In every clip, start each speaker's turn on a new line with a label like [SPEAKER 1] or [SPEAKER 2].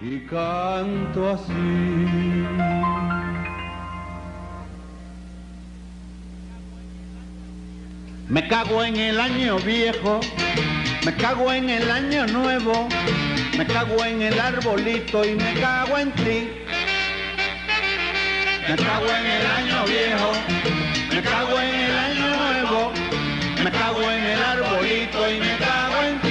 [SPEAKER 1] y canto así.
[SPEAKER 2] Me cago en el año viejo, me cago en el año nuevo, me cago en el arbolito y me cago en ti. Me cago en el año viejo, me cago en el año nuevo, me cago en el arbolito y me cago en ti.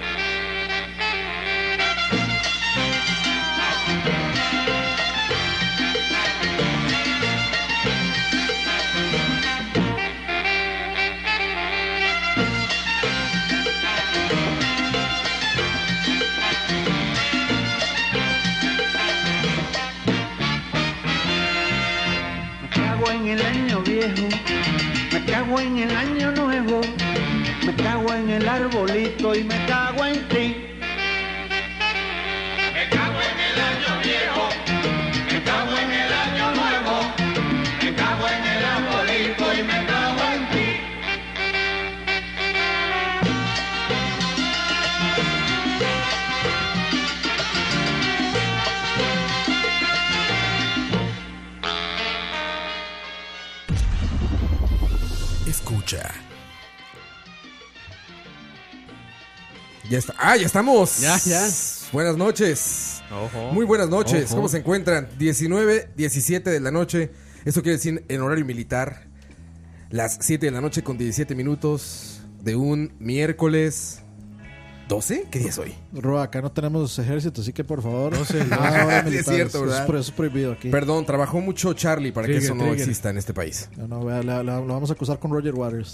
[SPEAKER 2] Me cago en el año viejo, me cago en el año nuevo, me cago en el arbolito y me cago en ti. Me cago en el año viejo, me cago en el año nuevo, me cago en el arbolito y me cago en ti.
[SPEAKER 3] Escucha. Ya está. Ah, ya estamos.
[SPEAKER 4] Ya, ya.
[SPEAKER 3] Buenas noches.
[SPEAKER 4] Ojo.
[SPEAKER 3] Muy buenas noches.
[SPEAKER 4] Ojo.
[SPEAKER 3] ¿Cómo se encuentran? 19, 17 de la noche. Eso quiere decir en horario militar. Las 7 de la noche con 17 minutos de un miércoles 12. ¿Qué día es hoy?
[SPEAKER 5] Roa, acá no tenemos ejército, así que por favor. No sé,
[SPEAKER 3] Sí, es cierto, ¿verdad?
[SPEAKER 5] Eso es prohibido aquí.
[SPEAKER 3] Perdón, trabajó mucho Charlie para que
[SPEAKER 4] Trigger,
[SPEAKER 3] eso no
[SPEAKER 4] trigger.
[SPEAKER 3] exista en este país.
[SPEAKER 5] No, no, vea, la- la- lo vamos a acusar con Roger Waters.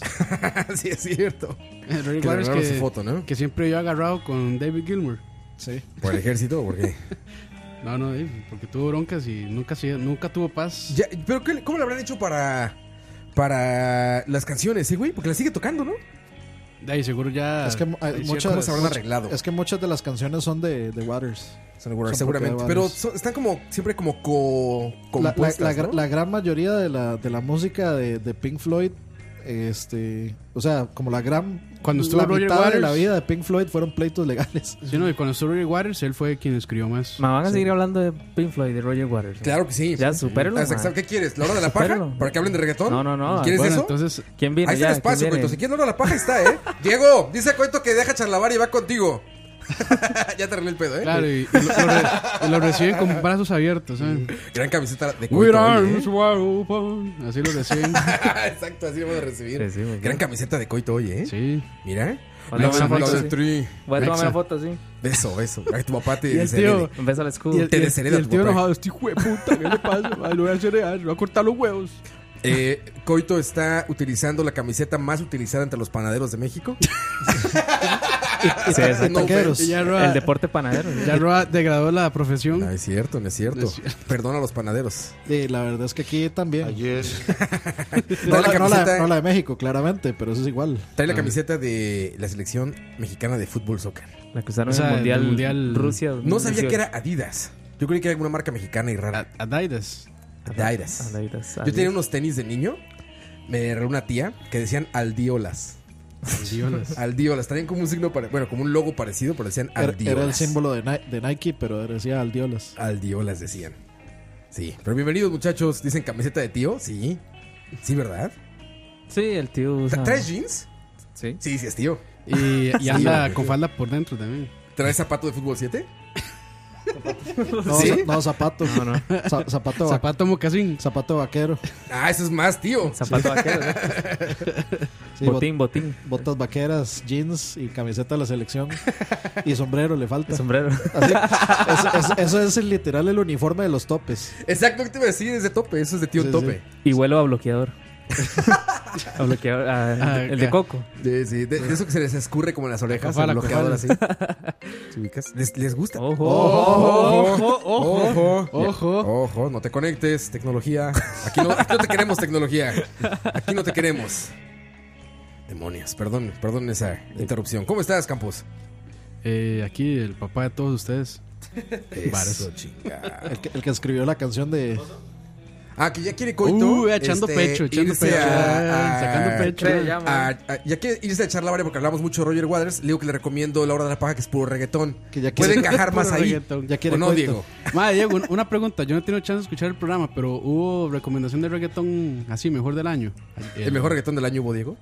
[SPEAKER 3] sí, es cierto.
[SPEAKER 4] Rory
[SPEAKER 3] Que le
[SPEAKER 4] Waters
[SPEAKER 3] regalaron
[SPEAKER 4] que,
[SPEAKER 3] su foto, ¿no?
[SPEAKER 4] que siempre yo agarrado con David Gilmour.
[SPEAKER 5] Sí.
[SPEAKER 3] ¿Por el ejército? ¿Por qué?
[SPEAKER 4] No, no, eh, porque tuvo broncas y nunca, se- nunca tuvo paz.
[SPEAKER 3] Ya, pero qué- ¿cómo lo habrán hecho para para las canciones, sí, güey? Porque las sigue tocando, ¿no?
[SPEAKER 4] De ahí seguro ya.
[SPEAKER 5] Ah, Es que mu- hay
[SPEAKER 4] hay
[SPEAKER 5] muchas-
[SPEAKER 3] ¿Cómo se habrán arreglado?
[SPEAKER 5] Es que muchas de las canciones son de, de Waters.
[SPEAKER 3] Son
[SPEAKER 5] Son
[SPEAKER 3] seguramente.
[SPEAKER 5] propiedades.
[SPEAKER 3] Pero son- están como siempre como co
[SPEAKER 5] La, la-
[SPEAKER 3] compuestas,
[SPEAKER 5] la gra-
[SPEAKER 3] ¿no?
[SPEAKER 5] la gran mayoría de la, de la música de, de Pink Floyd, este, o sea, como la gran.
[SPEAKER 4] Cuando estuvo
[SPEAKER 5] la
[SPEAKER 4] Roger
[SPEAKER 5] mitad de
[SPEAKER 4] Waters-
[SPEAKER 5] la vida de Pink Floyd fueron pleitos legales.
[SPEAKER 4] Sí, no, y cuando estuvo Rory Waters, él fue quien escribió más.
[SPEAKER 6] Me van a seguir hablando de Pink Floyd, de Roger Waters. ¿eh?
[SPEAKER 3] Claro que sí.
[SPEAKER 6] Ya, supéralo.
[SPEAKER 3] Las-
[SPEAKER 6] ma.
[SPEAKER 3] ¿Qué quieres? ¿La hora de la paja?
[SPEAKER 6] Supéralo.
[SPEAKER 3] ¿Para que hablen de reggaetón?
[SPEAKER 6] No, no, no.
[SPEAKER 3] ¿Quieres
[SPEAKER 4] bueno,
[SPEAKER 3] eso?
[SPEAKER 4] entonces.
[SPEAKER 6] ¿Quién viene?
[SPEAKER 3] Ahí está
[SPEAKER 6] Ya,
[SPEAKER 3] el espacio, pues,
[SPEAKER 6] ¿quién
[SPEAKER 3] Cuento.
[SPEAKER 6] viene?
[SPEAKER 3] Si quieres la hora de la paja está, ¿eh? Diego, dice Cuento que deja Charlavar y va contigo. ya te arreglé el pedo, ¿eh?
[SPEAKER 4] Claro, y, y lo, lo re- y lo reciben con brazos abiertos, ¿saben?
[SPEAKER 3] Gran camiseta de
[SPEAKER 4] With
[SPEAKER 3] Coito. ¿eh? oye,
[SPEAKER 4] arms wide open. Así lo reciben.
[SPEAKER 3] ¿eh? Exacto, así lo vamos a recibir.
[SPEAKER 6] Sí, sí, muy
[SPEAKER 3] Gran
[SPEAKER 6] bien.
[SPEAKER 3] camiseta de Coito hoy, ¿eh?
[SPEAKER 4] Sí.
[SPEAKER 3] Mira.
[SPEAKER 6] Voy a tomar una
[SPEAKER 3] Lo
[SPEAKER 6] foto,
[SPEAKER 3] del
[SPEAKER 6] sí.
[SPEAKER 3] tri.
[SPEAKER 6] Voy a tomar
[SPEAKER 4] Mexa.
[SPEAKER 6] una foto, sí.
[SPEAKER 3] Beso, beso. Ay, tu papá te
[SPEAKER 4] Y el
[SPEAKER 3] dice,
[SPEAKER 4] tío-
[SPEAKER 3] "Nene".
[SPEAKER 6] Un beso al escudo.
[SPEAKER 4] Y el,
[SPEAKER 3] Te
[SPEAKER 4] y el-
[SPEAKER 3] desheredas
[SPEAKER 4] y el
[SPEAKER 3] tu
[SPEAKER 4] tío
[SPEAKER 3] papá.
[SPEAKER 4] enojado, este hijo de puta, ¿qué le pasa? Ay, Lo voy a hacer, ay, le voy a cortar los huevos.
[SPEAKER 3] Eh, Coito está utilizando la camiseta más utilizada entre los panaderos de México.
[SPEAKER 6] Sí, exacto.
[SPEAKER 3] No,
[SPEAKER 5] Taqueros.
[SPEAKER 4] Y ya Roa,
[SPEAKER 6] El deporte panadero. ¿no?
[SPEAKER 4] ya Roa degradó la profesión.
[SPEAKER 3] No Ah, es cierto, no es cierto.
[SPEAKER 4] No es cierto.
[SPEAKER 3] Perdona a los panaderos.
[SPEAKER 5] Sí, la verdad es que aquí también.
[SPEAKER 3] Trae
[SPEAKER 5] No, la, no
[SPEAKER 3] la
[SPEAKER 5] la-
[SPEAKER 3] camiseta,
[SPEAKER 5] no la de México, claramente, pero eso es igual. Ah,
[SPEAKER 3] trae la camiseta de la selección mexicana de fútbol soccer.
[SPEAKER 6] La que usaron
[SPEAKER 4] O sea,
[SPEAKER 6] en
[SPEAKER 4] el
[SPEAKER 6] el Mundial,
[SPEAKER 4] mundial-
[SPEAKER 6] Rusia.
[SPEAKER 3] No sabía
[SPEAKER 6] 2018.
[SPEAKER 3] que era Adidas. Yo creí que era alguna marca mexicana y
[SPEAKER 4] A-
[SPEAKER 3] rara.
[SPEAKER 4] Adidas.
[SPEAKER 3] Adidas.
[SPEAKER 6] Adidas,
[SPEAKER 3] Yo tenía
[SPEAKER 6] Adidas.
[SPEAKER 3] unos tenis de niño. Me regaló una tía que decían aldiolas.
[SPEAKER 4] Adiolas.
[SPEAKER 3] Aldiolas. Traían como un signo, pare- bueno, como un logo parecido, pero decían
[SPEAKER 5] Era,
[SPEAKER 3] aldiolas.
[SPEAKER 5] era el símbolo de, Ni- de Nike, pero decía Aldiolas.
[SPEAKER 3] Aldiolas decían. Sí. Pero bienvenidos, muchachos. Dicen camiseta de tío. Sí. Sí, ¿verdad?
[SPEAKER 6] Sí, el tío usa...
[SPEAKER 3] ¿Traes jeans?
[SPEAKER 6] Sí.
[SPEAKER 3] Sí, sí, es tío.
[SPEAKER 4] Y, y
[SPEAKER 3] Sí,
[SPEAKER 4] anda
[SPEAKER 3] hombre.
[SPEAKER 4] con falda por dentro también.
[SPEAKER 3] ¿Traes zapato de fútbol 7?
[SPEAKER 5] No,
[SPEAKER 3] ¿Sí?
[SPEAKER 5] za- no, zapato.
[SPEAKER 6] No, no.
[SPEAKER 5] Za- zapato, va-
[SPEAKER 4] Zapato mocasín.
[SPEAKER 5] zapato vaquero.
[SPEAKER 3] Ah, eso es más, tío.
[SPEAKER 6] Zapato vaquero. ¿no?
[SPEAKER 5] Sí, bot-
[SPEAKER 6] botín, botín.
[SPEAKER 5] botas vaqueras, jeans y camiseta de la selección. y sombrero le falta.
[SPEAKER 6] Sombrero.
[SPEAKER 5] Así- eso, eso- eso es el literal el uniforme de los topes.
[SPEAKER 3] Exacto, ¿qué te iba a decir? Es de tope. Eso es de tío
[SPEAKER 5] Sí,
[SPEAKER 3] en tope.
[SPEAKER 6] Y vuelo a bloqueador. a bloqueador. a- ah, el, de- el de coco.
[SPEAKER 3] Sí, sí. De, de eso que se les escurre como en las orejas.
[SPEAKER 4] cofala,
[SPEAKER 3] el bloqueador
[SPEAKER 4] cofala.
[SPEAKER 3] así. ¿Sí ubicas? ¿Les, les gusta?
[SPEAKER 6] Ojo.
[SPEAKER 3] Ojo, ojo,
[SPEAKER 4] Ojo.
[SPEAKER 3] ojo, no te conectes, tecnología. Aquí no, aquí no te queremos, tecnología. Aquí no te queremos. Demonios, perdón, perdón esa interrupción. ¿Cómo estás, Campos?
[SPEAKER 4] Eh, aquí el papá de todos ustedes.
[SPEAKER 3] Eso,
[SPEAKER 4] Varas.
[SPEAKER 3] chinga.
[SPEAKER 5] El que, el que escribió la canción de.
[SPEAKER 3] Ah, que ya quiere coito. este,
[SPEAKER 4] Uh, echando pecho, echando
[SPEAKER 3] irse
[SPEAKER 4] pecho, eh,
[SPEAKER 3] a- a-
[SPEAKER 4] sacando pecho.
[SPEAKER 6] Se llama.
[SPEAKER 3] a- a- ya quiere irse a echar la varia porque hablamos mucho de Roger Waters. Le digo que le recomiendo La Hora de la Paja, que es puro reggaetón.
[SPEAKER 5] Que ya
[SPEAKER 3] Puede
[SPEAKER 5] quiere-
[SPEAKER 3] encajar
[SPEAKER 4] puro
[SPEAKER 3] más ahí.
[SPEAKER 4] reggaetón.
[SPEAKER 5] Ya quiere
[SPEAKER 3] ¿O no,
[SPEAKER 5] coito.
[SPEAKER 3] Diego?
[SPEAKER 4] Madre, Diego, un- una pregunta. Yo no he tenido chance de escuchar el programa, pero hubo recomendación de reggaetón así, mejor del año. Eh,
[SPEAKER 3] ¿El mejor reggaetón del año hubo, Diego?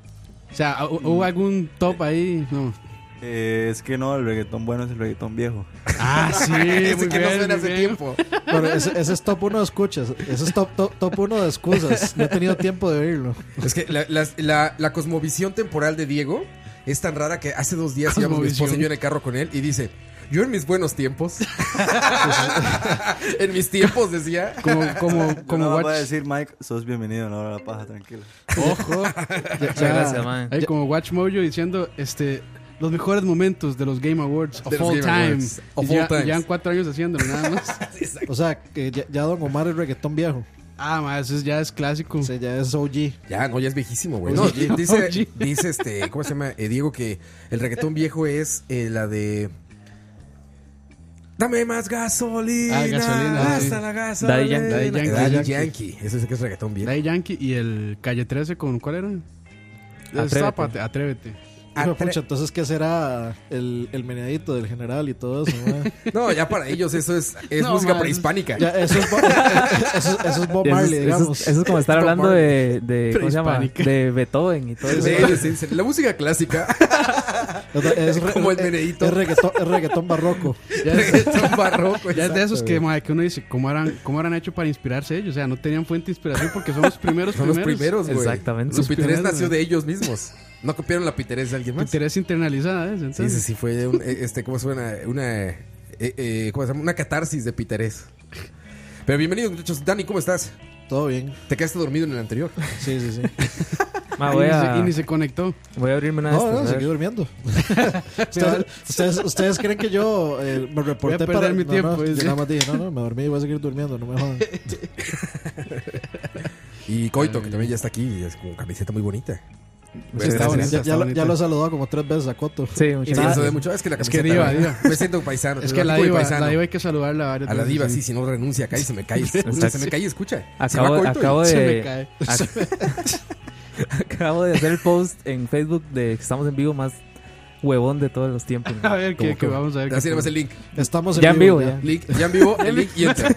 [SPEAKER 4] O sea, ¿hu- ¿hubo algún top ahí? No.
[SPEAKER 7] Mm. Eh, es que no, el reggaetón bueno es el reggaetón viejo.
[SPEAKER 4] Ah, sí.
[SPEAKER 3] Ese
[SPEAKER 4] muy
[SPEAKER 3] que no
[SPEAKER 4] bien,
[SPEAKER 3] suena
[SPEAKER 4] muy
[SPEAKER 3] hace
[SPEAKER 4] bien.
[SPEAKER 3] tiempo.
[SPEAKER 5] Pero ese, ese es top uno de escuchas. Ese es top, top, top uno de excusas. No he tenido tiempo de oírlo.
[SPEAKER 3] Es que la, las- la- la cosmovisión temporal de Diego es tan rara que hace dos días íbamos mi esposa y yo en el carro con él y dice: Yo en mis buenos tiempos. en mis tiempos, decía.
[SPEAKER 4] Como, como,
[SPEAKER 7] Como
[SPEAKER 4] como
[SPEAKER 7] no
[SPEAKER 4] Watch.
[SPEAKER 7] voy a decir, Mike, sos bienvenido en la hora de la paja, tranquilo.
[SPEAKER 4] Ojo.
[SPEAKER 6] Muchas gracias, man.
[SPEAKER 4] Ahí como Watch Mojo diciendo, este, los mejores momentos de los Game Awards of
[SPEAKER 3] De los
[SPEAKER 4] all
[SPEAKER 3] Game
[SPEAKER 4] time.
[SPEAKER 3] Awards of
[SPEAKER 4] Y ya-
[SPEAKER 3] all times.
[SPEAKER 4] y Llevan cuatro años haciéndolo, nada más.
[SPEAKER 5] O sea, que ya, ya Don Omar es reggaetón viejo.
[SPEAKER 4] ah, ma, eso es- ya es clásico.
[SPEAKER 5] O sea, ya es OG.
[SPEAKER 3] Ya, no, ya es viejísimo, güey. No,
[SPEAKER 4] Oye,
[SPEAKER 3] di- dice,
[SPEAKER 4] oye.
[SPEAKER 3] dice este, ¿cómo se llama? Eh, Diego, que el reggaetón viejo es eh, la de. Dame más gasolina.
[SPEAKER 4] Ah, gasolina,
[SPEAKER 3] Hasta
[SPEAKER 4] sí.
[SPEAKER 3] la gasolina.
[SPEAKER 6] Daddy Yan-
[SPEAKER 4] Daddy Yankee.
[SPEAKER 3] Daddy
[SPEAKER 4] Yankee.
[SPEAKER 3] Yankee. Ese es que es reggaetón viejo.
[SPEAKER 4] Daddy Yankee y el Calle 13 con ¿cuál era?
[SPEAKER 6] Atrévete.
[SPEAKER 4] Zápate, atrévete.
[SPEAKER 5] Hijo de
[SPEAKER 3] Atre-
[SPEAKER 5] pucha, entonces, ¿qué será el, el meneadito del general y todo eso? ma?
[SPEAKER 3] No, ya para ellos eso es, es
[SPEAKER 4] No,
[SPEAKER 3] música
[SPEAKER 4] man.
[SPEAKER 3] prehispánica.
[SPEAKER 5] Ya, eso, es Bob, eso, eso es
[SPEAKER 6] Eso
[SPEAKER 5] Bob
[SPEAKER 6] es,
[SPEAKER 5] Marley,
[SPEAKER 6] eso es-
[SPEAKER 5] digamos.
[SPEAKER 6] eso es como estar
[SPEAKER 3] Bob
[SPEAKER 6] hablando de, de ¿cómo se llama?
[SPEAKER 4] Prehispánica.
[SPEAKER 6] De Beethoven y todo eso.
[SPEAKER 3] Sí, sí, sí. La música clásica.
[SPEAKER 5] Es re-
[SPEAKER 3] Como el
[SPEAKER 5] es-
[SPEAKER 3] meneíto.
[SPEAKER 5] Es reggaetón, es reggaetón barroco.
[SPEAKER 4] Ya es,
[SPEAKER 3] reggaetón
[SPEAKER 4] ya
[SPEAKER 3] barroco.
[SPEAKER 4] es de
[SPEAKER 3] exacto,
[SPEAKER 4] esos que,
[SPEAKER 3] güey.
[SPEAKER 4] ma, que uno dice, ¿cómo harán, ¿cómo harán hecho para inspirarse ellos? O sea, no tenían fuente de inspiración porque son los primeros
[SPEAKER 3] Son los primeros, güey.
[SPEAKER 6] Exactamente.
[SPEAKER 3] Su
[SPEAKER 6] Los
[SPEAKER 3] piterés
[SPEAKER 4] primeros,
[SPEAKER 3] nació
[SPEAKER 4] güey.
[SPEAKER 3] de ellos mismos. No copiaron la piterés de alguien más.
[SPEAKER 4] Interés internalizada, ¿eh? Entonces,
[SPEAKER 3] Sí, sí, sí, fue un, eh, este, ¿cómo suena? Una, eh, eh, ¿cómo se llama? Una catarsis de Piterés. Pero bienvenidos, muchachos. Dani, ¿cómo estás?
[SPEAKER 5] Todo bien.
[SPEAKER 3] Te quedaste dormido en el anterior.
[SPEAKER 5] Sí, sí, sí.
[SPEAKER 6] Ma,
[SPEAKER 4] y,
[SPEAKER 6] voy,
[SPEAKER 4] ni se, y
[SPEAKER 6] a,
[SPEAKER 4] ni se conectó.
[SPEAKER 6] voy a abrirme una de
[SPEAKER 5] No,
[SPEAKER 6] estas.
[SPEAKER 5] no,
[SPEAKER 6] a ver.
[SPEAKER 5] seguí durmiendo. ustedes, ustedes, ustedes creen que yo eh, me reporté
[SPEAKER 4] Voy a perder
[SPEAKER 5] para.
[SPEAKER 4] mi
[SPEAKER 5] no,
[SPEAKER 4] tiempo,
[SPEAKER 5] no, yo
[SPEAKER 4] dice.
[SPEAKER 5] nada más dije, no, no, me dormí y voy a seguir durmiendo, no me jodan.
[SPEAKER 3] Y Coito, que también ya está aquí, y es con camiseta muy bonita.
[SPEAKER 6] Pues
[SPEAKER 4] Sí, está
[SPEAKER 3] gracias.
[SPEAKER 4] bonito,
[SPEAKER 5] Ya,
[SPEAKER 4] está
[SPEAKER 5] ya lo,
[SPEAKER 4] bonito.
[SPEAKER 5] ya lo he saludado como tres veces a Coto.
[SPEAKER 6] Sí,
[SPEAKER 3] Y
[SPEAKER 6] muchas
[SPEAKER 3] pienso
[SPEAKER 6] gracias.
[SPEAKER 3] de mucho, es que la
[SPEAKER 4] Es
[SPEAKER 3] camiseta.
[SPEAKER 4] que diva,
[SPEAKER 3] me-
[SPEAKER 4] diva.
[SPEAKER 3] Me siento paisano.
[SPEAKER 4] Es que la
[SPEAKER 3] tipo de
[SPEAKER 4] diva,
[SPEAKER 3] paisano.
[SPEAKER 4] la diva hay que saludarla varias
[SPEAKER 3] A la
[SPEAKER 4] veces,
[SPEAKER 3] diva, sí, si no renuncia, acá y se me cae.
[SPEAKER 6] Exacto.
[SPEAKER 3] se me cae, escucha. Se va
[SPEAKER 6] Acabo,
[SPEAKER 3] Coito y-
[SPEAKER 6] acabo
[SPEAKER 4] Se me
[SPEAKER 6] de
[SPEAKER 4] cae.
[SPEAKER 6] ac- acabo de hacer el post en Facebook de que estamos en vivo más huevón de todos los tiempos.
[SPEAKER 4] A ver,
[SPEAKER 3] ¿Cómo,
[SPEAKER 4] que, que
[SPEAKER 3] cómo?
[SPEAKER 4] vamos a ver.
[SPEAKER 3] Así
[SPEAKER 4] qué-
[SPEAKER 3] nomás el link.
[SPEAKER 5] Estamos en
[SPEAKER 6] Ya en vivo, ya.
[SPEAKER 3] Link, ya en vivo, el link y enter.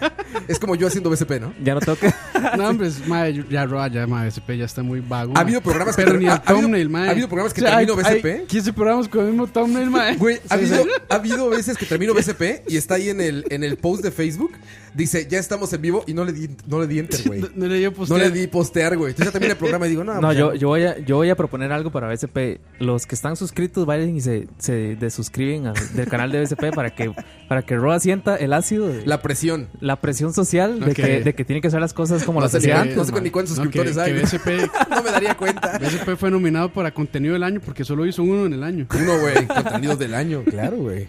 [SPEAKER 3] Es como yo haciendo BCP, ¿no?
[SPEAKER 6] Ya no toca.
[SPEAKER 4] No, hombre, es- madre, yo- ya Roa, ya madre, SP ya está muy vago.
[SPEAKER 3] Ha
[SPEAKER 4] ma.
[SPEAKER 3] habido programas que
[SPEAKER 4] Pero
[SPEAKER 3] ter-
[SPEAKER 4] ni
[SPEAKER 3] ha-
[SPEAKER 4] el
[SPEAKER 3] ha habido-
[SPEAKER 4] thumbnail, madre.
[SPEAKER 3] ha habido programas que
[SPEAKER 4] hay-
[SPEAKER 3] termino
[SPEAKER 4] hay
[SPEAKER 3] BSP.
[SPEAKER 4] 15 programas con el mismo thumbnail, madre.
[SPEAKER 3] Güey, ha, habido, ha habido veces que termino BCP y está ahí en el, en el post de Facebook. Dice, ya estamos en vivo y no le di, no le di enter, güey.
[SPEAKER 4] No, no le dio
[SPEAKER 3] No
[SPEAKER 4] postear.
[SPEAKER 3] le di postear, güey. Entonces ya termina el programa y digo, no,
[SPEAKER 6] No,
[SPEAKER 3] pues ya
[SPEAKER 6] yo, yo, voy a, yo voy a proponer algo para BSP. Los que están suscritos vayan y se, se desuscriben al- del canal de BSP para que, para que Roa sienta el ácido de la,
[SPEAKER 3] La presión.
[SPEAKER 6] presión social de,
[SPEAKER 4] Ok.
[SPEAKER 6] que, de que tiene que hacer las cosas como
[SPEAKER 3] No
[SPEAKER 6] las
[SPEAKER 3] sé
[SPEAKER 6] hacía
[SPEAKER 3] ni-
[SPEAKER 6] antes.
[SPEAKER 3] no sé
[SPEAKER 6] man.
[SPEAKER 3] ni cuántos suscriptores
[SPEAKER 4] no, que-
[SPEAKER 3] hay.
[SPEAKER 4] que BSP,
[SPEAKER 3] No me daría cuenta.
[SPEAKER 4] BSP fue nominado para contenido del año porque solo hizo uno en el año.
[SPEAKER 3] Uno, güey, contenidos del año, claro, güey.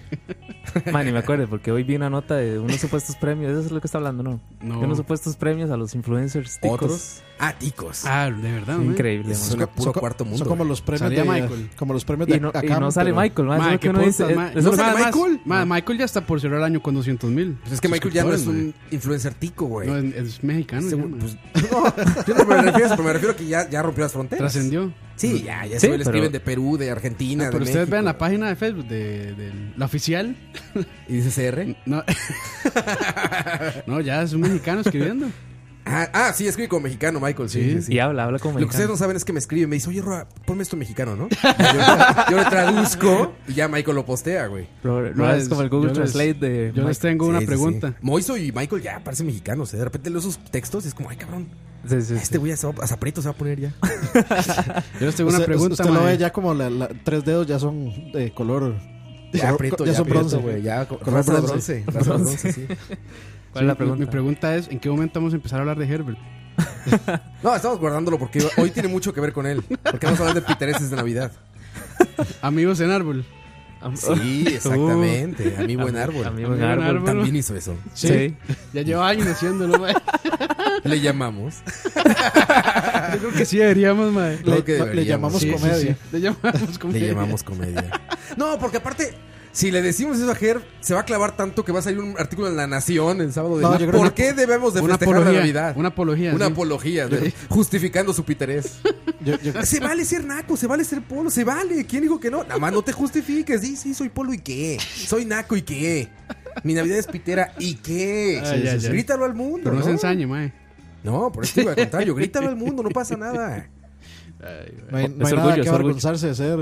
[SPEAKER 6] Man, ni me acuerdo, porque hoy vi una nota de unos supuestos premios. Eso es lo que está hablando, ¿no?
[SPEAKER 4] No.
[SPEAKER 6] De unos supuestos premios a los influencers ticos.
[SPEAKER 3] Otros. Ah, ticos.
[SPEAKER 4] Ah, de verdad, man.
[SPEAKER 6] Increíble,
[SPEAKER 3] Eso es
[SPEAKER 6] man.
[SPEAKER 3] una puro
[SPEAKER 5] co-
[SPEAKER 3] cuarto mundo.
[SPEAKER 5] son como
[SPEAKER 3] güey.
[SPEAKER 5] los premios
[SPEAKER 4] Salía
[SPEAKER 5] de
[SPEAKER 4] Michael.
[SPEAKER 5] Como los premios de
[SPEAKER 6] Y no, y
[SPEAKER 5] Acamp,
[SPEAKER 6] no sale
[SPEAKER 5] pero-
[SPEAKER 6] Michael, man. Eso es
[SPEAKER 4] Madre,
[SPEAKER 6] lo
[SPEAKER 4] qué
[SPEAKER 6] que uno dice.
[SPEAKER 4] putas,
[SPEAKER 6] Es-
[SPEAKER 4] madre.
[SPEAKER 6] es
[SPEAKER 4] No,
[SPEAKER 6] lo que-
[SPEAKER 4] madre,
[SPEAKER 3] sale
[SPEAKER 4] Michael.
[SPEAKER 3] Michael.
[SPEAKER 4] Madre, Michael ya está por cerrar el año con 200 mil.
[SPEAKER 3] Pues es que Michael ya no es un
[SPEAKER 4] suscriptores,
[SPEAKER 3] influencer tico, güey.
[SPEAKER 4] No, es, es mexicano.
[SPEAKER 3] Ese
[SPEAKER 4] ya,
[SPEAKER 3] güey,
[SPEAKER 4] man.
[SPEAKER 3] pues, no, yo no me refiero a eso, pero me refiero a que ya, ya rompió las fronteras.
[SPEAKER 4] Trascendió.
[SPEAKER 3] Sí, ya, ya
[SPEAKER 6] Pues, Sí,
[SPEAKER 3] se le
[SPEAKER 6] pero-
[SPEAKER 3] escriben de Perú, de Argentina,
[SPEAKER 4] Ah,
[SPEAKER 3] de
[SPEAKER 4] pero ustedes
[SPEAKER 3] México.
[SPEAKER 4] vean la página de Facebook de, de la oficial.
[SPEAKER 3] Y dice CR.
[SPEAKER 4] No. no, ya es un mexicano escribiendo.
[SPEAKER 3] Ah, ah, sí, escribe como mexicano, Michael. Sí,
[SPEAKER 4] Sí.
[SPEAKER 3] sí, sí.
[SPEAKER 6] Y habla, habla como
[SPEAKER 3] Lo que ustedes
[SPEAKER 6] mexicano.
[SPEAKER 3] no saben es que me escribe y me dice, oye, Roa, ponme esto en mexicano, ¿no? Y Yo, yo le traduzco y ya Michael lo postea, güey.
[SPEAKER 6] Ro- Ro-
[SPEAKER 4] No,
[SPEAKER 6] es como el Google
[SPEAKER 4] yo les-
[SPEAKER 6] Translate de.
[SPEAKER 4] Yo les
[SPEAKER 6] Mike.
[SPEAKER 4] tengo una
[SPEAKER 3] Sí, sí,
[SPEAKER 4] pregunta.
[SPEAKER 3] sí. Moiso y Michael ya parecen mexicanos. ¿eh? De repente leo sus textos y es como, ay, cabrón,
[SPEAKER 6] Sí, sí, sí.
[SPEAKER 3] este güey ya se va, a Zaprieto se va a poner ya.
[SPEAKER 4] Yo les tengo una
[SPEAKER 5] usted,
[SPEAKER 4] pregunta,
[SPEAKER 5] Usted lo
[SPEAKER 4] mae.
[SPEAKER 5] ve ya como la- la- tres dedos ya son de color.
[SPEAKER 3] Ya
[SPEAKER 5] color-
[SPEAKER 3] Prieto,
[SPEAKER 5] ya son
[SPEAKER 3] Prieto,
[SPEAKER 5] bronce.
[SPEAKER 3] güey. Ya, co-
[SPEAKER 5] Color
[SPEAKER 3] raza de bronce.
[SPEAKER 5] bronce.
[SPEAKER 3] raza de bronce, sí.
[SPEAKER 6] ¿Cuál es la
[SPEAKER 4] Sí, mi-
[SPEAKER 6] pregunta?
[SPEAKER 4] Mi, pregunta es, ¿en qué momento vamos a empezar a hablar de Herbert?
[SPEAKER 3] No, estamos guardándolo porque hoy tiene mucho que ver con él. Porque vamos a hablar de pitereses de Navidad.
[SPEAKER 4] Amigos en árbol.
[SPEAKER 3] Sí, exactamente. A mí buen árbol.
[SPEAKER 6] uh. A mí
[SPEAKER 4] Buen
[SPEAKER 6] buen árbol.
[SPEAKER 4] Árbol.
[SPEAKER 3] También hizo eso.
[SPEAKER 6] Sí.
[SPEAKER 4] Ya lleva años haciéndolo, mae.
[SPEAKER 3] Le llamamos.
[SPEAKER 4] Yo creo que sí deberíamos, mae.
[SPEAKER 3] Creo que
[SPEAKER 5] le
[SPEAKER 3] deberíamos.
[SPEAKER 5] llamamos
[SPEAKER 4] Sí, sí,
[SPEAKER 5] comedia.
[SPEAKER 4] sí. Le llamamos comedia.
[SPEAKER 3] Le llamamos comedia. No, porque aparte, si le decimos eso a Ger, se va a clavar tanto que va a salir un artículo en La Nación el sábado de
[SPEAKER 5] No, yo creo
[SPEAKER 3] ¿Por
[SPEAKER 5] una-
[SPEAKER 3] qué debemos de
[SPEAKER 4] una
[SPEAKER 3] festejar la
[SPEAKER 4] apología,
[SPEAKER 3] Navidad?
[SPEAKER 4] una apología,
[SPEAKER 3] Una
[SPEAKER 4] sí.
[SPEAKER 3] apología, de- justificando su piterés.
[SPEAKER 5] Yo- yo-
[SPEAKER 3] se vale ser naco, se vale ser polo, se vale. ¿Quién dijo que no? Nada más no te justifiques. Sí, sí, soy polo y qué. Soy naco y qué. Mi Navidad es pitera y qué.
[SPEAKER 4] Ay, ay, ay.
[SPEAKER 3] Grítalo al mundo.
[SPEAKER 4] Pero no
[SPEAKER 3] ¿no?
[SPEAKER 4] se ensañe, mae.
[SPEAKER 3] No, por eso te iba a contar yo. Grítalo al mundo, no pasa nada.
[SPEAKER 5] no hay, no
[SPEAKER 6] Es orgullo, es
[SPEAKER 5] hay nada que
[SPEAKER 6] orgullo.
[SPEAKER 5] avergonzarse de ser.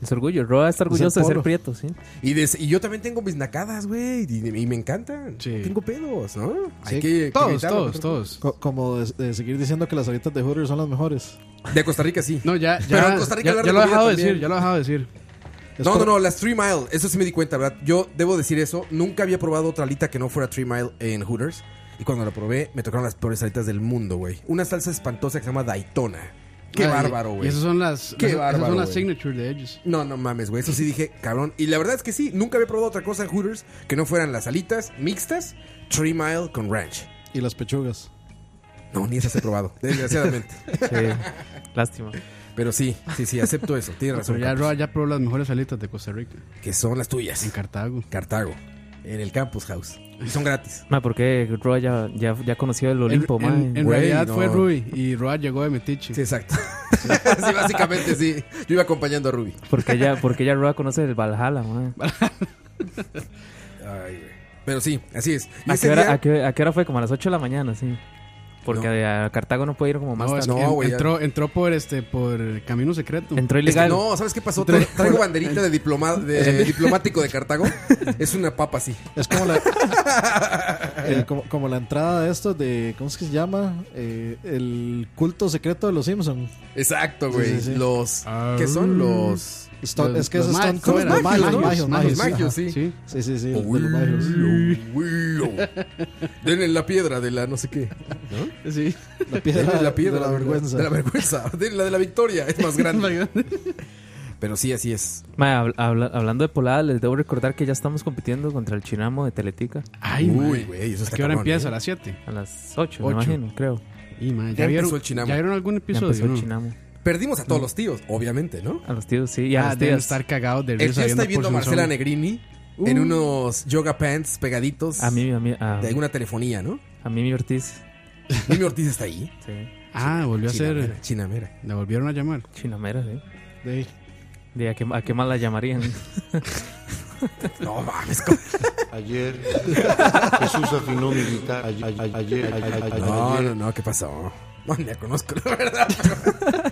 [SPEAKER 6] Es orgullo. Roa está orgulloso de ser
[SPEAKER 5] polo.
[SPEAKER 6] prieto, sí.
[SPEAKER 3] Y, des- y yo también tengo mis nacadas, güey. Y, y me encantan.
[SPEAKER 4] Sí.
[SPEAKER 3] No Tengo pedos, ¿no?
[SPEAKER 5] Sí.
[SPEAKER 4] Todos,
[SPEAKER 3] gritarlo,
[SPEAKER 4] todos,
[SPEAKER 3] ¿no?
[SPEAKER 4] todos.
[SPEAKER 5] co- como de, de seguir diciendo que las alitas de Hooters son las mejores.
[SPEAKER 3] De Costa Rica sí. No,
[SPEAKER 4] No, ya, ya,
[SPEAKER 3] Pero en Costa Rica
[SPEAKER 4] ya-
[SPEAKER 3] hablar
[SPEAKER 4] ya
[SPEAKER 3] de
[SPEAKER 4] lo he
[SPEAKER 3] comida
[SPEAKER 4] dejado de
[SPEAKER 3] también.
[SPEAKER 4] decir, ya lo he dejado de decir.
[SPEAKER 5] Es
[SPEAKER 3] no, no,
[SPEAKER 5] como-
[SPEAKER 3] las Three Mile. Eso sí me di cuenta, ¿verdad? Yo debo decir eso. Nunca había probado otra alita que no fuera Three Mile en Hooters. Y cuando la probé, me tocaron las peores alitas del mundo, güey. Una salsa espantosa que se llama Daytona. Qué
[SPEAKER 4] Ay,
[SPEAKER 3] bárbaro,
[SPEAKER 4] Y
[SPEAKER 3] güey.
[SPEAKER 4] esas son las,
[SPEAKER 3] Qué
[SPEAKER 4] las- esas
[SPEAKER 3] bárbaro,
[SPEAKER 4] son las
[SPEAKER 3] güey.
[SPEAKER 4] signature de ellos.
[SPEAKER 3] No, no mames, güey. Eso sí dije, cabrón. Y la verdad es que sí, nunca había probado otra cosa en Hooters que no fueran las alitas mixtas, Three Mile con ranch.
[SPEAKER 5] Y las pechugas.
[SPEAKER 3] No, ni esas he probado, desgraciadamente.
[SPEAKER 6] Sí. Lástima.
[SPEAKER 3] Pero sí, sí, sí, acepto eso. Tienes razón.
[SPEAKER 4] Pero ya
[SPEAKER 3] Campos.
[SPEAKER 4] Roa ya probó las mejores alitas de Costa Rica,
[SPEAKER 3] que son las tuyas.
[SPEAKER 4] en Cartago.
[SPEAKER 3] Cartago. En el Campus House. Y son gratis.
[SPEAKER 6] Ma, ¿por qué Roa ya, ya, ya conoció el Olimpo,
[SPEAKER 4] en,
[SPEAKER 6] ma?
[SPEAKER 4] en- en
[SPEAKER 3] Güey,
[SPEAKER 4] realidad
[SPEAKER 3] no.
[SPEAKER 4] fue Ruby y Roa llegó de Metiche.
[SPEAKER 3] Sí, exacto. sí, básicamente sí. Yo iba acompañando a Ruby.
[SPEAKER 6] Porque ya, porque ya Roa conoce el Valhalla, ma.
[SPEAKER 3] Ay, güey. Pero sí, así es. Y
[SPEAKER 6] ¿A
[SPEAKER 3] ese
[SPEAKER 6] qué, hora,
[SPEAKER 3] día-
[SPEAKER 6] a qué- a qué hora fue? Como a las 8 de la mañana, sí. Porque a Cartago no puede ir como más
[SPEAKER 4] No, es
[SPEAKER 6] tarde.
[SPEAKER 4] que
[SPEAKER 3] No, güey, ya.
[SPEAKER 4] entró, entró por este por camino secreto.
[SPEAKER 6] Entró
[SPEAKER 3] Es que
[SPEAKER 6] ilegal.
[SPEAKER 3] no, ¿sabes qué pasó? Tra- Traigo banderita de, diploma, de diplomático de Cartago. Es una papa así.
[SPEAKER 5] Es como la, eh, como, como la entrada de estos de. ¿Cómo es que se llama? Eh, el culto secreto de los Simpsons.
[SPEAKER 3] Exacto, güey.
[SPEAKER 5] sí, sí.
[SPEAKER 3] Los.
[SPEAKER 4] Ah.
[SPEAKER 3] ¿Qué son? Los.
[SPEAKER 4] Los-
[SPEAKER 5] es que es
[SPEAKER 4] los
[SPEAKER 5] Stone
[SPEAKER 4] magios,
[SPEAKER 5] Cold.
[SPEAKER 4] ¿no?
[SPEAKER 5] Los magios,
[SPEAKER 4] Los
[SPEAKER 5] magios,
[SPEAKER 3] Los
[SPEAKER 5] magios.
[SPEAKER 3] magios,
[SPEAKER 5] sí,
[SPEAKER 3] sí.
[SPEAKER 4] Sí.
[SPEAKER 5] ajá. Sí, sí, sí. los de
[SPEAKER 3] Uy,
[SPEAKER 5] los magios.
[SPEAKER 3] uy, uy. Denle la piedra de la no sé qué.
[SPEAKER 4] Sí.
[SPEAKER 5] La
[SPEAKER 3] Denle
[SPEAKER 5] piedra,
[SPEAKER 3] la piedra
[SPEAKER 5] de la vergüenza.
[SPEAKER 3] De la vergüenza. Denle la de la victoria. Es más grande. Pero sí, así es.
[SPEAKER 6] Ma, hab- habla- hablando de polada, les debo recordar que ya estamos compitiendo contra el Chinamo de Teletica
[SPEAKER 4] Ay,
[SPEAKER 3] Uy,
[SPEAKER 4] Uy,
[SPEAKER 3] güey, eso
[SPEAKER 4] ¿A
[SPEAKER 3] está
[SPEAKER 4] qué hora
[SPEAKER 3] cabrón,
[SPEAKER 4] empieza?
[SPEAKER 3] ¿eh?
[SPEAKER 4] ¿A las 7?
[SPEAKER 6] a las 8, me
[SPEAKER 4] Ocho.
[SPEAKER 6] imagino, creo.
[SPEAKER 4] Y, ma,
[SPEAKER 3] Ya
[SPEAKER 4] ¿ya, vieron,
[SPEAKER 3] empezó el Chinamo.
[SPEAKER 4] ¿Ya vieron algún
[SPEAKER 6] Ya
[SPEAKER 4] episodio?
[SPEAKER 6] empezó el
[SPEAKER 4] no? Mm.
[SPEAKER 6] Chinamo.
[SPEAKER 3] Perdimos a todos los tíos, obviamente, ¿no?
[SPEAKER 6] A los tíos, sí. Y a
[SPEAKER 4] Ah,
[SPEAKER 6] las
[SPEAKER 4] deben
[SPEAKER 6] tías.
[SPEAKER 4] estar cagados de
[SPEAKER 3] El
[SPEAKER 4] risa.
[SPEAKER 3] tío está
[SPEAKER 4] viendo
[SPEAKER 3] viendo a
[SPEAKER 4] por
[SPEAKER 3] Marcela
[SPEAKER 4] Sansón.
[SPEAKER 3] Negrini en unos yoga pants pegaditos
[SPEAKER 6] Uh. A mí, a mí, a,
[SPEAKER 3] de alguna telefonía, ¿no?
[SPEAKER 6] a Mimi Ortiz.
[SPEAKER 3] Mimi Ortiz está ahí.
[SPEAKER 6] Sí.
[SPEAKER 4] Ah, volvió a ser.
[SPEAKER 3] Chinamera, Chinamera.
[SPEAKER 4] La volvieron a llamar.
[SPEAKER 6] Chinamera, sí.
[SPEAKER 5] De-
[SPEAKER 6] De a, qué, ¿A qué más la llamarían?
[SPEAKER 3] No mames, ¿cómo?
[SPEAKER 8] Ayer Jesús afinó mi guitarra. Ayer, ayer, ayer, ayer, ayer.
[SPEAKER 3] No, no, no, ¿qué pasó? No, ni la conozco, la verdad.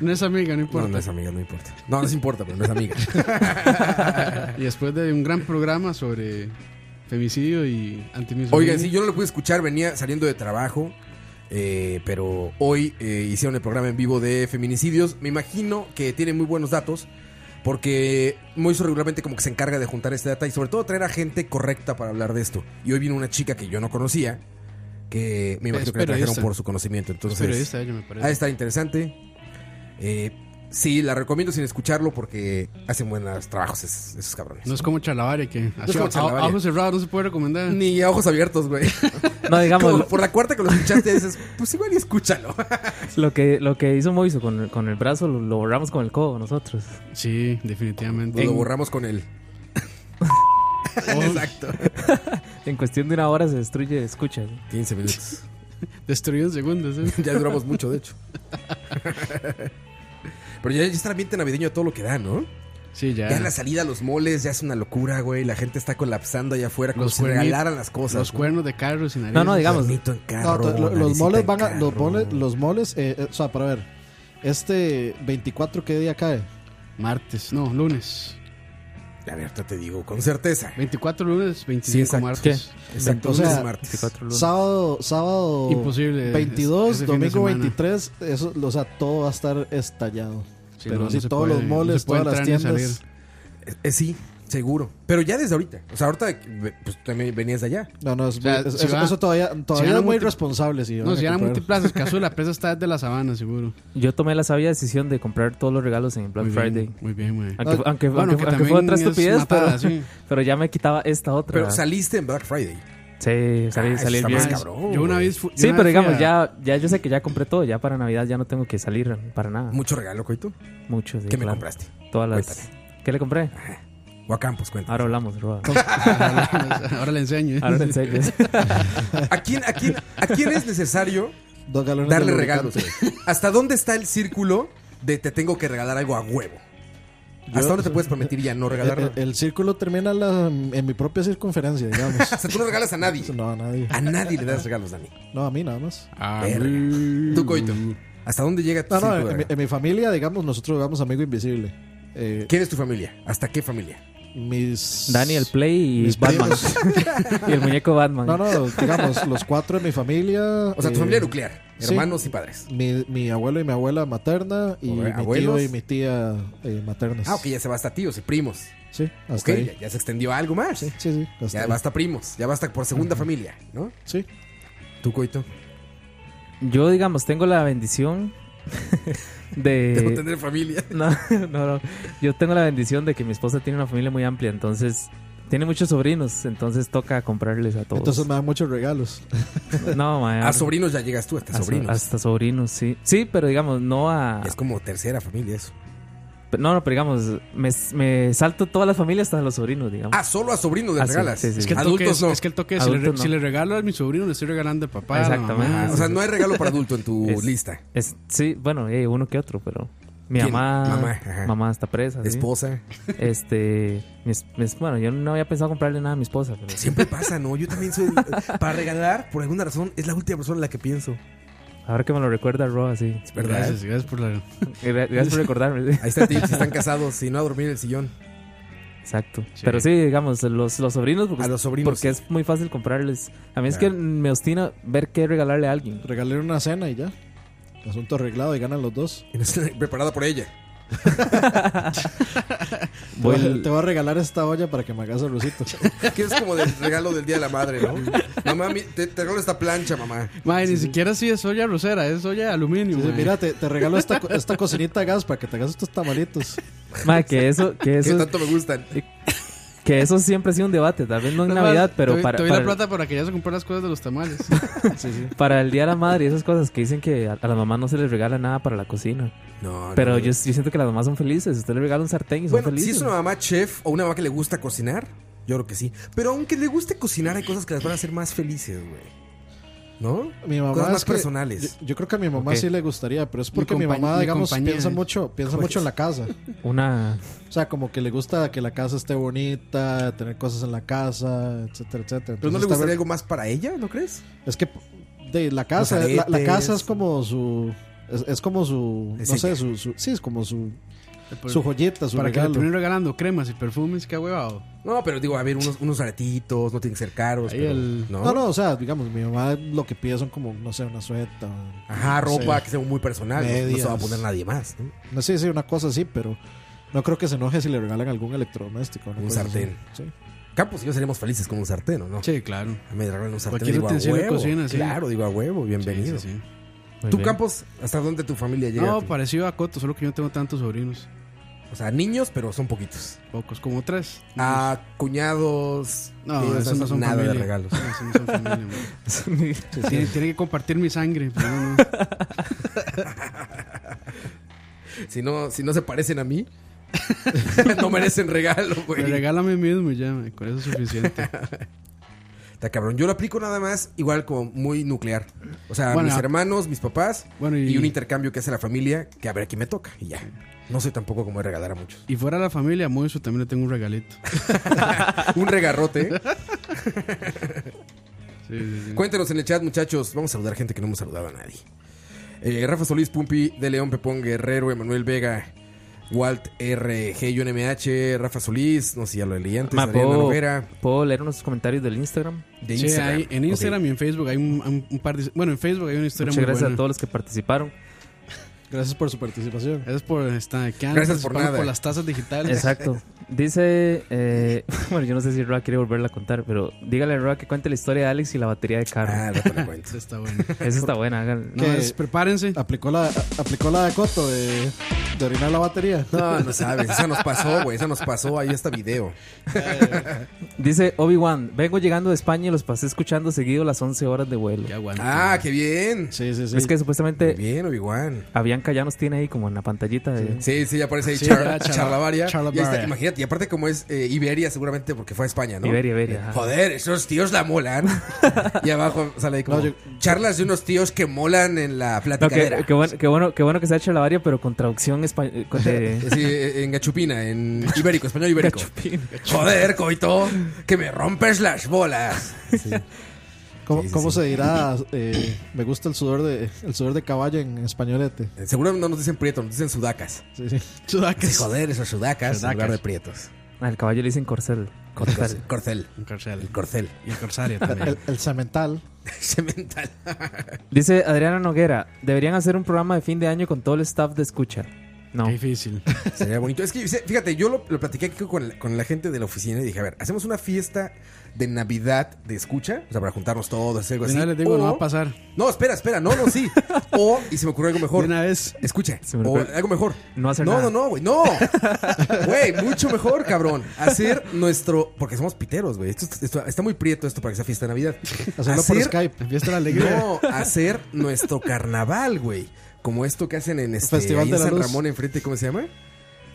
[SPEAKER 4] No es amiga, no importa.
[SPEAKER 3] No, no es amiga, no importa. No, no se importa, pero no es amiga.
[SPEAKER 4] Y después de un gran programa sobre femicidio y antimismo.
[SPEAKER 3] Oigan, sí, yo no lo pude escuchar, venía saliendo de trabajo. eh, pero hoy eh, hicieron el programa en vivo de feminicidios. Me imagino que tiene muy buenos datos. Porque Moiso regularmente como que se encarga de juntar este data y sobre todo traer a gente correcta para hablar de esto. Y hoy vino una chica que yo no conocía, que me imagino
[SPEAKER 4] Es
[SPEAKER 3] que la trajeron
[SPEAKER 4] periodista.
[SPEAKER 3] por su conocimiento. Entonces,
[SPEAKER 4] periodista, ella me parece.
[SPEAKER 3] ha de estar interesante. Eh, sí, la recomiendo sin escucharlo porque hacen buenos trabajos esos, esos cabrones.
[SPEAKER 4] No es como Chalabaria que así,
[SPEAKER 3] como
[SPEAKER 4] a-
[SPEAKER 3] Chalabaria.
[SPEAKER 4] a ojos cerrados no se puede recomendar.
[SPEAKER 3] Ni a ojos abiertos, güey.
[SPEAKER 6] No, digamos,
[SPEAKER 3] Como
[SPEAKER 6] lo,
[SPEAKER 3] por la cuarta que lo escuchaste dices, pues igual y escúchalo.
[SPEAKER 6] lo que, lo que hizo Moiso con, con el brazo lo, lo borramos con el codo nosotros.
[SPEAKER 4] Sí, definitivamente.
[SPEAKER 3] Lo borramos con él.
[SPEAKER 4] Oh,
[SPEAKER 3] Exacto.
[SPEAKER 6] En cuestión de una hora se destruye, escucha. ¿sí?
[SPEAKER 3] 15 minutos.
[SPEAKER 4] Destruido en segundos. ¿eh?
[SPEAKER 3] Ya duramos mucho, de hecho. Pero ya, ya está el ambiente navideño a todo lo que da, ¿no?
[SPEAKER 4] Sí, ya.
[SPEAKER 3] Ya en la salida a los moles ya es una locura, güey. La gente está colapsando allá afuera como
[SPEAKER 4] Los
[SPEAKER 3] si
[SPEAKER 4] cuernitos-
[SPEAKER 3] regalaran las cosas.
[SPEAKER 4] Los
[SPEAKER 3] ¿no?
[SPEAKER 4] cuernos de carros y narices.
[SPEAKER 6] No, no, digamos.
[SPEAKER 3] Cuernito en
[SPEAKER 5] No,
[SPEAKER 3] carro,
[SPEAKER 5] te- lo- los
[SPEAKER 3] naricita
[SPEAKER 5] moles
[SPEAKER 3] en
[SPEAKER 5] van a. Los
[SPEAKER 3] carro.
[SPEAKER 5] moles, los moles eh, eh, o sea, para ver. Este 24, ¿qué día cae?
[SPEAKER 4] Martes, no, lunes.
[SPEAKER 3] A ver, te digo, con certeza.
[SPEAKER 4] 24 lunes, 25
[SPEAKER 3] exacto.
[SPEAKER 4] martes.
[SPEAKER 3] Exacto,
[SPEAKER 5] O sea,
[SPEAKER 3] lunes, martes.
[SPEAKER 6] 24 lunes.
[SPEAKER 5] Sábado, sábado
[SPEAKER 4] Imposible, es-
[SPEAKER 5] 22,
[SPEAKER 4] ese fin de
[SPEAKER 5] domingo
[SPEAKER 4] semana.
[SPEAKER 5] 23, eso, o sea, todo va a estar estallado.
[SPEAKER 4] Sí,
[SPEAKER 5] Pero
[SPEAKER 4] no,
[SPEAKER 5] sí,
[SPEAKER 4] no se
[SPEAKER 5] todos
[SPEAKER 4] puede,
[SPEAKER 5] los
[SPEAKER 4] no se
[SPEAKER 5] moles,
[SPEAKER 4] puede
[SPEAKER 5] todas las
[SPEAKER 4] entrar ni
[SPEAKER 5] tiendas.
[SPEAKER 3] Eh, eh, sí, Seguro. Pero ya desde ahorita. O sea, ahorita pues, también venías de allá.
[SPEAKER 5] No, no, es
[SPEAKER 4] O sea,
[SPEAKER 5] muy- es-
[SPEAKER 4] si
[SPEAKER 5] eso,
[SPEAKER 4] van-
[SPEAKER 5] eso todavía, todavía
[SPEAKER 4] van a
[SPEAKER 5] es muy
[SPEAKER 4] multi-
[SPEAKER 5] irresponsable. Si van
[SPEAKER 4] No,
[SPEAKER 5] a
[SPEAKER 4] si eran
[SPEAKER 5] comprar.
[SPEAKER 4] multiplazas, caso de la presa está desde la sabana, seguro.
[SPEAKER 6] Yo tomé la sabia decisión de comprar todos los regalos en Black
[SPEAKER 4] Muy
[SPEAKER 6] Friday.
[SPEAKER 4] bien, muy bien, güey.
[SPEAKER 6] Aunque,
[SPEAKER 5] No,
[SPEAKER 6] aunque,
[SPEAKER 4] bueno,
[SPEAKER 6] aunque-
[SPEAKER 4] que
[SPEAKER 6] aunque fue
[SPEAKER 4] también
[SPEAKER 6] otra
[SPEAKER 4] es
[SPEAKER 6] estupidez,
[SPEAKER 4] matada,
[SPEAKER 6] pero,
[SPEAKER 4] sí.
[SPEAKER 6] pero ya me quitaba esta otra.
[SPEAKER 3] Pero saliste en Black Friday.
[SPEAKER 6] sí, salí,
[SPEAKER 3] Ah,
[SPEAKER 6] salí el
[SPEAKER 3] está más
[SPEAKER 6] viernes.
[SPEAKER 3] cabrón.
[SPEAKER 4] Yo una vez fu- yo
[SPEAKER 6] Sí,
[SPEAKER 4] una
[SPEAKER 6] pero
[SPEAKER 4] vez fui
[SPEAKER 6] digamos,
[SPEAKER 4] a-
[SPEAKER 6] ya, ya yo sé que ya compré todo. Ya para Navidad ya no tengo que salir para nada.
[SPEAKER 3] Mucho regalo, Coito.
[SPEAKER 6] Mucho. sí,
[SPEAKER 3] ¿Qué me
[SPEAKER 6] claro.
[SPEAKER 3] compraste?
[SPEAKER 6] Todas las... ¿Qué le compré?
[SPEAKER 3] Guacampos, cuenta.
[SPEAKER 6] Ahora hablamos, Roa.
[SPEAKER 4] Ahora le enseño.
[SPEAKER 6] Ahora te enseño.
[SPEAKER 3] ¿A quién, a, quién, ¿A quién es necesario
[SPEAKER 5] Dos galones de
[SPEAKER 3] darle regalos?
[SPEAKER 5] lubricante.
[SPEAKER 3] güey? ¿Hasta dónde está el círculo de te tengo que regalar algo a huevo? ¿Hasta dónde te puedes permitir ya no regalar
[SPEAKER 5] El,
[SPEAKER 3] nada?
[SPEAKER 5] Eh, el círculo termina la- en mi propia circunferencia, digamos.
[SPEAKER 3] O sea, tú no regalas a nadie.
[SPEAKER 5] no, a nadie.
[SPEAKER 3] A nadie le das regalos, Dani.
[SPEAKER 5] No, a mí nada más.
[SPEAKER 4] Ah,
[SPEAKER 3] Verga. Tú, Coito. ¿Hasta dónde llega tu
[SPEAKER 5] No, no,
[SPEAKER 3] círculo de
[SPEAKER 5] en, mi,
[SPEAKER 3] regalos?
[SPEAKER 5] en mi familia, digamos, nosotros jugamos Amigo Invisible. Eh,
[SPEAKER 3] ¿Quién es tu familia? ¿Hasta qué familia?
[SPEAKER 5] mis.
[SPEAKER 6] Daniel Play y
[SPEAKER 5] mis
[SPEAKER 6] Batman.
[SPEAKER 5] primos.
[SPEAKER 6] y el muñeco Batman.
[SPEAKER 5] No, no, digamos, los cuatro de mi familia.
[SPEAKER 3] O sea, tu
[SPEAKER 5] eh,
[SPEAKER 3] familia nuclear.
[SPEAKER 5] sí.
[SPEAKER 3] Hermanos y padres.
[SPEAKER 5] Mi, mi abuelo y mi abuela materna y mi
[SPEAKER 3] Joder, ¿abuelos?
[SPEAKER 5] tío y mi tía eh, maternas.
[SPEAKER 3] Ah, ok, ya se va hasta tíos y primos.
[SPEAKER 5] Sí,
[SPEAKER 3] Ok,
[SPEAKER 5] hasta
[SPEAKER 3] ya,
[SPEAKER 5] ahí.
[SPEAKER 3] ya se extendió a algo más.
[SPEAKER 5] Sí, sí, sí. hasta
[SPEAKER 3] ya
[SPEAKER 5] ahí.
[SPEAKER 3] basta primos, ya basta por segunda familia, ¿no?
[SPEAKER 5] Sí.
[SPEAKER 3] ¿Tú, Coito?
[SPEAKER 6] Yo, digamos, tengo la bendición de...
[SPEAKER 3] De no tener familia.
[SPEAKER 6] No, no, no. Yo tengo la bendición de que mi esposa tiene una familia muy amplia, entonces tiene muchos sobrinos, entonces toca comprarles a todos.
[SPEAKER 5] Entonces me dan muchos regalos.
[SPEAKER 6] no, mae,
[SPEAKER 3] A sobrinos ya llegas tú, hasta
[SPEAKER 6] a so-
[SPEAKER 3] sobrinos.
[SPEAKER 6] Hasta sobrinos, sí. Sí, pero digamos, no a.
[SPEAKER 3] Es como tercera familia eso.
[SPEAKER 6] No, no, pero digamos, me, me salto todas las familias hasta los sobrinos, digamos.
[SPEAKER 3] Ah, solo a sobrinos
[SPEAKER 6] Ah,
[SPEAKER 3] les
[SPEAKER 6] sí,
[SPEAKER 3] regalas.
[SPEAKER 6] sí, sí.
[SPEAKER 4] Es que el toque
[SPEAKER 3] Adultos
[SPEAKER 4] es,
[SPEAKER 3] no.
[SPEAKER 4] es que el toque, es, si le,
[SPEAKER 6] Adultos no.
[SPEAKER 4] si le regalo a mi sobrino, le estoy regalando de papá.
[SPEAKER 6] Exactamente.
[SPEAKER 4] Exactamente.
[SPEAKER 3] Ah, o sea, no hay regalo para adulto en tu
[SPEAKER 6] Es-
[SPEAKER 3] lista.
[SPEAKER 6] Es- sí, bueno, eh, uno que otro, pero. Mi
[SPEAKER 3] ¿Quién?
[SPEAKER 6] mamá,
[SPEAKER 3] Mamá, ajá.
[SPEAKER 6] mamá, está presa. sí.
[SPEAKER 3] Esposa.
[SPEAKER 6] Este, mi es- mi es- bueno, yo no había pensado comprarle nada a mi esposa, pero
[SPEAKER 3] Siempre pasa, ¿no? Yo también soy... para regalar, por alguna razón, es la última persona en la que pienso.
[SPEAKER 6] ahora que me lo recuerda Roa, sí.
[SPEAKER 3] ¿Verdad?
[SPEAKER 4] Gracias, gracias por la.
[SPEAKER 3] Eh,
[SPEAKER 6] Gra- Gracias por recordarme. sí.
[SPEAKER 3] Ahí está el tip, si están casados, si no a dormir en el sillón.
[SPEAKER 6] Exacto.
[SPEAKER 4] Sí.
[SPEAKER 6] Pero sí, digamos, los, los sobrinos, porque,
[SPEAKER 3] A los sobrinos,
[SPEAKER 6] porque es muy fácil comprarles. A mí es que
[SPEAKER 3] Claro.
[SPEAKER 6] me obstina ver qué regalarle a alguien.
[SPEAKER 5] Regalar una cena y ya. Asunto arreglado y ganan los dos.
[SPEAKER 3] Y no estoy Preparada por ella.
[SPEAKER 6] Voy
[SPEAKER 5] te, voy a,
[SPEAKER 6] el-
[SPEAKER 5] te voy a regalar esta olla para que me hagas el rusito.
[SPEAKER 3] Que es como del regalo del Día de la Madre, ¿no? Mamá, mi- te, te regalo esta plancha, mamá.
[SPEAKER 4] Madre, ni siquiera sí es olla rosera, es olla de aluminio.
[SPEAKER 5] Dice,
[SPEAKER 4] mae.
[SPEAKER 5] mira, te, te regalo esta, co- esta cocinita a gas para que te hagas estos tamalitos.
[SPEAKER 6] Mae, que eso, que
[SPEAKER 3] Que
[SPEAKER 6] eso,
[SPEAKER 3] tanto me gustan.
[SPEAKER 6] que eso siempre ha sido un debate. Tal vez no en
[SPEAKER 4] Nada más,
[SPEAKER 6] Navidad, pero
[SPEAKER 4] te-
[SPEAKER 6] para,
[SPEAKER 4] te doy
[SPEAKER 6] para,
[SPEAKER 4] la plata para que ya se compren las cosas de los tamales.
[SPEAKER 6] para el Día de la Madre y esas cosas que dicen que a, a las mamás no se les regala nada para la cocina.
[SPEAKER 3] No, no,
[SPEAKER 6] pero
[SPEAKER 3] no.
[SPEAKER 6] yo, yo siento que las mamás son felices. Usted le regala un sartén y son
[SPEAKER 3] Bueno, si
[SPEAKER 6] felices.
[SPEAKER 3] es una mamá chef o una mamá que le gusta cocinar, yo creo que sí. Pero aunque le guste cocinar, hay cosas que las van a hacer más felices, güey. ¿No?
[SPEAKER 5] Mi mamá
[SPEAKER 3] cosas
[SPEAKER 5] es
[SPEAKER 3] más
[SPEAKER 5] que-
[SPEAKER 3] personales.
[SPEAKER 5] Yo, yo creo que a mi mamá
[SPEAKER 6] Ok.
[SPEAKER 5] sí le gustaría, pero es porque mi,
[SPEAKER 4] compañ-
[SPEAKER 5] mamá,
[SPEAKER 4] mi
[SPEAKER 5] digamos,
[SPEAKER 4] compañía.
[SPEAKER 5] piensa mucho,
[SPEAKER 3] pues
[SPEAKER 5] piensa mucho en la casa.
[SPEAKER 6] Una-
[SPEAKER 5] O sea, como que le gusta que la casa esté bonita, tener cosas en la casa, etcétera, etcétera.
[SPEAKER 3] Pero no
[SPEAKER 5] Entonces,
[SPEAKER 3] le
[SPEAKER 5] está
[SPEAKER 3] gustaría
[SPEAKER 5] ver-
[SPEAKER 3] algo más para ella, ¿no crees?
[SPEAKER 5] Es que de la casa,
[SPEAKER 3] Los
[SPEAKER 5] la, la
[SPEAKER 3] aretes.
[SPEAKER 5] casa es como su es, es como su
[SPEAKER 3] Es
[SPEAKER 5] no sé,
[SPEAKER 3] ella.
[SPEAKER 5] su, su- sí, es como su
[SPEAKER 4] Por-
[SPEAKER 5] su joyeta, su
[SPEAKER 4] Pues, para que le
[SPEAKER 5] regalo.
[SPEAKER 4] estén regalando cremas y perfumes, qué huevado.
[SPEAKER 3] No, pero digo, a ver, unos, unos aretitos, no tienen que ser caros.
[SPEAKER 4] Ahí
[SPEAKER 3] pero-
[SPEAKER 4] el-
[SPEAKER 3] ¿no?
[SPEAKER 5] No, no, o sea, digamos, mi mamá lo que pide son como, no sé, una sueta.
[SPEAKER 3] Ajá,
[SPEAKER 5] no sé.
[SPEAKER 3] ropa que sea muy personal. no- No se va a
[SPEAKER 5] Medias.
[SPEAKER 3] poner nadie más, ¿no?
[SPEAKER 5] No sé si una cosa así, pero no creo que se enoje si le regalan algún electrodoméstico. una
[SPEAKER 3] Un
[SPEAKER 5] cosa así.
[SPEAKER 3] sartén.
[SPEAKER 5] Sí.
[SPEAKER 3] Campos y yo seríamos felices con un sartén, ¿o no?
[SPEAKER 4] Sí, claro.
[SPEAKER 3] Me regalan un sartén.
[SPEAKER 4] Cualquier
[SPEAKER 3] digo, a
[SPEAKER 4] utensilio de
[SPEAKER 3] huevo.
[SPEAKER 4] cocina, sí.
[SPEAKER 3] Claro, digo a huevo, bienvenido.
[SPEAKER 4] Sí, sí, sí.
[SPEAKER 6] Muy
[SPEAKER 3] ¿Tú,
[SPEAKER 6] bien.
[SPEAKER 3] Campos, hasta dónde tu familia llega?
[SPEAKER 4] No, pues,
[SPEAKER 3] tú?
[SPEAKER 4] parecido a Coto, solo que yo no tengo tantos sobrinos.
[SPEAKER 3] O sea, niños, pero son poquitos.
[SPEAKER 4] Pocos, como tres.
[SPEAKER 3] A cuñados.
[SPEAKER 4] No,
[SPEAKER 3] tíos,
[SPEAKER 4] esos no son
[SPEAKER 3] nada de
[SPEAKER 4] familia.
[SPEAKER 3] regalos.
[SPEAKER 4] No, eso no son familia, mae. Tiene, tiene que compartir mi sangre. pero no, no.
[SPEAKER 3] Si no, si no se parecen a mí, no merecen regalo,
[SPEAKER 4] Me
[SPEAKER 3] güey.
[SPEAKER 4] regala a mí mismo y ya, mae, con eso es suficiente.
[SPEAKER 3] Está cabrón. Yo lo aplico nada más, igual como muy nuclear. O sea,
[SPEAKER 4] Bueno,
[SPEAKER 3] mis
[SPEAKER 4] a-
[SPEAKER 3] hermanos, mis papás
[SPEAKER 4] Bueno,
[SPEAKER 3] y...
[SPEAKER 4] y,
[SPEAKER 3] un intercambio que hace la familia, que a ver aquí me toca y ya. No soy tampoco como de regalar a muchos.
[SPEAKER 4] y fuera de la familia, a Moiso también le tengo un regalito.
[SPEAKER 3] Un regarrote. ¿eh?
[SPEAKER 4] Sí, sí, sí.
[SPEAKER 3] Cuéntenos en el chat, muchachos. Vamos a saludar gente que no hemos saludado a nadie. Eh, Rafa Solís, Pumpi, De León, Pepón, Guerrero, Emanuel Vega, Walt R, GUNMH, Rafa Solís, no sé, ya lo leí antes,
[SPEAKER 6] Ma,
[SPEAKER 3] Adriana
[SPEAKER 6] ¿puedo,
[SPEAKER 3] Lovera,
[SPEAKER 6] puedo leer unos comentarios del Instagram?
[SPEAKER 3] de
[SPEAKER 4] Sí,
[SPEAKER 3] Instagram.
[SPEAKER 4] hay- en
[SPEAKER 3] Ok.
[SPEAKER 4] Instagram y en Facebook hay un, un- un par de... Bueno, en Facebook hay una historia
[SPEAKER 6] Muchas
[SPEAKER 4] muy
[SPEAKER 6] gracias
[SPEAKER 4] buena.
[SPEAKER 6] a todos los que participaron.
[SPEAKER 5] Gracias por su participación.
[SPEAKER 4] Gracias por estar aquí.
[SPEAKER 3] Gracias por
[SPEAKER 4] participando,
[SPEAKER 3] nada.
[SPEAKER 4] por las tasas digitales.
[SPEAKER 6] Exacto. Dice, eh, bueno, yo no sé si Roa quiere volverla a contar, pero dígale a Roa que cuente la historia de Alex y la batería de carro.
[SPEAKER 3] Ah, al rato le cuento.
[SPEAKER 4] Eso está bueno.
[SPEAKER 6] Esa está buena, háganla.
[SPEAKER 4] No,
[SPEAKER 5] ¿Qué?
[SPEAKER 4] es- prepárense.
[SPEAKER 5] Aplicó la, a- aplicó la de Coto de, de orinar la batería.
[SPEAKER 3] No, no sabes. Esa nos pasó, güey. Esa nos pasó. Ahí está video.
[SPEAKER 6] Dice Obi-Wan, vengo llegando de España y los pasé escuchando seguido las 11 horas de vuelo.
[SPEAKER 4] Ya aguanta.
[SPEAKER 3] Ah, qué bien.
[SPEAKER 5] Sí, sí, sí.
[SPEAKER 6] Es que supuestamente
[SPEAKER 3] Bien, Obi-Wan.
[SPEAKER 6] a Bianca ya nos tiene ahí como en la pantallita de...
[SPEAKER 3] Sí, sí, ya aparece ahí
[SPEAKER 5] Sí,
[SPEAKER 3] char-
[SPEAKER 5] ya, charla-
[SPEAKER 3] Charlavaria.
[SPEAKER 5] Charlavaria.
[SPEAKER 3] Y ahí está, imagínate, y aparte como es eh, Iberia seguramente porque fue a España, ¿no?
[SPEAKER 6] Iberia, Iberia, ajá.
[SPEAKER 3] Joder, esos tíos la molan. y abajo sale ahí como
[SPEAKER 5] No, yo-
[SPEAKER 3] charlas de unos tíos que molan en la
[SPEAKER 6] No, que-
[SPEAKER 3] platicadera.
[SPEAKER 6] que bueno, qué bueno, qué bueno que se ha hecho la varia, pero con traducción eh, española.
[SPEAKER 3] Sí, en Gachupina, en Ibérico, español ibérico. Joder, coito, que me rompes las bolas.
[SPEAKER 5] ¿Cómo,
[SPEAKER 3] Sí, sí,
[SPEAKER 5] cómo
[SPEAKER 3] sí.
[SPEAKER 5] se dirá? eh, me gusta el sudor de el sudor de caballo en españolete.
[SPEAKER 3] Eh, Seguro no nos dicen prieto, nos dicen sudacas.
[SPEAKER 5] Sí, sí.
[SPEAKER 3] Sí, joder, esos sudacas, en
[SPEAKER 4] Sudacas.
[SPEAKER 3] lugar de prietos.
[SPEAKER 6] Al caballo le dicen corcel.
[SPEAKER 3] Corcel. Corcel.
[SPEAKER 4] Un corcel.
[SPEAKER 3] El corcel.
[SPEAKER 4] Y el corsario
[SPEAKER 5] El,
[SPEAKER 4] también.
[SPEAKER 5] el cemental.
[SPEAKER 3] Cemental.
[SPEAKER 6] Dice Adriana Noguera, deberían hacer un programa de fin de año con todo el staff de escucha. No.
[SPEAKER 4] Qué difícil.
[SPEAKER 3] Sería bonito. Es que, dice, fíjate, yo lo, lo platiqué aquí con, la- con la gente de la oficina y dije, a ver, hacemos una fiesta de Navidad de escucha, o sea, para juntarnos todos, hacer algo
[SPEAKER 4] De
[SPEAKER 3] así.
[SPEAKER 4] una vez les digo,
[SPEAKER 3] O-
[SPEAKER 4] no va a pasar.
[SPEAKER 3] No, espera, espera, no, no, sí. o, y se me ocurrió algo
[SPEAKER 4] De
[SPEAKER 3] mejor.
[SPEAKER 4] una vez.
[SPEAKER 3] Escucha,
[SPEAKER 6] Se me
[SPEAKER 3] o
[SPEAKER 6] ocurrió-
[SPEAKER 3] algo mejor.
[SPEAKER 6] No hacer
[SPEAKER 3] no,
[SPEAKER 6] nada.
[SPEAKER 3] no, no, güey, no. Güey, mucho mejor, cabrón. Hacer nuestro. Porque somos piteros, güey. Esto, esto- está muy prieto esto para que sea fiesta de Navidad.
[SPEAKER 5] Hacerlo por
[SPEAKER 3] Hacer-
[SPEAKER 5] Skype.
[SPEAKER 4] Fiesta de la alegría.
[SPEAKER 3] No, hacer nuestro carnaval, güey. Como esto que hacen en este
[SPEAKER 5] Festival
[SPEAKER 3] ahí en
[SPEAKER 5] de la
[SPEAKER 3] San
[SPEAKER 5] Luz.
[SPEAKER 3] Ramón enfrente, ¿cómo se llama?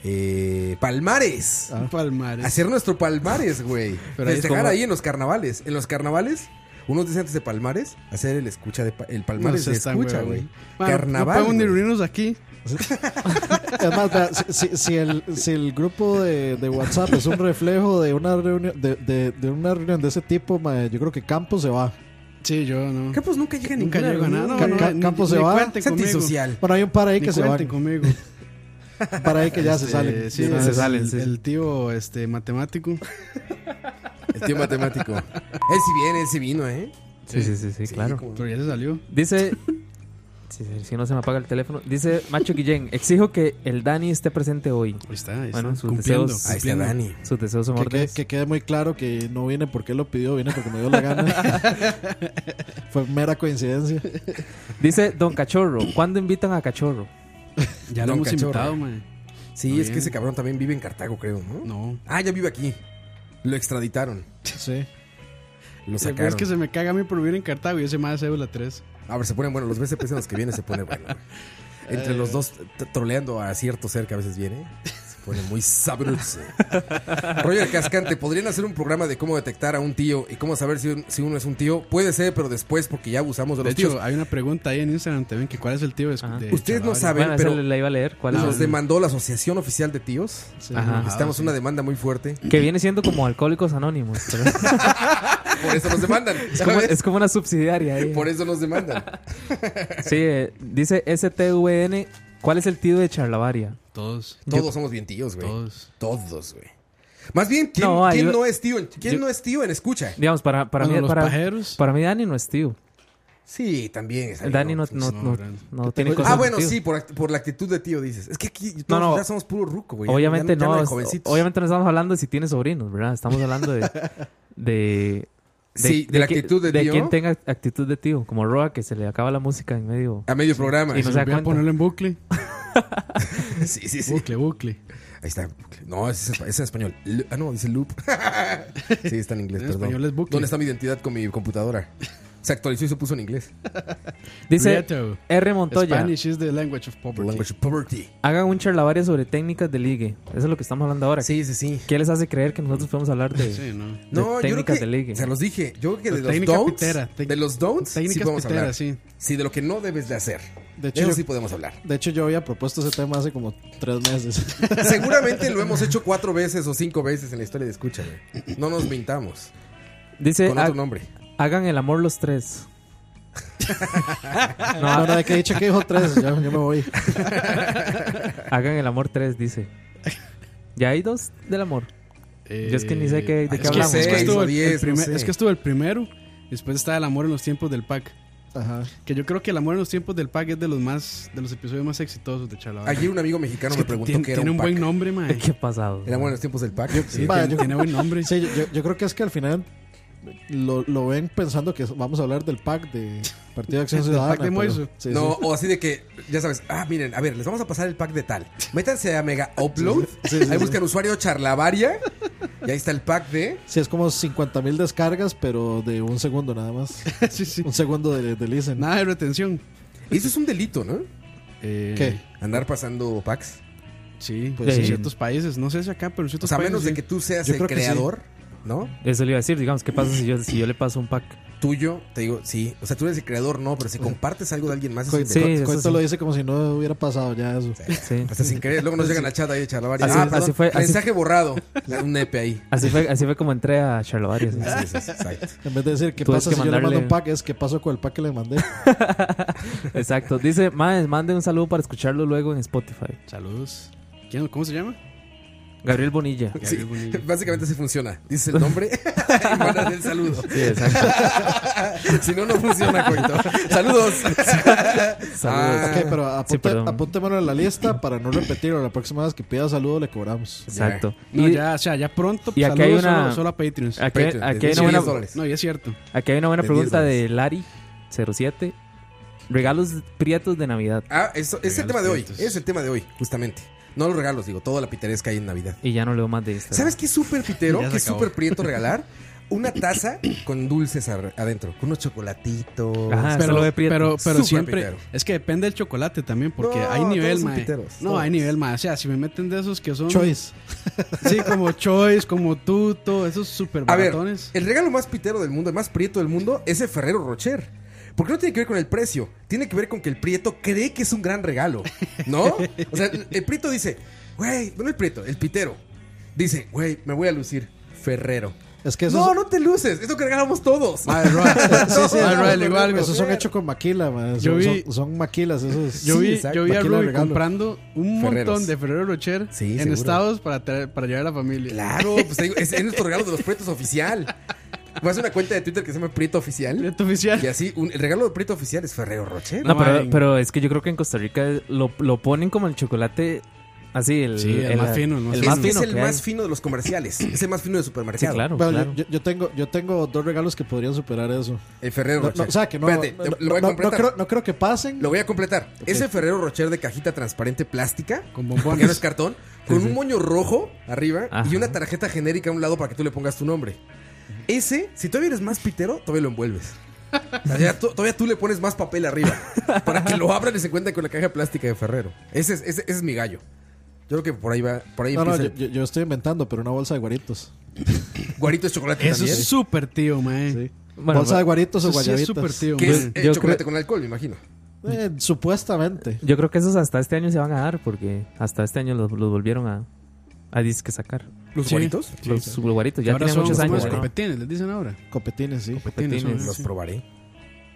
[SPEAKER 3] Eh, Palmares.
[SPEAKER 4] Un palmares.
[SPEAKER 3] Hacer nuestro Palmares, güey.
[SPEAKER 6] Pero ahí es
[SPEAKER 3] Festejar
[SPEAKER 6] como-
[SPEAKER 3] ahí en los carnavales. En los carnavales, unos días antes de Palmares, hacer el escucha de pa- el Palmares
[SPEAKER 4] se
[SPEAKER 3] de escucha, güey.
[SPEAKER 4] Carnaval.
[SPEAKER 3] Carnaval.
[SPEAKER 4] No podemos ni
[SPEAKER 3] güey.
[SPEAKER 4] reunirnos aquí.
[SPEAKER 5] Es más, vea, si- si, si el, si el grupo de, de WhatsApp es un reflejo de una reunión de, de- de una reunión de ese tipo, mae, yo creo que Campos se va.
[SPEAKER 4] Sí, yo no.
[SPEAKER 3] Campos nunca llega a
[SPEAKER 4] pues Nunca
[SPEAKER 3] ninguna
[SPEAKER 4] llego a nada.
[SPEAKER 3] reunión,
[SPEAKER 4] No,
[SPEAKER 3] cabrón.
[SPEAKER 4] no,
[SPEAKER 5] Ca-
[SPEAKER 4] ni-
[SPEAKER 5] Campos
[SPEAKER 4] ni
[SPEAKER 5] se va.
[SPEAKER 4] cuenten
[SPEAKER 3] Es
[SPEAKER 4] conmigo.
[SPEAKER 3] antisocial.
[SPEAKER 5] Bueno, hay un par ahí
[SPEAKER 4] Ni
[SPEAKER 5] que se van.
[SPEAKER 4] cuenten conmigo.
[SPEAKER 5] Par ahí que ya se
[SPEAKER 4] Este,
[SPEAKER 5] salen.
[SPEAKER 4] sí,
[SPEAKER 5] De una
[SPEAKER 4] el-
[SPEAKER 5] vez.
[SPEAKER 4] el, el tío este, matemático.
[SPEAKER 3] El tío matemático. él sí viene, él sí vino, ¿eh?
[SPEAKER 6] Sí, sí, sí, sí, claro.
[SPEAKER 3] como-
[SPEAKER 4] Pero ya se salió.
[SPEAKER 6] Dice... Si no se me apaga el teléfono. Dice Macho Guillén, exijo que el Dani esté presente hoy.
[SPEAKER 4] Ahí está. ahí
[SPEAKER 6] Bueno,
[SPEAKER 4] está,
[SPEAKER 6] sus
[SPEAKER 4] cumpliendo.
[SPEAKER 6] deseos.
[SPEAKER 3] Ahí está
[SPEAKER 4] cumpliendo.
[SPEAKER 3] Dani.
[SPEAKER 6] Sus deseos son
[SPEAKER 5] Que, que-
[SPEAKER 6] órdenes.
[SPEAKER 5] que quede muy claro que no viene porque él lo pidió, viene porque me dio la gana. Fue mera coincidencia.
[SPEAKER 6] Dice Don Cachorro, ¿cuándo invitan a Cachorro?
[SPEAKER 4] Ya lo
[SPEAKER 3] Don
[SPEAKER 4] hemos
[SPEAKER 3] Cachorro.
[SPEAKER 4] invitado, man.
[SPEAKER 3] Sí,
[SPEAKER 4] Muy
[SPEAKER 3] es que
[SPEAKER 4] bien.
[SPEAKER 3] ese cabrón también vive en Cartago, creo, ¿no?
[SPEAKER 4] No.
[SPEAKER 3] Ah, ya vive aquí. Lo extraditaron.
[SPEAKER 5] Sí.
[SPEAKER 3] Lo
[SPEAKER 4] El peor
[SPEAKER 3] sacaron.
[SPEAKER 4] pues, es que se me caga a mí por vivir en Cartago y ese más de cédula 3.
[SPEAKER 3] A ver, se ponen, bueno, los BCPs en los que viene se pone bueno. güey.
[SPEAKER 4] Eh.
[SPEAKER 3] Entre los dos, t- troleando a cierto ser que a veces viene, se pone muy sabroso. Roger Cascante, ¿podrían hacer un programa de cómo detectar a un tío y cómo saber si, un- si uno es un tío? Puede ser, pero después, porque ya abusamos de
[SPEAKER 4] De
[SPEAKER 3] los
[SPEAKER 4] hecho,
[SPEAKER 3] tíos.
[SPEAKER 4] hay una pregunta ahí en Instagram también, que cuál es el tío de,
[SPEAKER 6] Ajá.
[SPEAKER 4] de
[SPEAKER 3] Pues Ustedes no
[SPEAKER 4] Chalabaria.
[SPEAKER 3] saben,
[SPEAKER 6] bueno,
[SPEAKER 3] pero
[SPEAKER 6] esa la iba a leer. ¿Cuál
[SPEAKER 3] nos
[SPEAKER 6] es? Ah,
[SPEAKER 3] demandó la Asociación Oficial de Tíos.
[SPEAKER 5] sí.
[SPEAKER 6] Ajá.
[SPEAKER 3] Estamos en una demanda muy fuerte.
[SPEAKER 6] Que viene siendo como Alcohólicos Anónimos. pero
[SPEAKER 3] Por eso nos demandan.
[SPEAKER 6] es, como,
[SPEAKER 3] ¿sabes?
[SPEAKER 6] es como una subsidiaria. ahí.
[SPEAKER 3] Por eso nos demandan.
[SPEAKER 6] Sí, eh, dice STVN, ¿cuál es el tío de Charlavaria?
[SPEAKER 4] Todos,
[SPEAKER 3] Todos somos bien tíos, güey.
[SPEAKER 4] todos.
[SPEAKER 3] Todos, güey. Más bien, ¿quién,
[SPEAKER 6] No, ahí
[SPEAKER 3] quién
[SPEAKER 6] yo-
[SPEAKER 3] no es tío? en- ¿Quién
[SPEAKER 6] yo-
[SPEAKER 3] no es tío en escucha?
[SPEAKER 6] Digamos, para, para,
[SPEAKER 4] Bueno,
[SPEAKER 6] mí,
[SPEAKER 4] los
[SPEAKER 6] para,
[SPEAKER 4] pajeros.
[SPEAKER 6] para mí Dani no es tío.
[SPEAKER 3] Sí, también. es
[SPEAKER 6] El Dani no, no,
[SPEAKER 4] no,
[SPEAKER 6] no-
[SPEAKER 4] gran-
[SPEAKER 6] no tiene cosas
[SPEAKER 3] Ah,
[SPEAKER 6] de
[SPEAKER 3] bueno,
[SPEAKER 6] tío.
[SPEAKER 3] sí, por, act- por la actitud de tío dices. Es que aquí todos
[SPEAKER 6] No, no.
[SPEAKER 3] ya somos puro ruco, güey. Ya-
[SPEAKER 6] Obviamente
[SPEAKER 3] ya ya
[SPEAKER 6] no,
[SPEAKER 3] de
[SPEAKER 6] es-
[SPEAKER 3] jovencitos.
[SPEAKER 6] obviamente no estamos hablando de si tiene sobrinos, ¿verdad? Estamos hablando de... de
[SPEAKER 3] Sí, de la
[SPEAKER 6] qui-
[SPEAKER 3] actitud de tío.
[SPEAKER 6] quien tenga actitud de tío, como Roa, que se le acaba la música en medio.
[SPEAKER 3] A medio programa.
[SPEAKER 6] Y no
[SPEAKER 4] Se
[SPEAKER 6] se da
[SPEAKER 4] voy a
[SPEAKER 6] cuenta.
[SPEAKER 4] ponerlo en bucle.
[SPEAKER 3] Sí, sí, sí.
[SPEAKER 4] Bucle, bucle.
[SPEAKER 3] Ahí está. No, ese es, ese es en español. Lu- Ah, no, dice loop. sí, está en inglés,
[SPEAKER 4] En
[SPEAKER 3] perdón.
[SPEAKER 4] español es bucle.
[SPEAKER 3] ¿Dónde está mi identidad con mi computadora? Se actualizó y se puso en inglés.
[SPEAKER 6] Dice
[SPEAKER 4] Prieto.
[SPEAKER 6] R. Montoya,
[SPEAKER 4] Spanish is the language of
[SPEAKER 3] The
[SPEAKER 4] poverty.
[SPEAKER 3] language of poverty.
[SPEAKER 6] hagan un charlavaria sobre técnicas de ligue. Eso es lo que estamos hablando ahora.
[SPEAKER 3] Sí, sí, sí.
[SPEAKER 6] ¿Qué les hace creer que nosotros podemos hablar de,
[SPEAKER 4] Sí, ¿no?
[SPEAKER 3] No, yo creo
[SPEAKER 6] técnicas
[SPEAKER 3] que,
[SPEAKER 6] de ligue.
[SPEAKER 3] se los dije. Yo creo que
[SPEAKER 4] Pero
[SPEAKER 3] de los
[SPEAKER 4] Pues técnica
[SPEAKER 3] don'ts,
[SPEAKER 4] pitera, tec-
[SPEAKER 3] de los don'ts, sí
[SPEAKER 4] Técnicas
[SPEAKER 3] podemos hablar.
[SPEAKER 4] piteras, sí.
[SPEAKER 3] Sí, de lo que no debes de hacer.
[SPEAKER 5] De
[SPEAKER 3] De
[SPEAKER 5] hecho,
[SPEAKER 3] Eso
[SPEAKER 5] yo-
[SPEAKER 3] sí podemos hablar.
[SPEAKER 5] De hecho, yo había propuesto ese tema hace como tres meses.
[SPEAKER 3] Seguramente lo hemos hecho cuatro veces o cinco veces en la historia de escucha, güey. No nos mintamos.
[SPEAKER 6] Dice,
[SPEAKER 3] Con
[SPEAKER 6] ha-
[SPEAKER 3] otro nombre.
[SPEAKER 6] hagan el amor los tres. no,
[SPEAKER 5] No, no,
[SPEAKER 6] ha-
[SPEAKER 5] de que he dicho que dijo tres, yo, yo me voy.
[SPEAKER 6] hagan el amor tres, dice. Ya hay dos del amor. Yo es que ni sé qué- de
[SPEAKER 4] Eh,
[SPEAKER 6] qué
[SPEAKER 4] es que-
[SPEAKER 3] hablamos,
[SPEAKER 4] Es que,
[SPEAKER 3] seis
[SPEAKER 4] estuvo
[SPEAKER 3] o
[SPEAKER 4] el, el
[SPEAKER 3] diez, no
[SPEAKER 4] primer-
[SPEAKER 3] sé.
[SPEAKER 4] es que estuvo el primero. Después estaba el amor en los tiempos del pack.
[SPEAKER 5] Ajá.
[SPEAKER 4] Que yo creo que El amor en los tiempos del pack es de los más de los episodios más exitosos de Charla
[SPEAKER 3] Ayer un amigo mexicano me preguntó
[SPEAKER 4] tiene,
[SPEAKER 3] qué era
[SPEAKER 4] tiene
[SPEAKER 3] un,
[SPEAKER 4] un
[SPEAKER 3] pack.
[SPEAKER 4] buen nombre, mae.
[SPEAKER 6] ¿Qué ha pasado?
[SPEAKER 3] Eran buenos tiempos del pack.
[SPEAKER 4] Sí,
[SPEAKER 5] Ma,
[SPEAKER 4] tiene,
[SPEAKER 5] yo-
[SPEAKER 4] tiene buen nombre.
[SPEAKER 5] Sí, yo, yo- yo creo que es que al final lo, lo ven pensando que vamos a hablar del pack de Partido de Acción
[SPEAKER 4] Del
[SPEAKER 5] Ciudadana.
[SPEAKER 4] pack de
[SPEAKER 5] pero-
[SPEAKER 4] Moiso.
[SPEAKER 5] sí,
[SPEAKER 3] no,
[SPEAKER 5] sí.
[SPEAKER 3] o así de que, ya sabes, ah, miren, a ver, les vamos a pasar el pack de tal. Métanse a Mega Upload,
[SPEAKER 5] Sí, sí, sí.
[SPEAKER 3] ahí buscan usuario charlavaria, y ahí está el pack de...
[SPEAKER 5] Sí, es como 50 mil descargas, pero de un segundo nada más.
[SPEAKER 4] Sí, sí.
[SPEAKER 5] Un segundo de, de listen.
[SPEAKER 4] Nada de retención.
[SPEAKER 3] Eso es un delito, ¿no?
[SPEAKER 4] Eh,
[SPEAKER 5] ¿Qué?
[SPEAKER 3] Andar pasando packs.
[SPEAKER 4] Sí,
[SPEAKER 5] Pues
[SPEAKER 4] en
[SPEAKER 6] sí.
[SPEAKER 4] ciertos países. No sé si acá, pero en
[SPEAKER 3] O
[SPEAKER 4] ciertos
[SPEAKER 3] sea, a
[SPEAKER 4] países.
[SPEAKER 3] menos de
[SPEAKER 4] sí.
[SPEAKER 3] que tú seas
[SPEAKER 5] Yo
[SPEAKER 3] el
[SPEAKER 5] creo que sí.
[SPEAKER 3] creador, ¿no?
[SPEAKER 6] Eso le iba a decir, digamos, ¿qué pasa si yo, si yo le paso un pack?
[SPEAKER 3] Tuyo, te digo, sí. O sea, tú eres el creador, no, pero si compartes algo de alguien más, es un
[SPEAKER 5] Coito,
[SPEAKER 6] Sí,
[SPEAKER 3] delito.
[SPEAKER 6] eso
[SPEAKER 5] Coito
[SPEAKER 6] sí.
[SPEAKER 5] lo dice como si no hubiera pasado ya eso.
[SPEAKER 6] Sí.
[SPEAKER 3] Hasta sin querer, Pues luego nos llegan a chat ahí de charlavaria.
[SPEAKER 6] Así-
[SPEAKER 3] ah, perdón,
[SPEAKER 6] así fue, así-
[SPEAKER 3] mensaje borrado. Un EP ahí.
[SPEAKER 6] Así fue, así fue como entré a Charlovario. sí.
[SPEAKER 3] Sí, sí, sí, exacto.
[SPEAKER 5] En vez de decir qué
[SPEAKER 6] Tú
[SPEAKER 5] pasa
[SPEAKER 6] es que
[SPEAKER 5] si yo le mando
[SPEAKER 6] mandarle-
[SPEAKER 5] un pack, es qué pasó con el pack que le mandé.
[SPEAKER 6] Exacto. Dice, "Mae, mande un saludo para escucharlo luego en Spotify.
[SPEAKER 4] Saludos. ¿Quién- ¿Cómo se llama?
[SPEAKER 6] Gabriel Bonilla.
[SPEAKER 3] Sí,
[SPEAKER 4] Gabriel Bonilla.
[SPEAKER 3] básicamente así funciona. Dices el nombre y mandas el saludo. si no, no funciona, Coito. Saludos.
[SPEAKER 6] Saludos.
[SPEAKER 5] ok, pero apunte,
[SPEAKER 6] perdón.
[SPEAKER 5] apuntémoslo en la lista para no repetirlo. La próxima vez que pida saludo le cobramos.
[SPEAKER 6] Exacto.
[SPEAKER 4] No,
[SPEAKER 6] Y
[SPEAKER 4] ya, o sea, ya pronto.
[SPEAKER 6] y aquí hay
[SPEAKER 4] saludos
[SPEAKER 6] una-
[SPEAKER 4] solo, solo a Patreons.
[SPEAKER 6] aquí,
[SPEAKER 3] Patreon,
[SPEAKER 6] aquí hay
[SPEAKER 3] desde
[SPEAKER 6] una buena,
[SPEAKER 3] 10 dólares.
[SPEAKER 4] No, y es cierto.
[SPEAKER 6] aquí hay una buena
[SPEAKER 3] De 10
[SPEAKER 6] pregunta
[SPEAKER 3] dólares.
[SPEAKER 6] de Lari07. Regalos prietos de Navidad.
[SPEAKER 3] Ah, eso, es
[SPEAKER 4] Regalos
[SPEAKER 3] el tema de hoy.
[SPEAKER 4] prietos.
[SPEAKER 3] Es el tema de hoy, justamente. No los regalos, digo, toda la piteresca hay en Navidad.
[SPEAKER 6] Y ya no leo más de esto.
[SPEAKER 3] ¿Sabes qué es súper pitero?
[SPEAKER 4] Ya se
[SPEAKER 3] ¿Qué es
[SPEAKER 4] acabó.
[SPEAKER 3] súper prieto regalar? Una taza con dulces ar- adentro, con unos chocolatitos.
[SPEAKER 6] Ajá,
[SPEAKER 4] pero,
[SPEAKER 6] solo de prieto.
[SPEAKER 4] pero, pero
[SPEAKER 3] Súper
[SPEAKER 4] siempre
[SPEAKER 3] pitero.
[SPEAKER 4] es que depende del chocolate también porque
[SPEAKER 3] No,
[SPEAKER 4] hay nivel
[SPEAKER 3] todos son
[SPEAKER 4] mae.
[SPEAKER 3] piteros,
[SPEAKER 4] no
[SPEAKER 3] todos.
[SPEAKER 4] hay nivel más o sea si me meten de esos que son
[SPEAKER 5] Choice.
[SPEAKER 4] sí como choice como tuto esos super
[SPEAKER 3] A ver,
[SPEAKER 4] baratones
[SPEAKER 3] el regalo más pitero del mundo, el más prieto del mundo, es el Ferrero Rocher. Porque no tiene que ver con el precio, tiene que ver con que el prieto cree que es un gran regalo, ¿no? O sea, el, el prieto dice, güey, no el prieto, el pitero. Dice, güey, me voy a lucir Ferrero.
[SPEAKER 5] Es que eso
[SPEAKER 3] No, no te luces, es lo que regalamos todos.
[SPEAKER 5] Sí, sí,
[SPEAKER 4] Ah,
[SPEAKER 5] no,
[SPEAKER 4] Royal,
[SPEAKER 5] no,
[SPEAKER 4] igual,
[SPEAKER 5] Esos son
[SPEAKER 3] Royal.
[SPEAKER 5] hechos con maquila, man. Son,
[SPEAKER 4] Yo vi-
[SPEAKER 5] son- son maquilas esos.
[SPEAKER 4] yo
[SPEAKER 5] Sí,
[SPEAKER 4] vi
[SPEAKER 5] exacto,
[SPEAKER 4] yo vi a
[SPEAKER 5] maquila de
[SPEAKER 4] Ruby
[SPEAKER 5] regalo.
[SPEAKER 4] comprando un
[SPEAKER 3] Ferreros.
[SPEAKER 4] montón de Ferrero Rocher
[SPEAKER 3] Sí,
[SPEAKER 4] en
[SPEAKER 3] seguro.
[SPEAKER 4] Estados para traer- para llevar a la familia
[SPEAKER 3] Claro, pues te digo, es, es nuestro regalo de los prietos oficial. Vas a una cuenta de Twitter que se llama Prieto Oficial.
[SPEAKER 4] Reto oficial
[SPEAKER 3] Y así, un- el regalo de Prieto Oficial es Ferrero Rocher.
[SPEAKER 6] No,
[SPEAKER 4] No,
[SPEAKER 6] pero,
[SPEAKER 4] man.
[SPEAKER 6] pero es que yo creo que en Costa Rica lo, lo ponen como el chocolate así, el,
[SPEAKER 4] Sí, el más fino, el más
[SPEAKER 6] el
[SPEAKER 3] es
[SPEAKER 6] más
[SPEAKER 3] que
[SPEAKER 6] fino
[SPEAKER 3] es el
[SPEAKER 6] que hay.
[SPEAKER 3] más fino de los comerciales. Es el más fino de
[SPEAKER 6] Sí,
[SPEAKER 3] supermercado.
[SPEAKER 6] claro,
[SPEAKER 5] Bueno,
[SPEAKER 6] claro.
[SPEAKER 5] yo, yo tengo, yo tengo dos regalos que podrían superar eso.
[SPEAKER 3] El Ferrero
[SPEAKER 5] No, no,
[SPEAKER 3] Rocher.
[SPEAKER 5] o sea, que no.
[SPEAKER 3] Espérate,
[SPEAKER 5] no,
[SPEAKER 3] te-
[SPEAKER 5] no,
[SPEAKER 3] lo voy a
[SPEAKER 5] no- no
[SPEAKER 3] completar.
[SPEAKER 5] creo, no creo que pasen.
[SPEAKER 3] Lo voy a completar. Ese Ferrero Rocher de cajita transparente plástica,
[SPEAKER 4] con
[SPEAKER 3] porque no es
[SPEAKER 4] bombones
[SPEAKER 3] cartón, con un moño rojo arriba
[SPEAKER 6] Ajá.
[SPEAKER 3] y una tarjeta genérica a un lado para que tú le pongas tu nombre. Ese, si todavía eres más pitero, todavía lo envuelves. O sea, ya tú- todavía tú le pones más papel arriba para que lo abran y se encuentren con la caja plástica de Ferrero. Ese es, ese- ese es mi gallo. Yo creo que por ahí va, por ahí
[SPEAKER 5] no, no,
[SPEAKER 3] empieza
[SPEAKER 5] yo,
[SPEAKER 3] el-
[SPEAKER 5] yo- yo estoy inventando, pero una bolsa de guaritos.
[SPEAKER 3] guarito de chocolate
[SPEAKER 4] eso
[SPEAKER 3] también.
[SPEAKER 4] es súper tío mae
[SPEAKER 5] Sí.
[SPEAKER 6] Bueno,
[SPEAKER 5] bolsa de guaritos o
[SPEAKER 4] eso sí es
[SPEAKER 5] guayabitas.
[SPEAKER 4] súper tío
[SPEAKER 3] que
[SPEAKER 4] mae.
[SPEAKER 3] es eh,
[SPEAKER 6] yo
[SPEAKER 3] chocolate
[SPEAKER 6] creo-
[SPEAKER 3] con alcohol, me imagino.
[SPEAKER 5] Eh, supuestamente.
[SPEAKER 6] Yo creo que esos hasta este año se van a dar porque hasta este año los, los volvieron a, a disque sacar.
[SPEAKER 3] Los
[SPEAKER 4] Sí.
[SPEAKER 3] guaritos,
[SPEAKER 6] Los guaritos, ya
[SPEAKER 4] ahora
[SPEAKER 6] tienen
[SPEAKER 4] son
[SPEAKER 6] muchos
[SPEAKER 4] como
[SPEAKER 6] años.
[SPEAKER 4] los
[SPEAKER 6] ¿no?
[SPEAKER 4] copetines les dicen ahora
[SPEAKER 5] Copetines, sí.
[SPEAKER 4] copetines,
[SPEAKER 6] Copetines,
[SPEAKER 4] son-
[SPEAKER 3] los
[SPEAKER 4] sí.
[SPEAKER 3] probaré.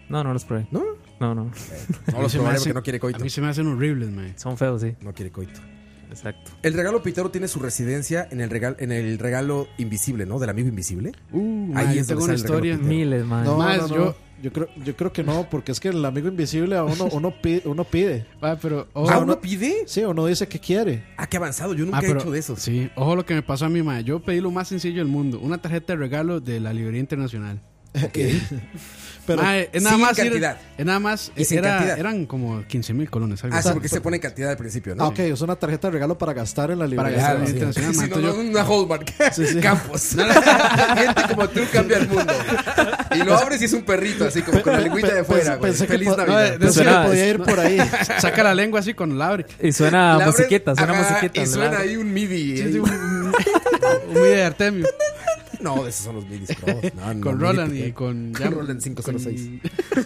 [SPEAKER 6] No, no los probé.
[SPEAKER 3] ¿No?
[SPEAKER 6] No, no.
[SPEAKER 3] No los
[SPEAKER 4] se me
[SPEAKER 3] probaré
[SPEAKER 4] hace-
[SPEAKER 3] porque no quiere
[SPEAKER 4] a
[SPEAKER 3] coito.
[SPEAKER 4] mí se me hacen horribles mae
[SPEAKER 6] Son feos, sí.
[SPEAKER 3] No quiere coito.
[SPEAKER 6] Exacto.
[SPEAKER 3] El regalo pitero tiene su residencia en el regalo, en el regalo invisible, ¿no? Del amigo invisible.
[SPEAKER 4] uh,
[SPEAKER 3] Ahí
[SPEAKER 4] mae,
[SPEAKER 3] es
[SPEAKER 4] yo tengo
[SPEAKER 3] donde
[SPEAKER 4] una
[SPEAKER 3] sale el
[SPEAKER 4] historia
[SPEAKER 3] regalo pitero.
[SPEAKER 6] Miles, man.
[SPEAKER 5] No,
[SPEAKER 4] Más,
[SPEAKER 5] no, no.
[SPEAKER 4] yo-
[SPEAKER 5] Yo... creo, yo creo que no, porque es que el amigo invisible a uno, uno pide, uno pide.
[SPEAKER 4] Ah, pero
[SPEAKER 3] ¿Ah,
[SPEAKER 4] ojo,
[SPEAKER 5] sea,
[SPEAKER 3] uno
[SPEAKER 5] uno-
[SPEAKER 3] pide?
[SPEAKER 5] Sí, uno dice que quiere.
[SPEAKER 3] Ah, qué avanzado. Yo nunca
[SPEAKER 4] Ah,
[SPEAKER 3] he
[SPEAKER 4] pero-
[SPEAKER 3] hecho de esos.
[SPEAKER 4] Sí, ojo lo que me pasó a mi madre. Yo pedí lo más sencillo del mundo: una tarjeta de regalo de la Librería Internacional.
[SPEAKER 5] Pero
[SPEAKER 4] Mae, es nada
[SPEAKER 3] sin
[SPEAKER 4] más. ir-
[SPEAKER 3] cantidad.
[SPEAKER 4] es nada más.
[SPEAKER 3] Y sin
[SPEAKER 4] era-
[SPEAKER 3] cantidad.
[SPEAKER 4] Eran como 15 mil colones. algo
[SPEAKER 3] Ah, sí,
[SPEAKER 4] así.
[SPEAKER 3] porque se pone en cantidad al principio,
[SPEAKER 5] Ah,
[SPEAKER 3] ¿no?
[SPEAKER 5] ok, es una tarjeta de regalo para gastar en la
[SPEAKER 4] Para
[SPEAKER 5] librería.
[SPEAKER 4] gastar
[SPEAKER 3] Claro,
[SPEAKER 4] en
[SPEAKER 3] sí.
[SPEAKER 4] internacional.
[SPEAKER 3] Sí,
[SPEAKER 4] mae,
[SPEAKER 3] no,
[SPEAKER 4] entonces
[SPEAKER 3] no,
[SPEAKER 4] yo-
[SPEAKER 3] una Hallmark.
[SPEAKER 5] Sí, sí.
[SPEAKER 3] Campos. Gente como tú cambia el mundo. Y lo abres y es un perrito, así como con la lengüita de
[SPEAKER 5] Pues- Pe-
[SPEAKER 3] fuera,
[SPEAKER 5] pe-
[SPEAKER 3] güey.
[SPEAKER 5] pensé que
[SPEAKER 3] Feliz
[SPEAKER 5] po-
[SPEAKER 3] Navidad.
[SPEAKER 4] no,
[SPEAKER 5] Pensé que
[SPEAKER 6] Suena-
[SPEAKER 5] podía ir por ahí.
[SPEAKER 4] Saca la lengua así con la abre.
[SPEAKER 6] Y suena
[SPEAKER 3] La abres,
[SPEAKER 6] musiquita, suena
[SPEAKER 3] ajá,
[SPEAKER 6] musiquita.
[SPEAKER 3] Y
[SPEAKER 6] ¿no?
[SPEAKER 3] suena ahí un MIDI. ahí.
[SPEAKER 4] Un video de Artemio.
[SPEAKER 3] No, esos son los MIDIs. Pro. No, no,
[SPEAKER 4] Con
[SPEAKER 3] MIDI
[SPEAKER 4] Roland
[SPEAKER 3] pitero.
[SPEAKER 4] y con.
[SPEAKER 3] Con Roland 506.
[SPEAKER 4] con-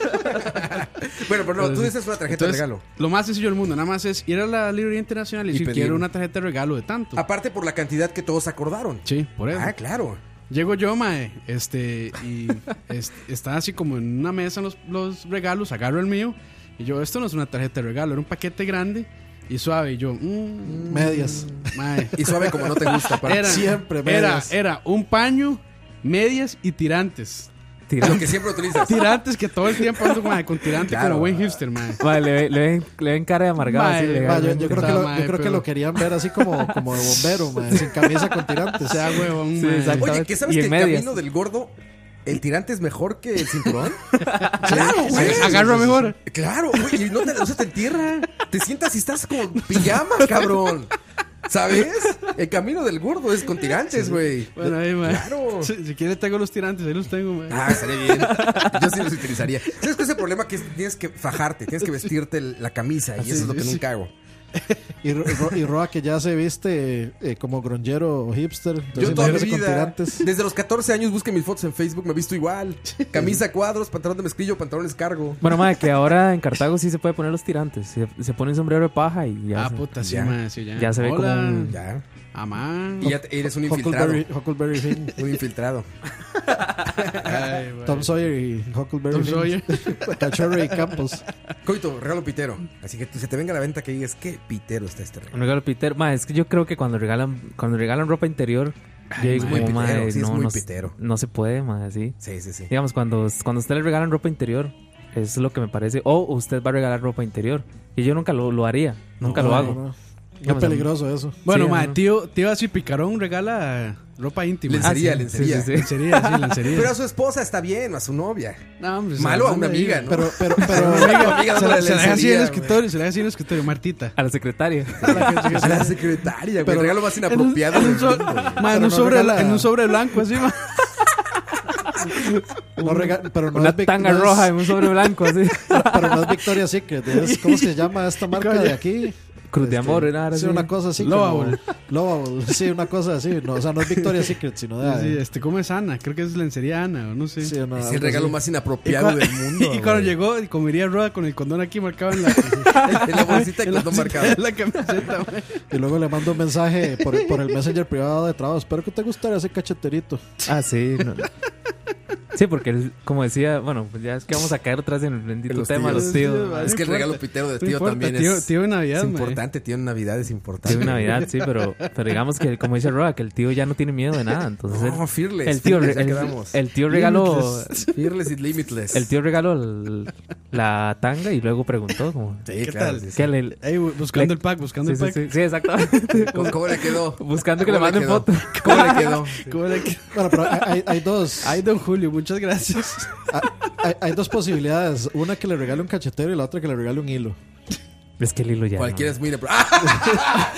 [SPEAKER 3] Bueno, pero no, tú dices una tarjeta de
[SPEAKER 4] Entonces,
[SPEAKER 3] regalo.
[SPEAKER 4] Lo más sencillo del mundo, nada más es ir a la librería internacional y,
[SPEAKER 3] Y
[SPEAKER 4] decir:
[SPEAKER 3] pedir.
[SPEAKER 4] Quiero una tarjeta de regalo de tanto.
[SPEAKER 3] Aparte por la cantidad que todos acordaron.
[SPEAKER 4] Sí, por eso.
[SPEAKER 3] Ah, claro.
[SPEAKER 4] Llego yo, mae, este, y est- está así como en una mesa los, los regalos, agarro el mío, y yo, esto no es una tarjeta de regalo, era un paquete grande y suave, y yo, mm,
[SPEAKER 5] Medias.
[SPEAKER 4] mae,
[SPEAKER 3] Y suave como no te gusta. aparte.
[SPEAKER 4] era,
[SPEAKER 5] siempre
[SPEAKER 4] era,
[SPEAKER 5] medias.
[SPEAKER 4] era un paño, medias y tirantes.
[SPEAKER 3] Lo
[SPEAKER 6] Tirante.
[SPEAKER 3] que siempre utilizas.
[SPEAKER 4] Tirantes que todo el tiempo ando mae, con tirante
[SPEAKER 3] Claro,
[SPEAKER 4] como buen
[SPEAKER 3] mae.
[SPEAKER 4] hipster, mae.
[SPEAKER 6] Mae, le, ve- le ven, le ven cara de amargado.
[SPEAKER 4] Mae,
[SPEAKER 6] así,
[SPEAKER 4] mae,
[SPEAKER 5] Ma, yo,
[SPEAKER 6] legalmente.
[SPEAKER 5] yo creo, que lo,
[SPEAKER 4] Mae,
[SPEAKER 5] yo creo que
[SPEAKER 4] pero-
[SPEAKER 5] lo querían ver así como, como de bombero, ma, sin camisa con tirantes.
[SPEAKER 4] O sea, huevón,
[SPEAKER 6] Sí,
[SPEAKER 4] mae.
[SPEAKER 6] exacto.
[SPEAKER 3] Oye, ¿qué sabes
[SPEAKER 6] Y
[SPEAKER 3] que
[SPEAKER 6] en
[SPEAKER 3] el
[SPEAKER 6] medias.
[SPEAKER 3] camino del gordo, el tirante es mejor que el cinturón? claro, güey.
[SPEAKER 4] Ag- Agarra mejor.
[SPEAKER 3] Claro, güey. Y no te, o sea, te entierra. Te sientas y estás con pijama, cabrón. ¿Sabes? El camino del gordo es con tirantes, güey.
[SPEAKER 4] Bueno, ahí, mae.
[SPEAKER 3] Claro.
[SPEAKER 4] Si, si quiere tengo los tirantes, ahí los tengo, mae.
[SPEAKER 3] Ah, estaría bien. Yo sí los utilizaría. ¿Sabes qué es el problema? Que es- tienes que fajarte, tienes que vestirte el- la camisa y eso es lo que nunca hago.
[SPEAKER 5] Y, Ro- Ro- y Roa que ya se viste eh, como grongero o hipster. entonces
[SPEAKER 3] Yo toda mi
[SPEAKER 5] imagínese con
[SPEAKER 3] vida,
[SPEAKER 5] tirantes.
[SPEAKER 3] desde los 14 años, busquen mis fotos en Facebook, me he visto igual. Camisa cuadros, pantalón de mezclillo, pantalones cargo.
[SPEAKER 6] Bueno, madre, que ahora en Cartago sí se puede poner los tirantes. Se, se pone un sombrero de paja y ya.
[SPEAKER 4] Ah,
[SPEAKER 6] se-
[SPEAKER 4] puta, sí,
[SPEAKER 3] Ya.
[SPEAKER 4] mae, sí, ya.
[SPEAKER 6] Ya se ve
[SPEAKER 4] Hola.
[SPEAKER 6] como un-
[SPEAKER 3] Ya.
[SPEAKER 4] Ah, mae.
[SPEAKER 3] Y ya te- eres un infiltrado.
[SPEAKER 5] Huckleberry, Huckleberry Finn.
[SPEAKER 3] Un infiltrado.
[SPEAKER 4] Ay, mae.
[SPEAKER 5] Tom Sawyer y Huckleberry
[SPEAKER 4] Tom
[SPEAKER 5] Finn.
[SPEAKER 4] Sawyer.
[SPEAKER 5] Cachorro y Campos.
[SPEAKER 3] Coito, regalo pitero. Así que tú- se te venga a la venta que digas, qué pitero está este regalo.
[SPEAKER 6] Un regalo Peter. Mae, es que yo creo que cuando regalan, cuando regalan ropa interior, yo digo,
[SPEAKER 3] es muy
[SPEAKER 6] como, mae,
[SPEAKER 3] pitero, sí, es
[SPEAKER 6] no,
[SPEAKER 3] muy
[SPEAKER 6] no,
[SPEAKER 3] pitero.
[SPEAKER 6] no se puede, mae, sí.
[SPEAKER 3] Sí, sí, sí.
[SPEAKER 6] Digamos, cuando, cuando a usted le regalan ropa interior, eso es lo que me parece. O usted va a regalar ropa interior. Y yo nunca lo, lo haría, nunca lo
[SPEAKER 5] No,
[SPEAKER 6] hago.
[SPEAKER 5] no, no. Muy
[SPEAKER 6] Digamos,
[SPEAKER 5] peligroso eso.
[SPEAKER 4] Bueno,
[SPEAKER 6] Sí,
[SPEAKER 4] mae,
[SPEAKER 6] ajá.
[SPEAKER 4] tío, tío así picarón regala ropa íntima. Ah,
[SPEAKER 3] Lencería,
[SPEAKER 4] sí,
[SPEAKER 3] lencería.
[SPEAKER 4] sí, sí, sí. Lencería, sí, lencería.
[SPEAKER 3] Pero a su esposa está bien, o a su novia.
[SPEAKER 4] No, hombre, se
[SPEAKER 3] Malo
[SPEAKER 4] la
[SPEAKER 3] a una
[SPEAKER 4] manda ahí,
[SPEAKER 3] amiga, ¿no?
[SPEAKER 5] Pero, pero, pero,
[SPEAKER 3] Una amiga, amiga,
[SPEAKER 4] Se
[SPEAKER 3] dándole
[SPEAKER 4] la, se la deja así en el
[SPEAKER 3] lencería, güey.
[SPEAKER 4] escritorio, se la deja así en el escritorio, Martita.
[SPEAKER 6] A la secretaria.
[SPEAKER 3] A la secretaria, güey.
[SPEAKER 5] Pero-
[SPEAKER 3] El regalo más inapropiado.
[SPEAKER 4] En
[SPEAKER 3] del
[SPEAKER 4] un, so-
[SPEAKER 3] mundo, güey.
[SPEAKER 4] Ma, en
[SPEAKER 5] Pero
[SPEAKER 4] un
[SPEAKER 5] no
[SPEAKER 4] sobre,
[SPEAKER 5] regala-
[SPEAKER 4] en un sobre blanco, así, ma.
[SPEAKER 5] no rega- pero no
[SPEAKER 6] Una
[SPEAKER 5] es Vic-
[SPEAKER 6] tanga
[SPEAKER 5] no es-
[SPEAKER 6] roja en un sobre blanco, así.
[SPEAKER 5] Pero no es Victoria's Secret. es- ¿Cómo se llama esta marca de aquí?
[SPEAKER 6] Cruz de
[SPEAKER 5] Este,
[SPEAKER 6] amor, era ahora
[SPEAKER 5] Sí,
[SPEAKER 6] sí.
[SPEAKER 5] una cosa así.
[SPEAKER 4] Lovable.
[SPEAKER 5] como- Lovable, sí, una cosa así. No, o sea, no es Victoria's Secret, sino de.
[SPEAKER 4] Sí, este, ¿cómo es Ana? Creo que es lencería Ana, o no sé.
[SPEAKER 5] sí, una-
[SPEAKER 3] Es el
[SPEAKER 5] algo
[SPEAKER 3] regalo
[SPEAKER 5] así.
[SPEAKER 3] más
[SPEAKER 4] Y
[SPEAKER 3] inapropiado
[SPEAKER 4] cua-
[SPEAKER 3] del mundo.
[SPEAKER 4] Y cuando
[SPEAKER 3] güey.
[SPEAKER 4] llegó, y comería rueda con el condón aquí marcado en la,
[SPEAKER 3] En la bolsita de
[SPEAKER 4] en la-
[SPEAKER 3] condón marcado.
[SPEAKER 4] en la camiseta, ma.
[SPEAKER 5] Y luego le mando un mensaje por, por el Messenger privado de trabajo. Espero que te gustara ese cacheterito.
[SPEAKER 6] Ah, sí. no. Sí, porque él, como decía, bueno, pues ya es que vamos a caer atrás en el bendito
[SPEAKER 3] los
[SPEAKER 6] tema de los
[SPEAKER 4] tíos.
[SPEAKER 6] tíos.
[SPEAKER 4] Sí,
[SPEAKER 3] Es que el
[SPEAKER 4] No importa,
[SPEAKER 3] regalo pitero de
[SPEAKER 4] No
[SPEAKER 3] tío
[SPEAKER 4] importa,
[SPEAKER 3] también
[SPEAKER 4] tío,
[SPEAKER 3] es,
[SPEAKER 4] Tío de
[SPEAKER 3] es
[SPEAKER 4] Navidad, ma.
[SPEAKER 3] importante. Tío en Navidad es importante.
[SPEAKER 6] Tío de Navidad, sí, pero, pero digamos que, como dice Roa, que el tío ya no tiene miedo de nada. Entonces, él-
[SPEAKER 3] No, Fearless.
[SPEAKER 6] el tío,
[SPEAKER 3] Fearless, ya
[SPEAKER 6] el,
[SPEAKER 3] quedamos.
[SPEAKER 6] el tío regaló
[SPEAKER 3] Fearless y Limitless.
[SPEAKER 6] el tío regaló el- la tanga y luego preguntó como
[SPEAKER 3] Sí,
[SPEAKER 4] ¿Qué
[SPEAKER 3] claro.
[SPEAKER 4] tal?
[SPEAKER 3] sí, sí.
[SPEAKER 6] ¿qué le-
[SPEAKER 4] Ey, bu- buscando
[SPEAKER 6] Le-
[SPEAKER 4] el pack, buscando
[SPEAKER 6] sí,
[SPEAKER 4] el
[SPEAKER 6] sí,
[SPEAKER 4] pack.
[SPEAKER 6] sí, sí, exactamente
[SPEAKER 3] ¿Cómo, cómo le quedó?
[SPEAKER 6] buscando que le
[SPEAKER 3] ¿Cómo
[SPEAKER 6] manden
[SPEAKER 3] quedó?
[SPEAKER 6] foto
[SPEAKER 3] ¿Cómo le quedó?
[SPEAKER 4] ¿Cómo era que-
[SPEAKER 5] Bueno, pero hay, hay- hay dos. Ah,
[SPEAKER 4] Ay, don Julio, muchas gracias.
[SPEAKER 5] Hay, hay dos posibilidades. Una que le regale un cachetero y la otra que le regale un hilo.
[SPEAKER 6] es que el hilo ya
[SPEAKER 3] Cualquiera
[SPEAKER 6] no.
[SPEAKER 3] es muy inapro- ¡Ah!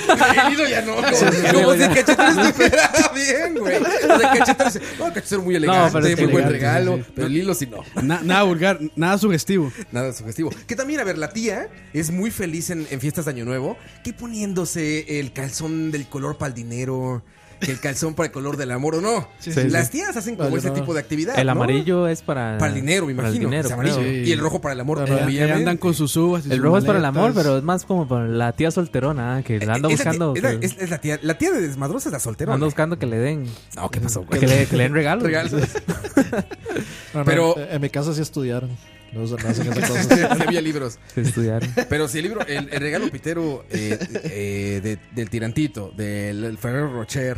[SPEAKER 3] El hilo ya no. Como, como si
[SPEAKER 6] ya.
[SPEAKER 3] Cachetero estuviera bien, güey. O sea, Cachetero dice, no, Cachetero muy elegante,
[SPEAKER 6] pero es
[SPEAKER 3] muy buen
[SPEAKER 6] elegante,
[SPEAKER 3] regalo.
[SPEAKER 4] sí, sí.
[SPEAKER 3] Pero el hilo sí no.
[SPEAKER 4] Na- nada vulgar, nada sugestivo.
[SPEAKER 3] Nada sugestivo. Que también, a ver, la tía es muy feliz en, en fiestas de Año Nuevo. Que poniéndose el calzón del color para el dinero. Que el calzón para el color del amor, ¿o no?
[SPEAKER 6] sí,
[SPEAKER 3] Las tías hacen como
[SPEAKER 5] Vale,
[SPEAKER 3] ese
[SPEAKER 5] no.
[SPEAKER 3] tipo de actividad.
[SPEAKER 6] el
[SPEAKER 3] ¿no?
[SPEAKER 6] amarillo es para
[SPEAKER 3] Para el dinero, me
[SPEAKER 6] para el
[SPEAKER 3] imagino.
[SPEAKER 6] dinero,
[SPEAKER 3] es amarillo.
[SPEAKER 6] creo.
[SPEAKER 4] sí.
[SPEAKER 3] Y el rojo para el amor,
[SPEAKER 5] Claro,
[SPEAKER 4] Ahí
[SPEAKER 3] obviamente.
[SPEAKER 4] andan con sus uvas. y
[SPEAKER 6] el
[SPEAKER 4] sus
[SPEAKER 6] rojo es para el
[SPEAKER 4] maletas.
[SPEAKER 6] amor pero es más como para la tía solterona ah, que la anda
[SPEAKER 3] Es la tía-
[SPEAKER 6] buscando
[SPEAKER 3] Es la,
[SPEAKER 6] que-
[SPEAKER 3] es- es la tía, la tía de desmadrosa es la soltera.
[SPEAKER 6] anda buscando que le den
[SPEAKER 3] No, ¿qué pasó, güey?
[SPEAKER 6] que le, que le den regalos
[SPEAKER 3] Regalos.
[SPEAKER 5] No, no,
[SPEAKER 3] Pero-
[SPEAKER 5] en, en mi casa sí estudiaron. No, se- no hacen esas cosas.
[SPEAKER 3] Sí, había libros.
[SPEAKER 6] que estudiaron
[SPEAKER 3] Pero si el libro, el, el regalo pitero eh, eh, de- del tirantito, del el Ferrero Rocher,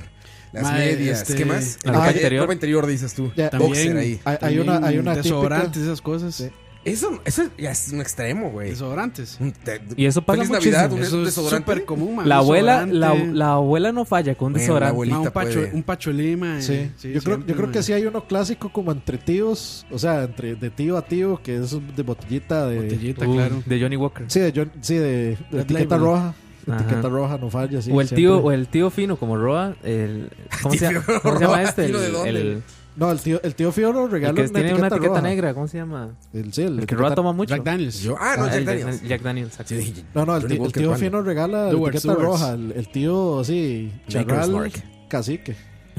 [SPEAKER 3] las
[SPEAKER 4] Mae,
[SPEAKER 3] medias,
[SPEAKER 4] este,
[SPEAKER 3] ¿qué más?
[SPEAKER 6] la
[SPEAKER 3] El
[SPEAKER 6] ropa
[SPEAKER 3] calle-
[SPEAKER 6] interior.
[SPEAKER 3] ropa interior, dices tú.
[SPEAKER 5] Ya,
[SPEAKER 4] También.
[SPEAKER 3] Boxer ahí.
[SPEAKER 5] Hay, hay una, hay una típica.
[SPEAKER 4] Desodorantes, esas cosas.
[SPEAKER 5] Sí.
[SPEAKER 3] Eso, eso ya es un extremo, güey.
[SPEAKER 4] Desodorantes.
[SPEAKER 3] Un te-
[SPEAKER 6] Y eso paga
[SPEAKER 3] Feliz Navidad,
[SPEAKER 6] muchísimo.
[SPEAKER 3] un,
[SPEAKER 4] Eso es
[SPEAKER 3] desodorante.
[SPEAKER 4] súper común, man.
[SPEAKER 6] la abuela la,
[SPEAKER 4] Desodorante.
[SPEAKER 6] la abuela no falla con un
[SPEAKER 3] Bueno, la
[SPEAKER 6] desodorante
[SPEAKER 3] abuela-
[SPEAKER 4] Ma, un,
[SPEAKER 3] abuelita
[SPEAKER 4] pacho,
[SPEAKER 3] puede.
[SPEAKER 4] un pacholima. eh.
[SPEAKER 5] Sí,
[SPEAKER 4] Sí,
[SPEAKER 5] yo, creo,
[SPEAKER 4] siempre,
[SPEAKER 5] yo creo que
[SPEAKER 4] man.
[SPEAKER 5] sí hay uno clásico como entre tíos, o sea, entre de tío a tío, que es de botellita de...
[SPEAKER 4] Botellita,
[SPEAKER 6] Uy,
[SPEAKER 4] claro.
[SPEAKER 6] de Johnny Walker
[SPEAKER 5] Sí, de, John- sí, de, de
[SPEAKER 4] Red
[SPEAKER 5] etiqueta
[SPEAKER 4] Label.
[SPEAKER 5] roja.
[SPEAKER 6] Ajá.
[SPEAKER 5] Etiqueta roja, no falla. sí,
[SPEAKER 6] o el
[SPEAKER 5] siempre.
[SPEAKER 6] tío o el tío fino como Roa el ¿cómo, se, llama-
[SPEAKER 3] Tío
[SPEAKER 6] cómo se llama
[SPEAKER 3] Roa,
[SPEAKER 6] este el,
[SPEAKER 3] ¿fino de dónde?
[SPEAKER 6] el- el
[SPEAKER 5] No, el tío, el tío Fioro
[SPEAKER 6] que
[SPEAKER 5] regala
[SPEAKER 6] tiene
[SPEAKER 5] una etiqueta,
[SPEAKER 6] una etiqueta
[SPEAKER 5] roja.
[SPEAKER 6] negra cómo se llama
[SPEAKER 5] El, sí, el
[SPEAKER 6] el que
[SPEAKER 5] etiqueta-
[SPEAKER 6] Roa toma mucho
[SPEAKER 4] Jack Daniels.
[SPEAKER 3] Yo, ah, no,
[SPEAKER 6] Ah,
[SPEAKER 3] Jack
[SPEAKER 6] el
[SPEAKER 3] Daniels.
[SPEAKER 6] Jack Daniels exacto.
[SPEAKER 3] Sí, dije,
[SPEAKER 5] No, no, el,
[SPEAKER 3] Johnny
[SPEAKER 5] tío- el
[SPEAKER 3] Walker,
[SPEAKER 5] tío
[SPEAKER 3] ¿cuándo?
[SPEAKER 5] Fino regala la
[SPEAKER 4] Doers,
[SPEAKER 5] etiqueta
[SPEAKER 4] Doers.
[SPEAKER 5] roja. El, el tío así, charral,
[SPEAKER 3] Mark.
[SPEAKER 5] cacique.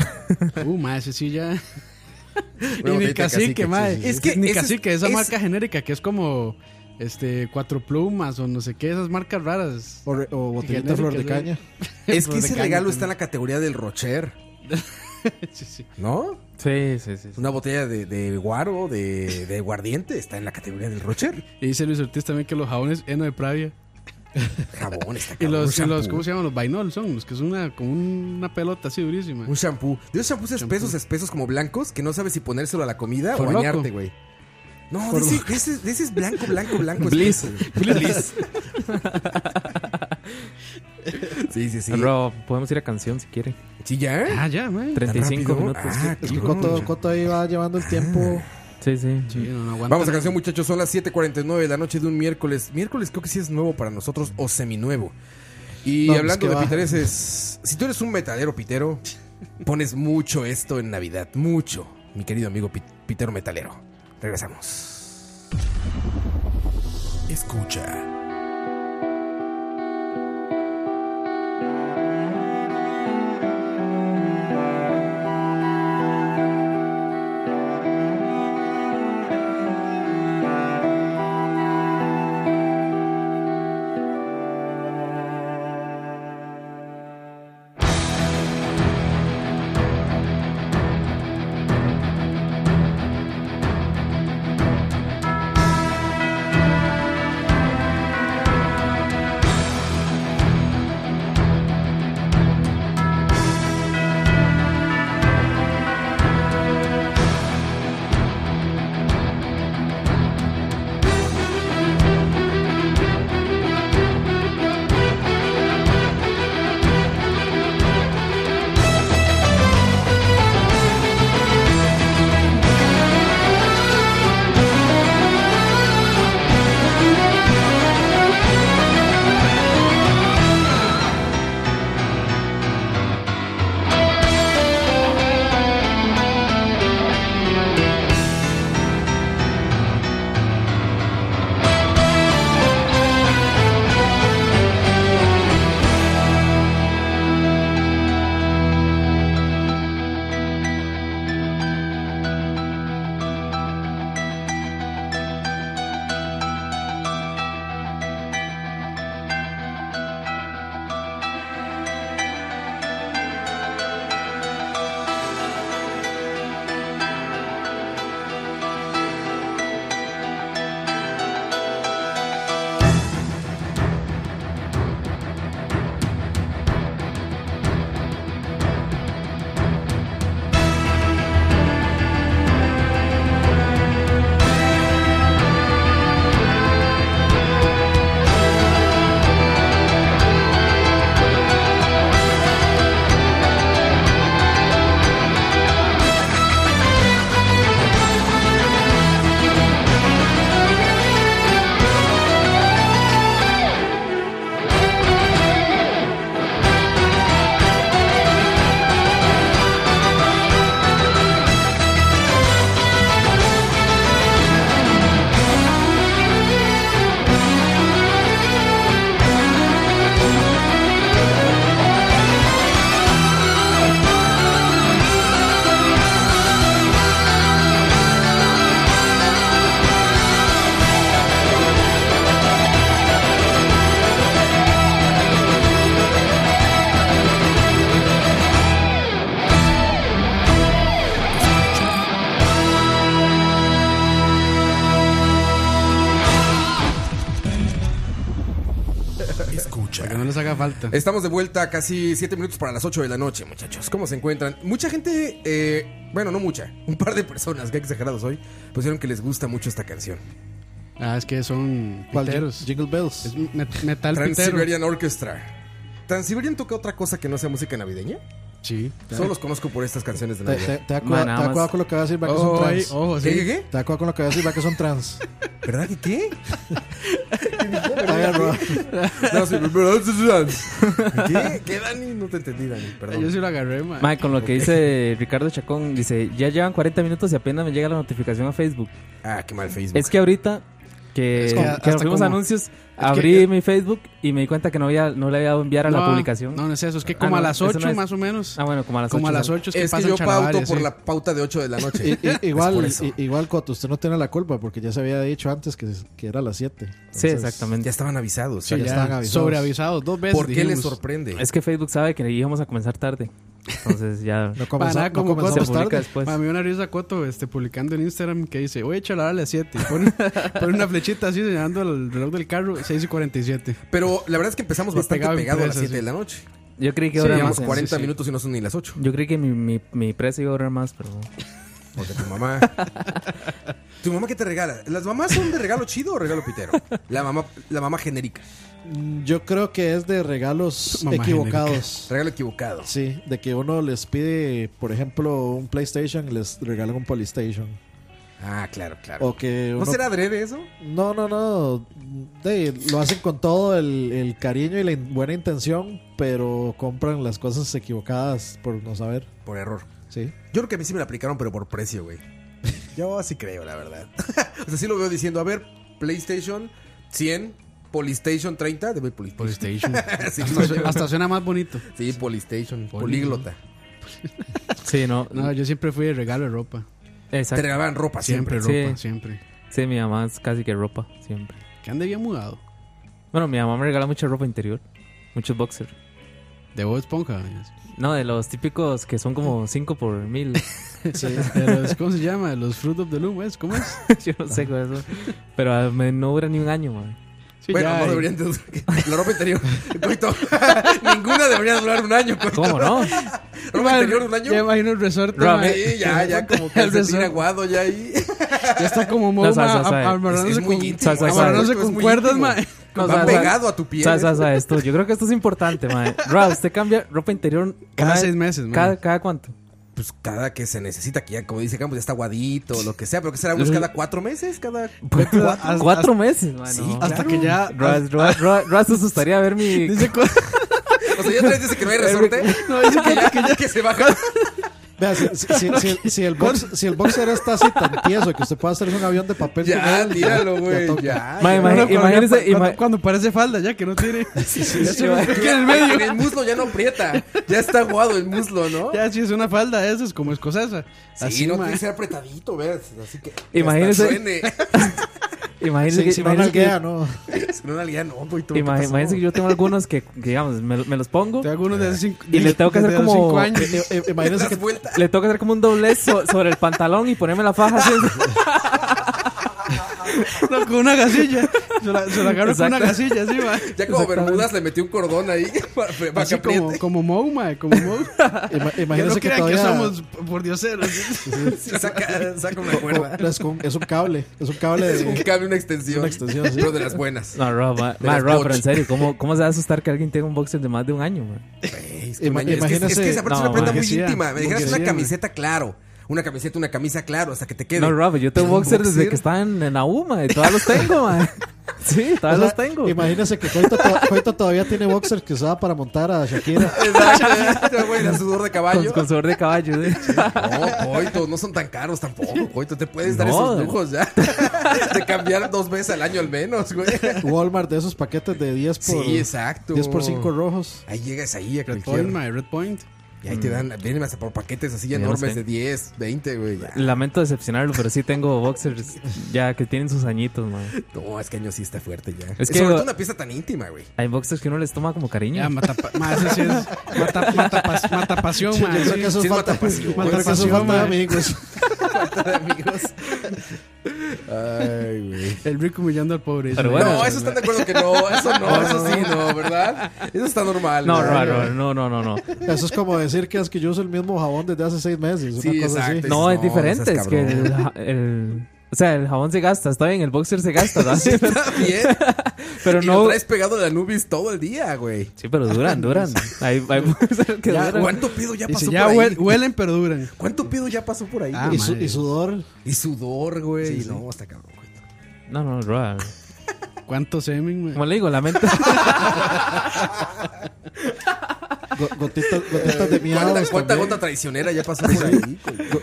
[SPEAKER 4] Uh, ma, ese sí ya.
[SPEAKER 3] Una
[SPEAKER 4] y
[SPEAKER 3] botellita
[SPEAKER 4] ni
[SPEAKER 3] de
[SPEAKER 4] cacique,
[SPEAKER 3] cacique,
[SPEAKER 4] ma.
[SPEAKER 3] sí, sí,
[SPEAKER 4] Es
[SPEAKER 3] sí.
[SPEAKER 4] que
[SPEAKER 3] Ese
[SPEAKER 4] ni
[SPEAKER 3] es-
[SPEAKER 4] cacique, esa
[SPEAKER 3] ese-
[SPEAKER 4] marca genérica que es como este cuatro plumas o no sé qué, esas marcas raras.
[SPEAKER 5] O, re- o botellita
[SPEAKER 4] Genérica,
[SPEAKER 5] de flor de
[SPEAKER 4] sí.
[SPEAKER 5] caña.
[SPEAKER 3] Es que
[SPEAKER 4] Pero
[SPEAKER 3] ese
[SPEAKER 4] de caña
[SPEAKER 3] regalo
[SPEAKER 4] también.
[SPEAKER 3] está en la categoría del Rocher,
[SPEAKER 4] Sí, sí.
[SPEAKER 3] ¿no?
[SPEAKER 6] sí sí sí, sí.
[SPEAKER 3] Una botella de, de guaro, de, de guardiente, está en la categoría del Rocher.
[SPEAKER 4] Y dice Luis Ortiz también que los jabones heno de Pravia.
[SPEAKER 3] Jabón, está
[SPEAKER 4] Y
[SPEAKER 3] cabrón.
[SPEAKER 4] los,
[SPEAKER 3] un
[SPEAKER 4] y los-
[SPEAKER 3] shampoo.
[SPEAKER 4] ¿cómo se llaman? Los vainol son, los que son una, como una pelota así durísima.
[SPEAKER 3] Un shampoo. De esos shampoos espesos, espesos como blancos, que no sabes si ponérselo a la comida
[SPEAKER 4] Por
[SPEAKER 3] o
[SPEAKER 4] loco.
[SPEAKER 3] bañarte, güey. No, de ese, de ese- de ese es blanco, blanco, blanco.
[SPEAKER 6] Bliss.
[SPEAKER 3] espeso, güey. Sí, sí, sí.
[SPEAKER 6] Rob, podemos ir a canción si quiere.
[SPEAKER 3] ¿Sí ya?
[SPEAKER 4] Ah, ya, man.
[SPEAKER 3] ¿Tan
[SPEAKER 6] 35
[SPEAKER 3] rápido?
[SPEAKER 6] minutos.
[SPEAKER 3] Ah,
[SPEAKER 5] Es que
[SPEAKER 3] cabrón.
[SPEAKER 5] Coto, Coto ahí va llevando el tiempo.
[SPEAKER 6] Sí, sí.
[SPEAKER 4] Sí, no, no aguanta.
[SPEAKER 3] Vamos a canción, muchachos. Son las 7:49 de la noche de un miércoles. Miércoles creo que sí es nuevo para nosotros o seminuevo. Y
[SPEAKER 5] No, pues,
[SPEAKER 3] hablando
[SPEAKER 5] ¿qué
[SPEAKER 3] de
[SPEAKER 5] va?
[SPEAKER 3] pitereses, si tú eres un metalero pitero, pones mucho esto en Navidad. Mucho, mi querido amigo pit- pitero metalero. Regresamos. Escucha.
[SPEAKER 4] Para que no les haga falta.
[SPEAKER 3] Estamos de vuelta casi 7 minutos para las 8 de la noche, muchachos. ¿Cómo se encuentran? Mucha gente, eh, bueno, no mucha, un par de personas, que exagerados hoy, pusieron que les gusta mucho esta canción.
[SPEAKER 4] Ah, es que son
[SPEAKER 5] ¿Cuál?
[SPEAKER 4] piteros.
[SPEAKER 5] Jingle Bells.
[SPEAKER 4] Es met- metal pitero.
[SPEAKER 3] Transiberian Orchestra. ¿Transiberian toca otra cosa que no sea música navideña?
[SPEAKER 4] Sí.
[SPEAKER 3] Solo los conozco por estas canciones de
[SPEAKER 5] Te,
[SPEAKER 3] Navidad.
[SPEAKER 5] te, te da
[SPEAKER 6] Man, nada
[SPEAKER 5] cua- te da
[SPEAKER 6] más.
[SPEAKER 5] cuidado con lo que va a decir, va que son
[SPEAKER 4] Ojo, ahí,
[SPEAKER 5] trans.
[SPEAKER 4] ojo,
[SPEAKER 3] ¿Qué,
[SPEAKER 4] sí.
[SPEAKER 3] qué,
[SPEAKER 5] Te da cuidado con lo que va a decir, va que son trans.
[SPEAKER 3] qué? ¿Verdad que qué?
[SPEAKER 5] Oiga, Rob,
[SPEAKER 3] No, sí, ¿verdad? ¿Qué? ¿Qué, Dani? No te entendí, Dani,
[SPEAKER 4] Yo
[SPEAKER 3] perdón.
[SPEAKER 4] sí lo agarré, man.
[SPEAKER 6] Mae, con lo que dice Ricardo Chacón, dice, ya llevan 40 minutos y apenas me llega la notificación a Facebook.
[SPEAKER 3] Ah, qué mal
[SPEAKER 4] Eh,
[SPEAKER 3] Facebook.
[SPEAKER 6] Es que ahorita que,
[SPEAKER 4] Es que
[SPEAKER 6] que
[SPEAKER 4] hasta
[SPEAKER 6] nos fuimos a
[SPEAKER 4] como-
[SPEAKER 6] anuncios, abrí mi Facebook y me di cuenta que no, había, no le había dado enviar a la
[SPEAKER 4] No,
[SPEAKER 6] publicación.
[SPEAKER 4] No, no es eso. Es que
[SPEAKER 6] Ah,
[SPEAKER 4] como a
[SPEAKER 6] no,
[SPEAKER 4] las
[SPEAKER 6] eso
[SPEAKER 4] 8
[SPEAKER 6] no es.
[SPEAKER 4] más o menos.
[SPEAKER 6] Ah, bueno, como a las
[SPEAKER 4] como a
[SPEAKER 6] ocho,
[SPEAKER 4] las
[SPEAKER 6] ¿no?
[SPEAKER 4] 8 es que
[SPEAKER 3] Es que
[SPEAKER 4] pasan
[SPEAKER 3] yo pauto
[SPEAKER 4] chalabares,
[SPEAKER 3] por
[SPEAKER 4] sí.
[SPEAKER 3] la pauta de 8 de la
[SPEAKER 5] i-
[SPEAKER 3] noche.
[SPEAKER 5] i- igual,
[SPEAKER 3] Es por
[SPEAKER 5] i-
[SPEAKER 3] eso.
[SPEAKER 5] igual, Coto, usted no tiene la culpa porque ya se había dicho antes que, que era a las 7.
[SPEAKER 6] Sí,
[SPEAKER 5] Entonces,
[SPEAKER 3] Ya
[SPEAKER 6] exactamente.
[SPEAKER 3] estaban avisados.
[SPEAKER 4] Sí,
[SPEAKER 5] ya
[SPEAKER 4] ya
[SPEAKER 5] estaban avisados.
[SPEAKER 4] sobreavisados dos veces.
[SPEAKER 3] ¿Por qué les
[SPEAKER 4] dijimos.
[SPEAKER 3] sorprende?
[SPEAKER 6] Es que Facebook sabe que íbamos a comenzar tarde. Entonces ya.
[SPEAKER 5] No
[SPEAKER 4] Para
[SPEAKER 5] comes,
[SPEAKER 4] nada,
[SPEAKER 5] no
[SPEAKER 4] como
[SPEAKER 5] comes
[SPEAKER 4] cuando-
[SPEAKER 5] antes tarde.
[SPEAKER 6] publica después.
[SPEAKER 4] Para mí una risa Coto este, publicando en Instagram que dice, voy a echar a las 7. Y pone, pone una flechita así señalando el reloj del carro, 6 y 47.
[SPEAKER 3] Pero la verdad es que empezamos
[SPEAKER 4] Y
[SPEAKER 3] bastante
[SPEAKER 4] pegado en
[SPEAKER 3] pegado a las
[SPEAKER 4] presa,
[SPEAKER 3] 7
[SPEAKER 4] sí.
[SPEAKER 3] de la noche.
[SPEAKER 6] Yo creí que
[SPEAKER 4] Sí,
[SPEAKER 6] ahora
[SPEAKER 4] digamos
[SPEAKER 3] Llevamos
[SPEAKER 6] más.
[SPEAKER 4] sí,
[SPEAKER 3] 40
[SPEAKER 4] sí.
[SPEAKER 3] minutos y no son ni las 8.
[SPEAKER 6] Yo creí que mi, mi, mi presa iba a ahorrar más, pero. no.
[SPEAKER 3] Porque tu mamá. ¿Tu mamá qué te regala? ¿Las mamás son de regalo chido o regalo pitero? La mamá, la mamá genérica.
[SPEAKER 5] Mm, Yo creo que es de regalos
[SPEAKER 4] Mamá
[SPEAKER 5] equivocados.
[SPEAKER 3] Regalo equivocado.
[SPEAKER 5] Sí, de que uno les pide, por ejemplo, un PlayStation, les regalan un Polystation.
[SPEAKER 3] Ah, claro, claro.
[SPEAKER 5] O que
[SPEAKER 3] ¿No
[SPEAKER 5] uno-
[SPEAKER 3] será adrede eso?
[SPEAKER 5] No, no, no. De- lo hacen con todo el, el cariño y la in- buena intención, pero compran las cosas equivocadas por no saber.
[SPEAKER 3] Por error.
[SPEAKER 5] Sí.
[SPEAKER 3] Yo creo que a mí sí me la aplicaron, pero por precio, güey. Yo sí creo, la verdad. o sea, sí lo veo diciendo, a ver, PlayStation 100, Polystation 30, debe PlayStation.
[SPEAKER 4] PlayStation.
[SPEAKER 3] sí,
[SPEAKER 4] hasta, su- hasta suena más bonito.
[SPEAKER 3] sí, Polystation, políglota.
[SPEAKER 6] Sí, no.
[SPEAKER 4] No, yo siempre fui de regalo de ropa.
[SPEAKER 3] Te
[SPEAKER 6] Exacto.
[SPEAKER 3] regalaban ropa siempre.
[SPEAKER 4] Siempre,
[SPEAKER 6] Sí.
[SPEAKER 4] ropa, siempre.
[SPEAKER 6] Sí, mi mamá es casi que ropa, siempre.
[SPEAKER 4] Que ande bien mudado.
[SPEAKER 6] Bueno, mi mamá me regala mucha ropa interior. Muchos boxers.
[SPEAKER 4] De Bob Esponja.
[SPEAKER 6] No, de los típicos que son como 5 por mil.
[SPEAKER 4] De los- ¿Cómo se llama? De los Fruit of the Loom, ¿es? ¿Cómo es?
[SPEAKER 6] Yo no sé con eso. Pero ah, me- no dura ni un año, man.
[SPEAKER 4] Sí,
[SPEAKER 3] bueno,
[SPEAKER 4] ya,
[SPEAKER 3] no
[SPEAKER 4] y-
[SPEAKER 3] deberían de La ropa interior. coito. Ninguna debería durar un año. coito.
[SPEAKER 6] ¿Cómo no?
[SPEAKER 3] ¿Ropa interior un año?
[SPEAKER 4] Ya imagino el resorte.
[SPEAKER 6] Rob,
[SPEAKER 4] ma,
[SPEAKER 3] Sí, ya, ya, como que
[SPEAKER 4] El
[SPEAKER 3] el sentir
[SPEAKER 4] resorte.
[SPEAKER 3] aguado ya ahí.
[SPEAKER 4] Ya está como
[SPEAKER 6] No, sabe,
[SPEAKER 4] Moma
[SPEAKER 6] sabe, sabe.
[SPEAKER 3] Es- es
[SPEAKER 4] amarrándose
[SPEAKER 3] muy
[SPEAKER 4] con,
[SPEAKER 3] íntimo,
[SPEAKER 6] sabe,
[SPEAKER 4] amarrándose
[SPEAKER 3] sabe.
[SPEAKER 4] con
[SPEAKER 3] Es muy
[SPEAKER 4] cuerdas,
[SPEAKER 3] íntimo.
[SPEAKER 4] ma.
[SPEAKER 6] No,
[SPEAKER 3] Va
[SPEAKER 6] sabe, sabe.
[SPEAKER 3] pegado a tu piel.
[SPEAKER 6] Sabe, sabe, sabe, esto. Yo creo que esto es importante, man. Ra, usted cambia ropa interior una
[SPEAKER 4] Cada
[SPEAKER 6] vez-
[SPEAKER 4] seis meses, man.
[SPEAKER 6] ¿Cada, cada cuánto?
[SPEAKER 3] Pues cada que se necesita, que ya, como dice Campos, ya está aguadito, o lo que sea, pero que será unos cada cuatro meses, cada.
[SPEAKER 4] Pues,
[SPEAKER 6] ¿Cuatro, meses, man.
[SPEAKER 3] Sí,
[SPEAKER 6] no.
[SPEAKER 4] Hasta que ya.
[SPEAKER 6] Ra, ra, ra, ra, se asustaría ver mi.
[SPEAKER 4] Dice cu-
[SPEAKER 3] O sea, ya tres dice que no hay resorte.
[SPEAKER 4] No, dice
[SPEAKER 3] que, ya, que se baja.
[SPEAKER 5] Vea, si, si- si- si el- si el box- si el boxer está así tan tieso que usted pueda hacerse un avión de papel. con
[SPEAKER 3] Ya,
[SPEAKER 5] él,
[SPEAKER 3] tíralo, güey.
[SPEAKER 5] toca.
[SPEAKER 3] Ya.
[SPEAKER 6] Ma, ima-
[SPEAKER 4] Uno cuando-
[SPEAKER 6] imagínese.
[SPEAKER 4] cuando,
[SPEAKER 6] ima-
[SPEAKER 4] cuando parece falda, ya que no tiene.
[SPEAKER 6] sí, ma.
[SPEAKER 3] Que en el medio. El muslo ya no aprieta. Ya está aguado el muslo, ¿no?
[SPEAKER 4] Ya si es una falda, eso es como escocesa.
[SPEAKER 3] Sí,
[SPEAKER 4] Así,
[SPEAKER 3] no
[SPEAKER 4] ma.
[SPEAKER 3] tiene que ser apretadito, ¿ves? Así que. que
[SPEAKER 6] Imagínese-
[SPEAKER 3] hasta suene.
[SPEAKER 6] Imagínese
[SPEAKER 5] Sí,
[SPEAKER 6] que-
[SPEAKER 5] si no,
[SPEAKER 6] imagínese que-
[SPEAKER 5] nalguea, no.
[SPEAKER 3] Si no, ya no, güey. tú, ¿qué
[SPEAKER 6] Ima-
[SPEAKER 3] pasó?
[SPEAKER 6] Imagínense que yo tengo algunos que, que, digamos, me, lo- me los pongo.
[SPEAKER 4] Te hago uno de hace cinco,
[SPEAKER 6] Y le tengo que hacer
[SPEAKER 4] desde hace
[SPEAKER 6] como-
[SPEAKER 4] cinco años.
[SPEAKER 5] Eh, eh, Imagínese
[SPEAKER 3] Das
[SPEAKER 5] que
[SPEAKER 3] vuelta.
[SPEAKER 6] Le tengo que hacer como un doblez so- sobre el pantalón y ponerme la faja así.
[SPEAKER 4] No, con una gasilla. Se la, se la agarro con
[SPEAKER 6] Exacto.
[SPEAKER 4] una gasilla, sí, ma.
[SPEAKER 3] Ya como Bermudas le metió un cordón ahí para, para que
[SPEAKER 4] Así
[SPEAKER 3] apriete.
[SPEAKER 4] como, como Mou, ma, como Mou.
[SPEAKER 5] ima-
[SPEAKER 4] Ya no
[SPEAKER 5] imagínese que
[SPEAKER 4] crean
[SPEAKER 5] todavía
[SPEAKER 4] que somos por dioseros.
[SPEAKER 3] Sí, saca, saca una cuerda.
[SPEAKER 5] es, un, es un cable, es un cable
[SPEAKER 3] Es un
[SPEAKER 5] de,
[SPEAKER 3] cable, una extensión.
[SPEAKER 5] Una extensión, sí.
[SPEAKER 3] Pero de las buenas.
[SPEAKER 6] No, Rob, ma,
[SPEAKER 3] De las
[SPEAKER 6] Rob,
[SPEAKER 3] Coach.
[SPEAKER 6] pero en serio, ¿cómo, ¿cómo se va a asustar que alguien tenga un boxer de más de un año, man?
[SPEAKER 3] Ey, es que un
[SPEAKER 5] Ima-
[SPEAKER 3] año- es que- Es que,
[SPEAKER 5] imagínese-
[SPEAKER 3] se aprieta
[SPEAKER 6] no,
[SPEAKER 3] una prenda muy
[SPEAKER 4] burguesía,
[SPEAKER 3] íntima. Me dijeras una
[SPEAKER 4] burguesía,
[SPEAKER 3] camiseta, claro. Una camiseta, una camisa, claro, hasta que te quede.
[SPEAKER 6] No, Rob, yo tengo
[SPEAKER 3] Pero un
[SPEAKER 6] boxers desde
[SPEAKER 3] boxer.
[SPEAKER 6] que estaba en, en la U, ma, y todavía los tengo, man. Sí,
[SPEAKER 5] O
[SPEAKER 6] todavía
[SPEAKER 5] sea,
[SPEAKER 6] los tengo.
[SPEAKER 5] Imagínese que Coito, to- Coito todavía tiene boxers que usaba para montar a Shakira.
[SPEAKER 3] Exacto, güey, la sudor
[SPEAKER 6] Con,
[SPEAKER 3] de caballo.
[SPEAKER 6] con sudor de caballo, sí.
[SPEAKER 3] No, coito, no son tan caros tampoco, coito. Te puedes dar
[SPEAKER 6] No.
[SPEAKER 3] esos lujos ya. De cambiar dos veces al año al menos, güey.
[SPEAKER 5] Walmart de esos paquetes de 10 por,
[SPEAKER 3] Sí, exacto.
[SPEAKER 5] 10 por 5 rojos.
[SPEAKER 3] Ahí llegas ahí a
[SPEAKER 4] Red
[SPEAKER 3] cualquier.
[SPEAKER 4] Point, ma, Red Point.
[SPEAKER 3] Y ahí te dan, vienen hasta por paquetes así
[SPEAKER 6] Ya no
[SPEAKER 3] enormes
[SPEAKER 6] sé.
[SPEAKER 3] de 10, 20, güey. ya.
[SPEAKER 6] Lamento decepcionarlo, pero sí tengo boxers ya que tienen sus añitos, man.
[SPEAKER 3] No, es que año sí está fuerte ya.
[SPEAKER 6] Es
[SPEAKER 3] Es
[SPEAKER 6] que-
[SPEAKER 3] que sobre todo una pieza tan íntima, güey.
[SPEAKER 6] Hay boxers que uno les toma como cariño.
[SPEAKER 4] Ya, mata, ma, eso sí es. Mata, mata, pas- mata pasión, ma.
[SPEAKER 5] Yo creo
[SPEAKER 4] sí.
[SPEAKER 5] que eso
[SPEAKER 3] sí,
[SPEAKER 5] es
[SPEAKER 3] es
[SPEAKER 5] falta,
[SPEAKER 3] matapasillo,
[SPEAKER 5] yo
[SPEAKER 4] güey.
[SPEAKER 5] creo que eso es
[SPEAKER 4] Matapasillo,
[SPEAKER 5] falta de amigos.
[SPEAKER 4] madre.
[SPEAKER 3] amigos. Ay, güey.
[SPEAKER 4] El rico humillando al pobre.
[SPEAKER 6] Pero
[SPEAKER 4] sí.
[SPEAKER 6] bueno,
[SPEAKER 3] no, eso están de acuerdo que no, eso no, eso sí no, ¿verdad? Eso está normal.
[SPEAKER 6] no,
[SPEAKER 3] ¿verdad?
[SPEAKER 6] Rob, Rob, no, no, no, no.
[SPEAKER 5] Eso es como decir que es que yo uso el mismo jabón desde hace 6 meses. Una
[SPEAKER 3] Sí,
[SPEAKER 5] cosa
[SPEAKER 3] exacto.
[SPEAKER 6] No, es
[SPEAKER 3] No,
[SPEAKER 6] diferente.
[SPEAKER 3] seas
[SPEAKER 6] es que
[SPEAKER 3] cabrón.
[SPEAKER 6] el, ja- el- o sea, el jabón se gasta, está bien, el boxer se gasta, ¿no?
[SPEAKER 3] Está bien.
[SPEAKER 6] pero
[SPEAKER 3] y lo
[SPEAKER 6] no.
[SPEAKER 3] traes pegado a la Nubis todo el día, güey.
[SPEAKER 6] Sí, pero duran, duran. Hay, hay boxers que
[SPEAKER 3] Ya,
[SPEAKER 6] duran.
[SPEAKER 3] ¿Cuánto pedo ya
[SPEAKER 4] Dice,
[SPEAKER 3] pasó
[SPEAKER 4] ya
[SPEAKER 3] por
[SPEAKER 4] huel-
[SPEAKER 3] ahí?
[SPEAKER 4] huelen, pero duran.
[SPEAKER 3] ¿Cuánto pedo ya pasó por ahí?
[SPEAKER 4] Ah,
[SPEAKER 5] así. Y, su-
[SPEAKER 4] madre.
[SPEAKER 5] y sudor.
[SPEAKER 3] Y sudor, güey. y No, está cabrón. güey.
[SPEAKER 6] No, no, Rob.
[SPEAKER 4] ¿Cuánto semen, ma?
[SPEAKER 6] Como le digo, lamento.
[SPEAKER 5] go- gotitas, gotitas de miado.
[SPEAKER 3] ¿Cuánta, cuánta gota traicionera ya pasó por ahí?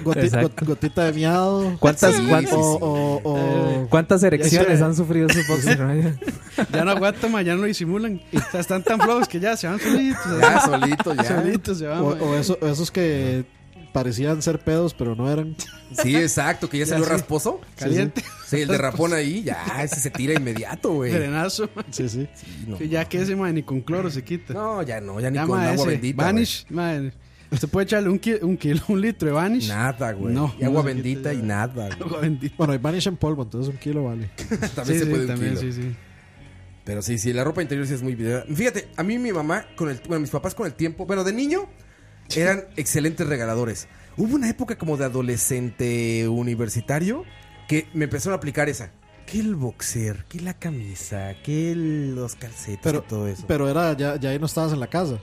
[SPEAKER 3] güey?
[SPEAKER 6] Exacto.
[SPEAKER 5] gotita de miado.
[SPEAKER 6] ¿Cuántas,
[SPEAKER 3] Sí,
[SPEAKER 6] cuántas,
[SPEAKER 5] O, o, o-
[SPEAKER 6] cuántas erecciones
[SPEAKER 4] sé.
[SPEAKER 6] han sufrido esos boxers? no?
[SPEAKER 4] Ya no aguantan, ma, ya no lo disimulan. O sea, están tan flojos que ya se van solitos.
[SPEAKER 3] Ya,
[SPEAKER 4] así.
[SPEAKER 3] solito, ya. Oh,
[SPEAKER 4] Solitos se van,
[SPEAKER 5] o-
[SPEAKER 4] ma.
[SPEAKER 5] o eso- o esos que parecían ser pedos, pero no eran.
[SPEAKER 3] Sí, exacto, que ya salió
[SPEAKER 4] sí.
[SPEAKER 3] rasposo.
[SPEAKER 4] Caliente.
[SPEAKER 3] Sí, el derrapón ahí, ya, ese se tira inmediato, güey.
[SPEAKER 4] Drenazo, ma.
[SPEAKER 5] Sí, sí.
[SPEAKER 3] Sí, no.
[SPEAKER 4] Que ya que ese, ma, ni con cloro se quita.
[SPEAKER 3] No, ya no, ya ni
[SPEAKER 4] Ya,
[SPEAKER 3] con
[SPEAKER 4] ma,
[SPEAKER 3] agua
[SPEAKER 4] ese.
[SPEAKER 3] bendita. güey.
[SPEAKER 4] Vanish, ma. Usted puede echarle un, ki- un kilo, un litro de Vanish.
[SPEAKER 3] Nada, güey.
[SPEAKER 4] No,
[SPEAKER 3] y agua
[SPEAKER 4] no sé qué
[SPEAKER 3] bendita
[SPEAKER 4] te-
[SPEAKER 3] y nada, güey.
[SPEAKER 4] Agua bendita.
[SPEAKER 5] Bueno, hay vanish en polvo, entonces un kilo vale.
[SPEAKER 4] Sí,
[SPEAKER 3] También se
[SPEAKER 4] sí,
[SPEAKER 3] puede un
[SPEAKER 4] también, sí,
[SPEAKER 3] kilo.
[SPEAKER 4] sí.
[SPEAKER 3] Pero sí, sí, la ropa interior sí es muy... Fíjate, a mí mi mamá, con el, bueno, mis papás con el tiempo, bueno, de niño eran excelentes regaladores. Hubo una época como de adolescente universitario que me empezaron a aplicar esa. Que el boxer, que la camisa, que el- los calcetes
[SPEAKER 5] Pero-
[SPEAKER 3] y todo eso.
[SPEAKER 5] Pero era, ya, ya ahí no estabas en la casa.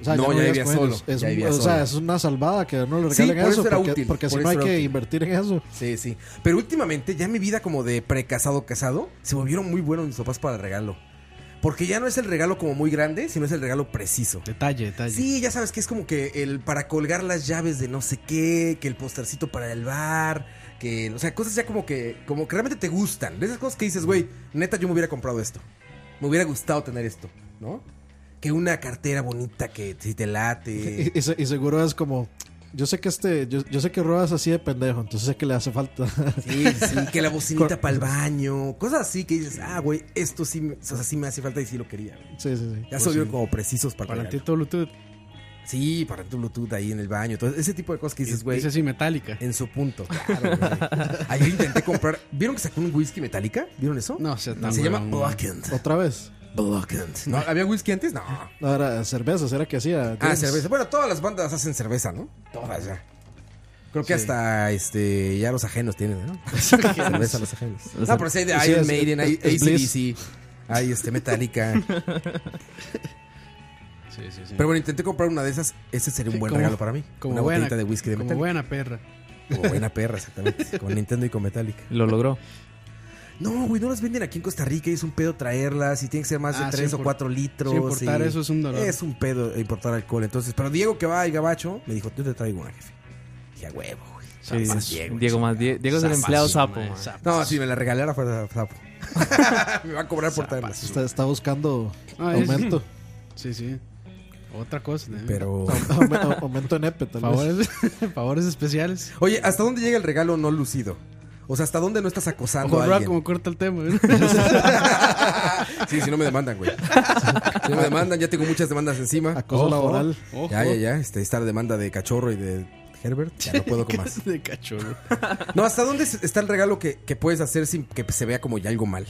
[SPEAKER 5] O sea,
[SPEAKER 3] No, ya
[SPEAKER 5] vivías
[SPEAKER 3] vivía
[SPEAKER 5] con ellos.
[SPEAKER 3] solo,
[SPEAKER 5] Es
[SPEAKER 3] ya
[SPEAKER 5] un-
[SPEAKER 3] vivía
[SPEAKER 5] o
[SPEAKER 3] solo.
[SPEAKER 5] sea, es una salvada que no le
[SPEAKER 3] Sí,
[SPEAKER 5] regalen
[SPEAKER 3] por
[SPEAKER 5] eso.
[SPEAKER 3] eso era
[SPEAKER 5] porque
[SPEAKER 3] útil,
[SPEAKER 5] porque
[SPEAKER 3] por
[SPEAKER 5] si no
[SPEAKER 3] eso
[SPEAKER 5] hay
[SPEAKER 3] era
[SPEAKER 5] que
[SPEAKER 3] útil.
[SPEAKER 5] invertir en eso.
[SPEAKER 3] Sí, sí. Pero últimamente ya mi vida como de precasado casado se volvieron muy buenos mis papás para regalo. Porque ya no es el regalo como muy grande, sino es el regalo preciso.
[SPEAKER 4] Detalle, detalle.
[SPEAKER 3] Sí, ya sabes que es como que el para colgar las llaves de no sé qué, que el postercito para el bar, que, o sea, cosas ya como que, como que realmente te gustan. De esas cosas que dices, güey, neta, yo me hubiera comprado esto. Me hubiera gustado tener esto, ¿no? Que una cartera bonita que si te late.
[SPEAKER 5] Y, y se- y seguro es como. Yo sé que este, yo, yo sé que Rodas así de pendejo, entonces sé que le hace falta.
[SPEAKER 3] Sí, sí, que la bocinita para el baño. Cosas así que dices, ah, güey, esto sí, me- o sea, sí me hace falta y sí lo quería. güey.
[SPEAKER 5] sí, sí, sí.
[SPEAKER 3] Ya se vieron como precisos para, el regalo.
[SPEAKER 4] Parlantito Bluetooth.
[SPEAKER 3] Sí, para tu Bluetooth ahí en el baño. Entonces, ese tipo de cosas que dices, güey.
[SPEAKER 4] Dice así, metálica.
[SPEAKER 3] En su punto. Claro, güey. Ayer intenté comprar. ¿Vieron que sacó un whisky metálica? ¿Vieron eso?
[SPEAKER 4] No, se
[SPEAKER 3] Se llama Blackened.
[SPEAKER 5] Otra vez.
[SPEAKER 3] Blackened. ¿No? ¿Había whisky antes? No.
[SPEAKER 5] No, era cervezas, era que hacía.
[SPEAKER 3] Ah,
[SPEAKER 5] drinks.
[SPEAKER 3] cerveza. Bueno, todas las bandas hacen cerveza, ¿no? Todas ya. Creo que hasta este ya los ajenos tienen, ¿no? cerveza los ajenos. No, pero sí hay de
[SPEAKER 5] Sí,
[SPEAKER 3] Iron
[SPEAKER 5] es-
[SPEAKER 3] Maiden, hay
[SPEAKER 5] es- es
[SPEAKER 3] ACDC, hay este Metallica.
[SPEAKER 4] Sí, sí, sí.
[SPEAKER 3] Pero bueno, intenté comprar una de esas. Ese sería un buen
[SPEAKER 4] Como-
[SPEAKER 3] regalo para mí.
[SPEAKER 4] como
[SPEAKER 3] una
[SPEAKER 4] buena,
[SPEAKER 3] botellita de whisky de
[SPEAKER 4] como
[SPEAKER 3] Metallica.
[SPEAKER 4] buena perra.
[SPEAKER 3] Como buena perra, exactamente. Con Nintendo y con Metallica.
[SPEAKER 6] Lo logró.
[SPEAKER 3] No, güey, no las venden aquí en Costa Rica y es un pedo traerlas y tiene que ser más
[SPEAKER 4] Ah,
[SPEAKER 3] de
[SPEAKER 4] sí,
[SPEAKER 3] 3 o
[SPEAKER 4] impor-
[SPEAKER 3] 4 litros.
[SPEAKER 4] sí, importar
[SPEAKER 3] y-
[SPEAKER 4] eso es un dolor.
[SPEAKER 3] Es un pedo importar alcohol. Entonces, pero Diego que va al gabacho me dijo, yo te traigo una, jefe. Dije, "A huevo, güey.
[SPEAKER 6] Sí,
[SPEAKER 3] Zapas,
[SPEAKER 6] Diego,
[SPEAKER 3] chingada.
[SPEAKER 6] más Die- Diego es el
[SPEAKER 3] Zapas,
[SPEAKER 6] empleado
[SPEAKER 3] sí,
[SPEAKER 6] sapo.
[SPEAKER 4] Mae,
[SPEAKER 6] mae.
[SPEAKER 4] sapo.
[SPEAKER 3] No, si me la regalara fuera sapo. ah, me va a cobrar por traerlas.
[SPEAKER 5] Está, está buscando
[SPEAKER 4] Ah, es-
[SPEAKER 5] aumento.
[SPEAKER 4] Sí, sí. Otra cosa. ¿eh? ¿no?
[SPEAKER 3] Pero.
[SPEAKER 5] Aume- au- aumento en EPE, tal vez.
[SPEAKER 4] Favores, favores especiales.
[SPEAKER 3] Oye, ¿hasta dónde llega el regalo no lucido? O sea, ¿hasta dónde no estás acosando
[SPEAKER 4] Ojo,
[SPEAKER 3] a
[SPEAKER 4] Roa,
[SPEAKER 3] alguien?
[SPEAKER 4] como corta el tema. ¿eh?
[SPEAKER 3] sí, si no me demandan, güey. Si no me demandan, ya tengo muchas demandas encima.
[SPEAKER 5] Acoso
[SPEAKER 4] Ojo.
[SPEAKER 5] laboral.
[SPEAKER 4] Ojo.
[SPEAKER 3] Ya, ya, ya. Este, está la demanda de cachorro y de Herbert. Ya no puedo con más.
[SPEAKER 4] De cachorro.
[SPEAKER 3] No, ¿hasta dónde se- está el regalo que, que puedes hacer sin que se vea como ya algo mal?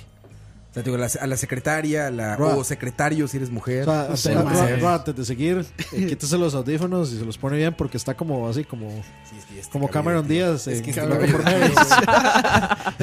[SPEAKER 3] O sea, te digo, a la, a la secretaria, a la,
[SPEAKER 5] Roa.
[SPEAKER 3] o secretario si eres mujer.
[SPEAKER 5] O sea, antes,
[SPEAKER 4] Sí,
[SPEAKER 5] ah,
[SPEAKER 4] mae.
[SPEAKER 5] Roa- Roa, antes de seguir, eh, quítese los audífonos y se los pone bien porque está como así, como,
[SPEAKER 3] Sí, es que este
[SPEAKER 5] como
[SPEAKER 3] cabello
[SPEAKER 5] Cameron
[SPEAKER 3] de tío-
[SPEAKER 5] Díaz.
[SPEAKER 3] Es
[SPEAKER 5] eh,
[SPEAKER 3] que este
[SPEAKER 5] loco
[SPEAKER 3] cabello
[SPEAKER 5] por
[SPEAKER 3] de
[SPEAKER 5] Neves.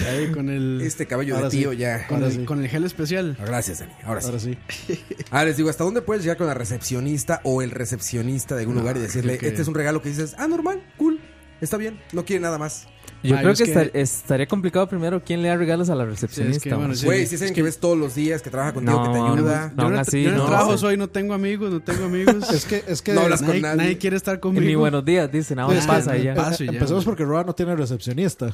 [SPEAKER 4] Ahí con el,
[SPEAKER 3] Este cabello de
[SPEAKER 5] Ahora sí.
[SPEAKER 3] tío ya.
[SPEAKER 4] con,
[SPEAKER 5] ahora
[SPEAKER 4] el
[SPEAKER 5] sí.
[SPEAKER 4] con el gel especial.
[SPEAKER 3] Ah, Gracias, Dani. Ahora sí.
[SPEAKER 5] Ahora sí.
[SPEAKER 3] Ah, les digo, ¿hasta dónde puedes llegar con la recepcionista o el recepcionista de algún lugar y decirle,
[SPEAKER 4] creo que-
[SPEAKER 3] este es un regalo que dices, ah, normal, cool, está bien, no quiere nada más?
[SPEAKER 6] Yo
[SPEAKER 4] Mae,
[SPEAKER 6] creo
[SPEAKER 4] Ah, es
[SPEAKER 6] que,
[SPEAKER 4] que-
[SPEAKER 6] estar- estaría complicado primero quién le da regalos a la recepcionista.
[SPEAKER 4] bueno,
[SPEAKER 6] mae.
[SPEAKER 4] Sí,
[SPEAKER 3] Güey,
[SPEAKER 4] es
[SPEAKER 3] si es alguien
[SPEAKER 4] que-
[SPEAKER 3] que ves todos los días, que trabaja contigo, que te
[SPEAKER 6] No,
[SPEAKER 3] ayuda.
[SPEAKER 6] no,
[SPEAKER 4] yo
[SPEAKER 6] aún
[SPEAKER 4] no,
[SPEAKER 6] así,
[SPEAKER 4] yo no
[SPEAKER 6] no.
[SPEAKER 4] trabajo, soy, no tengo amigos, no tengo amigos.
[SPEAKER 5] Es que, es que
[SPEAKER 3] No hablas
[SPEAKER 4] nadie,
[SPEAKER 3] con nadie.
[SPEAKER 4] nadie quiere estar conmigo.
[SPEAKER 6] Ni buenos días, dice, nada más
[SPEAKER 5] es que-
[SPEAKER 6] pasa y ya.
[SPEAKER 5] eh,
[SPEAKER 4] Paso y ya,
[SPEAKER 5] empezamos
[SPEAKER 4] güey.
[SPEAKER 5] porque Roa no tiene recepcionista.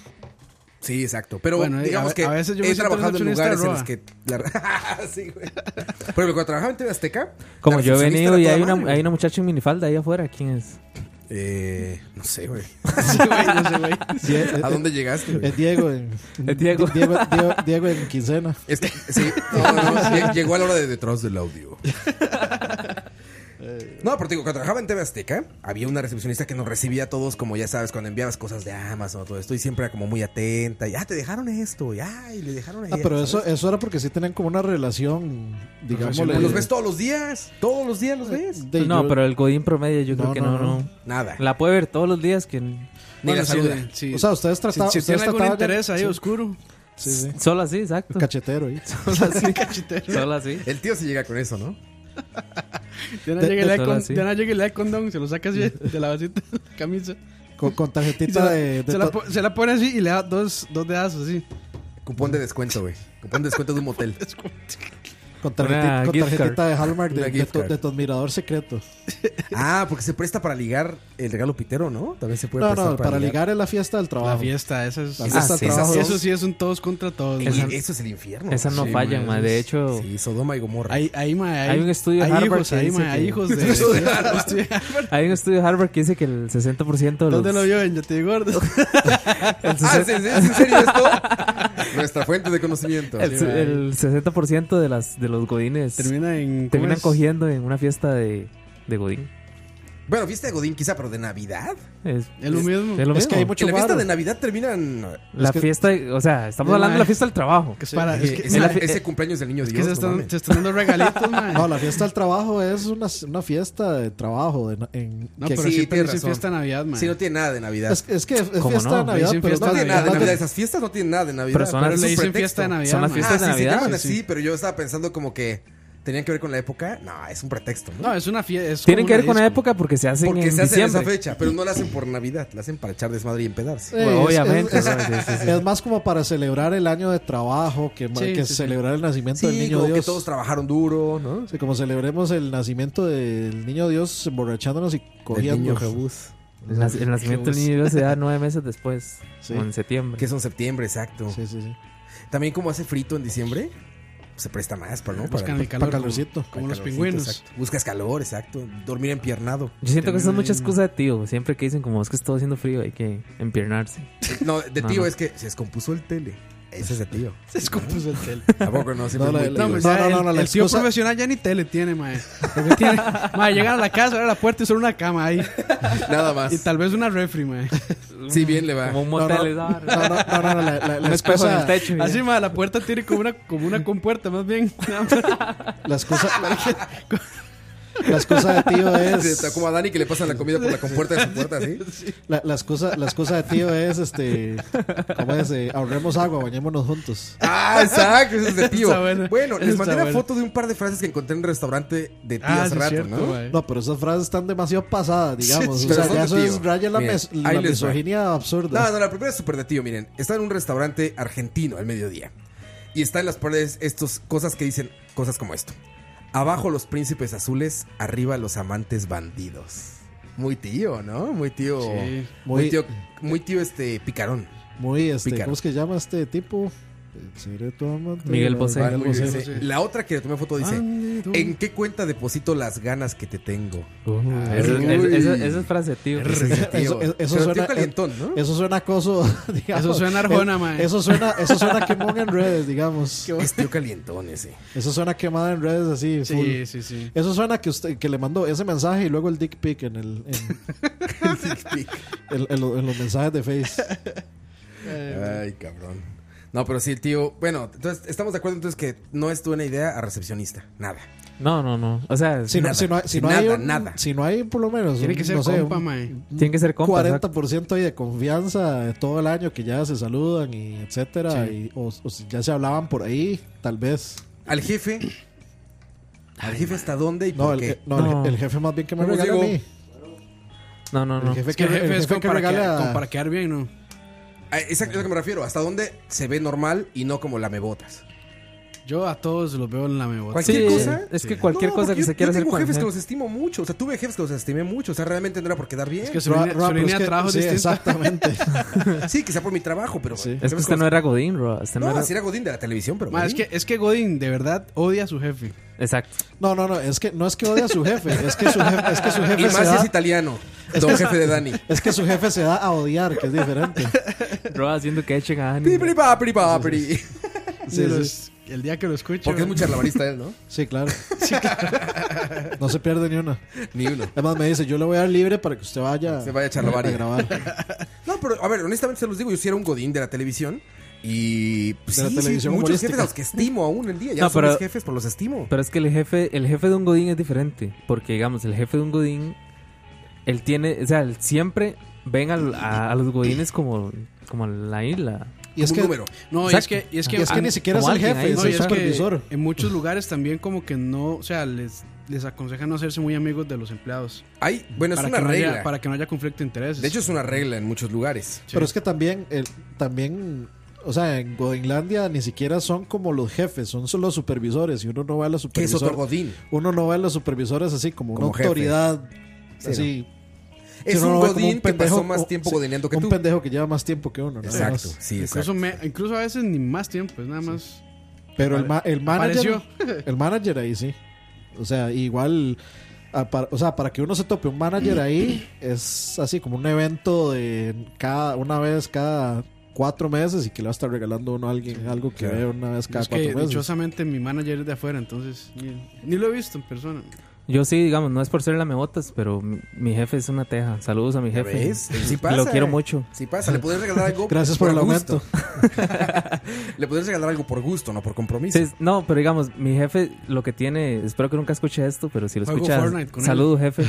[SPEAKER 3] Sí, exacto. Pero
[SPEAKER 4] Bueno, eh,
[SPEAKER 3] digamos
[SPEAKER 4] a-
[SPEAKER 3] que
[SPEAKER 4] a veces yo me
[SPEAKER 3] he
[SPEAKER 4] siento
[SPEAKER 3] trabajado en
[SPEAKER 4] recepcionista de
[SPEAKER 3] lugares en los
[SPEAKER 4] Roa.
[SPEAKER 3] que. la- sí, güey. Por ejemplo, cuando trabajaba en TV Azteca.
[SPEAKER 6] Como
[SPEAKER 3] la
[SPEAKER 6] yo he
[SPEAKER 3] recepcionista
[SPEAKER 6] venido y
[SPEAKER 3] era
[SPEAKER 6] hay
[SPEAKER 3] toda
[SPEAKER 6] una,
[SPEAKER 3] madre,
[SPEAKER 6] hay una muchacha en minifalda ahí afuera, ¿quién es?
[SPEAKER 3] güey. Eh, no sé, güey.
[SPEAKER 4] Sí, güey, no sé, güey.
[SPEAKER 5] Sí, eh,
[SPEAKER 3] ¿A
[SPEAKER 5] eh,
[SPEAKER 3] dónde llegaste, güey?
[SPEAKER 5] Es Diego en,
[SPEAKER 6] Es Diego.
[SPEAKER 5] Di- Diego, Diego- Diego en quincena.
[SPEAKER 3] Es que, sí, no, no, lle- llegó a la hora de detrás del audio.
[SPEAKER 5] Eh.
[SPEAKER 3] No, pero te digo, cuando trabajaba en TV Azteca, había una recepcionista que nos recibía a todos, como ya sabes, cuando enviabas cosas de Amazon, todo esto, y siempre era como muy atenta, y ah, te dejaron esto, y ah, y le dejaron
[SPEAKER 5] Ah, pero eso, eso era porque sí tenían como una relación, digamos.
[SPEAKER 3] pues Los ves todos los días, todos los días los
[SPEAKER 5] Eh,
[SPEAKER 3] ves.
[SPEAKER 6] no, pero el Godín promedio yo
[SPEAKER 5] No,
[SPEAKER 6] creo que
[SPEAKER 5] no,
[SPEAKER 6] no,
[SPEAKER 5] no.
[SPEAKER 6] no,
[SPEAKER 3] Nada.
[SPEAKER 6] La puede ver todos los días, que
[SPEAKER 3] Ni la
[SPEAKER 4] Bueno, sí,
[SPEAKER 3] saluda.
[SPEAKER 4] sí.
[SPEAKER 5] O sea, ustedes
[SPEAKER 4] Si-
[SPEAKER 5] trataban.
[SPEAKER 4] si,
[SPEAKER 5] ustedes
[SPEAKER 4] tiene algún
[SPEAKER 5] trataban-
[SPEAKER 4] interés ahí
[SPEAKER 5] sí,
[SPEAKER 4] oscuro,
[SPEAKER 5] sí, sí.
[SPEAKER 6] solo así, exacto.
[SPEAKER 5] Cachetero ahí.
[SPEAKER 6] Solo así, solo así.
[SPEAKER 3] El tío se llega con eso, ¿no?
[SPEAKER 4] ya no llega el
[SPEAKER 6] de-
[SPEAKER 4] like con-
[SPEAKER 6] sí.
[SPEAKER 4] ya no llega el like condón, se lo saca así de la vasita de la camisa.
[SPEAKER 5] Con, con
[SPEAKER 4] Y se,
[SPEAKER 5] tarjetita
[SPEAKER 4] la,
[SPEAKER 5] de. de
[SPEAKER 4] se la
[SPEAKER 5] to-
[SPEAKER 4] po- se la pone así y le da dos, dos dedazos así.
[SPEAKER 3] Cupón de descuento, güey. Cupón de descuento de un motel.
[SPEAKER 5] con tarjetita,
[SPEAKER 3] Ah,
[SPEAKER 6] una
[SPEAKER 5] con
[SPEAKER 6] gift
[SPEAKER 5] tarjetita
[SPEAKER 6] card.
[SPEAKER 5] de Hallmark de,
[SPEAKER 3] Una
[SPEAKER 5] de
[SPEAKER 3] gift
[SPEAKER 5] tu,
[SPEAKER 3] card.
[SPEAKER 5] de tu admirador secreto.
[SPEAKER 3] Ah, porque se presta para ligar el regalo pitero, ¿no? También se puede
[SPEAKER 5] No,
[SPEAKER 3] prestar
[SPEAKER 5] no, para ligar es la fiesta del trabajo.
[SPEAKER 4] La fiesta, esa es.
[SPEAKER 5] La
[SPEAKER 3] Ah,
[SPEAKER 5] fiesta
[SPEAKER 3] sí,
[SPEAKER 5] del trabajo.
[SPEAKER 4] Eso sí es un todos contra todos.
[SPEAKER 3] Ey,
[SPEAKER 4] mae.
[SPEAKER 3] Eso es el infierno.
[SPEAKER 6] Esas no
[SPEAKER 4] Sí,
[SPEAKER 6] fallan,
[SPEAKER 4] mae,
[SPEAKER 6] mae. De hecho,
[SPEAKER 3] Sí, Sodoma y Gomorra.
[SPEAKER 4] Ahí, ahí, mae,
[SPEAKER 6] Hay un estudio de
[SPEAKER 4] hay
[SPEAKER 6] Harvard
[SPEAKER 4] hijos,
[SPEAKER 6] que
[SPEAKER 4] ahí,
[SPEAKER 6] dice
[SPEAKER 4] mae, hay
[SPEAKER 6] que-
[SPEAKER 4] hijos de.
[SPEAKER 3] Estudio de
[SPEAKER 4] Estudio de Harvard.
[SPEAKER 6] hay un estudio de Harvard que dice que el 60% de los...
[SPEAKER 4] ¿Dónde lo vio en Yo te digo gordo?
[SPEAKER 3] Ah, ¿es, es- es en serio esto? Nuestra fuente de conocimiento.
[SPEAKER 6] El,
[SPEAKER 4] Ah, Sí, mae.
[SPEAKER 6] el 60% de, las, de los godines
[SPEAKER 4] Termina en. ¿cómo
[SPEAKER 6] terminan
[SPEAKER 4] es?
[SPEAKER 6] cogiendo en una fiesta de, de godín.
[SPEAKER 3] Bueno, fiesta de Godín quizá, pero de Navidad.
[SPEAKER 6] Es,
[SPEAKER 4] Es lo mismo.
[SPEAKER 6] es lo
[SPEAKER 5] Es
[SPEAKER 6] mismo.
[SPEAKER 5] que hay mucho
[SPEAKER 3] en la fiesta
[SPEAKER 5] varo.
[SPEAKER 3] de Navidad terminan...
[SPEAKER 6] la
[SPEAKER 5] es que-
[SPEAKER 6] fiesta, de- o sea, estamos
[SPEAKER 4] No,
[SPEAKER 6] hablando de la
[SPEAKER 4] mae.
[SPEAKER 6] fiesta del trabajo.
[SPEAKER 4] Que para, es que,
[SPEAKER 3] ese,
[SPEAKER 6] la-
[SPEAKER 3] ese cumpleaños del niño
[SPEAKER 4] es que
[SPEAKER 3] Dios.
[SPEAKER 4] se,
[SPEAKER 3] no
[SPEAKER 4] están,
[SPEAKER 3] mames.
[SPEAKER 4] se están dando regalitos, mae.
[SPEAKER 5] No, la fiesta del trabajo es una, una fiesta de trabajo. de na- en,
[SPEAKER 4] No,
[SPEAKER 5] que-
[SPEAKER 4] pero
[SPEAKER 3] sí,
[SPEAKER 4] sí,
[SPEAKER 3] tienes
[SPEAKER 4] también sí
[SPEAKER 3] razón.
[SPEAKER 4] fiesta de Navidad, mae.
[SPEAKER 3] Sí, no tiene nada de Navidad.
[SPEAKER 5] es, es que es
[SPEAKER 6] ¿Cómo
[SPEAKER 5] fiesta
[SPEAKER 6] no?
[SPEAKER 5] de Navidad,
[SPEAKER 4] Dicen
[SPEAKER 5] pero
[SPEAKER 4] fiesta
[SPEAKER 3] no
[SPEAKER 5] es
[SPEAKER 3] tiene
[SPEAKER 4] de
[SPEAKER 3] nada de
[SPEAKER 5] Navidad.
[SPEAKER 3] Navidad. Esas fiestas no tienen nada de Navidad.
[SPEAKER 6] Pero son
[SPEAKER 4] pero
[SPEAKER 6] es
[SPEAKER 4] le
[SPEAKER 6] un
[SPEAKER 4] dicen fiesta de Navidad,
[SPEAKER 6] Son las
[SPEAKER 4] mae.
[SPEAKER 6] fiestas de
[SPEAKER 3] ah, sí, se
[SPEAKER 6] Navidad,
[SPEAKER 3] llaman
[SPEAKER 4] sí,
[SPEAKER 3] así,
[SPEAKER 4] sí.
[SPEAKER 3] pero yo estaba pensando como que tenían que ver con la época. No, es un pretexto, ¿no?
[SPEAKER 4] No, es una fiesta.
[SPEAKER 6] Tienen que ver con la época porque se hacen
[SPEAKER 3] Porque
[SPEAKER 6] en
[SPEAKER 3] se hace en esa
[SPEAKER 6] diciembre.
[SPEAKER 3] fecha, pero no la hacen por Navidad, la hacen para echar desmadre y empedarse.
[SPEAKER 5] Eh, es-
[SPEAKER 6] Obviamente,
[SPEAKER 5] Es,
[SPEAKER 6] ¿no? Sí, sí, sí.
[SPEAKER 5] es más como para celebrar el año de trabajo que, ma-
[SPEAKER 4] Sí,
[SPEAKER 5] que
[SPEAKER 4] sí, sí.
[SPEAKER 5] celebrar el nacimiento del
[SPEAKER 3] Sí,
[SPEAKER 5] niño
[SPEAKER 3] como
[SPEAKER 5] Dios.
[SPEAKER 3] que todos trabajaron duro, ¿no?
[SPEAKER 5] Sí, como celebremos el nacimiento del niño Dios emborrachándonos y
[SPEAKER 3] Del niño
[SPEAKER 5] cogiendo.
[SPEAKER 3] Jebús.
[SPEAKER 6] El nac- el nacimiento del niño Dios se da nueve meses después,
[SPEAKER 5] Sí.
[SPEAKER 6] o en septiembre.
[SPEAKER 3] Que es en septiembre, exacto.
[SPEAKER 5] Sí, sí, sí.
[SPEAKER 3] También como hace frito en diciembre, se presta más para, ¿no? Para,
[SPEAKER 4] Buscan el
[SPEAKER 5] pa'
[SPEAKER 4] calor. como-
[SPEAKER 5] calorcito.
[SPEAKER 4] Como,
[SPEAKER 3] para el
[SPEAKER 4] los
[SPEAKER 3] calorcito,
[SPEAKER 4] pingüinos.
[SPEAKER 3] exacto. Buscas calor, exacto. Dormir empiernado.
[SPEAKER 6] Yo siento que eso es mucha
[SPEAKER 4] Terminan ahí,
[SPEAKER 6] excusa de tío. Siempre que dicen, como es que está haciendo frío, hay que empiernarse.
[SPEAKER 3] No, de
[SPEAKER 6] No,
[SPEAKER 3] tío
[SPEAKER 6] no.
[SPEAKER 3] es que se descompuso el tele. Ese es de tío.
[SPEAKER 4] Se descompuso el tele.
[SPEAKER 3] Tampoco no, siempre
[SPEAKER 5] No,
[SPEAKER 3] es
[SPEAKER 5] la-
[SPEAKER 3] muy
[SPEAKER 5] la-
[SPEAKER 4] No, no,
[SPEAKER 3] tío.
[SPEAKER 5] No, no, no, no,
[SPEAKER 4] el,
[SPEAKER 5] la
[SPEAKER 4] el tío
[SPEAKER 5] excusa-
[SPEAKER 4] profesional ya ni tele tiene, mae. Porque tiene, mae, llegan a la casa, abre la puerta y solo una cama ahí.
[SPEAKER 3] Nada
[SPEAKER 4] Y
[SPEAKER 3] más.
[SPEAKER 4] tal vez una refri, mae.
[SPEAKER 3] Sí, bien le va.
[SPEAKER 6] Como un
[SPEAKER 5] No, no,
[SPEAKER 6] motel. esa
[SPEAKER 5] no, no,
[SPEAKER 6] vara.
[SPEAKER 5] no, no, no, la, la- la
[SPEAKER 6] Un espejo en el
[SPEAKER 5] excusa,
[SPEAKER 6] techo. y
[SPEAKER 4] Así,
[SPEAKER 6] ya.
[SPEAKER 4] mae, la puerta tiene como una, como una compuerta, más bien.
[SPEAKER 5] la excusa, la excusa de tío
[SPEAKER 3] Sí, está
[SPEAKER 5] es
[SPEAKER 3] como a Dani que le pasan la comida por la compuerta de su puerta, ¿sí?
[SPEAKER 5] la, la excusa, la excusa de tío es este, ¿cómo es? Eh, ahorremos agua, bañémonos juntos.
[SPEAKER 3] Ah, exacto, eso es de tío.
[SPEAKER 4] Está bueno.
[SPEAKER 3] Bueno, les
[SPEAKER 4] Está
[SPEAKER 3] mandé la
[SPEAKER 4] bueno.
[SPEAKER 3] foto de un par de frases que encontré en el restaurante de tío
[SPEAKER 4] Ah,
[SPEAKER 3] hace
[SPEAKER 4] sí, es
[SPEAKER 3] rato,
[SPEAKER 4] cierto,
[SPEAKER 3] ¿no?
[SPEAKER 4] mae.
[SPEAKER 5] No, pero esas frases están demasiado pasadas, digamos.
[SPEAKER 3] Sí,
[SPEAKER 5] o sea,
[SPEAKER 3] pero son
[SPEAKER 5] ya
[SPEAKER 3] de
[SPEAKER 5] eso
[SPEAKER 3] tío.
[SPEAKER 5] es raya la,
[SPEAKER 3] Miren,
[SPEAKER 5] mes-
[SPEAKER 3] ahí
[SPEAKER 5] la
[SPEAKER 3] les va.
[SPEAKER 5] misoginia
[SPEAKER 3] No,
[SPEAKER 5] absurda.
[SPEAKER 3] no, la primera es súper de tío, miren. Está en un restaurante argentino al mediodía. Y está en las paredes estas cosas que dicen cosas como esto. Abajo los príncipes azules, arriba los amantes bandidos. Muy tío, ¿no? Muy tío.
[SPEAKER 4] Sí.
[SPEAKER 3] muy,
[SPEAKER 5] Muy-
[SPEAKER 3] tío, muy tío este picarón.
[SPEAKER 5] Muy, este,
[SPEAKER 3] Pícaro.
[SPEAKER 5] ¿cómo es que llama este tipo? El secreto amante.
[SPEAKER 6] Miguel Bosé.
[SPEAKER 5] Miguel
[SPEAKER 3] Eh, Muy
[SPEAKER 5] Bosé.
[SPEAKER 3] bien, sí. La otra que le tomé foto dice, ¿en qué cuenta deposito las ganas que te tengo? Ah,
[SPEAKER 6] Uh, eso-
[SPEAKER 3] uy.
[SPEAKER 6] eso- eso- Esa es frase de tío.
[SPEAKER 3] Ese
[SPEAKER 5] Eso-
[SPEAKER 3] tío.
[SPEAKER 5] eso
[SPEAKER 3] Pero
[SPEAKER 5] suena-
[SPEAKER 3] tío calientón, ¿no?
[SPEAKER 5] Eso suena acoso, digamos.
[SPEAKER 4] Eso suena arjona,
[SPEAKER 5] Eh,
[SPEAKER 4] mae.
[SPEAKER 5] Eso suena, eso suena quemón en redes, digamos.
[SPEAKER 3] Es tío calientón ese.
[SPEAKER 5] Eso suena quemada en redes así. full.
[SPEAKER 4] Sí, sí, sí.
[SPEAKER 5] Eso suena que usted que le mandó ese mensaje y luego el dick pic en el en, en- en lo- en los mensajes de Face.
[SPEAKER 3] Ay, cabrón. No, pero sí, el tío. Bueno, entonces estamos de acuerdo entonces que no es buena idea a recepcionista. Nada.
[SPEAKER 6] No, no, no. O sea,
[SPEAKER 5] Si
[SPEAKER 3] Nada,
[SPEAKER 5] no, si no, hay- si
[SPEAKER 3] sin
[SPEAKER 5] no hay
[SPEAKER 3] nada,
[SPEAKER 5] un-
[SPEAKER 3] nada.
[SPEAKER 5] si no hay por lo menos
[SPEAKER 4] Tiene
[SPEAKER 5] un,
[SPEAKER 4] que ser
[SPEAKER 5] no sé,
[SPEAKER 4] compa,
[SPEAKER 5] un
[SPEAKER 4] mae.
[SPEAKER 6] tienen que ser compas. ¿verdad?
[SPEAKER 5] 40% ahí de confianza de todo el año que ya se saludan y etcétera y- o, o si ya se hablaban por ahí, tal vez.
[SPEAKER 3] Al jefe. ¿Al jefe hasta dónde y
[SPEAKER 5] No,
[SPEAKER 3] por
[SPEAKER 5] el,
[SPEAKER 3] qué?
[SPEAKER 5] je- no, el
[SPEAKER 6] No.
[SPEAKER 5] je- el jefe más bien que me
[SPEAKER 3] ¿Cómo
[SPEAKER 5] regala a
[SPEAKER 3] llegó?
[SPEAKER 5] mí.
[SPEAKER 6] No, no, no.
[SPEAKER 5] El jefe
[SPEAKER 4] Es que
[SPEAKER 5] que,
[SPEAKER 4] el jefe es
[SPEAKER 5] el jefe
[SPEAKER 4] como
[SPEAKER 5] que
[SPEAKER 4] para, quedar, como
[SPEAKER 5] regala
[SPEAKER 4] para quedar bien, ¿no?
[SPEAKER 3] Ah, Exacto, es lo que me refiero. ¿Hasta dónde se ve normal y no como lamebotas?
[SPEAKER 4] Yo a todos los veo en la mebota.
[SPEAKER 3] ¿Cualquier
[SPEAKER 6] Sí,
[SPEAKER 3] cosa?
[SPEAKER 6] es que cualquier
[SPEAKER 3] No,
[SPEAKER 6] cosa
[SPEAKER 3] porque
[SPEAKER 6] que
[SPEAKER 3] yo-
[SPEAKER 6] se quiera
[SPEAKER 3] yo
[SPEAKER 6] hacer
[SPEAKER 3] tengo
[SPEAKER 6] con
[SPEAKER 3] jefes que
[SPEAKER 6] gente.
[SPEAKER 3] los estimo mucho. O sea, tuve jefes que los estimé mucho. O sea, realmente no era por quedar bien.
[SPEAKER 4] Es que su
[SPEAKER 5] Ra- ra-
[SPEAKER 4] línea, su
[SPEAKER 5] pero
[SPEAKER 6] pues
[SPEAKER 5] es
[SPEAKER 4] línea de
[SPEAKER 5] que-
[SPEAKER 4] trabajo es
[SPEAKER 5] sí,
[SPEAKER 4] distinta.
[SPEAKER 5] exactamente.
[SPEAKER 3] Sí, quizá por mi trabajo, pero.
[SPEAKER 5] Sí.
[SPEAKER 3] jefes
[SPEAKER 6] Es que usted
[SPEAKER 3] con
[SPEAKER 6] no
[SPEAKER 3] los-
[SPEAKER 6] era Godín, bro. Usted no
[SPEAKER 3] No,
[SPEAKER 6] era-
[SPEAKER 3] así era Godín de la televisión, pero.
[SPEAKER 4] Ma, es,
[SPEAKER 3] Godín.
[SPEAKER 4] que, es que Godín de verdad odia a su jefe.
[SPEAKER 6] Exacto.
[SPEAKER 5] No, no, no, es que no es que odia a su jefe, es que su jefe, es que su
[SPEAKER 3] Y
[SPEAKER 5] jefe se
[SPEAKER 3] más si es
[SPEAKER 5] da,
[SPEAKER 3] italiano. Don jefe de Dani.
[SPEAKER 5] es que su jefe se da a odiar, que es diferente.
[SPEAKER 6] Bro, haciendo que echen a Dani.
[SPEAKER 3] Pipri, papri, papri.
[SPEAKER 5] Sí,
[SPEAKER 4] De
[SPEAKER 5] sí.
[SPEAKER 4] los- El día que lo escucho.
[SPEAKER 3] Porque es muy charlabarista él, ¿no?
[SPEAKER 5] Sí, claro. No se pierde ni una.
[SPEAKER 3] Ni uno.
[SPEAKER 5] Además me dice, "Yo le voy a dar libre para que usted vaya
[SPEAKER 3] Se vaya a
[SPEAKER 5] a
[SPEAKER 3] charlabar.
[SPEAKER 5] grabar."
[SPEAKER 3] No, pero a ver, honestamente se los digo, yo sí era un godín de la televisión. Y pues,
[SPEAKER 5] De la
[SPEAKER 3] sí,
[SPEAKER 5] televisión
[SPEAKER 3] sí, muchos
[SPEAKER 5] humorística.
[SPEAKER 3] jefes a los que estimo aún el día. Ya
[SPEAKER 6] No,
[SPEAKER 3] no, son
[SPEAKER 6] pero-
[SPEAKER 3] mis jefes, pero los estimo.
[SPEAKER 6] Pero es que el jefe, el jefe de un Godín es diferente. Porque, digamos, el jefe de un Godín, él tiene, o sea, él siempre ven al- a, a los Godines como, como la isla.
[SPEAKER 5] Y es
[SPEAKER 3] Como
[SPEAKER 5] que
[SPEAKER 3] un número.
[SPEAKER 4] No, y
[SPEAKER 6] Exacto.
[SPEAKER 4] es que, y es
[SPEAKER 5] y
[SPEAKER 4] que,
[SPEAKER 5] es que
[SPEAKER 4] ah,
[SPEAKER 5] ni siquiera es
[SPEAKER 6] como
[SPEAKER 5] el
[SPEAKER 6] alguien ahí,
[SPEAKER 5] jefe, es
[SPEAKER 6] ¿no?
[SPEAKER 4] no, y
[SPEAKER 5] el
[SPEAKER 4] es que
[SPEAKER 5] supervisor.
[SPEAKER 4] en muchos lugares también como que no, o sea, les, les aconsejan no hacerse muy amigos de los empleados.
[SPEAKER 3] Hay, bueno, es
[SPEAKER 4] para
[SPEAKER 3] una
[SPEAKER 4] que no haya-
[SPEAKER 3] regla.
[SPEAKER 4] para que no haya conflicto de intereses.
[SPEAKER 3] De hecho, es una regla en muchos lugares.
[SPEAKER 5] Pero es que también el- también o sea, en Godinlandia ni siquiera son como los jefes, son solo los supervisores y uno no va a los
[SPEAKER 3] Que es otro
[SPEAKER 5] supervisores.
[SPEAKER 3] godín.
[SPEAKER 5] Uno no ve a los supervisores así como,
[SPEAKER 3] Como
[SPEAKER 5] una
[SPEAKER 3] jefes.
[SPEAKER 5] autoridad
[SPEAKER 3] Sí,
[SPEAKER 5] así
[SPEAKER 3] Es
[SPEAKER 5] uno
[SPEAKER 3] un
[SPEAKER 5] lo ve como
[SPEAKER 3] godín que
[SPEAKER 5] pendejo,
[SPEAKER 3] pasó más
[SPEAKER 5] o-
[SPEAKER 3] tiempo
[SPEAKER 5] sí,
[SPEAKER 3] godineando que
[SPEAKER 5] un
[SPEAKER 3] tú.
[SPEAKER 5] pendejo que lleva más tiempo que uno. nada
[SPEAKER 3] Exacto,
[SPEAKER 5] más.
[SPEAKER 3] sí,
[SPEAKER 4] incluso,
[SPEAKER 3] exacto.
[SPEAKER 4] me- incluso a veces ni más tiempo, es nada más.
[SPEAKER 5] Pero el, ma- el manager,
[SPEAKER 4] Apareció.
[SPEAKER 5] el manager ahí sí. O sea, igual, a par- o sea, para que uno se tope un manager ahí es así como un evento de cada una vez cada cuatro meses y que le va a estar regalando uno a alguien algo que
[SPEAKER 3] Claro.
[SPEAKER 5] ve una vez cada
[SPEAKER 4] es que
[SPEAKER 5] cuatro meses.
[SPEAKER 4] dichosamente mi manager es de afuera, entonces ni, ni lo he visto en persona.
[SPEAKER 6] Yo sí, digamos, no es por ser lamebotas, pero mi, mi jefe es una teja. Saludos a mi
[SPEAKER 3] ¿Ya
[SPEAKER 6] jefe.
[SPEAKER 3] ves? Sí pasa. eh.
[SPEAKER 6] Lo quiero mucho.
[SPEAKER 3] Sí pasa. Le podrías regalar algo.
[SPEAKER 5] Gracias por el
[SPEAKER 3] gusto. Le podrías regalar algo por gusto, no por compromiso.
[SPEAKER 6] Sí, no, pero digamos, mi jefe lo que tiene, espero que nunca escuche esto, pero si lo
[SPEAKER 4] Juego
[SPEAKER 6] escuchas,
[SPEAKER 4] Fortnite con él.
[SPEAKER 6] saludos jefe.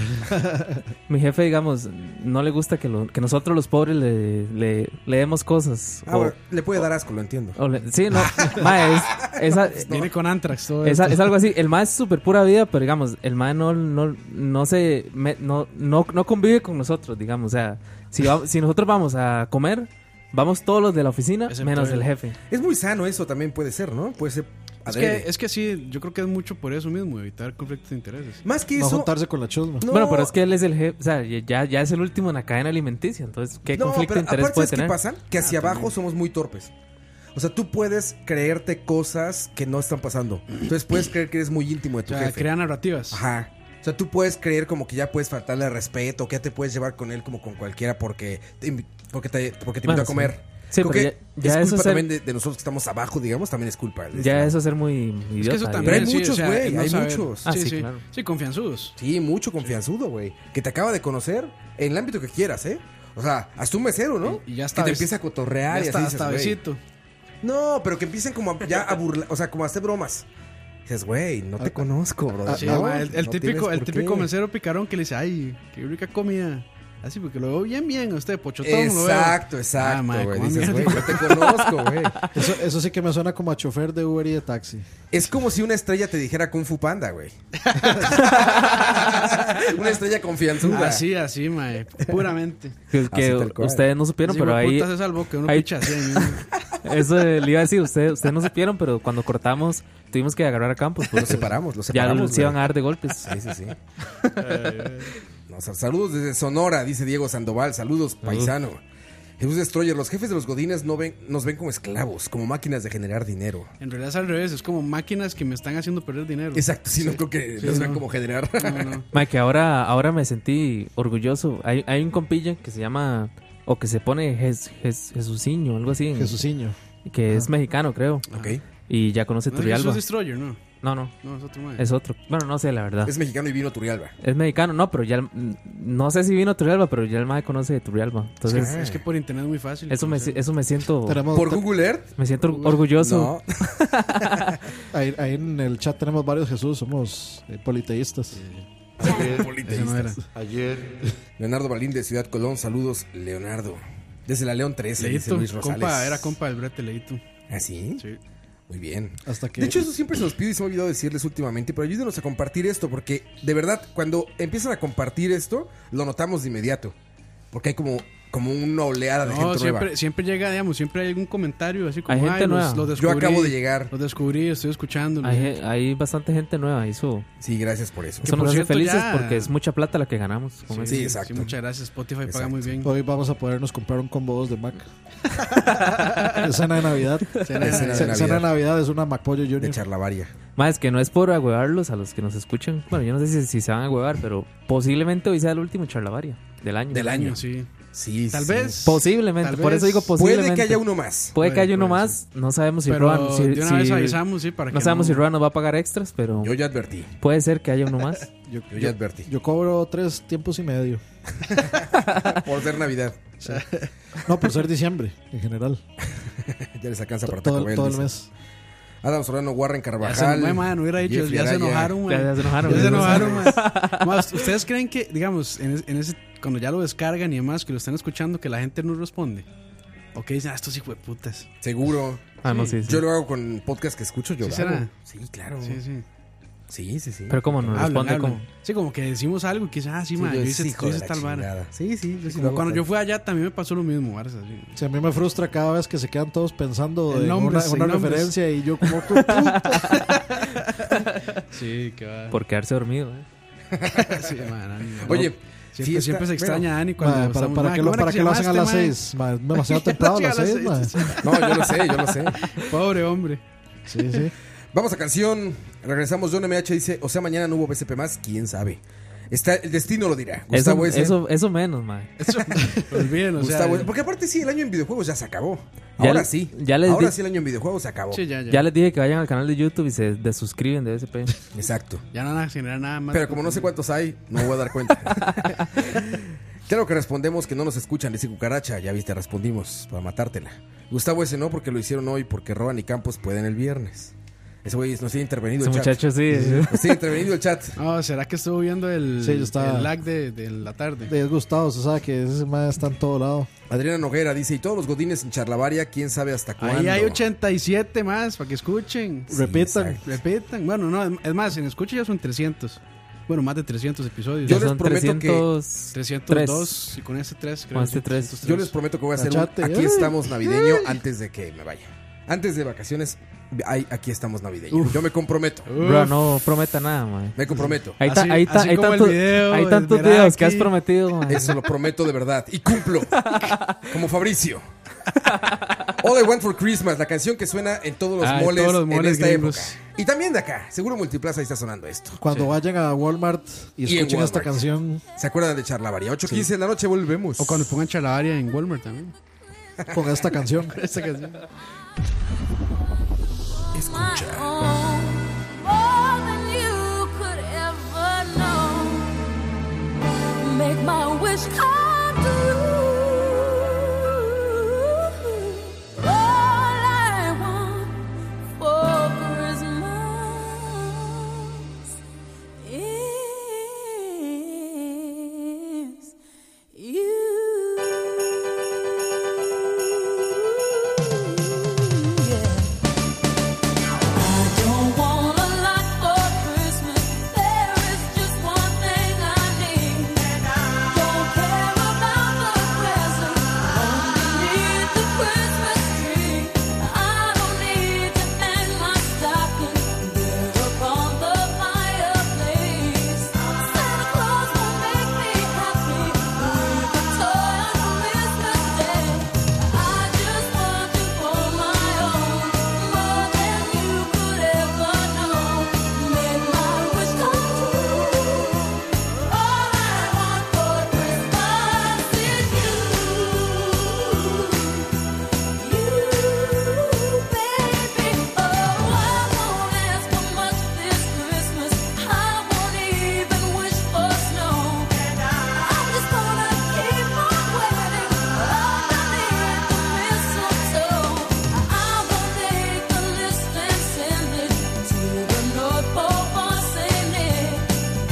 [SPEAKER 6] mi jefe, digamos, no le gusta que, lo- que nosotros los pobres le, le, le demos cosas.
[SPEAKER 3] Ah,
[SPEAKER 6] o-
[SPEAKER 3] bueno, le puede dar asco, lo entiendo.
[SPEAKER 6] o le- sí, no, mae, es, esa-
[SPEAKER 4] Pues Viene con Antrax todo
[SPEAKER 6] Es,
[SPEAKER 4] esto.
[SPEAKER 6] a- es algo así. El mae es súper pura vida, pero digamos, el mae no, no, no se. me- no, no, no convive con nosotros, digamos. O sea, si, va- si nosotros vamos a comer, vamos todos los de la oficina,
[SPEAKER 4] Excepto
[SPEAKER 6] menos
[SPEAKER 4] él.
[SPEAKER 6] el jefe.
[SPEAKER 3] Es muy sano eso también puede ser, ¿no? Puede ser.
[SPEAKER 4] Es
[SPEAKER 3] adrede.
[SPEAKER 4] que, es que sí, yo creo que es mucho por eso mismo, evitar conflictos de intereses.
[SPEAKER 3] Más que
[SPEAKER 5] No
[SPEAKER 3] eso.
[SPEAKER 5] juntarse con la chusma.
[SPEAKER 3] no,
[SPEAKER 6] Bueno, pero es que él es el jefe. O sea, ya, ya es el último en la cadena alimenticia. Entonces, ¿qué
[SPEAKER 3] no,
[SPEAKER 6] conflicto
[SPEAKER 3] pero
[SPEAKER 6] de interés
[SPEAKER 3] aparte,
[SPEAKER 6] puede
[SPEAKER 3] ¿sabes qué
[SPEAKER 6] tener?
[SPEAKER 3] pasa?
[SPEAKER 4] Ah,
[SPEAKER 3] Que hacia abajo somos muy torpes. O sea, tú puedes creerte cosas que no están pasando. Entonces puedes creer que eres muy íntimo de
[SPEAKER 4] O
[SPEAKER 3] tu
[SPEAKER 4] sea,
[SPEAKER 3] jefe.
[SPEAKER 4] crea narrativas.
[SPEAKER 3] Ajá. O sea, tú puedes creer como que ya puedes faltarle al respeto, que ya te puedes llevar con él como con cualquiera porque te, invi- porque te, porque te
[SPEAKER 6] Bueno,
[SPEAKER 3] invito a comer.
[SPEAKER 6] Sí,
[SPEAKER 3] Creo
[SPEAKER 6] pero
[SPEAKER 3] que
[SPEAKER 6] ya- ya
[SPEAKER 3] es
[SPEAKER 6] eso
[SPEAKER 3] culpa
[SPEAKER 6] es el-
[SPEAKER 3] también de, de nosotros que estamos abajo, digamos, también es culpa. de
[SPEAKER 6] Ya
[SPEAKER 3] este
[SPEAKER 6] eso es ser muy idiota.
[SPEAKER 4] Es que eso
[SPEAKER 6] digamos.
[SPEAKER 4] también.
[SPEAKER 3] Pero hay muchos, güey,
[SPEAKER 4] el no
[SPEAKER 3] hay
[SPEAKER 4] saber.
[SPEAKER 3] muchos.
[SPEAKER 6] Ah,
[SPEAKER 4] sí,
[SPEAKER 6] sí,
[SPEAKER 4] sí.
[SPEAKER 6] claro.
[SPEAKER 4] ¿eh? Sí, confianzudos.
[SPEAKER 3] Sí, mucho confianzudo, güey. Que te acaba de conocer en el ámbito que quieras, ¿eh? O sea, hasta un mesero, ¿no?
[SPEAKER 4] Y- y ya
[SPEAKER 3] Que
[SPEAKER 4] está
[SPEAKER 3] te
[SPEAKER 4] ves-
[SPEAKER 3] empieza a cotorrear
[SPEAKER 4] Ya
[SPEAKER 3] y
[SPEAKER 4] está,
[SPEAKER 3] así dices,
[SPEAKER 4] hasta
[SPEAKER 3] güey.
[SPEAKER 4] besito.
[SPEAKER 3] No, pero que empiecen como a, ya a burlar, o sea, como a hacer bromas. Dices, güey, no te conozco, bro.
[SPEAKER 4] Ah, Sí,
[SPEAKER 3] Ah, No,
[SPEAKER 4] ma, el, el
[SPEAKER 3] no
[SPEAKER 4] típico,
[SPEAKER 3] tienes
[SPEAKER 4] el
[SPEAKER 3] por
[SPEAKER 4] típico
[SPEAKER 3] qué".
[SPEAKER 4] mesero picarón que le dice, ay, qué rica comida. Así porque lo veo bien, bien a usted, pochotón, lo veo.
[SPEAKER 3] Exacto,
[SPEAKER 4] Ah,
[SPEAKER 3] exacto,
[SPEAKER 4] ma,
[SPEAKER 3] güey.
[SPEAKER 4] ¿cómo
[SPEAKER 3] Dices,
[SPEAKER 4] mierda?
[SPEAKER 3] güey, no te conozco, güey.
[SPEAKER 5] Eso, eso sí que me suena como a chofer de Uber y de taxi.
[SPEAKER 3] Es como si una estrella te dijera Kung Fu Panda, güey. una estrella confianzuda.
[SPEAKER 4] Así, así, mae, puramente.
[SPEAKER 6] Que, que
[SPEAKER 3] tal cual.
[SPEAKER 6] ustedes no supieron,
[SPEAKER 4] Ese
[SPEAKER 6] pero ahí.
[SPEAKER 4] hijueputa se salvó que uno
[SPEAKER 6] ahí-
[SPEAKER 4] picha así. ahí mismo.
[SPEAKER 6] Eso eh, le iba a decir. Ustedes ustedes no supieron, pero cuando cortamos, tuvimos que agarrar a Campos.
[SPEAKER 3] Los
[SPEAKER 6] porque
[SPEAKER 3] Pues separamos, los
[SPEAKER 6] Ya
[SPEAKER 3] separamos.
[SPEAKER 6] los iban a
[SPEAKER 3] güey.
[SPEAKER 6] dar de golpes.
[SPEAKER 3] Sí, sí, sí. No, sa- saludos desde Sonora, dice Diego Sandoval. Saludos, paisano. Jesús Destroyer, los jefes de los godines no ven, nos ven como esclavos, como máquinas de generar dinero.
[SPEAKER 4] En realidad es al revés, es como máquinas que me están haciendo perder dinero.
[SPEAKER 3] Exacto, sí, no creo que nos ven como generar.
[SPEAKER 4] No, no.
[SPEAKER 6] Mae, que ahora, ahora me sentí orgulloso. Hay, hay un compilla que se llama, o que se pone Jes, Jes- Jesuciño, algo así, en-
[SPEAKER 5] Jesuciño.
[SPEAKER 6] que es mexicano, creo.
[SPEAKER 3] ok.
[SPEAKER 6] Y ya conoce
[SPEAKER 4] No es Jesús
[SPEAKER 6] Turrialba.
[SPEAKER 4] Destroyer, no.
[SPEAKER 6] No, no,
[SPEAKER 4] No, es otro mae.
[SPEAKER 6] es otro. Bueno, no sé, la verdad. Es,
[SPEAKER 3] Es mexicano y vino a Turrialba.
[SPEAKER 6] mexicano, no, pero ya, el- no sé si vino Turrialba, pero ya el mae conoce de Turrialba. Entonces,
[SPEAKER 4] Es que por internet es muy fácil.
[SPEAKER 6] eso me, si-
[SPEAKER 4] conocer.
[SPEAKER 6] eso me siento,
[SPEAKER 5] Tenemos,
[SPEAKER 3] ¿Por
[SPEAKER 5] te-
[SPEAKER 3] Google Earth?
[SPEAKER 6] me siento or- orgulloso.
[SPEAKER 3] No.
[SPEAKER 5] ahí, ahí en el chat tenemos varios Jesús, somos eh, politeístas.
[SPEAKER 8] Ayer,
[SPEAKER 4] Ese no era.
[SPEAKER 8] ayer,
[SPEAKER 3] Leonardo Balín de Ciudad Colón, saludos, Leonardo. Desde la León 13, dice
[SPEAKER 4] Leito,
[SPEAKER 3] Luis Rosales.
[SPEAKER 4] compa, era compa del brete Leito.
[SPEAKER 3] ¿Ah, sí?
[SPEAKER 4] Sí.
[SPEAKER 3] Muy bien.
[SPEAKER 5] Hasta que.
[SPEAKER 3] De hecho, eso siempre se los pido y se me ha olvidado decirles últimamente, pero ayúdenos a compartir esto, porque de verdad, cuando empiezan a compartir esto, lo notamos de inmediato. Porque hay como, como una oleada de
[SPEAKER 4] No,
[SPEAKER 3] gente
[SPEAKER 4] siempre,
[SPEAKER 3] nueva.
[SPEAKER 4] siempre llega, digamos, siempre hay algún comentario así como,
[SPEAKER 6] Hay gente
[SPEAKER 4] "Ay, los-
[SPEAKER 6] nueva.
[SPEAKER 4] los
[SPEAKER 3] Yo
[SPEAKER 4] descubrí,
[SPEAKER 3] acabo de llegar.
[SPEAKER 4] Los descubrí, estoy escuchando.
[SPEAKER 6] Hay, ge- hay bastante gente nueva y eso,
[SPEAKER 3] Sí, gracias por eso.
[SPEAKER 6] eso
[SPEAKER 4] por
[SPEAKER 6] nos hace
[SPEAKER 4] cierto,
[SPEAKER 6] felices
[SPEAKER 4] ya-
[SPEAKER 6] porque es mucha plata la que ganamos. con
[SPEAKER 3] Sí,
[SPEAKER 6] eso.
[SPEAKER 3] exacto.
[SPEAKER 4] muchas gracias. Spotify paga
[SPEAKER 3] Exacto.
[SPEAKER 4] muy bien.
[SPEAKER 5] Hoy vamos a podernos comprar un combo 2 de Mac. Escena de Navidad.
[SPEAKER 4] Será-
[SPEAKER 3] Ese
[SPEAKER 5] Cena
[SPEAKER 3] Cena
[SPEAKER 5] de
[SPEAKER 3] de
[SPEAKER 5] Navidad.
[SPEAKER 3] Navidad.
[SPEAKER 5] es una MacPollo
[SPEAKER 3] De
[SPEAKER 5] Junior.
[SPEAKER 3] charlavaria.
[SPEAKER 6] Más es que no es por agüevarlos a los que nos escuchan. Bueno, yo no sé si, si se van a agüevar, pero posiblemente hoy sea el último charlavaria del año.
[SPEAKER 3] Del año. Sí.
[SPEAKER 4] Sí.
[SPEAKER 3] sí
[SPEAKER 4] Tal vez.
[SPEAKER 6] Posiblemente,
[SPEAKER 4] Tal
[SPEAKER 6] por
[SPEAKER 4] vez.
[SPEAKER 6] eso digo posiblemente.
[SPEAKER 3] Puede que haya uno más.
[SPEAKER 6] Puede que
[SPEAKER 4] Puede,
[SPEAKER 6] haya uno
[SPEAKER 4] puede,
[SPEAKER 6] más. No sabemos si
[SPEAKER 4] Pero
[SPEAKER 6] Ruan. si-
[SPEAKER 4] de una vez
[SPEAKER 6] si-
[SPEAKER 4] avisamos, sí, para que
[SPEAKER 6] No sabemos
[SPEAKER 4] no-
[SPEAKER 6] si Ruan nos va a pagar extras, pero
[SPEAKER 3] Yo ya advertí.
[SPEAKER 6] puede ser que haya uno más.
[SPEAKER 5] Yo,
[SPEAKER 3] Yo ya
[SPEAKER 5] yo-
[SPEAKER 3] advertí.
[SPEAKER 5] yo cobro tres tiempos y medio.
[SPEAKER 3] Por ser Navidad.
[SPEAKER 5] No, por ser diciembre, en general.
[SPEAKER 3] Ya les alcanza para
[SPEAKER 5] todo,
[SPEAKER 3] Taco Bell,
[SPEAKER 5] todo el
[SPEAKER 3] dice.
[SPEAKER 5] mes.
[SPEAKER 3] Adam Solano, Warren
[SPEAKER 4] Ya
[SPEAKER 3] Carvajal.
[SPEAKER 4] se, no, man, hubiera dicho,
[SPEAKER 3] Jeff
[SPEAKER 4] ya se
[SPEAKER 3] Araya.
[SPEAKER 4] enojaron, man.
[SPEAKER 6] Ya- ya se enojaron,
[SPEAKER 4] Ya se
[SPEAKER 6] ya
[SPEAKER 4] enojaron, man. Más, ¿Ustedes creen que, digamos, en, es- en ese, cuando ya lo descargan y demás, que lo están escuchando, que la gente no responde? O que dicen, ah, estos hijos de putas.
[SPEAKER 3] Seguro.
[SPEAKER 6] Ah, no, sí, sí.
[SPEAKER 3] Yo lo hago con podcast que escucho, yo
[SPEAKER 4] ¿Sí
[SPEAKER 3] lo
[SPEAKER 4] será?
[SPEAKER 3] hago. Sí, claro.
[SPEAKER 4] Sí,
[SPEAKER 3] Sí,
[SPEAKER 4] sí.
[SPEAKER 3] sí, sí.
[SPEAKER 6] Pero cómo nos
[SPEAKER 4] Hablan,
[SPEAKER 6] responde.
[SPEAKER 4] hablan.
[SPEAKER 6] como-
[SPEAKER 4] Sí, como que decimos algo y que dicen, ah, sí,
[SPEAKER 3] Sí,
[SPEAKER 4] man,
[SPEAKER 3] yo
[SPEAKER 4] yo
[SPEAKER 3] es
[SPEAKER 4] hice,
[SPEAKER 3] hijo
[SPEAKER 4] yo
[SPEAKER 3] de
[SPEAKER 4] hice
[SPEAKER 3] la
[SPEAKER 4] tal vara.
[SPEAKER 3] chingada. Sí, sí, yo sí lo
[SPEAKER 4] Como
[SPEAKER 3] hago
[SPEAKER 4] cuando yo
[SPEAKER 3] también.
[SPEAKER 4] fui allá también me pasó lo mismo, Barça. sí.
[SPEAKER 5] Si a mí me frustra cada vez que se quedan todos pensando
[SPEAKER 4] En
[SPEAKER 5] en una,
[SPEAKER 4] nombres, en
[SPEAKER 5] una
[SPEAKER 4] nombres.
[SPEAKER 5] referencia y yo como puta.
[SPEAKER 4] Sí, que va.
[SPEAKER 6] Por quedarse dormido. ¿eh?
[SPEAKER 4] Sí, man, ánimo.
[SPEAKER 3] Oye,
[SPEAKER 4] Siempre,
[SPEAKER 3] sí está-
[SPEAKER 4] siempre se extraña a Dani cuando
[SPEAKER 5] Ma, para,
[SPEAKER 4] estamos-
[SPEAKER 5] para
[SPEAKER 4] Ma,
[SPEAKER 5] que lo,
[SPEAKER 4] ¿cómo era
[SPEAKER 5] para
[SPEAKER 4] que
[SPEAKER 5] que lo
[SPEAKER 4] se
[SPEAKER 5] hacen a las
[SPEAKER 4] llama este,
[SPEAKER 5] 6. Demasiado temprano a las
[SPEAKER 4] Sí, a
[SPEAKER 5] 6.
[SPEAKER 4] las seis,
[SPEAKER 3] Bueno, No, yo lo sé, yo lo sé.
[SPEAKER 4] ma? Pobre hombre.
[SPEAKER 5] Sí, sí.
[SPEAKER 3] Vamos a canción. Regresamos. John MH dice: O sea, mañana no hubo BCP más. ¿Quién sabe? Está, el destino lo dirá.
[SPEAKER 6] Eso,
[SPEAKER 3] Gustavo S.
[SPEAKER 6] eso, eso menos, mae.
[SPEAKER 4] Eso, olviden, o sea.
[SPEAKER 3] Gustavo S. Porque aparte sí, el año en videojuegos ya se acabó.
[SPEAKER 6] Ya
[SPEAKER 3] Ahora
[SPEAKER 6] le-
[SPEAKER 3] sí.
[SPEAKER 6] ya les
[SPEAKER 3] Ahora
[SPEAKER 6] di-
[SPEAKER 3] sí el año en videojuegos se acabó.
[SPEAKER 4] sí, ya, ya.
[SPEAKER 6] Ya les dije que vayan al canal de YouTube y se desuscriben de SP.
[SPEAKER 3] Exacto.
[SPEAKER 4] Ya no van a generar nada más.
[SPEAKER 3] Pero como no sé cuántos hay, no voy a dar cuenta. claro que respondemos que no nos escuchan, dice Cucaracha. Ya viste, respondimos para matártela. Gustavo ese no porque lo hicieron hoy, porque Roban y Campos pueden el viernes. Ese güey nos ha intervenido
[SPEAKER 6] Ese
[SPEAKER 3] el
[SPEAKER 6] muchacho
[SPEAKER 3] chat.
[SPEAKER 6] sí.
[SPEAKER 3] Nos tiene intervenido el chat.
[SPEAKER 4] Ah, ¿será que estuvo viendo el,
[SPEAKER 5] Sí, yo estaba-
[SPEAKER 4] el lag de, de la tarde?
[SPEAKER 5] De Gustavo, o sea que ese man está en todo lado.
[SPEAKER 3] Adriana Noguera dice, y todos los godines en Charlavaria, quién sabe hasta cuándo.
[SPEAKER 4] Ahí hay 87 más para que escuchen.
[SPEAKER 3] Sí,
[SPEAKER 5] Repitan.
[SPEAKER 3] exacto.
[SPEAKER 4] Repitan. Bueno, no, es más, en escucha ya son 300. Bueno, más de 300 episodios.
[SPEAKER 3] Yo
[SPEAKER 6] Yo
[SPEAKER 3] les
[SPEAKER 6] son
[SPEAKER 3] prometo que-
[SPEAKER 6] 300...
[SPEAKER 4] 302 y con este 3 creo.
[SPEAKER 6] Con este tres.
[SPEAKER 3] Yo les prometo que voy a hacer
[SPEAKER 5] Cachate.
[SPEAKER 3] un Aquí estamos navideño antes de que me vaya. Antes de vacaciones, ay, aquí estamos navideño. Yo me comprometo.
[SPEAKER 6] Bro, no prometa nada, mae.
[SPEAKER 3] Me comprometo.
[SPEAKER 6] Ahí, ta-
[SPEAKER 4] Así-
[SPEAKER 6] ahí ta-
[SPEAKER 4] así
[SPEAKER 6] hay
[SPEAKER 4] como el
[SPEAKER 6] tantos-
[SPEAKER 4] video,
[SPEAKER 6] hay
[SPEAKER 4] el
[SPEAKER 6] tantos
[SPEAKER 4] Meraki.
[SPEAKER 6] videos que has prometido, mae.
[SPEAKER 3] Eso lo prometo de verdad. Y cumplo. Como Fabricio. All I Want for Christmas, la canción que suena en todos los,
[SPEAKER 4] Ah, en
[SPEAKER 3] moles,
[SPEAKER 4] todos los
[SPEAKER 3] en
[SPEAKER 4] moles
[SPEAKER 3] esta
[SPEAKER 4] gringos.
[SPEAKER 3] época. Y también de acá. Seguro Multiplaza ahí está sonando esto.
[SPEAKER 5] Cuando vayan a Walmart y
[SPEAKER 3] Y en
[SPEAKER 5] escuchen esta
[SPEAKER 3] Walmart.
[SPEAKER 5] canción
[SPEAKER 3] ¿Se acuerdan de Charlavaria? 8.15 de la noche volvemos.
[SPEAKER 4] O cuando pongan chalabaria en Walmart también.
[SPEAKER 5] con esta canción.
[SPEAKER 4] Esta canción.
[SPEAKER 9] More than you could ever know. Make my wish come true. All I want for Christmas is you. Yeah. I don't want a lot for Christmas. There is just one thing I need. Don't care about the present. Only need the Christmas tree. I don't need to hang my stocking there upon the fireplace. Santa Claus will make me happy with a toy on Christmas Day. I just want you for my own, more than you could ever know. Make my wish come true. All I want for Christmas is you, you, baby. Oh, I won't ask for much this Christmas. I won't even wish for snow. I'm just gonna keep on waiting. All I need to mistletoe. I will make the list and send it to the North Pole for Saint Nick.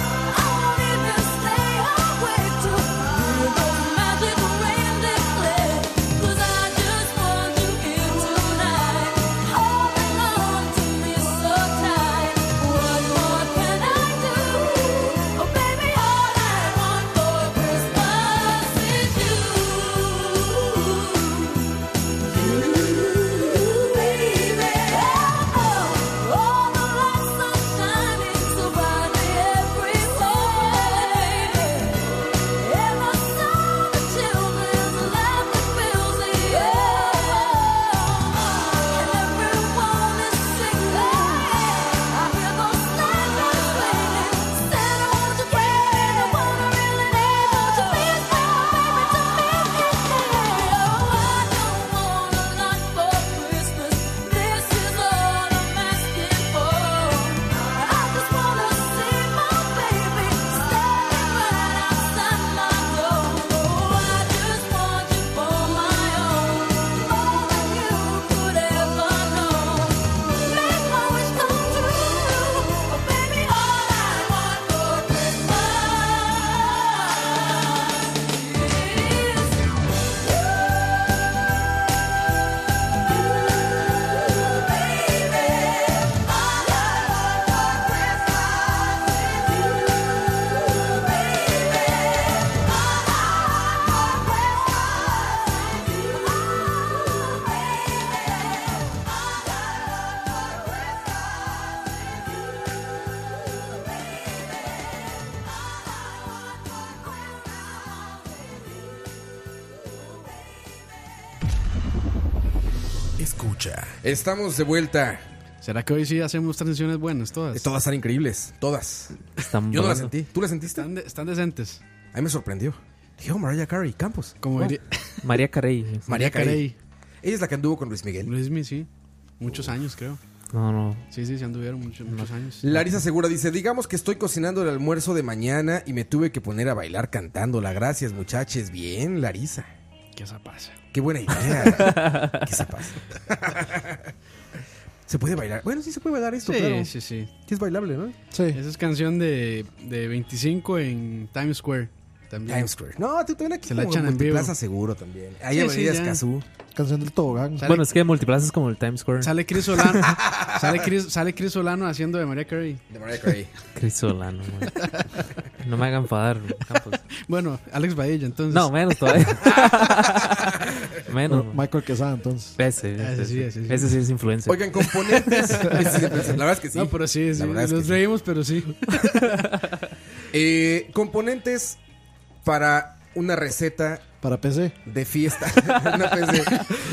[SPEAKER 9] I won't even stay awake to hear those magic rain declare. 'Cause I just want you here tonight, holding on to me so tight. What more can I do? Oh, baby, all I want for Christmas is you. Oh, Thank you
[SPEAKER 3] Estamos de vuelta.
[SPEAKER 4] ¿Será que hoy sí hacemos transiciones buenas todas?
[SPEAKER 3] Todas están increíbles, todas.
[SPEAKER 6] Están
[SPEAKER 3] Yo no las
[SPEAKER 6] buenas.
[SPEAKER 3] sentí. ¿Tú las sentiste?
[SPEAKER 4] Están, de- están decentes.
[SPEAKER 3] A mí me sorprendió. Dije, oh, Mariah Carey, Campos.
[SPEAKER 4] Como
[SPEAKER 3] Oh,
[SPEAKER 4] diría
[SPEAKER 6] pues, María Carey.
[SPEAKER 3] Mariah Carey.
[SPEAKER 4] Carey.
[SPEAKER 3] Ella es la que anduvo con Luis Miguel.
[SPEAKER 4] Luis Mi, sí. Muchos años, creo.
[SPEAKER 6] No, no.
[SPEAKER 4] Sí, sí, se anduvieron muchos, muchos años.
[SPEAKER 3] Larisa Segura dice, digamos que estoy cocinando el almuerzo de mañana y me tuve que poner a bailar cantándola. Gracias, muchachos. Bien, Larisa.
[SPEAKER 4] ¿Qué esa pasa?
[SPEAKER 3] Qué buena idea. ¿Qué se pasa? ¿Se puede bailar? Bueno, sí se puede bailar esto,
[SPEAKER 4] Sí,
[SPEAKER 3] claro.
[SPEAKER 4] sí, sí.
[SPEAKER 3] Que es bailable, ¿no?
[SPEAKER 5] Sí.
[SPEAKER 4] Esa es canción de, de 25 en Times Square. También.
[SPEAKER 3] Times Square. No, tú también aquí
[SPEAKER 4] Se la
[SPEAKER 3] como
[SPEAKER 4] echan en vivo.
[SPEAKER 3] Multiplaza seguro también. Ahí
[SPEAKER 4] Sí,
[SPEAKER 3] en
[SPEAKER 4] sí,
[SPEAKER 3] Avenida
[SPEAKER 4] ya.
[SPEAKER 3] Escazú.
[SPEAKER 5] Canción del tobogán.
[SPEAKER 4] Sale,
[SPEAKER 6] Bueno, es que Multiplaza es como el Times Square.
[SPEAKER 4] sale Chris Solano. sale, Chris, sale Chris Solano haciendo de María Carey.
[SPEAKER 3] De Mariah Carey.
[SPEAKER 6] Crisolano, man. No me hagan enfadar, Campos.
[SPEAKER 4] Bueno, Alex Badilla, entonces.
[SPEAKER 6] No, menos todavía. menos. man.
[SPEAKER 5] Michael Quesada, entonces.
[SPEAKER 6] Ese,
[SPEAKER 4] Ese
[SPEAKER 6] ese,
[SPEAKER 4] Ah, sí, ese sí.
[SPEAKER 6] ese sí es
[SPEAKER 5] este
[SPEAKER 6] influencer.
[SPEAKER 3] Oigan, componentes. Sí, sí, sí, la verdad es que sí.
[SPEAKER 4] No, pero sí, sí,
[SPEAKER 3] La verdad es
[SPEAKER 4] nos
[SPEAKER 3] que sí.
[SPEAKER 4] reímos, pero sí.
[SPEAKER 3] Eh, componentes para una receta
[SPEAKER 5] Para PC.
[SPEAKER 3] de fiesta. una PC.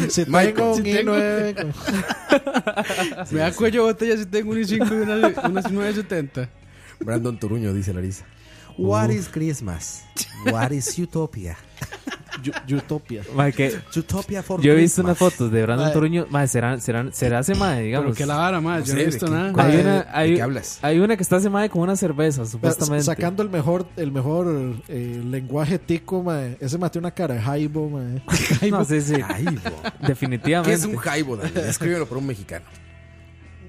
[SPEAKER 5] Si
[SPEAKER 3] Michael.
[SPEAKER 5] tengo un
[SPEAKER 3] Sí,
[SPEAKER 5] i9 con-
[SPEAKER 4] Me da cuello botella si tengo un i5 y una, unas 970.
[SPEAKER 3] Brandon Turuño dice Larisa. What is Christmas? What is Utopia?
[SPEAKER 5] Yu- Utopia.
[SPEAKER 6] Man, que
[SPEAKER 3] Utopia for
[SPEAKER 6] yo he visto unas
[SPEAKER 3] Christmas.
[SPEAKER 6] fotos de Brandon
[SPEAKER 5] Ay.
[SPEAKER 6] Toruño. Man, será, será, será ese mae,
[SPEAKER 4] Pero
[SPEAKER 6] digamos.
[SPEAKER 4] que la vara, más. Yo
[SPEAKER 3] sé
[SPEAKER 4] no he
[SPEAKER 3] de
[SPEAKER 4] visto
[SPEAKER 3] qué-
[SPEAKER 4] nada.
[SPEAKER 6] Hay
[SPEAKER 5] Ay,
[SPEAKER 6] una, hay,
[SPEAKER 3] ¿De qué hablas?
[SPEAKER 6] hay una que está ese mae con una cerveza,
[SPEAKER 5] Pero
[SPEAKER 6] supuestamente.
[SPEAKER 5] sa- Sacando el mejor, el mejor eh, lenguaje tico, mae. Ese mate una cara de Jaibo, mae.
[SPEAKER 6] No, sí, sí.
[SPEAKER 3] Jaibo.
[SPEAKER 6] Definitivamente.
[SPEAKER 3] ¿Qué es un jaibo, Daniel? Escríbelo por un mexicano.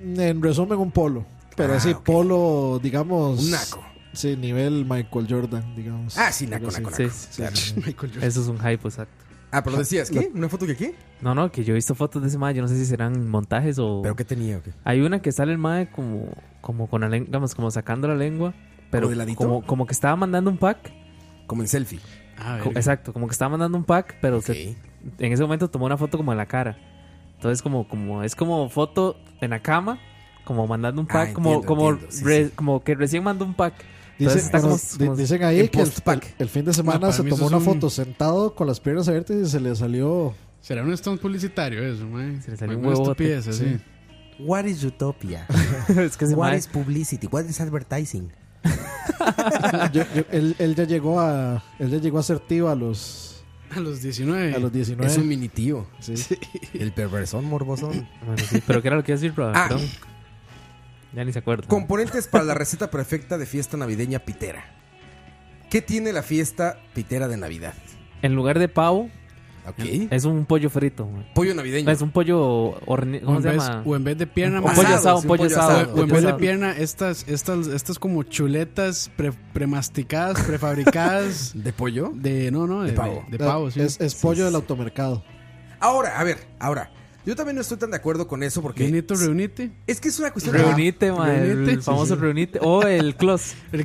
[SPEAKER 5] En resumen, un polo. Pero
[SPEAKER 3] Ah,
[SPEAKER 5] así,
[SPEAKER 3] ok.
[SPEAKER 5] polo, digamos.
[SPEAKER 3] Un naco.
[SPEAKER 5] Sí, nivel Michael Jordan, digamos.
[SPEAKER 3] Ah, sí, naco,
[SPEAKER 5] Algo así.
[SPEAKER 3] naco,
[SPEAKER 6] Sí,
[SPEAKER 3] naco.
[SPEAKER 6] sí,
[SPEAKER 3] Claro.
[SPEAKER 6] Eso es un hype, exacto.
[SPEAKER 3] Ah, pero decías, ¿qué? ¿Una foto que qué?
[SPEAKER 6] No, no, que yo he visto fotos de ese mae. Yo no sé si serán montajes o.
[SPEAKER 3] ¿Pero qué tenía o qué?
[SPEAKER 6] Hay una que sale el mae como, como con la lengua, digamos, como sacando la lengua. Pero
[SPEAKER 3] de ladito?
[SPEAKER 6] como, como que estaba mandando un pack.
[SPEAKER 3] Como en selfie.
[SPEAKER 4] Ah,
[SPEAKER 6] Co-
[SPEAKER 4] verga.
[SPEAKER 6] Exacto, como que estaba mandando un pack, pero
[SPEAKER 3] Ok.
[SPEAKER 6] se- en ese momento tomó una foto como en la cara. Entonces como como es como foto en la cama, como mandando un
[SPEAKER 3] Ah,
[SPEAKER 6] pack, como
[SPEAKER 3] entiendo,
[SPEAKER 6] como
[SPEAKER 3] entiendo, sí,
[SPEAKER 6] re-
[SPEAKER 3] sí.
[SPEAKER 6] como que recién mandó un pack. Entonces
[SPEAKER 5] Dicen,
[SPEAKER 6] está como,
[SPEAKER 5] di-
[SPEAKER 6] como-
[SPEAKER 5] dicen
[SPEAKER 3] en
[SPEAKER 5] ahí que el,
[SPEAKER 3] post-pack.
[SPEAKER 5] el- el fin de
[SPEAKER 4] No,
[SPEAKER 5] semana
[SPEAKER 4] para
[SPEAKER 5] se
[SPEAKER 4] mí
[SPEAKER 5] tomó
[SPEAKER 4] eso
[SPEAKER 5] una
[SPEAKER 4] es un-
[SPEAKER 5] foto sentado con las piernas abiertas y se le salió.
[SPEAKER 4] Será un stunt publicitario eso, man.
[SPEAKER 6] Se le salió un
[SPEAKER 4] Alguna
[SPEAKER 6] huevote.
[SPEAKER 4] estupidez, así.
[SPEAKER 3] What is Utopia?
[SPEAKER 6] es que se mae,
[SPEAKER 3] publicity? What is advertising?
[SPEAKER 5] Yo- yo- él, él ya llegó a él ya llegó a ser tío a los
[SPEAKER 4] A los 19.
[SPEAKER 5] a los 19.
[SPEAKER 3] Es un mini tío.
[SPEAKER 5] Sí.
[SPEAKER 3] El perversón morbosón.
[SPEAKER 6] bueno, sí, pero qué era lo que iba a decir, bro?
[SPEAKER 3] Ah.
[SPEAKER 6] Perdón. Ya ni se acuerda.
[SPEAKER 3] Componentes para la receta perfecta de fiesta navideña pitera. ¿Qué tiene la fiesta pitera de Navidad?
[SPEAKER 6] En lugar de pavo
[SPEAKER 3] Ok.
[SPEAKER 6] es un pollo frito. mae.
[SPEAKER 3] Pollo navideño.
[SPEAKER 6] Es un pollo horne-
[SPEAKER 4] O
[SPEAKER 6] ¿cómo
[SPEAKER 4] en,
[SPEAKER 6] se
[SPEAKER 4] vez,
[SPEAKER 6] llama?
[SPEAKER 4] o en vez de pierna,
[SPEAKER 6] Un
[SPEAKER 4] man.
[SPEAKER 6] pollo
[SPEAKER 3] asado,
[SPEAKER 6] asado, un
[SPEAKER 3] sí, un
[SPEAKER 6] pollo
[SPEAKER 3] pollo
[SPEAKER 6] asado.
[SPEAKER 3] asado.
[SPEAKER 6] un
[SPEAKER 4] O en
[SPEAKER 6] pollo
[SPEAKER 4] vez de
[SPEAKER 6] asado.
[SPEAKER 4] pierna, estas, estas, estas como chuletas pre- premasticadas, prefabricadas.
[SPEAKER 3] ¿De pollo?
[SPEAKER 4] De, no, no, de,
[SPEAKER 3] De pavo.
[SPEAKER 4] de- de pavo, Oh, sí.
[SPEAKER 5] Es, es pollo del automercado.
[SPEAKER 3] Ahora, a ver, ahora. Yo también no estoy tan de acuerdo con eso porque...
[SPEAKER 4] Vinito, reunite.
[SPEAKER 3] Es que es una cuestión de...
[SPEAKER 6] Reunite, mae,
[SPEAKER 4] Reunite, sí,
[SPEAKER 6] el famoso
[SPEAKER 4] sí.
[SPEAKER 6] reunite o el close.
[SPEAKER 4] El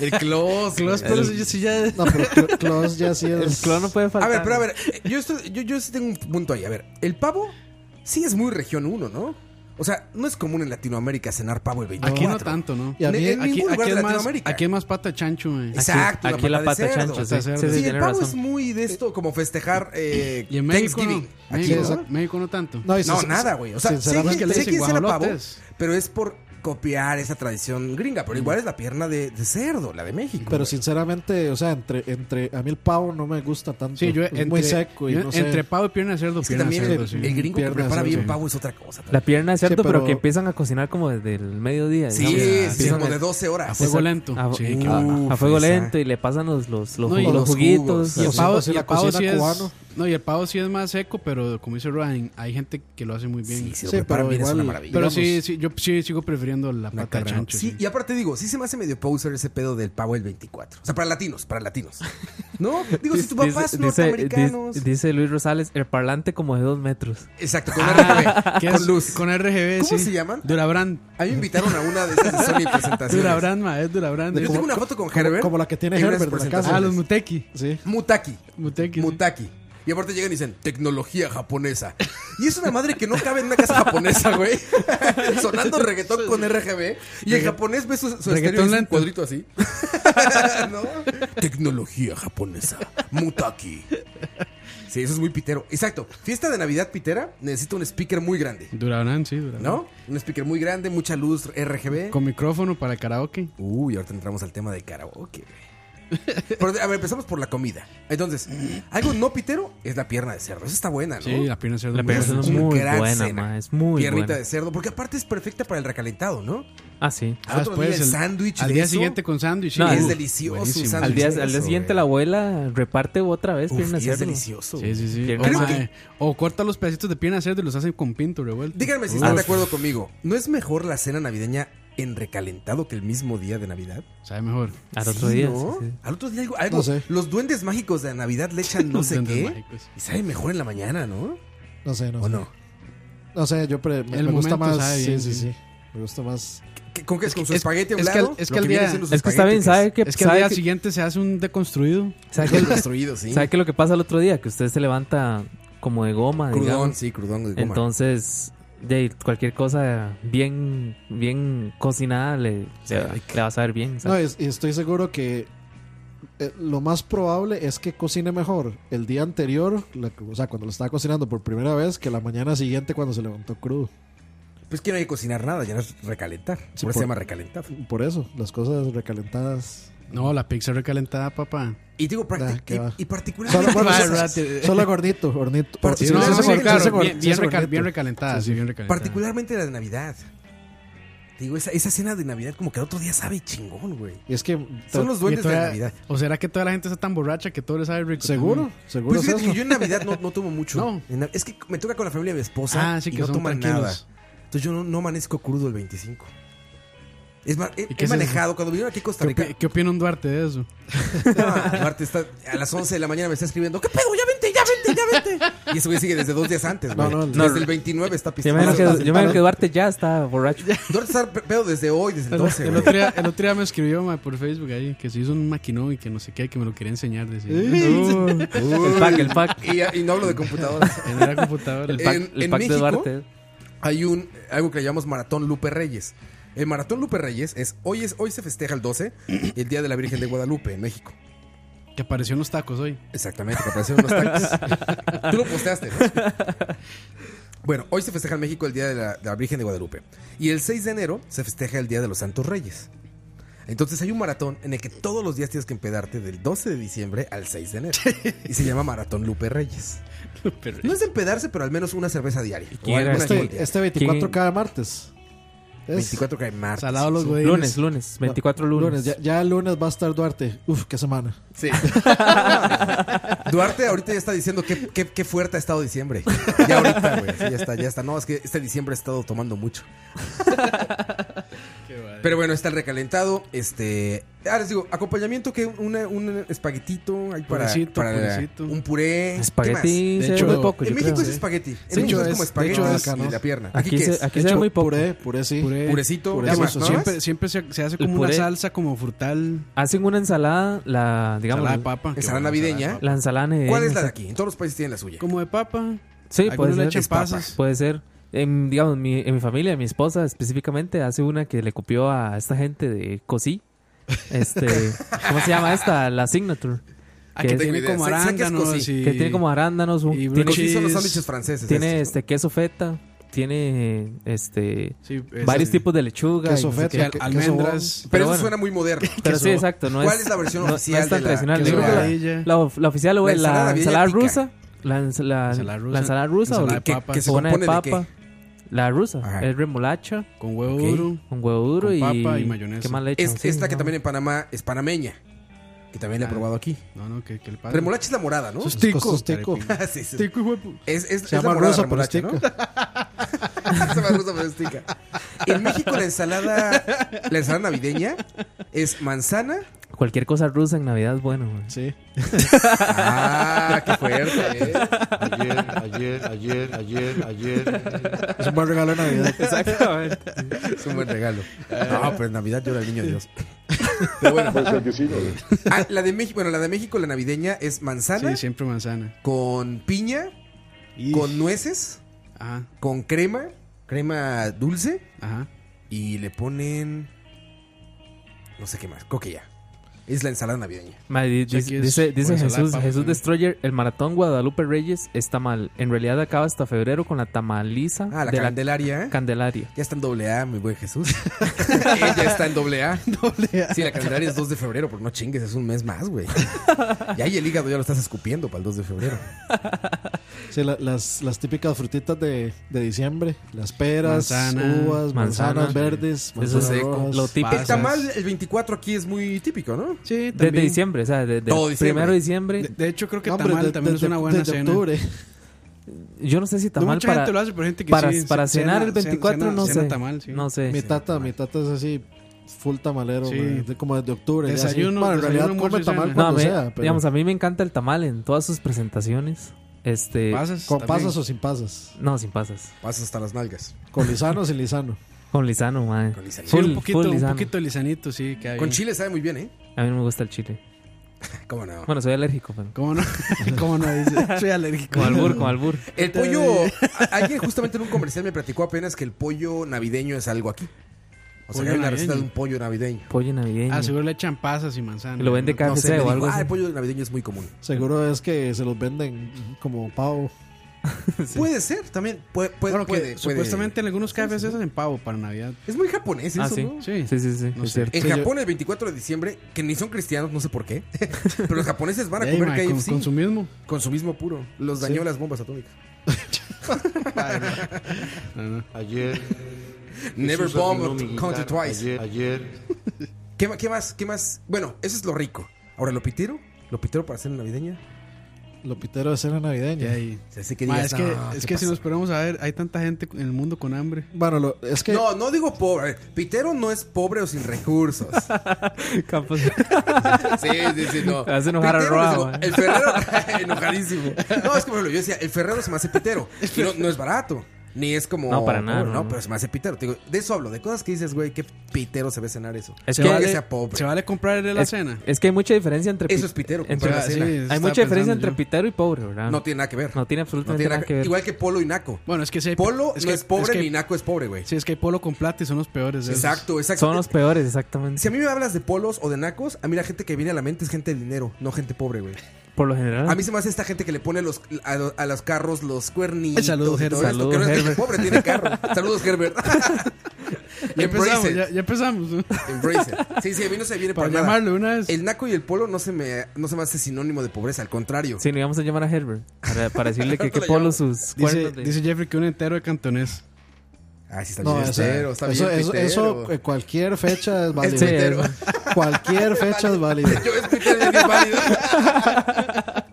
[SPEAKER 3] El close.
[SPEAKER 4] close,
[SPEAKER 3] güey.
[SPEAKER 4] pero
[SPEAKER 3] El-
[SPEAKER 4] eso ya- sí ya-
[SPEAKER 5] No, pero Cl- Klaus ya sí
[SPEAKER 6] El
[SPEAKER 5] es.
[SPEAKER 6] close no puede
[SPEAKER 3] A
[SPEAKER 6] faltar.
[SPEAKER 3] ver, pero a ver, eh, yo, estoy- yo, yo sí tengo un punto ahí. A ver, el pavo sí es muy región 1, ¿no? O sea, no es común en Latinoamérica cenar pavo el 24.
[SPEAKER 4] Aquí no tanto, ¿no?
[SPEAKER 5] Y a mí-
[SPEAKER 3] en
[SPEAKER 4] Aquí,
[SPEAKER 3] ningún lugar
[SPEAKER 4] aquí
[SPEAKER 3] de
[SPEAKER 4] es más,
[SPEAKER 3] Latinoamérica.
[SPEAKER 4] aquí es más pata de chancho, man.
[SPEAKER 3] Exacto,
[SPEAKER 6] Aquí la pata de
[SPEAKER 3] cerdo.
[SPEAKER 6] chancho, sí.
[SPEAKER 4] Pata de
[SPEAKER 6] Sí,
[SPEAKER 4] cerdo.
[SPEAKER 6] sí,
[SPEAKER 3] Sí, el
[SPEAKER 6] tiene
[SPEAKER 3] pavo es
[SPEAKER 6] razón.
[SPEAKER 3] muy de esto, como festejar eh,
[SPEAKER 4] Y en México, no.
[SPEAKER 3] Thanksgiving. Aquí,
[SPEAKER 4] México,
[SPEAKER 3] ¿no?
[SPEAKER 5] exacto.
[SPEAKER 4] México no tanto.
[SPEAKER 5] No, y
[SPEAKER 3] No,
[SPEAKER 5] sin-
[SPEAKER 3] nada, güey. O sea, sé
[SPEAKER 5] sinceramente,
[SPEAKER 3] que,
[SPEAKER 4] le
[SPEAKER 3] sé
[SPEAKER 4] dicen
[SPEAKER 3] que es el pavo,
[SPEAKER 4] guajolotes.
[SPEAKER 3] pero es por copiar esa tradición gringa. Pero igual es la pierna de, de cerdo, la de México.
[SPEAKER 5] Pero
[SPEAKER 3] güey.
[SPEAKER 5] sinceramente, o sea, entre, entre. A mí el pavo no me gusta tanto.
[SPEAKER 4] Sí, yo
[SPEAKER 5] es
[SPEAKER 4] entre,
[SPEAKER 5] muy seco y
[SPEAKER 4] yo
[SPEAKER 5] no sé.
[SPEAKER 4] entre pavo y pierna de cerdo,
[SPEAKER 3] es que
[SPEAKER 4] pierna de
[SPEAKER 3] también
[SPEAKER 4] cerdo,
[SPEAKER 3] el,
[SPEAKER 4] sí.
[SPEAKER 3] el gringo que
[SPEAKER 5] Pierna de
[SPEAKER 3] prepara
[SPEAKER 5] cerdo,
[SPEAKER 3] bien
[SPEAKER 5] sí.
[SPEAKER 3] pavo es otra cosa.
[SPEAKER 6] La pierna de
[SPEAKER 5] Sí,
[SPEAKER 6] cerdo, pero...
[SPEAKER 5] pero
[SPEAKER 6] que empiezan a cocinar como desde el mediodía.
[SPEAKER 3] Sí,
[SPEAKER 6] digamos.
[SPEAKER 3] sí,
[SPEAKER 6] Empiezan
[SPEAKER 3] como
[SPEAKER 6] a-
[SPEAKER 3] de 12
[SPEAKER 4] A
[SPEAKER 3] horas.
[SPEAKER 4] fuego
[SPEAKER 6] Exacto.
[SPEAKER 4] lento.
[SPEAKER 6] A,
[SPEAKER 4] Sí, qué
[SPEAKER 6] a-
[SPEAKER 4] bueno.
[SPEAKER 3] bueno.
[SPEAKER 6] a fuego
[SPEAKER 3] Uf,
[SPEAKER 6] lento y le pasan los, los, los,
[SPEAKER 4] No, y
[SPEAKER 6] los
[SPEAKER 5] los
[SPEAKER 6] juguitos.
[SPEAKER 5] jugos.
[SPEAKER 4] Y el
[SPEAKER 5] Así-
[SPEAKER 4] pavo,
[SPEAKER 5] así
[SPEAKER 4] y el
[SPEAKER 5] la
[SPEAKER 4] pavo
[SPEAKER 5] cocina
[SPEAKER 4] sí es.
[SPEAKER 6] "Ah,
[SPEAKER 5] cubano.
[SPEAKER 4] No, y el pavo sí es más seco, pero como dice Ryan, hay gente que lo hace muy bien.
[SPEAKER 3] Sí, si lo
[SPEAKER 5] Sí,
[SPEAKER 3] preparan
[SPEAKER 5] pero
[SPEAKER 3] bien es una
[SPEAKER 5] igual-
[SPEAKER 3] maravilla.
[SPEAKER 4] pero
[SPEAKER 5] digamos-
[SPEAKER 4] sí, sí, yo sí sigo prefiriendo la pata
[SPEAKER 3] Una
[SPEAKER 4] de
[SPEAKER 3] carne, ¿no?
[SPEAKER 4] chancho.
[SPEAKER 3] Sí,
[SPEAKER 4] sí.
[SPEAKER 3] y aparte digo, sí se me hace medio poser ese pedo del pavo el 24. O sea, para latinos, para latinos. ¿No? Digo, si
[SPEAKER 6] Dice-
[SPEAKER 3] tu papá es
[SPEAKER 6] dice-
[SPEAKER 3] norteamericanos.
[SPEAKER 6] dice- dice Luis Rosales, el parlante como de dos metros.
[SPEAKER 3] Exacto, con
[SPEAKER 4] Ah,
[SPEAKER 3] RGB,
[SPEAKER 4] ¿qué
[SPEAKER 3] con
[SPEAKER 4] es?
[SPEAKER 3] luz.
[SPEAKER 4] Con RGB,
[SPEAKER 3] ¿Cómo
[SPEAKER 4] sí.
[SPEAKER 3] se llaman?
[SPEAKER 4] Durabrand.
[SPEAKER 3] A mí me invitaron a una de esas de Sony presentaciones.
[SPEAKER 4] Durabrand, ma, es Durabrand.
[SPEAKER 3] Yo
[SPEAKER 4] Es-
[SPEAKER 3] tengo una foto con Herbert.
[SPEAKER 5] como la que tiene
[SPEAKER 3] en unas
[SPEAKER 5] Herbert en la casa.
[SPEAKER 4] Ah, los
[SPEAKER 3] presentaciones.
[SPEAKER 4] Muteki.
[SPEAKER 5] Sí.
[SPEAKER 3] Mutaki.
[SPEAKER 4] Muteki. sí.
[SPEAKER 3] Mutaki. Y aparte llegan y dicen, tecnología japonesa. Y es una madre que no cabe en una casa japonesa, güey. Sonando reggaetón con RGB. Y el japonés ve su, su estéreo y
[SPEAKER 4] Reggaetón
[SPEAKER 3] es un
[SPEAKER 4] lento.
[SPEAKER 3] cuadrito así. ¿No? Tecnología japonesa. Mutaki. Sí, eso es muy pitero. Exacto. Fiesta de Navidad pitera necesita un speaker muy grande.
[SPEAKER 4] Duraban, sí, duraban.
[SPEAKER 3] ¿No? Un speaker muy grande, mucha luz RGB.
[SPEAKER 4] Con micrófono para karaoke.
[SPEAKER 3] Uy, ahorita entramos al tema de karaoke, güey. Pero, a ver, empezamos por la comida. Entonces, algo no pitero es la pierna de cerdo. Esa está buena, ¿no?
[SPEAKER 4] Sí, la pierna de cerdo.
[SPEAKER 6] La
[SPEAKER 4] muy
[SPEAKER 6] pierna de
[SPEAKER 4] buena.
[SPEAKER 6] cerdo. Es
[SPEAKER 3] Es una
[SPEAKER 6] muy
[SPEAKER 3] gran
[SPEAKER 6] buena,
[SPEAKER 3] cena.
[SPEAKER 6] ma, es muy
[SPEAKER 3] Piernita
[SPEAKER 6] buena.
[SPEAKER 3] de cerdo, porque aparte es perfecta para el recalentado, ¿no?
[SPEAKER 6] Ah, sí.
[SPEAKER 4] Ah,
[SPEAKER 3] Al otro día
[SPEAKER 4] después
[SPEAKER 3] el sándwich
[SPEAKER 4] Al
[SPEAKER 3] de
[SPEAKER 4] día
[SPEAKER 3] eso.
[SPEAKER 4] siguiente con sándwich.
[SPEAKER 6] No,
[SPEAKER 4] sí.
[SPEAKER 6] es
[SPEAKER 4] Uf,
[SPEAKER 3] delicioso un
[SPEAKER 4] buenísimo.
[SPEAKER 3] sándwich.
[SPEAKER 6] Al día, al
[SPEAKER 3] Delicioso,
[SPEAKER 6] día siguiente
[SPEAKER 3] güey.
[SPEAKER 6] la abuela reparte otra vez
[SPEAKER 3] Uf,
[SPEAKER 6] pierna de
[SPEAKER 3] y es
[SPEAKER 6] cerdo.
[SPEAKER 3] delicioso.
[SPEAKER 4] Sí, sí, sí.
[SPEAKER 6] Pierna
[SPEAKER 4] O,
[SPEAKER 6] de
[SPEAKER 4] mae,
[SPEAKER 3] cerdo.
[SPEAKER 4] o corta los pedacitos de pierna de cerdo y los hacen con pinto revuelto.
[SPEAKER 3] Díganme si
[SPEAKER 4] Uf,
[SPEAKER 3] están de acuerdo conmigo. ¿No es mejor la cena navideña en recalentado que el mismo día de Navidad?
[SPEAKER 4] Sabe mejor.
[SPEAKER 6] Al
[SPEAKER 3] Sí,
[SPEAKER 6] otro día.
[SPEAKER 3] ¿no?
[SPEAKER 6] sí, sí.
[SPEAKER 3] Al otro día algo. algo-
[SPEAKER 5] No sé.
[SPEAKER 3] Los duendes mágicos de Navidad le echan no
[SPEAKER 4] Los
[SPEAKER 3] sé
[SPEAKER 4] duendes
[SPEAKER 3] qué.
[SPEAKER 4] mágicos.
[SPEAKER 3] Y sabe mejor en la mañana, ¿no?
[SPEAKER 5] No sé, no
[SPEAKER 3] ¿O
[SPEAKER 5] sé.
[SPEAKER 3] no?
[SPEAKER 5] No sé, yo pre- me,
[SPEAKER 4] El
[SPEAKER 5] me gusta
[SPEAKER 4] momento
[SPEAKER 5] más.
[SPEAKER 4] sabe
[SPEAKER 5] Sí,
[SPEAKER 4] bien,
[SPEAKER 5] sí,
[SPEAKER 4] sí.
[SPEAKER 5] sí. Me gusta más.
[SPEAKER 3] ¿Qué- ¿Con qué? ¿Con
[SPEAKER 4] que-
[SPEAKER 3] su
[SPEAKER 4] es-
[SPEAKER 3] espagueti a un
[SPEAKER 4] es que al-
[SPEAKER 3] lado?
[SPEAKER 4] es que
[SPEAKER 3] Lo
[SPEAKER 4] al
[SPEAKER 3] viene
[SPEAKER 4] día-
[SPEAKER 3] siendo su
[SPEAKER 6] Es que está bien,
[SPEAKER 3] espagueti, pues.
[SPEAKER 6] ¿sabe que,
[SPEAKER 4] Es que al
[SPEAKER 6] sabe
[SPEAKER 4] día
[SPEAKER 6] que-
[SPEAKER 4] siguiente se hace un deconstruido.
[SPEAKER 6] sabe
[SPEAKER 3] que es
[SPEAKER 6] que-
[SPEAKER 3] destruido, sí.
[SPEAKER 6] sabe que lo que pasa el otro día? Que usted se levanta como de goma, digamos.
[SPEAKER 3] Crudón, sí, crudón de goma.
[SPEAKER 6] Entonces, de cualquier cosa bien, bien cocinada le,
[SPEAKER 3] Sí,
[SPEAKER 6] le-
[SPEAKER 3] rica.
[SPEAKER 6] le va a saber bien.
[SPEAKER 5] No,
[SPEAKER 6] ¿sabes?
[SPEAKER 5] y, y estoy seguro que eh, lo más probable es que cocine mejor el día anterior, la- o sea, cuando lo estaba cocinando por primera vez, que la mañana siguiente cuando se levantó crudo.
[SPEAKER 3] Pues que no hay que cocinar nada, ya no es recalentar.
[SPEAKER 5] Sí,
[SPEAKER 3] por eso se
[SPEAKER 5] por-
[SPEAKER 3] llama recalentar.
[SPEAKER 5] Por eso, las cosas recalentadas.
[SPEAKER 4] No, la pizza recalentada, papá.
[SPEAKER 3] Y digo, practi-
[SPEAKER 5] Ah, qué
[SPEAKER 3] y-
[SPEAKER 5] va.
[SPEAKER 3] y, particularmente.
[SPEAKER 5] Solo, bueno,
[SPEAKER 4] Vale,
[SPEAKER 5] solo-
[SPEAKER 4] vale.
[SPEAKER 5] solo hornito, hornito.
[SPEAKER 3] Por-
[SPEAKER 5] Sí,
[SPEAKER 3] Sí,
[SPEAKER 4] no,
[SPEAKER 5] se
[SPEAKER 4] no,
[SPEAKER 5] hace
[SPEAKER 4] sí,
[SPEAKER 5] gor- se hace
[SPEAKER 4] claro,
[SPEAKER 5] gor-
[SPEAKER 4] bien,
[SPEAKER 5] se
[SPEAKER 4] bien
[SPEAKER 5] hace
[SPEAKER 4] recal-
[SPEAKER 5] gordito.
[SPEAKER 4] bien recalentada, sí, bien recalentada.
[SPEAKER 3] particularmente la de Navidad. Digo, esa, esa cena de Navidad, como que al otro día sabe chingón, güey.
[SPEAKER 5] Y es que
[SPEAKER 3] Son los duendes
[SPEAKER 4] Y toda-
[SPEAKER 3] de Navidad.
[SPEAKER 4] ¿O será que toda la gente está tan borracha que todo le sabe rico?
[SPEAKER 5] seguro,
[SPEAKER 4] también?
[SPEAKER 5] seguro
[SPEAKER 3] Pues
[SPEAKER 5] es
[SPEAKER 3] fíjate
[SPEAKER 5] eso.
[SPEAKER 3] que yo en Navidad no, no tomo mucho.
[SPEAKER 4] No.
[SPEAKER 3] En Nav- Es que me toca con la familia de mi esposa
[SPEAKER 4] Ah, sí,
[SPEAKER 3] y
[SPEAKER 4] que
[SPEAKER 3] no
[SPEAKER 4] son
[SPEAKER 3] toman nada.
[SPEAKER 4] tranquilos.
[SPEAKER 3] Entonces yo no, no amanezco crudo el 25. Es más, he,
[SPEAKER 4] ¿Y
[SPEAKER 3] he
[SPEAKER 4] qué es eso?
[SPEAKER 3] manejado. Cuando vinieron aquí a Costa
[SPEAKER 4] ¿Qué,
[SPEAKER 3] Rica,
[SPEAKER 4] opi- qué opina un Duarte de eso?
[SPEAKER 3] Ah, Duarte está, a las 11 de la mañana me está escribiendo: ¿Qué pedo? Ya vente, ya vente, ya vente. Y ese güey sigue desde dos días antes, güey.
[SPEAKER 5] No, no, no.
[SPEAKER 3] desde el 29 está
[SPEAKER 6] Yo
[SPEAKER 3] pisteando.
[SPEAKER 6] me imagino que, yo me imagino que Duarte ya está borracho.
[SPEAKER 3] Duarte está pe- pedo desde hoy, desde
[SPEAKER 6] Pues,
[SPEAKER 3] el 12,
[SPEAKER 4] El
[SPEAKER 3] güey.
[SPEAKER 4] otro, día, el otro día me escribió ma, por Facebook ahí que se hizo un maquinón y que no sé qué, que me lo quería enseñar. Decía.
[SPEAKER 6] Uh, el pack, el pack.
[SPEAKER 3] Y, y no hablo de computadoras.
[SPEAKER 4] En la computadora.
[SPEAKER 6] El pack,
[SPEAKER 3] en-
[SPEAKER 6] el
[SPEAKER 3] en
[SPEAKER 6] pack de
[SPEAKER 3] México,
[SPEAKER 6] Duarte.
[SPEAKER 3] hay un algo que le llamamos Maratón Lupe Reyes. El Maratón Lupe Reyes es hoy es hoy se festeja el 12, el Día de la Virgen de Guadalupe en México.
[SPEAKER 4] Que apareció en los tacos hoy.
[SPEAKER 3] Exactamente, que aparecieron unos tacos. Tú lo posteaste. ¿no? Bueno, hoy se festeja en México el Día de la, de la Virgen de Guadalupe. Y el 6 de enero se festeja el Día de los Santos Reyes. Entonces hay un maratón en el que todos los días tienes que empedarte del 12 de diciembre al 6 de enero. Y se llama Maratón Lupe Reyes.
[SPEAKER 4] Pero-
[SPEAKER 3] No es de empedarse, pero al menos una cerveza diaria. O
[SPEAKER 6] quién
[SPEAKER 3] alguna
[SPEAKER 6] era
[SPEAKER 3] alcohol
[SPEAKER 5] Este,
[SPEAKER 3] diario.
[SPEAKER 5] este 24
[SPEAKER 6] ¿Quién?
[SPEAKER 5] cada martes. Es
[SPEAKER 3] 24 que hay martes.
[SPEAKER 4] Salado los güeyes.
[SPEAKER 6] Lunes, lunes, 24 lunes.
[SPEAKER 5] lunes. Ya, ya el lunes va a estar Duarte. Uf, qué semana.
[SPEAKER 3] Sí. Duarte ahorita ya está diciendo qué, qué, qué fuerte ha estado diciembre. Ya ahorita, güey. Sí, ya está, ya está. No, es que este diciembre he estado tomando mucho. Pero bueno, está el recalentado. Este. Ahora les digo, acompañamiento que una- un espaguetito hay para,
[SPEAKER 4] Purecito,
[SPEAKER 3] para
[SPEAKER 4] purecito.
[SPEAKER 3] un puré. ¿Qué más?
[SPEAKER 6] Espagueti
[SPEAKER 4] De
[SPEAKER 6] se ve
[SPEAKER 4] hecho,
[SPEAKER 6] muy poco.
[SPEAKER 3] En
[SPEAKER 6] yo
[SPEAKER 3] México
[SPEAKER 6] creo.
[SPEAKER 3] es espagueti. En
[SPEAKER 5] Sí,
[SPEAKER 3] México
[SPEAKER 5] de
[SPEAKER 3] es
[SPEAKER 5] hecho
[SPEAKER 3] como
[SPEAKER 5] es-
[SPEAKER 3] espagueti
[SPEAKER 5] de hecho
[SPEAKER 3] y
[SPEAKER 5] es-
[SPEAKER 3] la pierna. Aquí,
[SPEAKER 6] Aquí
[SPEAKER 3] qué
[SPEAKER 6] se
[SPEAKER 3] es?
[SPEAKER 6] aquí se ve muy poco.
[SPEAKER 5] Puré, puré sí.
[SPEAKER 3] Purecito,
[SPEAKER 5] Puré,
[SPEAKER 3] ¿qué
[SPEAKER 5] sí,
[SPEAKER 3] más?
[SPEAKER 5] sí,
[SPEAKER 3] ¿No
[SPEAKER 4] Siempre,
[SPEAKER 3] más?
[SPEAKER 4] siempre se, se hace
[SPEAKER 6] El
[SPEAKER 4] como una
[SPEAKER 6] puré.
[SPEAKER 4] salsa como frutal.
[SPEAKER 6] Hacen una ensalada, la, digamos,
[SPEAKER 4] ensalada de papa. Qué
[SPEAKER 3] ensalada
[SPEAKER 4] buena
[SPEAKER 3] navideña.
[SPEAKER 4] ensalada de
[SPEAKER 6] la ensalada navideña,
[SPEAKER 3] ¿Cuál es la de
[SPEAKER 6] exacto.
[SPEAKER 3] aquí? En todos los países tienen la suya.
[SPEAKER 4] papa. Como de papa.
[SPEAKER 6] Sí,
[SPEAKER 4] Algunos le
[SPEAKER 6] puede
[SPEAKER 4] echan
[SPEAKER 6] ser.
[SPEAKER 3] es papa.
[SPEAKER 4] pasas.
[SPEAKER 6] Puede ser. En, digamos, mi, en mi familia, mi esposa específicamente hace una que le copió a esta gente de Cosí. Este, ¿Cómo se llama esta? La Signature.
[SPEAKER 4] Ah,
[SPEAKER 6] Que
[SPEAKER 4] que
[SPEAKER 6] es-
[SPEAKER 4] tiene
[SPEAKER 3] idea.
[SPEAKER 4] como
[SPEAKER 3] Sa- saques
[SPEAKER 4] arándanos
[SPEAKER 3] cosí.
[SPEAKER 4] y...
[SPEAKER 6] Que tiene como arándanos, un-
[SPEAKER 4] y blue
[SPEAKER 6] tiene,
[SPEAKER 3] Cosí son los
[SPEAKER 4] cheese.
[SPEAKER 3] sándwiches franceses.
[SPEAKER 6] tiene
[SPEAKER 3] estos.
[SPEAKER 6] este queso feta, tiene este
[SPEAKER 4] Sí, es-
[SPEAKER 6] varios tipos de lechuga. y
[SPEAKER 5] Queso
[SPEAKER 6] no sé
[SPEAKER 5] feta,
[SPEAKER 6] qué.
[SPEAKER 4] Sí, al-
[SPEAKER 5] que- queso
[SPEAKER 4] almendras.
[SPEAKER 3] Pero
[SPEAKER 6] Pero
[SPEAKER 3] eso
[SPEAKER 6] bueno.
[SPEAKER 3] suena muy moderno.
[SPEAKER 6] Pero sí,
[SPEAKER 5] queso-
[SPEAKER 6] exacto. No
[SPEAKER 3] ¿Cuál
[SPEAKER 6] es,
[SPEAKER 3] es la versión
[SPEAKER 6] no- no
[SPEAKER 3] oficial
[SPEAKER 6] es tan
[SPEAKER 3] de la-
[SPEAKER 6] tradicional.
[SPEAKER 3] que
[SPEAKER 6] Yo creo
[SPEAKER 3] suena-
[SPEAKER 6] que la-
[SPEAKER 4] Queso
[SPEAKER 6] la, of- la oficial, güey,
[SPEAKER 3] La
[SPEAKER 6] la,
[SPEAKER 3] ensalada navideña
[SPEAKER 6] ensalada
[SPEAKER 3] pica.
[SPEAKER 6] rusa. La, ens- la-
[SPEAKER 4] Ensalada rusa.
[SPEAKER 6] la ensalada rusa o
[SPEAKER 4] Ensalada
[SPEAKER 6] la
[SPEAKER 4] de papa.
[SPEAKER 3] que se
[SPEAKER 6] pone de
[SPEAKER 3] compone de qué?
[SPEAKER 6] papa. La rusa.
[SPEAKER 3] Ajá.
[SPEAKER 6] Es remolacha,
[SPEAKER 4] Con huevo
[SPEAKER 3] Ok.
[SPEAKER 4] duro.
[SPEAKER 6] un huevo duro
[SPEAKER 4] Con
[SPEAKER 6] y,
[SPEAKER 4] papa y mayonesa.
[SPEAKER 6] ¿Qué más le echan?
[SPEAKER 3] Es,
[SPEAKER 6] Sí,
[SPEAKER 3] es la que
[SPEAKER 6] no.
[SPEAKER 3] también en Panamá es panameña. Que también la he
[SPEAKER 4] Ah.
[SPEAKER 3] probado aquí.
[SPEAKER 4] No, no, que, que le pasa.
[SPEAKER 3] Remolacha es la morada, ¿no?
[SPEAKER 5] Sus
[SPEAKER 3] Sí,
[SPEAKER 5] ticos,
[SPEAKER 4] tico.
[SPEAKER 5] sus tico.
[SPEAKER 3] sí, sí.
[SPEAKER 4] Tico, hijo de pu-
[SPEAKER 3] Es, es, es
[SPEAKER 5] Se
[SPEAKER 3] la
[SPEAKER 5] llama
[SPEAKER 3] morada
[SPEAKER 5] rusa, pero es
[SPEAKER 3] remolacha, ¿no?
[SPEAKER 5] tico.
[SPEAKER 3] Se llama rusa, pero es tica. En México la ensalada, la ensalada navideña es manzana.
[SPEAKER 6] Cualquier cosa rusa en Navidad es bueno, güey.
[SPEAKER 5] Sí.
[SPEAKER 3] Ah, qué fuerte. ¿eh?
[SPEAKER 8] Ayer, ayer, ayer, ayer, ayer.
[SPEAKER 5] Es un buen regalo de Navidad.
[SPEAKER 6] Exactamente.
[SPEAKER 3] Es un buen regalo. No, pero en Navidad llora el niño Dios. Ah. Pero bueno. Ah, la de México, bueno, la de México, la navideña es manzana
[SPEAKER 4] Sí, siempre manzana.
[SPEAKER 3] con piña,
[SPEAKER 4] Y-
[SPEAKER 3] con nueces,
[SPEAKER 4] Ajá,
[SPEAKER 3] con crema, crema dulce
[SPEAKER 4] ajá.
[SPEAKER 3] y le ponen no sé qué más, coquilla. Es la ensalada navideña.
[SPEAKER 6] Madre,
[SPEAKER 4] sea,
[SPEAKER 6] dice
[SPEAKER 4] que es
[SPEAKER 6] dice- dice
[SPEAKER 4] por ensalada de
[SPEAKER 6] Jesús,
[SPEAKER 4] papas
[SPEAKER 6] Jesús
[SPEAKER 4] también.
[SPEAKER 6] Destroyer, el maratón Guadalupe Reyes está mal. En realidad acaba hasta febrero con la tamaliza
[SPEAKER 3] Ah, la
[SPEAKER 6] de la
[SPEAKER 3] Candelaria. ¿eh?
[SPEAKER 6] Candelaria.
[SPEAKER 3] ya está en doble A, mi buen Jesús. Ella está en doble A. Sí, la Candelaria es 2 de febrero, pero no chingues, es un mes más, güey. Y ahí el hígado ya lo estás escupiendo para el 2 de febrero.
[SPEAKER 5] Sí, la- las, las típicas frutitas de, de diciembre, las peras,
[SPEAKER 4] Manzana,
[SPEAKER 5] uvas, manzanas
[SPEAKER 6] manzana.
[SPEAKER 5] verdes,
[SPEAKER 6] Eso
[SPEAKER 5] manzanas
[SPEAKER 6] es
[SPEAKER 3] seco.
[SPEAKER 5] rojas.
[SPEAKER 6] lo típico.
[SPEAKER 3] El tamal, el 24 aquí es muy típico, ¿no?
[SPEAKER 4] Sí,
[SPEAKER 6] Desde
[SPEAKER 4] también.
[SPEAKER 6] diciembre, o sea, desde
[SPEAKER 3] Todo diciembre.
[SPEAKER 6] primero de diciembre.
[SPEAKER 4] De, de hecho, creo que
[SPEAKER 5] No, hombre,
[SPEAKER 4] tamal
[SPEAKER 5] de-
[SPEAKER 4] también
[SPEAKER 5] desde-
[SPEAKER 4] es una buena
[SPEAKER 5] desde
[SPEAKER 4] cena.
[SPEAKER 5] octubre.
[SPEAKER 6] Yo no sé si
[SPEAKER 4] No
[SPEAKER 6] tamal
[SPEAKER 4] mucha
[SPEAKER 6] para,
[SPEAKER 4] gente lo hace, pero hay gente que
[SPEAKER 6] para,
[SPEAKER 4] sí,
[SPEAKER 6] para
[SPEAKER 4] ce-
[SPEAKER 6] cenar
[SPEAKER 4] cena-
[SPEAKER 6] el 24,
[SPEAKER 4] cena-
[SPEAKER 6] no,
[SPEAKER 4] cena
[SPEAKER 6] sé.
[SPEAKER 4] tamal, sí.
[SPEAKER 6] no sé.
[SPEAKER 5] Mi tata, mi tata es así full tamalero,
[SPEAKER 4] Sí.
[SPEAKER 5] güey, de- como desde octubre. ya así.
[SPEAKER 4] Desayuno,
[SPEAKER 5] Bueno, en
[SPEAKER 4] desayuno,
[SPEAKER 5] realidad
[SPEAKER 4] almuerzo
[SPEAKER 5] come
[SPEAKER 4] y
[SPEAKER 5] tamal
[SPEAKER 4] cena.
[SPEAKER 6] No, a
[SPEAKER 5] cuando
[SPEAKER 6] mí-
[SPEAKER 5] sea, pero
[SPEAKER 6] digamos, a mí me encanta el tamal en todas sus presentaciones. Este,
[SPEAKER 4] Eh, Pasas
[SPEAKER 5] con
[SPEAKER 4] también.
[SPEAKER 5] pasas o sin pasas,
[SPEAKER 6] no, sin pasas.
[SPEAKER 3] Pasas hasta las nalgas.
[SPEAKER 5] con lisano o sin lisano.
[SPEAKER 6] Con lisano, madre.
[SPEAKER 3] Con lisanito.
[SPEAKER 4] Sí,
[SPEAKER 6] Full,
[SPEAKER 4] un poquito,
[SPEAKER 6] full
[SPEAKER 4] un
[SPEAKER 6] lisano.
[SPEAKER 4] poquito de lisanito, sí, que hay.
[SPEAKER 3] Con chile sabe muy bien, ¿eh?
[SPEAKER 6] A mí no me gusta el chile.
[SPEAKER 3] ¿Cómo no?
[SPEAKER 6] Bueno, soy alérgico, pero.
[SPEAKER 4] ¿Cómo no? ¿Cómo no? Dice, soy alérgico.
[SPEAKER 6] Con albur, con albur.
[SPEAKER 3] El pollo. a- Alguien justamente en un comercial me platicó apenas que el pollo navideño es algo aquí. O sea,
[SPEAKER 4] Pollo
[SPEAKER 3] que hay una
[SPEAKER 4] navideño.
[SPEAKER 3] receta de un pollo navideño.
[SPEAKER 6] Pollo navideño.
[SPEAKER 4] Ah, seguro le echan pasas y manzanas.
[SPEAKER 6] Lo vende
[SPEAKER 3] No
[SPEAKER 6] KFC
[SPEAKER 3] sé, me
[SPEAKER 6] o
[SPEAKER 3] dijo,
[SPEAKER 6] algo
[SPEAKER 3] ah, el
[SPEAKER 6] así.
[SPEAKER 3] pollo navideño es muy común.
[SPEAKER 5] Seguro es que se los venden como pavo.
[SPEAKER 3] Puede ser, también. Puede, puede,
[SPEAKER 4] Bueno, que
[SPEAKER 3] puede, puede.
[SPEAKER 4] supuestamente en algunos cafés se hacen pavo para Navidad.
[SPEAKER 3] Es muy japonés eso,
[SPEAKER 6] Ah, sí.
[SPEAKER 3] ¿no?
[SPEAKER 4] Sí.
[SPEAKER 6] Sí, sí, sí.
[SPEAKER 4] No
[SPEAKER 6] es
[SPEAKER 4] sé.
[SPEAKER 6] cierto.
[SPEAKER 3] En
[SPEAKER 5] Sí, yo-
[SPEAKER 3] Japón el 24 de diciembre, que ni son cristianos, no sé por qué, pero los japoneses van a
[SPEAKER 4] Ey,
[SPEAKER 3] comer
[SPEAKER 4] ma, con,
[SPEAKER 3] KFC con,
[SPEAKER 4] consumismo.
[SPEAKER 3] su mismo puro. Los dañó las bombas atómicas.
[SPEAKER 4] No, no.
[SPEAKER 8] Ayer. eh,
[SPEAKER 3] Never
[SPEAKER 8] Jesús afinó mi
[SPEAKER 3] bomb, count
[SPEAKER 8] guitarra.
[SPEAKER 3] it twice.
[SPEAKER 8] Ayer, ayer
[SPEAKER 3] ¿Qué, ma- qué más? ¿Qué más? Bueno, eso es lo rico. Ahora, lo pitero, lo pitero para cena navideña.
[SPEAKER 5] Lo pitero de cena navideña.
[SPEAKER 4] Ya ahí.
[SPEAKER 3] O sea, sí que
[SPEAKER 4] Ma,
[SPEAKER 3] digas,
[SPEAKER 4] es que,
[SPEAKER 3] "Ah,
[SPEAKER 4] es
[SPEAKER 3] ¿qué
[SPEAKER 4] que si
[SPEAKER 3] pasó?".
[SPEAKER 4] nos ponemos a ver, hay tanta gente en el mundo con hambre.
[SPEAKER 5] Bueno, lo- es que
[SPEAKER 3] No, no digo pobre. A ver, Pitero no es pobre o sin recursos.
[SPEAKER 6] Campos.
[SPEAKER 3] Sí, sí, sí, no.
[SPEAKER 6] Hace enojar ¿eh? a
[SPEAKER 3] Pitero,
[SPEAKER 6] Roa,
[SPEAKER 3] les digo,
[SPEAKER 6] man.
[SPEAKER 3] El Ferrero, enojadísimo. No, es que por ejemplo, yo decía, el Ferrero se me hace pitero. Y no, no es barato. Ni es como.
[SPEAKER 6] No, para nada,
[SPEAKER 3] pobre, No,
[SPEAKER 6] no.
[SPEAKER 3] pero se me hace pitero. Te digo, de eso hablo, de cosas que dices, güey, qué pitero se ve cenar eso.
[SPEAKER 6] Es
[SPEAKER 3] Se
[SPEAKER 6] que-
[SPEAKER 3] vale que sea pobre.
[SPEAKER 4] ¿Se vale comprar la cena?
[SPEAKER 6] Es que hay mucha diferencia entre.
[SPEAKER 3] Eso
[SPEAKER 6] pi-
[SPEAKER 3] es pitero,
[SPEAKER 6] entre-
[SPEAKER 3] comprar la
[SPEAKER 4] Sí,
[SPEAKER 3] cena.
[SPEAKER 4] estaba
[SPEAKER 6] Hay mucha diferencia
[SPEAKER 4] pensando
[SPEAKER 6] entre
[SPEAKER 4] yo.
[SPEAKER 6] pitero y pobre, ¿verdad?
[SPEAKER 3] No tiene nada que ver.
[SPEAKER 6] No tiene
[SPEAKER 3] No
[SPEAKER 6] absolutamente
[SPEAKER 3] tiene
[SPEAKER 6] nada que ver.
[SPEAKER 3] Igual que Polo y Naco.
[SPEAKER 4] Bueno, es que si hay-
[SPEAKER 3] Polo
[SPEAKER 4] es
[SPEAKER 3] no
[SPEAKER 4] que-
[SPEAKER 3] es pobre
[SPEAKER 4] que-
[SPEAKER 3] ni Naco es pobre, güey.
[SPEAKER 4] Sí, es que hay polo con plata y son los peores. de esos.
[SPEAKER 3] Exacto, exacto.
[SPEAKER 6] Son los peores, exactamente.
[SPEAKER 3] Si a mí me hablas de polos o de nacos, a mí la gente que viene a la mente es gente de dinero, no gente pobre, güey.
[SPEAKER 6] Por lo general.
[SPEAKER 3] A mí se me hace esta gente que le pone los, a, lo- a los carros los cuernitos.
[SPEAKER 4] Saludos,
[SPEAKER 3] y todo
[SPEAKER 4] Herbert.
[SPEAKER 3] esto, que no es
[SPEAKER 6] Saludos,
[SPEAKER 3] gente pobre, tiene carro. Saludos, Herbert.
[SPEAKER 4] Ya
[SPEAKER 3] embrace
[SPEAKER 4] empezamos,
[SPEAKER 3] it,
[SPEAKER 4] ya, ya empezamos. ¿no?
[SPEAKER 3] embrace it. Sí, sí, a mí no se viene
[SPEAKER 4] Para
[SPEAKER 3] para nada.
[SPEAKER 4] llamarlo una vez.
[SPEAKER 3] El naco y el polo no se me, no se me hace sinónimo de pobreza, al contrario.
[SPEAKER 6] Sí, le íbamos a llamar a Herbert para, para decirle que,
[SPEAKER 3] Lo
[SPEAKER 6] que
[SPEAKER 3] llamo.
[SPEAKER 6] polo sus
[SPEAKER 4] Dice,
[SPEAKER 6] cuernos de-
[SPEAKER 4] dice Jeffrey que un entero de cantonés.
[SPEAKER 3] Ah, sí, está
[SPEAKER 5] No,
[SPEAKER 3] bien
[SPEAKER 5] eso,
[SPEAKER 3] pitero, está
[SPEAKER 5] eso,
[SPEAKER 3] bien
[SPEAKER 5] eso,
[SPEAKER 3] pitero.
[SPEAKER 5] eso, eh, cualquier fecha es válida.
[SPEAKER 6] Sí, pitero.
[SPEAKER 5] Cualquier fecha es válida.
[SPEAKER 3] Yo es pitero y es válido.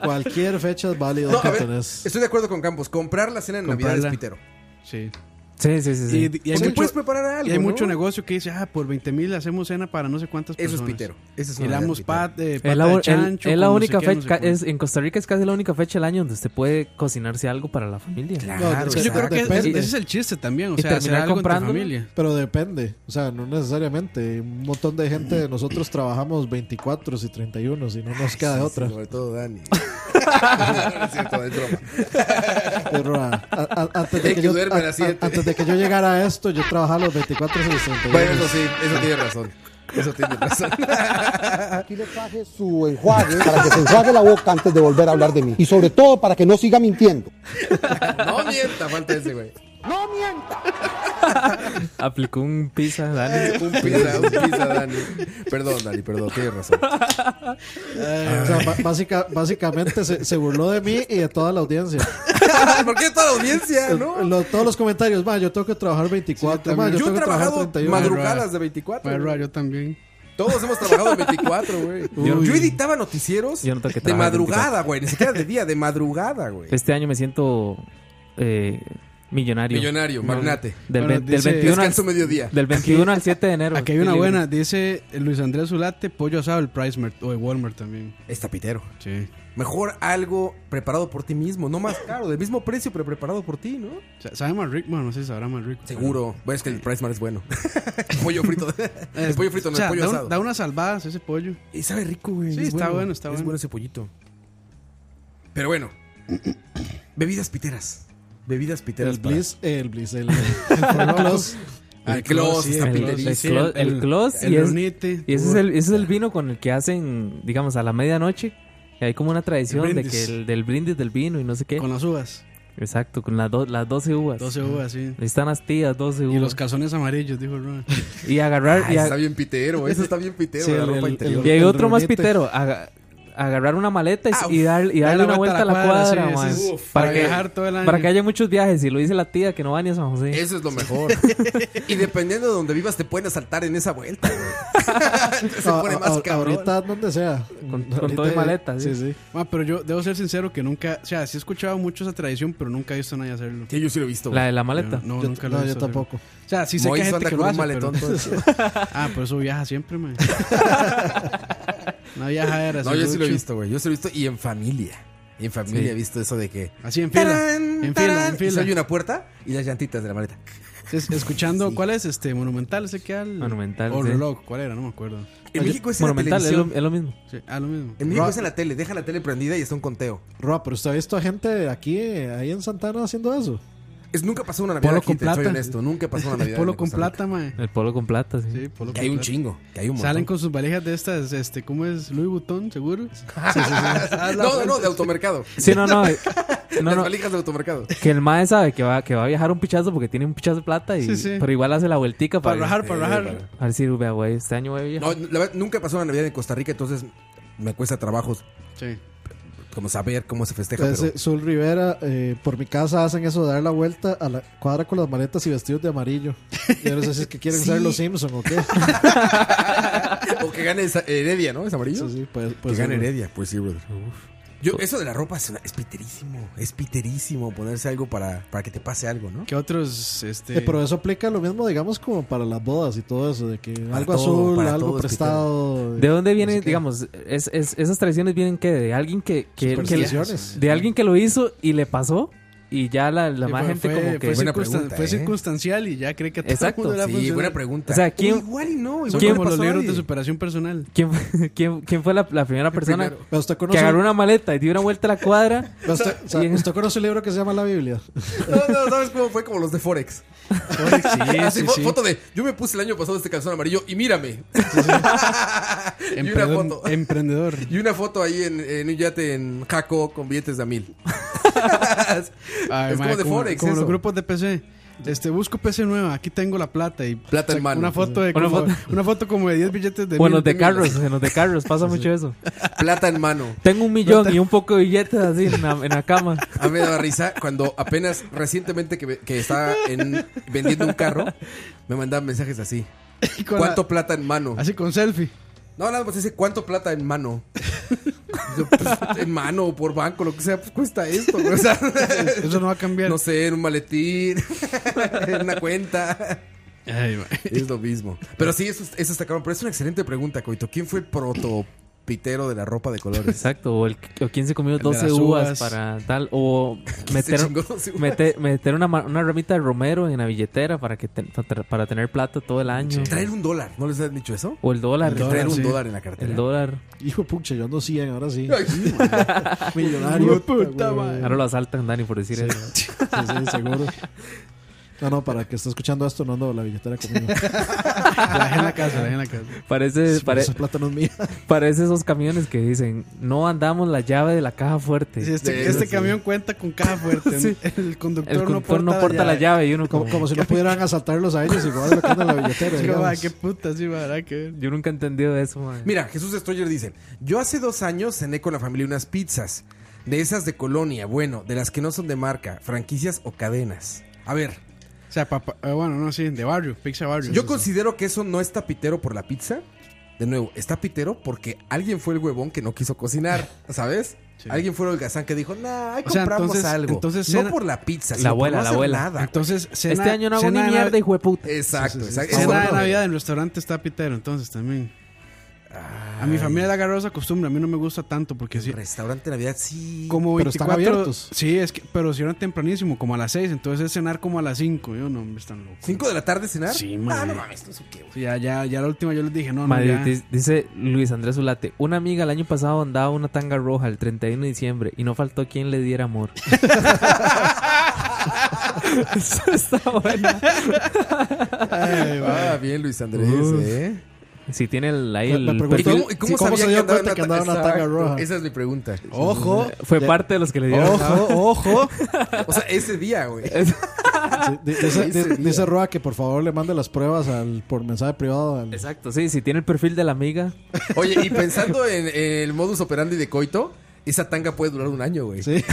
[SPEAKER 5] Cualquier fecha es válida.
[SPEAKER 3] No, a ver,
[SPEAKER 5] cantonés.
[SPEAKER 3] estoy de acuerdo con Campos. Comprar la cena en Navidad
[SPEAKER 4] Comprarla.
[SPEAKER 3] es pitero.
[SPEAKER 4] Sí.
[SPEAKER 6] Sí, sí, sí. sí.
[SPEAKER 4] Y, y hay
[SPEAKER 3] Porque
[SPEAKER 4] mucho,
[SPEAKER 3] puedes preparar algo,
[SPEAKER 4] y hay
[SPEAKER 3] ¿no?
[SPEAKER 4] mucho negocio que dice, ah, por 20 mil hacemos cena para no sé cuántas
[SPEAKER 3] Eso es
[SPEAKER 4] personas.
[SPEAKER 3] pitero. Ese es
[SPEAKER 4] Y
[SPEAKER 3] una
[SPEAKER 4] le
[SPEAKER 3] Navidad
[SPEAKER 4] damos
[SPEAKER 3] pitera.
[SPEAKER 4] pat, eh, pata
[SPEAKER 6] Es la,
[SPEAKER 4] de chancho.
[SPEAKER 6] el- es la
[SPEAKER 4] con no sé
[SPEAKER 6] única
[SPEAKER 4] qué, no sé
[SPEAKER 6] fecha. ca-
[SPEAKER 4] cuánto.
[SPEAKER 6] es, en Costa Rica es casi la única fecha del año donde usted puede cocinarse algo para la familia.
[SPEAKER 3] Claro,
[SPEAKER 5] es
[SPEAKER 4] Es que yo creo que
[SPEAKER 5] Depende.
[SPEAKER 4] ese es el chiste también. O
[SPEAKER 6] Y
[SPEAKER 4] sea,
[SPEAKER 6] terminar
[SPEAKER 4] hacer algo entre
[SPEAKER 6] comprándolo.
[SPEAKER 4] familia.
[SPEAKER 5] Pero depende, o sea, no necesariamente. Un montón de gente
[SPEAKER 3] Mm.
[SPEAKER 5] de nosotros trabajamos 24 y 31 y no nos queda de
[SPEAKER 3] Sí,
[SPEAKER 5] otra.
[SPEAKER 3] Sobre todo Dani. No, es cierto, es broma.
[SPEAKER 5] Pero, ah, a- a- antes,
[SPEAKER 3] Hay
[SPEAKER 5] de que
[SPEAKER 3] que
[SPEAKER 5] yo,
[SPEAKER 3] duerme a las
[SPEAKER 5] a- a-
[SPEAKER 3] siete.
[SPEAKER 5] antes de que yo llegara a esto, yo trabajaba los 24 y los 31.
[SPEAKER 3] Bueno, eso sí, eso tiene razón. Eso tiene razón.
[SPEAKER 10] Aquí le traje su enjuague para que se enjuague la boca antes de volver a hablar de mí. Y sobre todo para que no siga mintiendo.
[SPEAKER 3] No mienta, falta ese, güey.
[SPEAKER 10] ¡No mienta!
[SPEAKER 6] Aplicó un pizza, Dani.
[SPEAKER 3] Un pizza, un pizza, Dani. Perdón, Dani, perdón, tienes razón.
[SPEAKER 5] O sea, ba- básica- básicamente se, se burló de mí y de toda la audiencia. Eh,
[SPEAKER 3] ¿Por qué toda la audiencia, no?
[SPEAKER 5] Lo- todos los comentarios, "Ma, yo tengo que trabajar 24,
[SPEAKER 4] Sí,
[SPEAKER 5] ma, yo,
[SPEAKER 3] Yo
[SPEAKER 5] tengo
[SPEAKER 3] he
[SPEAKER 5] que trabajar
[SPEAKER 3] trabajado
[SPEAKER 5] 31.
[SPEAKER 3] madrugadas de 24.
[SPEAKER 4] Pero
[SPEAKER 3] güey.
[SPEAKER 4] yo también.
[SPEAKER 3] Todos hemos trabajado 24, güey. Yo,
[SPEAKER 6] Uy.
[SPEAKER 3] editaba noticieros
[SPEAKER 6] Yo no tengo que
[SPEAKER 3] de
[SPEAKER 6] trabajar
[SPEAKER 3] madrugada, güey. Ni siquiera de día, de madrugada, güey.
[SPEAKER 6] Este año me siento eh, millonario.
[SPEAKER 3] Millonario, magnate.
[SPEAKER 6] Del,
[SPEAKER 4] Bueno,
[SPEAKER 6] ve- del
[SPEAKER 4] dice-
[SPEAKER 6] 21, al,
[SPEAKER 3] Descanso mediodía.
[SPEAKER 6] del 21 al 7 de enero.
[SPEAKER 4] Aquí hay una
[SPEAKER 6] Estoy libre.
[SPEAKER 4] buena. Dice Luis Andrés Zulate, pollo asado, el Price Mart, o de Walmart también.
[SPEAKER 3] Está pitero.
[SPEAKER 4] Sí.
[SPEAKER 3] Mejor algo preparado por ti mismo. No más caro, del mismo precio, pero preparado por ti, ¿no?
[SPEAKER 4] Sa- ¿Sabe más rico? Bueno, no sé si sabrá más rico.
[SPEAKER 3] Seguro. Bueno, es que el Price Mart es bueno. El pollo frito. El pollo frito, no,
[SPEAKER 4] O sea,
[SPEAKER 3] el pollo
[SPEAKER 4] da, un-
[SPEAKER 3] asado.
[SPEAKER 4] da unas salvadas ese pollo.
[SPEAKER 3] Y sabe rico, güey.
[SPEAKER 4] Sí,
[SPEAKER 3] es
[SPEAKER 4] está bueno, está
[SPEAKER 3] es
[SPEAKER 4] bueno.
[SPEAKER 3] ese pollito. Pero bueno. Bebidas piteras. Bebidas piteras.
[SPEAKER 5] El
[SPEAKER 3] para-
[SPEAKER 5] Bliss, el Bliss, el, el Ford Plus.
[SPEAKER 4] Ah,
[SPEAKER 3] El Clos
[SPEAKER 4] sí,
[SPEAKER 3] está
[SPEAKER 4] el Clos,
[SPEAKER 3] pilerísimo.
[SPEAKER 4] sí,
[SPEAKER 6] el Clos- el Clos y es-
[SPEAKER 4] Lunite.
[SPEAKER 6] Y ese es, el, ese es el vino con el que hacen, digamos, a la medianoche. Y hay como una tradición
[SPEAKER 4] El
[SPEAKER 6] de que
[SPEAKER 4] brindis.
[SPEAKER 6] el, del brindis del vino y no sé qué.
[SPEAKER 4] Con las uvas.
[SPEAKER 6] Exacto, con las, do- las 12 uvas.
[SPEAKER 4] 12 uvas, sí.
[SPEAKER 6] Ahí están las tías, 12
[SPEAKER 4] Y los
[SPEAKER 6] uvas.
[SPEAKER 4] calzones amarillos, dijo Ron.
[SPEAKER 6] Y, agarrar.
[SPEAKER 3] Ah,
[SPEAKER 6] y, a-
[SPEAKER 3] está bien pitero, eso está bien pitero,
[SPEAKER 5] Sí,
[SPEAKER 3] la
[SPEAKER 5] el-
[SPEAKER 3] ropa
[SPEAKER 5] el-
[SPEAKER 3] interior.
[SPEAKER 6] y hay
[SPEAKER 5] el
[SPEAKER 6] otro más
[SPEAKER 5] rolete.
[SPEAKER 6] pitero. aga- agarrar una maleta y,
[SPEAKER 3] Ah,
[SPEAKER 6] y dar- y darle una vuelta a la cuadra,
[SPEAKER 4] sí,
[SPEAKER 6] mae,
[SPEAKER 4] ese es-
[SPEAKER 6] para,
[SPEAKER 4] para
[SPEAKER 6] que,
[SPEAKER 4] viajar todo el año.
[SPEAKER 6] para que haya muchos viajes. Y lo dice la tía que no va ni a San José.
[SPEAKER 3] Eso es lo mejor. y dependiendo de donde vivas, te pueden asaltar en esa vuelta. güey. Se
[SPEAKER 5] A-
[SPEAKER 3] pone
[SPEAKER 5] a-
[SPEAKER 3] más
[SPEAKER 5] a-
[SPEAKER 3] cabrón.
[SPEAKER 5] Ahorita donde sea.
[SPEAKER 6] Con- con
[SPEAKER 5] Ahorita-
[SPEAKER 6] todo y maleta, sí.
[SPEAKER 5] sí.
[SPEAKER 4] Ma, Ah, pero yo debo ser sincero que nunca, o sea, sí he escuchado mucho esa tradición, pero nunca he visto a nadie hacerlo.
[SPEAKER 3] Sí, yo sí lo he visto. güey.
[SPEAKER 6] La de la maleta.
[SPEAKER 4] Yo- No,
[SPEAKER 5] Yo-
[SPEAKER 4] nunca lo he
[SPEAKER 5] no, yo
[SPEAKER 4] visto hacerlo.
[SPEAKER 5] tampoco.
[SPEAKER 4] O sea, sí sé que hay
[SPEAKER 3] Moiso
[SPEAKER 4] gente
[SPEAKER 3] anda
[SPEAKER 4] que
[SPEAKER 3] con
[SPEAKER 4] lo
[SPEAKER 3] un
[SPEAKER 4] hace,
[SPEAKER 3] maletón
[SPEAKER 4] pero-
[SPEAKER 3] todo eso.
[SPEAKER 4] Ah, por eso viaja siempre, man. Una viajadera.
[SPEAKER 3] No, yo sí lo he visto, güey. Yo sí lo he visto y en familia. Y en familia
[SPEAKER 4] Sí.
[SPEAKER 3] he visto eso de que.
[SPEAKER 4] Así en fila.
[SPEAKER 3] ¡Tarán!
[SPEAKER 4] En fila,
[SPEAKER 3] ¡Tarán!
[SPEAKER 4] en
[SPEAKER 3] Y
[SPEAKER 4] fila.
[SPEAKER 3] se oye una puerta y las llantitas de la maleta.
[SPEAKER 4] Es- escuchando, ¿cuál es este? Monumental, ese que al.
[SPEAKER 6] Monumental,
[SPEAKER 4] O
[SPEAKER 6] sí.
[SPEAKER 4] reloj, ¿cuál era? No me acuerdo.
[SPEAKER 3] En México es en la
[SPEAKER 6] Monumental, es
[SPEAKER 3] televisión.
[SPEAKER 6] lo, es lo mismo.
[SPEAKER 4] Sí, ah, lo mismo.
[SPEAKER 3] En México
[SPEAKER 5] Ra-
[SPEAKER 3] es en la tele. Deja la tele prendida y está un conteo.
[SPEAKER 5] Roa, pero usted ha visto a gente aquí, eh, ahí en Santana haciendo eso.
[SPEAKER 3] Es, nunca pasó una Navidad
[SPEAKER 4] Polo
[SPEAKER 3] aquí,
[SPEAKER 4] con
[SPEAKER 3] te soy
[SPEAKER 4] plata.
[SPEAKER 3] honesto. Nunca pasó una Navidad.
[SPEAKER 4] Polo
[SPEAKER 3] en
[SPEAKER 4] con
[SPEAKER 3] Costa Rica.
[SPEAKER 4] plata, mae.
[SPEAKER 6] El polo con plata, sí.
[SPEAKER 4] Sí, polo
[SPEAKER 3] Que
[SPEAKER 4] con
[SPEAKER 3] hay un
[SPEAKER 4] plata.
[SPEAKER 3] chingo. Que hay un montón.
[SPEAKER 4] Salen con sus valijas de estas, este, ¿cómo es? Louis Vuitton, seguro. Ah,
[SPEAKER 3] No, no, de automercado.
[SPEAKER 6] Sí, no, no. eh, no,
[SPEAKER 3] Las
[SPEAKER 6] no.
[SPEAKER 3] valijas de automercado.
[SPEAKER 6] Que el mae sabe que va, que va a viajar un pichazo porque tiene un pichazo de plata, y,
[SPEAKER 4] Sí, sí.
[SPEAKER 6] pero igual hace la vueltica
[SPEAKER 4] Para
[SPEAKER 6] para,
[SPEAKER 4] rajar, para rajar.
[SPEAKER 6] A ver si, vea, güey, este año voy a viajar.
[SPEAKER 3] No, la verdad, nunca pasó una Navidad en Costa Rica, entonces me cuesta trabajo
[SPEAKER 4] Sí.
[SPEAKER 3] como saber cómo se festeja.
[SPEAKER 5] Entonces,
[SPEAKER 3] pero-
[SPEAKER 5] eh, Sol Rivera, eh, por mi casa hacen eso de dar la vuelta a la cuadra con las maletas y vestidos de amarillo. Yo no sé si es que quieren
[SPEAKER 3] Sí.
[SPEAKER 5] ser los Simpson o qué.
[SPEAKER 3] o que gane esa- Heredia, ¿no? Es amarillo.
[SPEAKER 5] Sí, sí, pues,
[SPEAKER 3] que
[SPEAKER 5] pues,
[SPEAKER 3] gane
[SPEAKER 5] sí, güey.
[SPEAKER 3] Heredia, pues sí, brother. Yo,
[SPEAKER 4] Pues
[SPEAKER 3] eso de la ropa es, una- es piterísimo. Es piterísimo ponerse algo para, para que te pase algo, ¿no?
[SPEAKER 4] ¿Qué otros, este.
[SPEAKER 5] Eh, pero eso aplica lo mismo, digamos, como para las bodas y todo eso, de que algo
[SPEAKER 3] todo,
[SPEAKER 5] azul,
[SPEAKER 3] para
[SPEAKER 5] algo
[SPEAKER 3] todo es
[SPEAKER 5] prestado.
[SPEAKER 6] ¿De dónde viene,
[SPEAKER 5] no sé qué.
[SPEAKER 6] digamos, es, es- esas tradiciones vienen que de alguien que, que, que-
[SPEAKER 5] Supersticiones.
[SPEAKER 6] de alguien que lo hizo y le pasó y ya la, la
[SPEAKER 4] Sí,
[SPEAKER 6] más
[SPEAKER 4] fue-
[SPEAKER 6] gente
[SPEAKER 4] fue,
[SPEAKER 6] como que
[SPEAKER 4] fue,
[SPEAKER 3] Buena
[SPEAKER 4] circunstan-
[SPEAKER 3] pregunta,
[SPEAKER 4] fue
[SPEAKER 3] ¿eh?
[SPEAKER 4] circunstancial y ya cree que a todo
[SPEAKER 6] Exacto,
[SPEAKER 4] el mundo le va a
[SPEAKER 3] Sí,
[SPEAKER 4] funcionar.
[SPEAKER 3] buena pregunta.
[SPEAKER 6] O sea, ¿quién-
[SPEAKER 3] O igual y no.
[SPEAKER 4] Son
[SPEAKER 3] Igual
[SPEAKER 6] ¿quién
[SPEAKER 3] no
[SPEAKER 4] como los
[SPEAKER 3] pasó a
[SPEAKER 4] libros de
[SPEAKER 3] nadie.
[SPEAKER 4] superación personal.
[SPEAKER 6] ¿quién, fue- quién, quién fue la, la primera persona
[SPEAKER 3] primero.
[SPEAKER 5] Pero usted
[SPEAKER 6] que
[SPEAKER 5] conoce,
[SPEAKER 6] agarró una maleta y dio una vuelta a la cuadra?
[SPEAKER 5] pero usted, o sea,
[SPEAKER 6] y-
[SPEAKER 5] usted conoce el libro que se llama La Biblia.
[SPEAKER 3] No, no, ¿sabes cómo fue? Como los de Forex.
[SPEAKER 4] Sí,
[SPEAKER 3] Así,
[SPEAKER 4] sí,
[SPEAKER 3] fo-
[SPEAKER 4] sí.
[SPEAKER 3] foto de. Yo me puse el año pasado este calzón amarillo y mírame. y una
[SPEAKER 4] Emprendedor-
[SPEAKER 3] foto.
[SPEAKER 4] Emprendedor.
[SPEAKER 3] Y una foto ahí en, en un yate en Jaco con billetes de a mil.
[SPEAKER 4] Ay,
[SPEAKER 3] Es
[SPEAKER 4] ma,
[SPEAKER 3] como de Forex,
[SPEAKER 4] Como
[SPEAKER 3] eso.
[SPEAKER 4] los grupos de PC. Este, busco PC nueva, aquí tengo la plata y
[SPEAKER 3] Plata en
[SPEAKER 4] saca
[SPEAKER 3] mano.
[SPEAKER 4] Una foto de
[SPEAKER 6] Una
[SPEAKER 4] como-
[SPEAKER 6] foto.
[SPEAKER 4] una foto como de 10 billetes de
[SPEAKER 6] Bueno,
[SPEAKER 4] mil.
[SPEAKER 6] de carros, en los de carros pasa mucho eso.
[SPEAKER 3] Plata en mano.
[SPEAKER 6] Tengo un millón y un poco de billetes así en la, en la cama.
[SPEAKER 3] A mí me daba risa cuando apenas recientemente que, que estaba en- vendiendo un carro, me mandaban mensajes así.
[SPEAKER 4] Y con la-
[SPEAKER 3] ¿Cuánto plata en mano?
[SPEAKER 4] así con selfie.
[SPEAKER 3] No, nada más dice cuánto plata en mano. Yo, pues, en mano o por banco, lo que sea, pues cuesta esto. güey. O sea,
[SPEAKER 4] Eso no va a cambiar.
[SPEAKER 3] no sé, en un maletín, en una cuenta.
[SPEAKER 4] Ay, ma.
[SPEAKER 3] Es lo mismo. Pero sí, eso, eso está cabrón. Pero es una excelente pregunta, Coito. ¿Quién fue el protopitero de la ropa de colores?
[SPEAKER 6] Exacto, o, el, o quién se comió
[SPEAKER 4] de
[SPEAKER 6] 12
[SPEAKER 4] las
[SPEAKER 6] uvas
[SPEAKER 4] uvas.
[SPEAKER 6] para tal, o
[SPEAKER 3] Se
[SPEAKER 6] meter,
[SPEAKER 3] chingó dos uvas.
[SPEAKER 6] meter, meter una, ma- una ramita de romero en la billetera para que ten- para, para tener plata todo el año.
[SPEAKER 3] Traer un dólar. ¿No les han dicho eso?
[SPEAKER 6] O el dólar.
[SPEAKER 4] El
[SPEAKER 6] el
[SPEAKER 3] Traer
[SPEAKER 4] dólar,
[SPEAKER 3] un
[SPEAKER 4] sí.
[SPEAKER 3] dólar en la cartera.
[SPEAKER 6] El dólar.
[SPEAKER 5] Hijo de pucha, yo ando 100, ahora sí.
[SPEAKER 3] Ay,
[SPEAKER 5] Millonario.
[SPEAKER 4] puta,
[SPEAKER 5] güey.
[SPEAKER 6] Ahora lo asaltan, Dani, por decir eso.
[SPEAKER 5] Sí, sí, seguro. No, no, para que esté escuchando esto, no ando la billetera conmigo.
[SPEAKER 4] La dejé en la casa, la dejé en la casa.
[SPEAKER 6] Parece, pare-
[SPEAKER 5] Esa plata no es mía.
[SPEAKER 6] parece esos camiones que dicen, no andamos la llave de la caja fuerte.
[SPEAKER 4] Sí, este
[SPEAKER 3] Sí,
[SPEAKER 4] este
[SPEAKER 3] sí.
[SPEAKER 4] camión cuenta con caja fuerte.
[SPEAKER 6] Sí.
[SPEAKER 4] El conductor,
[SPEAKER 6] el conductor no porta
[SPEAKER 4] eh,
[SPEAKER 6] la llave y uno
[SPEAKER 5] Como,
[SPEAKER 6] como...
[SPEAKER 5] como si no pudieran asaltarlos a ellos, igual lo que anda en la billetera.
[SPEAKER 4] Sí, como,
[SPEAKER 5] digamos.
[SPEAKER 4] ah, qué puta, sí, habrá que ver.
[SPEAKER 6] Yo nunca he entendido eso, man.
[SPEAKER 3] Mira, Jesús Destroyer dice: Yo hace dos años cené con la familia unas pizzas. De esas de colonia, bueno, de las que no son de marca, franquicias o cadenas. A ver,
[SPEAKER 4] O sea, papá, eh, bueno, no, sí, de barrio, pizza barrio.
[SPEAKER 3] yo considero que eso no está pitero por la pizza. De nuevo, está pitero porque alguien fue el huevón que no quiso cocinar, ¿sabes?
[SPEAKER 4] Sí.
[SPEAKER 3] Alguien fue el holgazán que dijo, nah, ahí
[SPEAKER 4] O sea,
[SPEAKER 3] compramos
[SPEAKER 4] entonces-
[SPEAKER 3] algo.
[SPEAKER 4] entonces
[SPEAKER 3] no
[SPEAKER 4] cena-
[SPEAKER 3] por la pizza,
[SPEAKER 6] La
[SPEAKER 3] sino por
[SPEAKER 6] abuela,
[SPEAKER 3] no
[SPEAKER 6] la
[SPEAKER 3] hacer
[SPEAKER 6] abuela.
[SPEAKER 3] nada.
[SPEAKER 4] Entonces,
[SPEAKER 6] este
[SPEAKER 4] cena-
[SPEAKER 6] año no hago
[SPEAKER 4] cena
[SPEAKER 6] ni
[SPEAKER 4] de
[SPEAKER 6] mierda,
[SPEAKER 4] Nav-
[SPEAKER 6] hijo de puta.
[SPEAKER 3] Exacto, exacto.
[SPEAKER 4] Cena de
[SPEAKER 3] Pues, Bueno,
[SPEAKER 4] Navidad en restaurantes está pitero, entonces también. A mi familia le agarró esa costumbre, a mí no me gusta tanto porque sí.
[SPEAKER 3] Restaurante de Navidad, sí.
[SPEAKER 4] Como
[SPEAKER 5] Pero están
[SPEAKER 4] 24,
[SPEAKER 5] abiertos.
[SPEAKER 4] Sí, es que, pero si eran tempranísimo, como a las 6, entonces es cenar como a las 5. Yo no, hombre, están locos.
[SPEAKER 3] ¿Cinco de la tarde cenar?
[SPEAKER 4] Sí, madre.
[SPEAKER 3] Ah, no mames, no sé qué, güey.
[SPEAKER 4] Sí, ya, ya, ya la última yo les dije, no,
[SPEAKER 6] Madre,
[SPEAKER 4] no. ya.
[SPEAKER 6] di- dice Luis Andrés Ulate, una amiga el año pasado andaba una tanga roja el 31 de diciembre y no faltó quien le diera amor. Eso está bueno.
[SPEAKER 3] Ah, bien, Luis Andrés,
[SPEAKER 6] Uf.
[SPEAKER 3] ¿eh?
[SPEAKER 6] Si tiene el, ahí
[SPEAKER 5] Me-
[SPEAKER 6] el
[SPEAKER 5] me preguntó-
[SPEAKER 6] perfil.
[SPEAKER 5] Sí, ¿cómo se dio
[SPEAKER 3] andaba
[SPEAKER 5] cuenta que andaba una
[SPEAKER 3] Exacto,
[SPEAKER 5] tanga roja?
[SPEAKER 3] Esa es mi pregunta.
[SPEAKER 5] Ojo.
[SPEAKER 6] Fue
[SPEAKER 5] Ya-
[SPEAKER 6] parte de los que le dieron.
[SPEAKER 5] Ojo, ojo.
[SPEAKER 3] O sea, ese día, güey.
[SPEAKER 5] Sí, di- dice, di- dice Roa que por favor le mande las pruebas al, por mensaje privado. al-
[SPEAKER 6] Exacto, sí, si tiene el perfil de la amiga.
[SPEAKER 3] Oye, y pensando en el modus operandi de coito, esa tanga puede durar un año, güey.
[SPEAKER 5] Sí.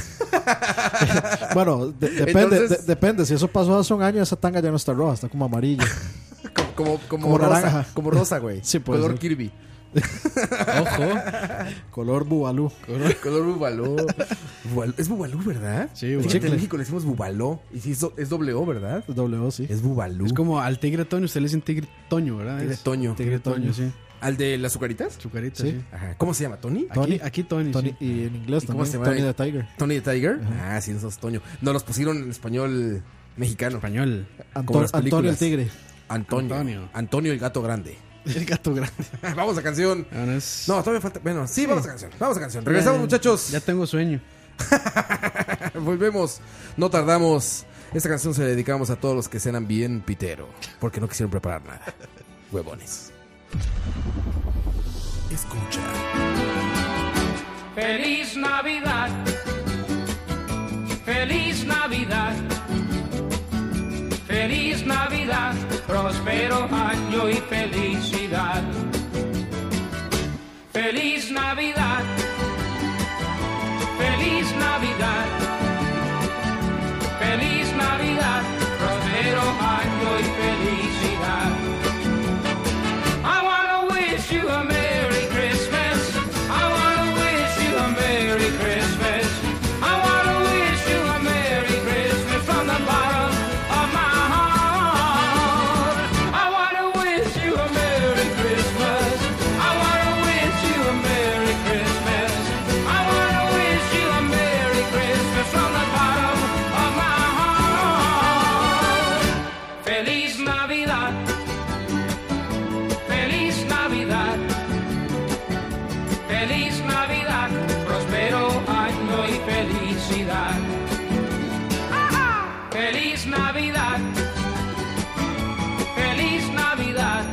[SPEAKER 5] bueno, de- depende, de-
[SPEAKER 3] Entonces-
[SPEAKER 5] depende. Si eso pasó hace un año, esa tanga ya no está roja, está como amarilla.
[SPEAKER 3] Como, como, como,
[SPEAKER 5] Como
[SPEAKER 3] rosa.
[SPEAKER 5] naranja.
[SPEAKER 3] Como rosa, güey.
[SPEAKER 5] Sí, puede
[SPEAKER 3] Color
[SPEAKER 5] ser.
[SPEAKER 3] Kirby.
[SPEAKER 4] Ojo.
[SPEAKER 5] Color bubalú.
[SPEAKER 3] Color bubalú. Bubalú- Es bubalú, ¿verdad?
[SPEAKER 4] Sí,
[SPEAKER 3] En
[SPEAKER 4] güey.
[SPEAKER 3] Chicle. México le decimos bubaló. Y sí, es, do- es doble O, ¿verdad?
[SPEAKER 5] W, sí.
[SPEAKER 3] Es bubalú.
[SPEAKER 4] Es como al tigre Toño, usted le dicen tigre Toño, ¿verdad?
[SPEAKER 3] Tigre
[SPEAKER 4] Es-
[SPEAKER 3] Toño.
[SPEAKER 4] Tigre Toño, sí.
[SPEAKER 3] ¿Al de las azucaritas?
[SPEAKER 4] Chucarita,
[SPEAKER 5] Sí.
[SPEAKER 4] sí.
[SPEAKER 3] Ajá. ¿Cómo se llama? ¿Tony?
[SPEAKER 4] Aquí,
[SPEAKER 5] Tony.
[SPEAKER 4] aquí Toño,
[SPEAKER 5] Tony,
[SPEAKER 4] sí.
[SPEAKER 5] y en inglés
[SPEAKER 3] ¿Y cómo
[SPEAKER 5] también.
[SPEAKER 3] se llama?
[SPEAKER 5] Tony the Tiger.
[SPEAKER 3] ¿Tony the Tiger? Ah, sí, nosotros Toño. No, los pusieron en español mexicano.
[SPEAKER 4] Español.
[SPEAKER 5] Anto-
[SPEAKER 3] las
[SPEAKER 5] Antonio el
[SPEAKER 3] películas.
[SPEAKER 5] Tigre.
[SPEAKER 3] Antonio. Antonio.
[SPEAKER 4] Antonio.
[SPEAKER 3] el gato grande.
[SPEAKER 4] El gato grande.
[SPEAKER 3] vamos a canción.
[SPEAKER 4] Ahora es-
[SPEAKER 3] No, todavía falta. Bueno, sí, vamos a canción. Vamos a canción. Regresamos, muchachos.
[SPEAKER 4] Ya tengo sueño.
[SPEAKER 3] Volvemos. No tardamos. Esta canción se la dedicamos a todos los que cenan bien pitero. Porque no quisieron preparar nada. Huevones. Escucha.
[SPEAKER 11] Feliz Navidad, feliz Navidad, feliz Navidad, próspero año y felicidad. Feliz Navidad, feliz Navidad, feliz Navidad, próspero año y felicidad. I wanna wish you a Merry Christmas. I wanna wish you a Merry Christmas. I wanna wish you a Merry Christmas from the bottom of my heart. I wanna wish you a Merry Christmas. I wanna wish you a Merry Christmas. I wanna wish you a Merry Christmas from the bottom of my heart. Feliz Navidad. Feliz Navidad, feliz Navidad, próspero año y felicidad. ¡Ajá! Feliz Navidad, feliz Navidad,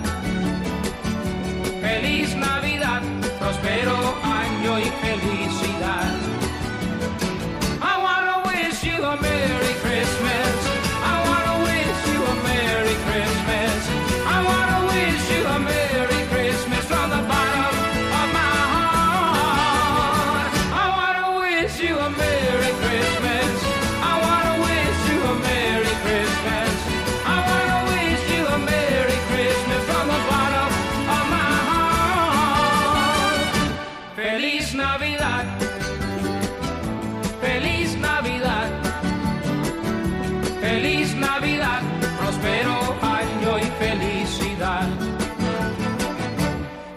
[SPEAKER 11] feliz Navidad, próspero año y felicidad. I wanna wish you a Merry Christmas. I wanna wish you a Merry Christmas. I wanna wish you a Merry Christmas from the bottom of my heart. I wanna wish you a Merry Christmas. I wanna wish you a Merry Christmas. I wanna wish you a Merry Christmas from the bottom of my heart. Feliz Navidad. Feliz Navidad, feliz Navidad, próspero año y felicidad.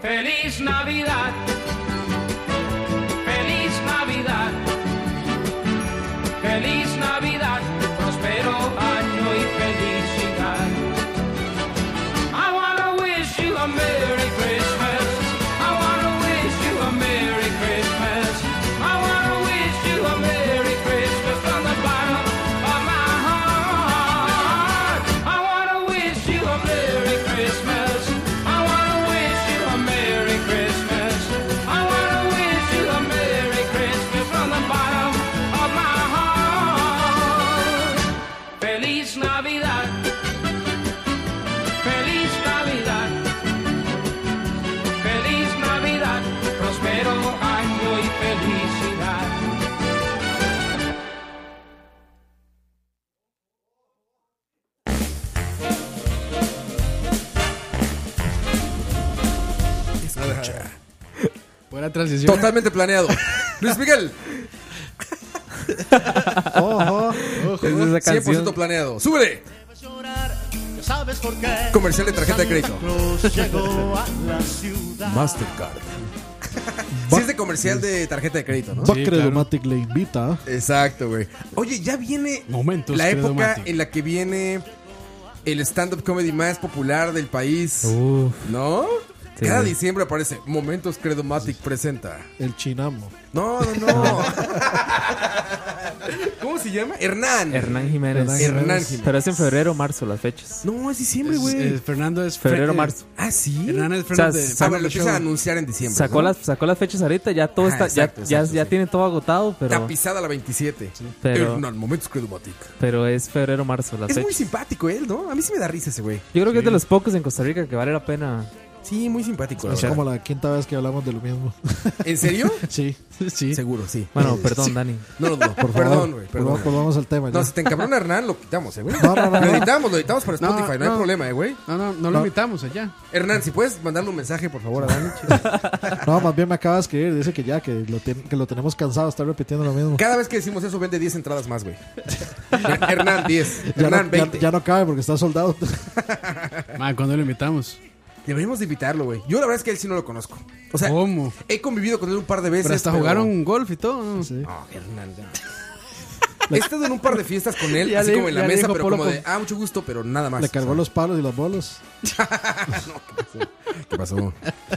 [SPEAKER 11] Feliz Navidad, feliz Navidad, feliz Navidad, próspero año y felicidad. I wanna wish you a Merry Christmas. I wanna wish you a Merry Christmas. I wanna wish you a Merry Christmas from the bottom of my heart. I wanna wish you a Merry Christmas. I wanna wish you a Merry Christmas. I wanna wish you a Merry Christmas from the bottom of my heart. Feliz Navidad. Feliz Navidad, feliz Navidad, próspero año y felicidad.
[SPEAKER 4] Buena transición.
[SPEAKER 3] Totalmente planeado. Luis Miguel,
[SPEAKER 5] Ojo.
[SPEAKER 6] Es esa canción.
[SPEAKER 3] 100% planeado. ¡Súbele!
[SPEAKER 11] llorar, ya
[SPEAKER 12] sabes por qué.
[SPEAKER 3] Comercial de tarjeta de crédito.
[SPEAKER 12] Santa Cruz llegó a la ciudad.
[SPEAKER 3] Mastercard. Si es de comercial de tarjeta de crédito, ¿no?
[SPEAKER 5] Buck Credomatic le invita.
[SPEAKER 3] Exacto, güey. Oye, ya viene
[SPEAKER 5] Momentos
[SPEAKER 3] la época
[SPEAKER 5] Credomatic.
[SPEAKER 3] en la que viene el stand-up comedy más popular del país. ¿No?
[SPEAKER 5] Sí.
[SPEAKER 3] Cada diciembre aparece Momentos Credomatic presenta.
[SPEAKER 5] El chinamo.
[SPEAKER 3] No, no, no. ¿Cómo se llama? Hernán.
[SPEAKER 6] Hernán Jiménez.
[SPEAKER 3] Hernán Jiménez.
[SPEAKER 6] Pero es en febrero o marzo las fechas.
[SPEAKER 3] No, es diciembre, güey.
[SPEAKER 4] eh, Fernando es
[SPEAKER 6] Febrero,
[SPEAKER 4] Fre-
[SPEAKER 6] marzo.
[SPEAKER 3] Ah, sí. Ah,
[SPEAKER 4] Hernán es
[SPEAKER 6] O sea,
[SPEAKER 4] Fernando de-
[SPEAKER 6] saca-
[SPEAKER 4] Fernando Show.
[SPEAKER 6] Sacó, las, sacó las fechas ahorita, ya todo
[SPEAKER 3] Ah,
[SPEAKER 6] está, ya-
[SPEAKER 3] exacto,
[SPEAKER 6] ya,
[SPEAKER 3] exacto,
[SPEAKER 6] ya tiene todo agotado, pero,
[SPEAKER 3] Tapizada la Eh, 27.
[SPEAKER 6] Pero-
[SPEAKER 3] Hernán, Momentos Credomatic.
[SPEAKER 6] pero es febrero marzo las
[SPEAKER 3] Es muy
[SPEAKER 6] fechas.
[SPEAKER 3] simpático él, ¿no? A mí sí me da risa ese güey.
[SPEAKER 6] Yo creo que es de los pocos en Costa Rica que vale la pena.
[SPEAKER 3] Sí, muy simpático. la
[SPEAKER 5] Es
[SPEAKER 3] verdad.
[SPEAKER 5] como la quinta vez que hablamos de lo mismo.
[SPEAKER 3] ¿En serio?
[SPEAKER 5] Sí, sí.
[SPEAKER 3] Seguro, sí.
[SPEAKER 6] Bueno, perdón,
[SPEAKER 3] Sí.
[SPEAKER 6] Dani.
[SPEAKER 3] No, no, no.
[SPEAKER 5] Por favor.
[SPEAKER 3] perdón, güey. Perdón.
[SPEAKER 5] Volvamos- volvamos al tema,
[SPEAKER 3] No,
[SPEAKER 5] ya.
[SPEAKER 3] si te encabrona Hernán, lo quitamos, eh, güey.
[SPEAKER 5] No, no, no,
[SPEAKER 3] Lo
[SPEAKER 5] no.
[SPEAKER 3] editamos, lo editamos para
[SPEAKER 4] No,
[SPEAKER 3] Spotify, no, hay
[SPEAKER 4] no.
[SPEAKER 3] problema, eh, güey.
[SPEAKER 4] No, no, no lo
[SPEAKER 5] No.
[SPEAKER 4] invitamos allá.
[SPEAKER 3] Hernán, si puedes mandarle un mensaje, por favor, a Dani.
[SPEAKER 5] No, más bien me acaba de escribir. Dice que ya, que lo, ten- que lo tenemos cansado de estar repitiendo lo mismo.
[SPEAKER 3] Cada vez que decimos eso, vende 10 entradas más, güey. Hernán, 10.
[SPEAKER 5] Ya
[SPEAKER 3] Hernán,
[SPEAKER 5] no, ya-
[SPEAKER 3] 20.
[SPEAKER 5] ya no cabe porque está soldado.
[SPEAKER 4] Ma, ¿cuándo lo invitamos?
[SPEAKER 3] Deberíamos de invitarlo, güey. Yo la verdad es que él sí no lo conozco. O sea,
[SPEAKER 4] ¿Cómo?
[SPEAKER 3] he convivido con él un par de veces.
[SPEAKER 4] Pero hasta jugaron golf y todo. ¿no?
[SPEAKER 3] No, Hernán, ya. He estado en un par de fiestas con él,
[SPEAKER 4] Ya
[SPEAKER 3] así
[SPEAKER 4] le-
[SPEAKER 3] como en la
[SPEAKER 4] ya le
[SPEAKER 3] mesa,
[SPEAKER 4] dijo
[SPEAKER 3] pero
[SPEAKER 4] Polo
[SPEAKER 3] como de,
[SPEAKER 4] con-
[SPEAKER 3] ah, mucho gusto, pero nada más.
[SPEAKER 5] Le cargó los palos y las bolas.
[SPEAKER 3] ¿Qué pasó?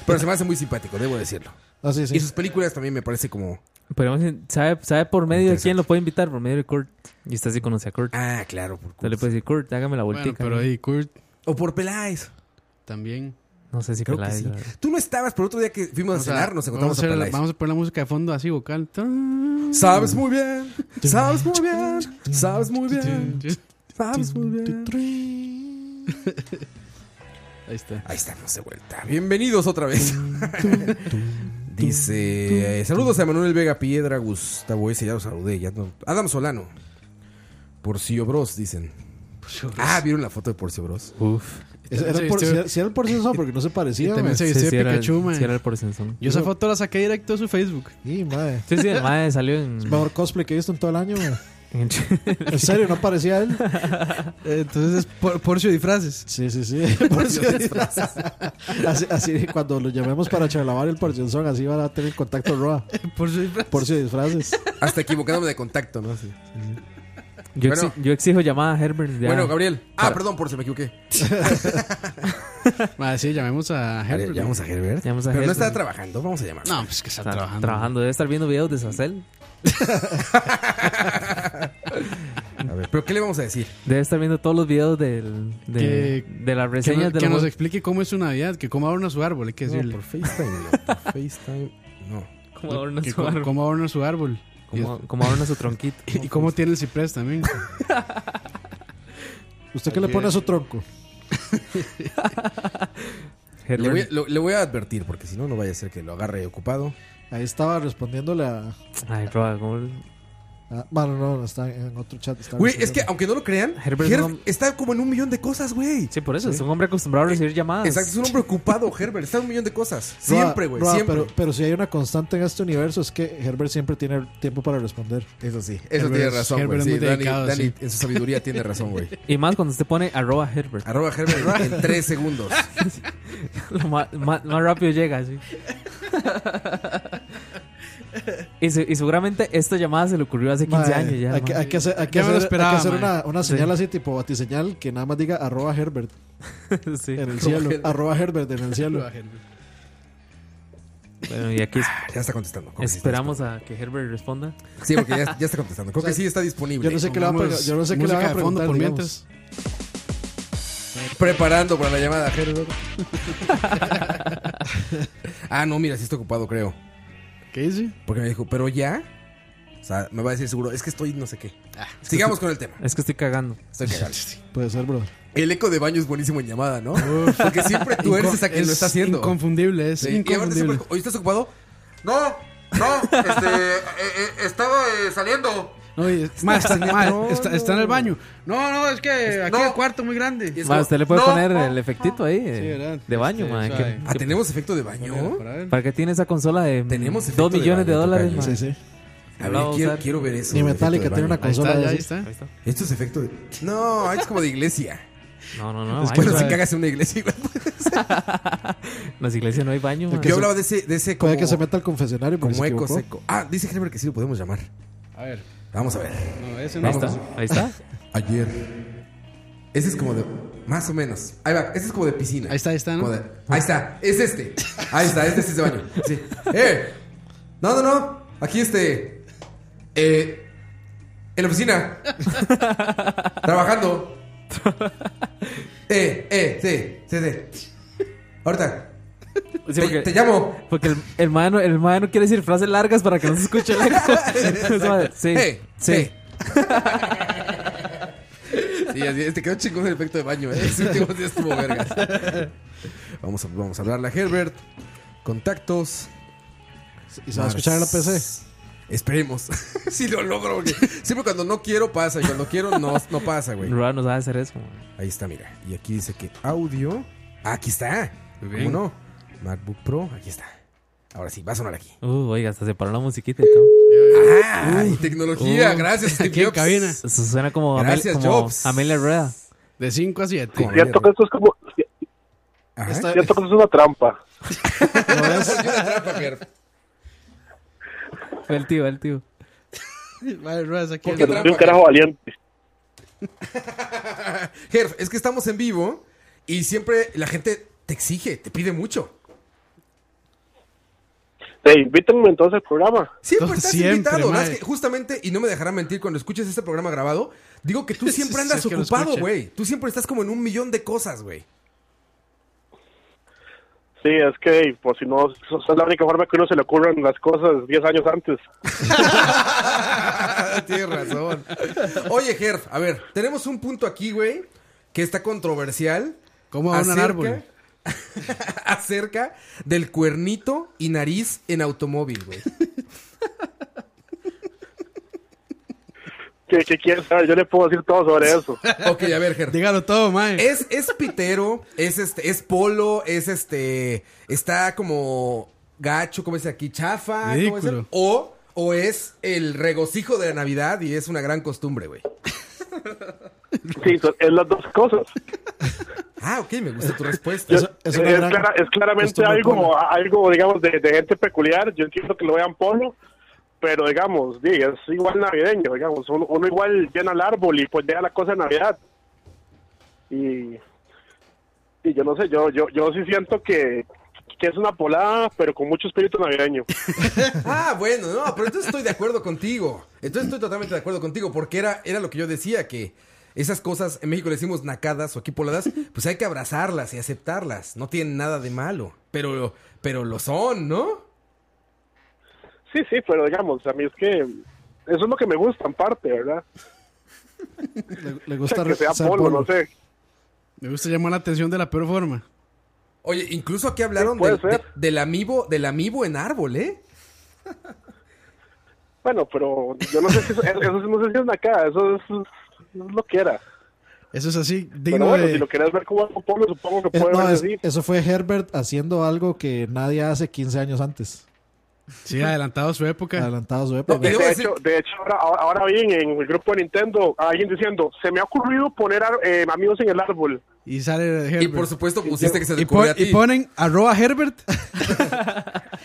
[SPEAKER 3] Pero se me hace muy simpático, debo decirlo.
[SPEAKER 5] Ah, sí, sí.
[SPEAKER 3] Y sus películas también me parece como.
[SPEAKER 6] Pero sabe, sabe por medio de quién lo puede invitar, por medio de Kurt. Y usted sí conoce a Kurt.
[SPEAKER 3] Ah, claro. por-
[SPEAKER 6] Entonces le puede decir, Kurt, hágame la
[SPEAKER 4] Bueno,
[SPEAKER 6] vueltica.
[SPEAKER 4] pero ahí Kurt
[SPEAKER 3] O por Peláez.
[SPEAKER 4] también.
[SPEAKER 6] No sé si
[SPEAKER 3] Creo que
[SPEAKER 6] Peláez,
[SPEAKER 3] sí.
[SPEAKER 6] la verdad.
[SPEAKER 3] Tú no estabas, pero otro día que fuimos a
[SPEAKER 4] Vamos a-
[SPEAKER 3] cenar, nos encontramos
[SPEAKER 4] vamos
[SPEAKER 3] a
[SPEAKER 4] hacer-
[SPEAKER 3] Peláez.
[SPEAKER 4] Vamos a poner la música de fondo así vocal.
[SPEAKER 3] Sabes muy bien, sabes muy bien, sabes muy bien, sabes muy bien.
[SPEAKER 4] Ahí está.
[SPEAKER 3] Ahí estamos de vuelta. Bienvenidos otra vez. Dice, eh, saludos a Manuel Vega Piedra, Gustavo ese ya lo saludé, ya no- Adam Solano. Porcio Bros, dicen. Ah, ¿vieron la foto de Porcio Bros?
[SPEAKER 6] Uf.
[SPEAKER 5] Ese era
[SPEAKER 4] Sí,
[SPEAKER 5] el por-
[SPEAKER 4] sí.
[SPEAKER 5] si, era- si era el por Sansón, porque no se
[SPEAKER 4] Y
[SPEAKER 5] parecía.
[SPEAKER 4] también
[SPEAKER 5] man.
[SPEAKER 4] se vistió
[SPEAKER 6] sí
[SPEAKER 4] de
[SPEAKER 6] era el-
[SPEAKER 4] Pikachu, ma.
[SPEAKER 6] sí era el por Sansón.
[SPEAKER 4] Yo esa foto la saqué directo de su Facebook.
[SPEAKER 5] Sí, madre.
[SPEAKER 6] Sí, sí, el mae salió en...
[SPEAKER 5] Mejor cosplay que he visto en todo el año. man. En serio, no parecía él.
[SPEAKER 4] Eh, Entonces es por, Porcio disfraces.
[SPEAKER 5] Sí, sí, sí. Por si- así, así cuando lo llamemos para charlabar el por Sansón, así van a tener contacto Roa.
[SPEAKER 4] Porcio disfraces.
[SPEAKER 5] Por si disfraces.
[SPEAKER 3] Hasta equivocándome de contacto, ¿no? Sí.
[SPEAKER 6] Yo,
[SPEAKER 3] Bueno.
[SPEAKER 6] exi- yo exijo llamada a Herbert. ya.
[SPEAKER 3] Bueno, Gabriel. Ah,
[SPEAKER 6] Para-
[SPEAKER 3] perdón, Porcio, me equivoqué.
[SPEAKER 4] Ma, Ah, sí, llamemos a Herbert.
[SPEAKER 3] Llamamos a Herbert.
[SPEAKER 6] Llamamos a
[SPEAKER 3] Pero no
[SPEAKER 6] Herbert.
[SPEAKER 3] está trabajando, vamos a llamar.
[SPEAKER 4] No, pues que está,
[SPEAKER 6] Está
[SPEAKER 4] trabajando.
[SPEAKER 6] trabajando. Debe estar viendo videos de Sacel.
[SPEAKER 3] A ver, ¿pero qué le vamos a decir?
[SPEAKER 6] Debe estar viendo todos los videos del, de,
[SPEAKER 4] Que-
[SPEAKER 6] de las
[SPEAKER 4] Que,
[SPEAKER 6] reseñas
[SPEAKER 4] nos,
[SPEAKER 6] de
[SPEAKER 4] que
[SPEAKER 6] los
[SPEAKER 4] nos
[SPEAKER 6] juegos.
[SPEAKER 4] explique cómo es su Navidad, que cómo adorna su árbol, hay que decirle.
[SPEAKER 3] No, por FaceTime, no. Por Faistime, no.
[SPEAKER 6] Como adorna
[SPEAKER 4] Que
[SPEAKER 6] su
[SPEAKER 4] cómo-
[SPEAKER 6] árbol.
[SPEAKER 4] cómo adorna su árbol.
[SPEAKER 6] Como, como adorna su tronquito.
[SPEAKER 4] Y cómo tiene el ciprés también.
[SPEAKER 5] ¿Usted qué le pone a su tronco?
[SPEAKER 3] Le voy, a,
[SPEAKER 6] Herbert.
[SPEAKER 3] lo- le voy a advertir, porque si no, no vaya a ser que lo agarre ocupado.
[SPEAKER 5] Ahí estaba respondiéndole a.
[SPEAKER 6] Ay, Roa, ¿cómo-
[SPEAKER 5] a- bueno, no, está en otro chat. estaba
[SPEAKER 3] Güey, es que
[SPEAKER 5] respondiendo.
[SPEAKER 3] aunque no lo crean,
[SPEAKER 6] Herbert
[SPEAKER 3] Herb
[SPEAKER 6] es un hom-
[SPEAKER 3] está como en un millón de cosas, güey. Eh,
[SPEAKER 6] Sí, por eso. Es un hombre acostumbrado a recibir llamadas.
[SPEAKER 3] Exacto, es un hombre ocupado, Herbert. Está en un millón de cosas.
[SPEAKER 5] Roa-
[SPEAKER 3] Siempre, güey.
[SPEAKER 5] Roa,
[SPEAKER 3] Siempre.
[SPEAKER 5] Pero, pero si hay una constante en este universo es que Herbert siempre tiene tiempo para responder.
[SPEAKER 3] Eso sí, eso
[SPEAKER 4] Herbert
[SPEAKER 3] tiene
[SPEAKER 4] es-
[SPEAKER 3] razón, güey.
[SPEAKER 4] Herbert es
[SPEAKER 3] Sí,
[SPEAKER 4] muy
[SPEAKER 3] Dani,
[SPEAKER 4] dedicado,
[SPEAKER 3] Dani,
[SPEAKER 4] sí.
[SPEAKER 3] en su sabiduría tiene razón, güey.
[SPEAKER 6] Y más cuando usted pone arroba Herbert.
[SPEAKER 3] Arroba Herbert en tres segundos.
[SPEAKER 6] Lo ma- ma- más, rápido llega, sí. y, se- y seguramente esta llamada se le ocurrió hace 15
[SPEAKER 5] Mae,
[SPEAKER 6] años ya.
[SPEAKER 5] Hay que,
[SPEAKER 6] mae.
[SPEAKER 5] hay que hacer, hay que
[SPEAKER 4] Ya me lo
[SPEAKER 5] hacer, hay
[SPEAKER 4] esperaba,
[SPEAKER 5] que hacer
[SPEAKER 4] mae.
[SPEAKER 5] una, una señal así tipo batiseñal que nada más diga arroba Herbert
[SPEAKER 6] Sí.
[SPEAKER 5] en el cielo.
[SPEAKER 3] Herbert.
[SPEAKER 5] Arroba Herbert en el cielo.
[SPEAKER 6] Bueno, y aquí es-
[SPEAKER 3] Ah, Ya está contestando. creo que sí está
[SPEAKER 6] esperamos a que Herbert responda.
[SPEAKER 3] disponible. Sí, porque ya, ya está contestando. Creo que sí está disponible.
[SPEAKER 5] Yo no sé qué le va a pre- yo no sé qué le van a
[SPEAKER 4] Música de fondo
[SPEAKER 5] preguntar.
[SPEAKER 4] por
[SPEAKER 5] digamos.
[SPEAKER 4] mientras.
[SPEAKER 3] Preparando para la llamada, Herbert. ah, no, mira, sí está ocupado, creo.
[SPEAKER 4] ¿Qué dice?
[SPEAKER 3] Porque me dijo, pero ya. O sea, me va a decir seguro, es que estoy no sé qué.
[SPEAKER 4] Ah,
[SPEAKER 3] Sigamos con el tema.
[SPEAKER 6] Es que estoy cagando.
[SPEAKER 3] Estoy cagado.
[SPEAKER 5] Puede ser, bro.
[SPEAKER 3] El eco de baño es buenísimo en llamada, ¿no? Porque siempre tú eres a quien lo está haciendo.
[SPEAKER 4] Inconfundible, es
[SPEAKER 3] Sí, Y aparte
[SPEAKER 4] inconfundible.
[SPEAKER 3] siempre, oye, ¿estás ocupado? No, no, este, estaba eh, saliendo.
[SPEAKER 4] No, y es- ma, está, ma, está- está en el baño. No, no, es que aquí
[SPEAKER 3] No.
[SPEAKER 4] el cuarto muy grande. Ah,
[SPEAKER 6] Mae, usted le puede poner el efectito ahí eh,
[SPEAKER 4] ¿verdad?
[SPEAKER 6] de baño,
[SPEAKER 4] Este,
[SPEAKER 6] mae, que-
[SPEAKER 4] suave.
[SPEAKER 3] Ah, ¿tenemos efecto de baño?
[SPEAKER 4] Para ver.
[SPEAKER 6] ¿Para qué tiene esa consola de
[SPEAKER 3] Tenemos
[SPEAKER 6] 2
[SPEAKER 3] efecto de
[SPEAKER 6] millones de,
[SPEAKER 3] baño,
[SPEAKER 6] dólares?
[SPEAKER 3] tocayo.
[SPEAKER 6] mae?
[SPEAKER 5] Sí, sí.
[SPEAKER 3] A
[SPEAKER 6] Lo
[SPEAKER 3] ver,
[SPEAKER 6] va a
[SPEAKER 3] quiero,
[SPEAKER 6] usar.
[SPEAKER 3] quiero ver eso.
[SPEAKER 5] Ni
[SPEAKER 3] el efecto
[SPEAKER 5] Metallica
[SPEAKER 3] de
[SPEAKER 5] tiene
[SPEAKER 3] baño.
[SPEAKER 5] una
[SPEAKER 4] Ahí
[SPEAKER 5] consola.
[SPEAKER 4] está, ya,
[SPEAKER 5] de
[SPEAKER 4] ahí
[SPEAKER 5] esas.
[SPEAKER 4] está.
[SPEAKER 3] Esto es efecto de... No, es como de iglesia.
[SPEAKER 6] No, no, no.
[SPEAKER 3] Es cuando se cagas en una iglesia. igual.
[SPEAKER 6] En las iglesias no hay baño.
[SPEAKER 3] Yo
[SPEAKER 6] man.
[SPEAKER 3] hablaba de ese, de ese
[SPEAKER 5] Puede
[SPEAKER 3] como-
[SPEAKER 5] que se meta al confesionario porque
[SPEAKER 3] como
[SPEAKER 5] se
[SPEAKER 3] eco
[SPEAKER 5] equivocó.
[SPEAKER 3] seco. Ah, dice Herbert que sí lo podemos llamar.
[SPEAKER 4] A ver.
[SPEAKER 3] Vamos a ver.
[SPEAKER 4] No, ese no. Ahí
[SPEAKER 3] Vamos.
[SPEAKER 4] está, ahí está.
[SPEAKER 3] Ayer. Ese es como de. Más o menos. Ahí va. Ese es como de piscina. Ahí está, ahí está, ahí está. Es este. Ahí está. Este sí es de baño. Sí. ¡Eh! No, no, no. Aquí este. Eh. En la oficina. Trabajando. Eh, eh, sí, sí, sí. Ahorita.
[SPEAKER 6] Sí,
[SPEAKER 3] te- te llamo.
[SPEAKER 6] Porque el, el, mae no, el mae no quiere decir frases largas para que no se escuche la Sí.
[SPEAKER 3] Hey,
[SPEAKER 6] sí.
[SPEAKER 3] hey. Sí, así es, te quedó chingón el efecto de baño, ¿eh? Ese último día estuvo vergas. Vamos a, vamos a hablarle a Herbert. Contactos.
[SPEAKER 5] ¿Y se va a escuchar en la PC?
[SPEAKER 3] Esperemos. si lo logro, porque siempre cuando no quiero pasa y cuando quiero no, no pasa, güey.
[SPEAKER 6] Ruan nos va a hacer eso.
[SPEAKER 3] Ahí está, mira. Y aquí dice que audio. Ah, aquí está.
[SPEAKER 6] Muy
[SPEAKER 3] ¿Cómo
[SPEAKER 6] bien.
[SPEAKER 3] no? MacBook Pro, aquí está. Ahora sí, va a sonar aquí.
[SPEAKER 6] Uh, oiga, hasta se paró la musiquita Uh. y todo.
[SPEAKER 3] Ah, y tecnología, gracias, Steve
[SPEAKER 4] Aquí en
[SPEAKER 3] Jobs.
[SPEAKER 4] cabina.
[SPEAKER 6] Eso suena como, Amel-
[SPEAKER 4] Gracias,
[SPEAKER 6] como
[SPEAKER 4] Jobs.
[SPEAKER 6] Amelia Rueda.
[SPEAKER 4] De 5 a 7.
[SPEAKER 3] Como Cierto
[SPEAKER 13] que esto es como. Cierto que esto es una trampa.
[SPEAKER 6] Fue el tío, el tío.
[SPEAKER 4] Vale, Rueda, aquí.
[SPEAKER 13] Pero soy un carajo valiente.
[SPEAKER 3] Gerf, es que estamos en vivo y siempre la gente te exige, te pide mucho.
[SPEAKER 13] Te invítenme entonces al programa.
[SPEAKER 3] Siempre pues, estás invitado, ¿verdad? Es que justamente, y no me dejará mentir cuando escuches este programa grabado, digo que tú siempre
[SPEAKER 13] Sí,
[SPEAKER 3] andas
[SPEAKER 13] sí, que lo
[SPEAKER 3] ocupado,
[SPEAKER 13] escuche.
[SPEAKER 3] güey. Tú siempre estás como en un millón de cosas, güey.
[SPEAKER 13] Sí, es que, pues si no, esa es la única forma que uno se le ocurran las cosas 10 años antes.
[SPEAKER 3] Tienes razón. Oye, Gerf, a ver, tenemos un punto aquí, güey, que está controversial.
[SPEAKER 4] ¿Cómo
[SPEAKER 3] a
[SPEAKER 4] va un árbol?
[SPEAKER 3] acerca del cuernito y nariz en automóvil, güey.
[SPEAKER 13] ¿Qué, qué quieres saber? Yo le puedo decir todo sobre eso.
[SPEAKER 3] Ok, a ver, Ger.
[SPEAKER 4] Dígalo todo, mae.
[SPEAKER 3] Es, es pitero, es este, es polo, es este, está como gacho, como dice aquí, chafa, ¿cómo es?
[SPEAKER 4] Ridículo.
[SPEAKER 3] o, o es el regocijo de la Navidad y es una gran costumbre, güey.
[SPEAKER 13] Sí, son- es las dos cosas.
[SPEAKER 3] Ah, ok, me gusta tu respuesta.
[SPEAKER 13] Yo- eh, es, clara- es claramente algo, algo, digamos, de, de gente peculiar. Yo entiendo que lo vean polo, pero digamos, sí, es igual navideño, digamos. Uno, uno igual llena el árbol y pues deja la cosa de Navidad. Y, y yo no sé, yo, yo, yo sí siento que, que es una polada, pero con mucho espíritu navideño.
[SPEAKER 3] Ah, bueno, no, pero entonces estoy de acuerdo contigo. Entonces estoy totalmente de acuerdo contigo, porque era, era lo que yo decía, que esas cosas, en México le decimos nacadas o aquí poladas, pues hay que abrazarlas y aceptarlas. No tienen nada de malo, pero, pero lo son, ¿no?
[SPEAKER 13] Sí, sí, pero digamos, a mí es que eso es lo que me gusta en parte, ¿verdad?
[SPEAKER 4] Le
[SPEAKER 13] O sea, que sea polo, no sé.
[SPEAKER 4] Me gusta llamar la atención de la peor forma.
[SPEAKER 3] Oye, incluso aquí hablaron
[SPEAKER 4] puede
[SPEAKER 3] del, de- del amiibo, del amiibo en árbol, ¿eh?
[SPEAKER 13] Bueno, pero yo no sé si eso, eso no sé si es nacada, eso es, es lo que era.
[SPEAKER 4] Eso es así, eh,
[SPEAKER 13] Pero
[SPEAKER 4] digno
[SPEAKER 13] bueno,
[SPEAKER 4] de.
[SPEAKER 13] si lo querés ver como algo polo, supongo que
[SPEAKER 5] Es-
[SPEAKER 13] puede
[SPEAKER 5] no,
[SPEAKER 13] verse
[SPEAKER 5] es-
[SPEAKER 13] así.
[SPEAKER 5] eso fue Herbert haciendo algo que nadie hace 15 años antes.
[SPEAKER 4] Sí, adelantado a su época.
[SPEAKER 5] Adelantado a su
[SPEAKER 13] De,
[SPEAKER 5] época.
[SPEAKER 13] de hecho, de hecho ahora, ahora- ahora bien, en el grupo de Nintendo, alguien diciendo, se me ha ocurrido poner ar- eh, amigos en el árbol.
[SPEAKER 4] Y sale Herbert.
[SPEAKER 3] Y por supuesto pusiste que se te
[SPEAKER 4] Eh, Y, pon-
[SPEAKER 3] ocurrió a
[SPEAKER 4] y
[SPEAKER 3] ti.
[SPEAKER 4] ponen arroba Herbert.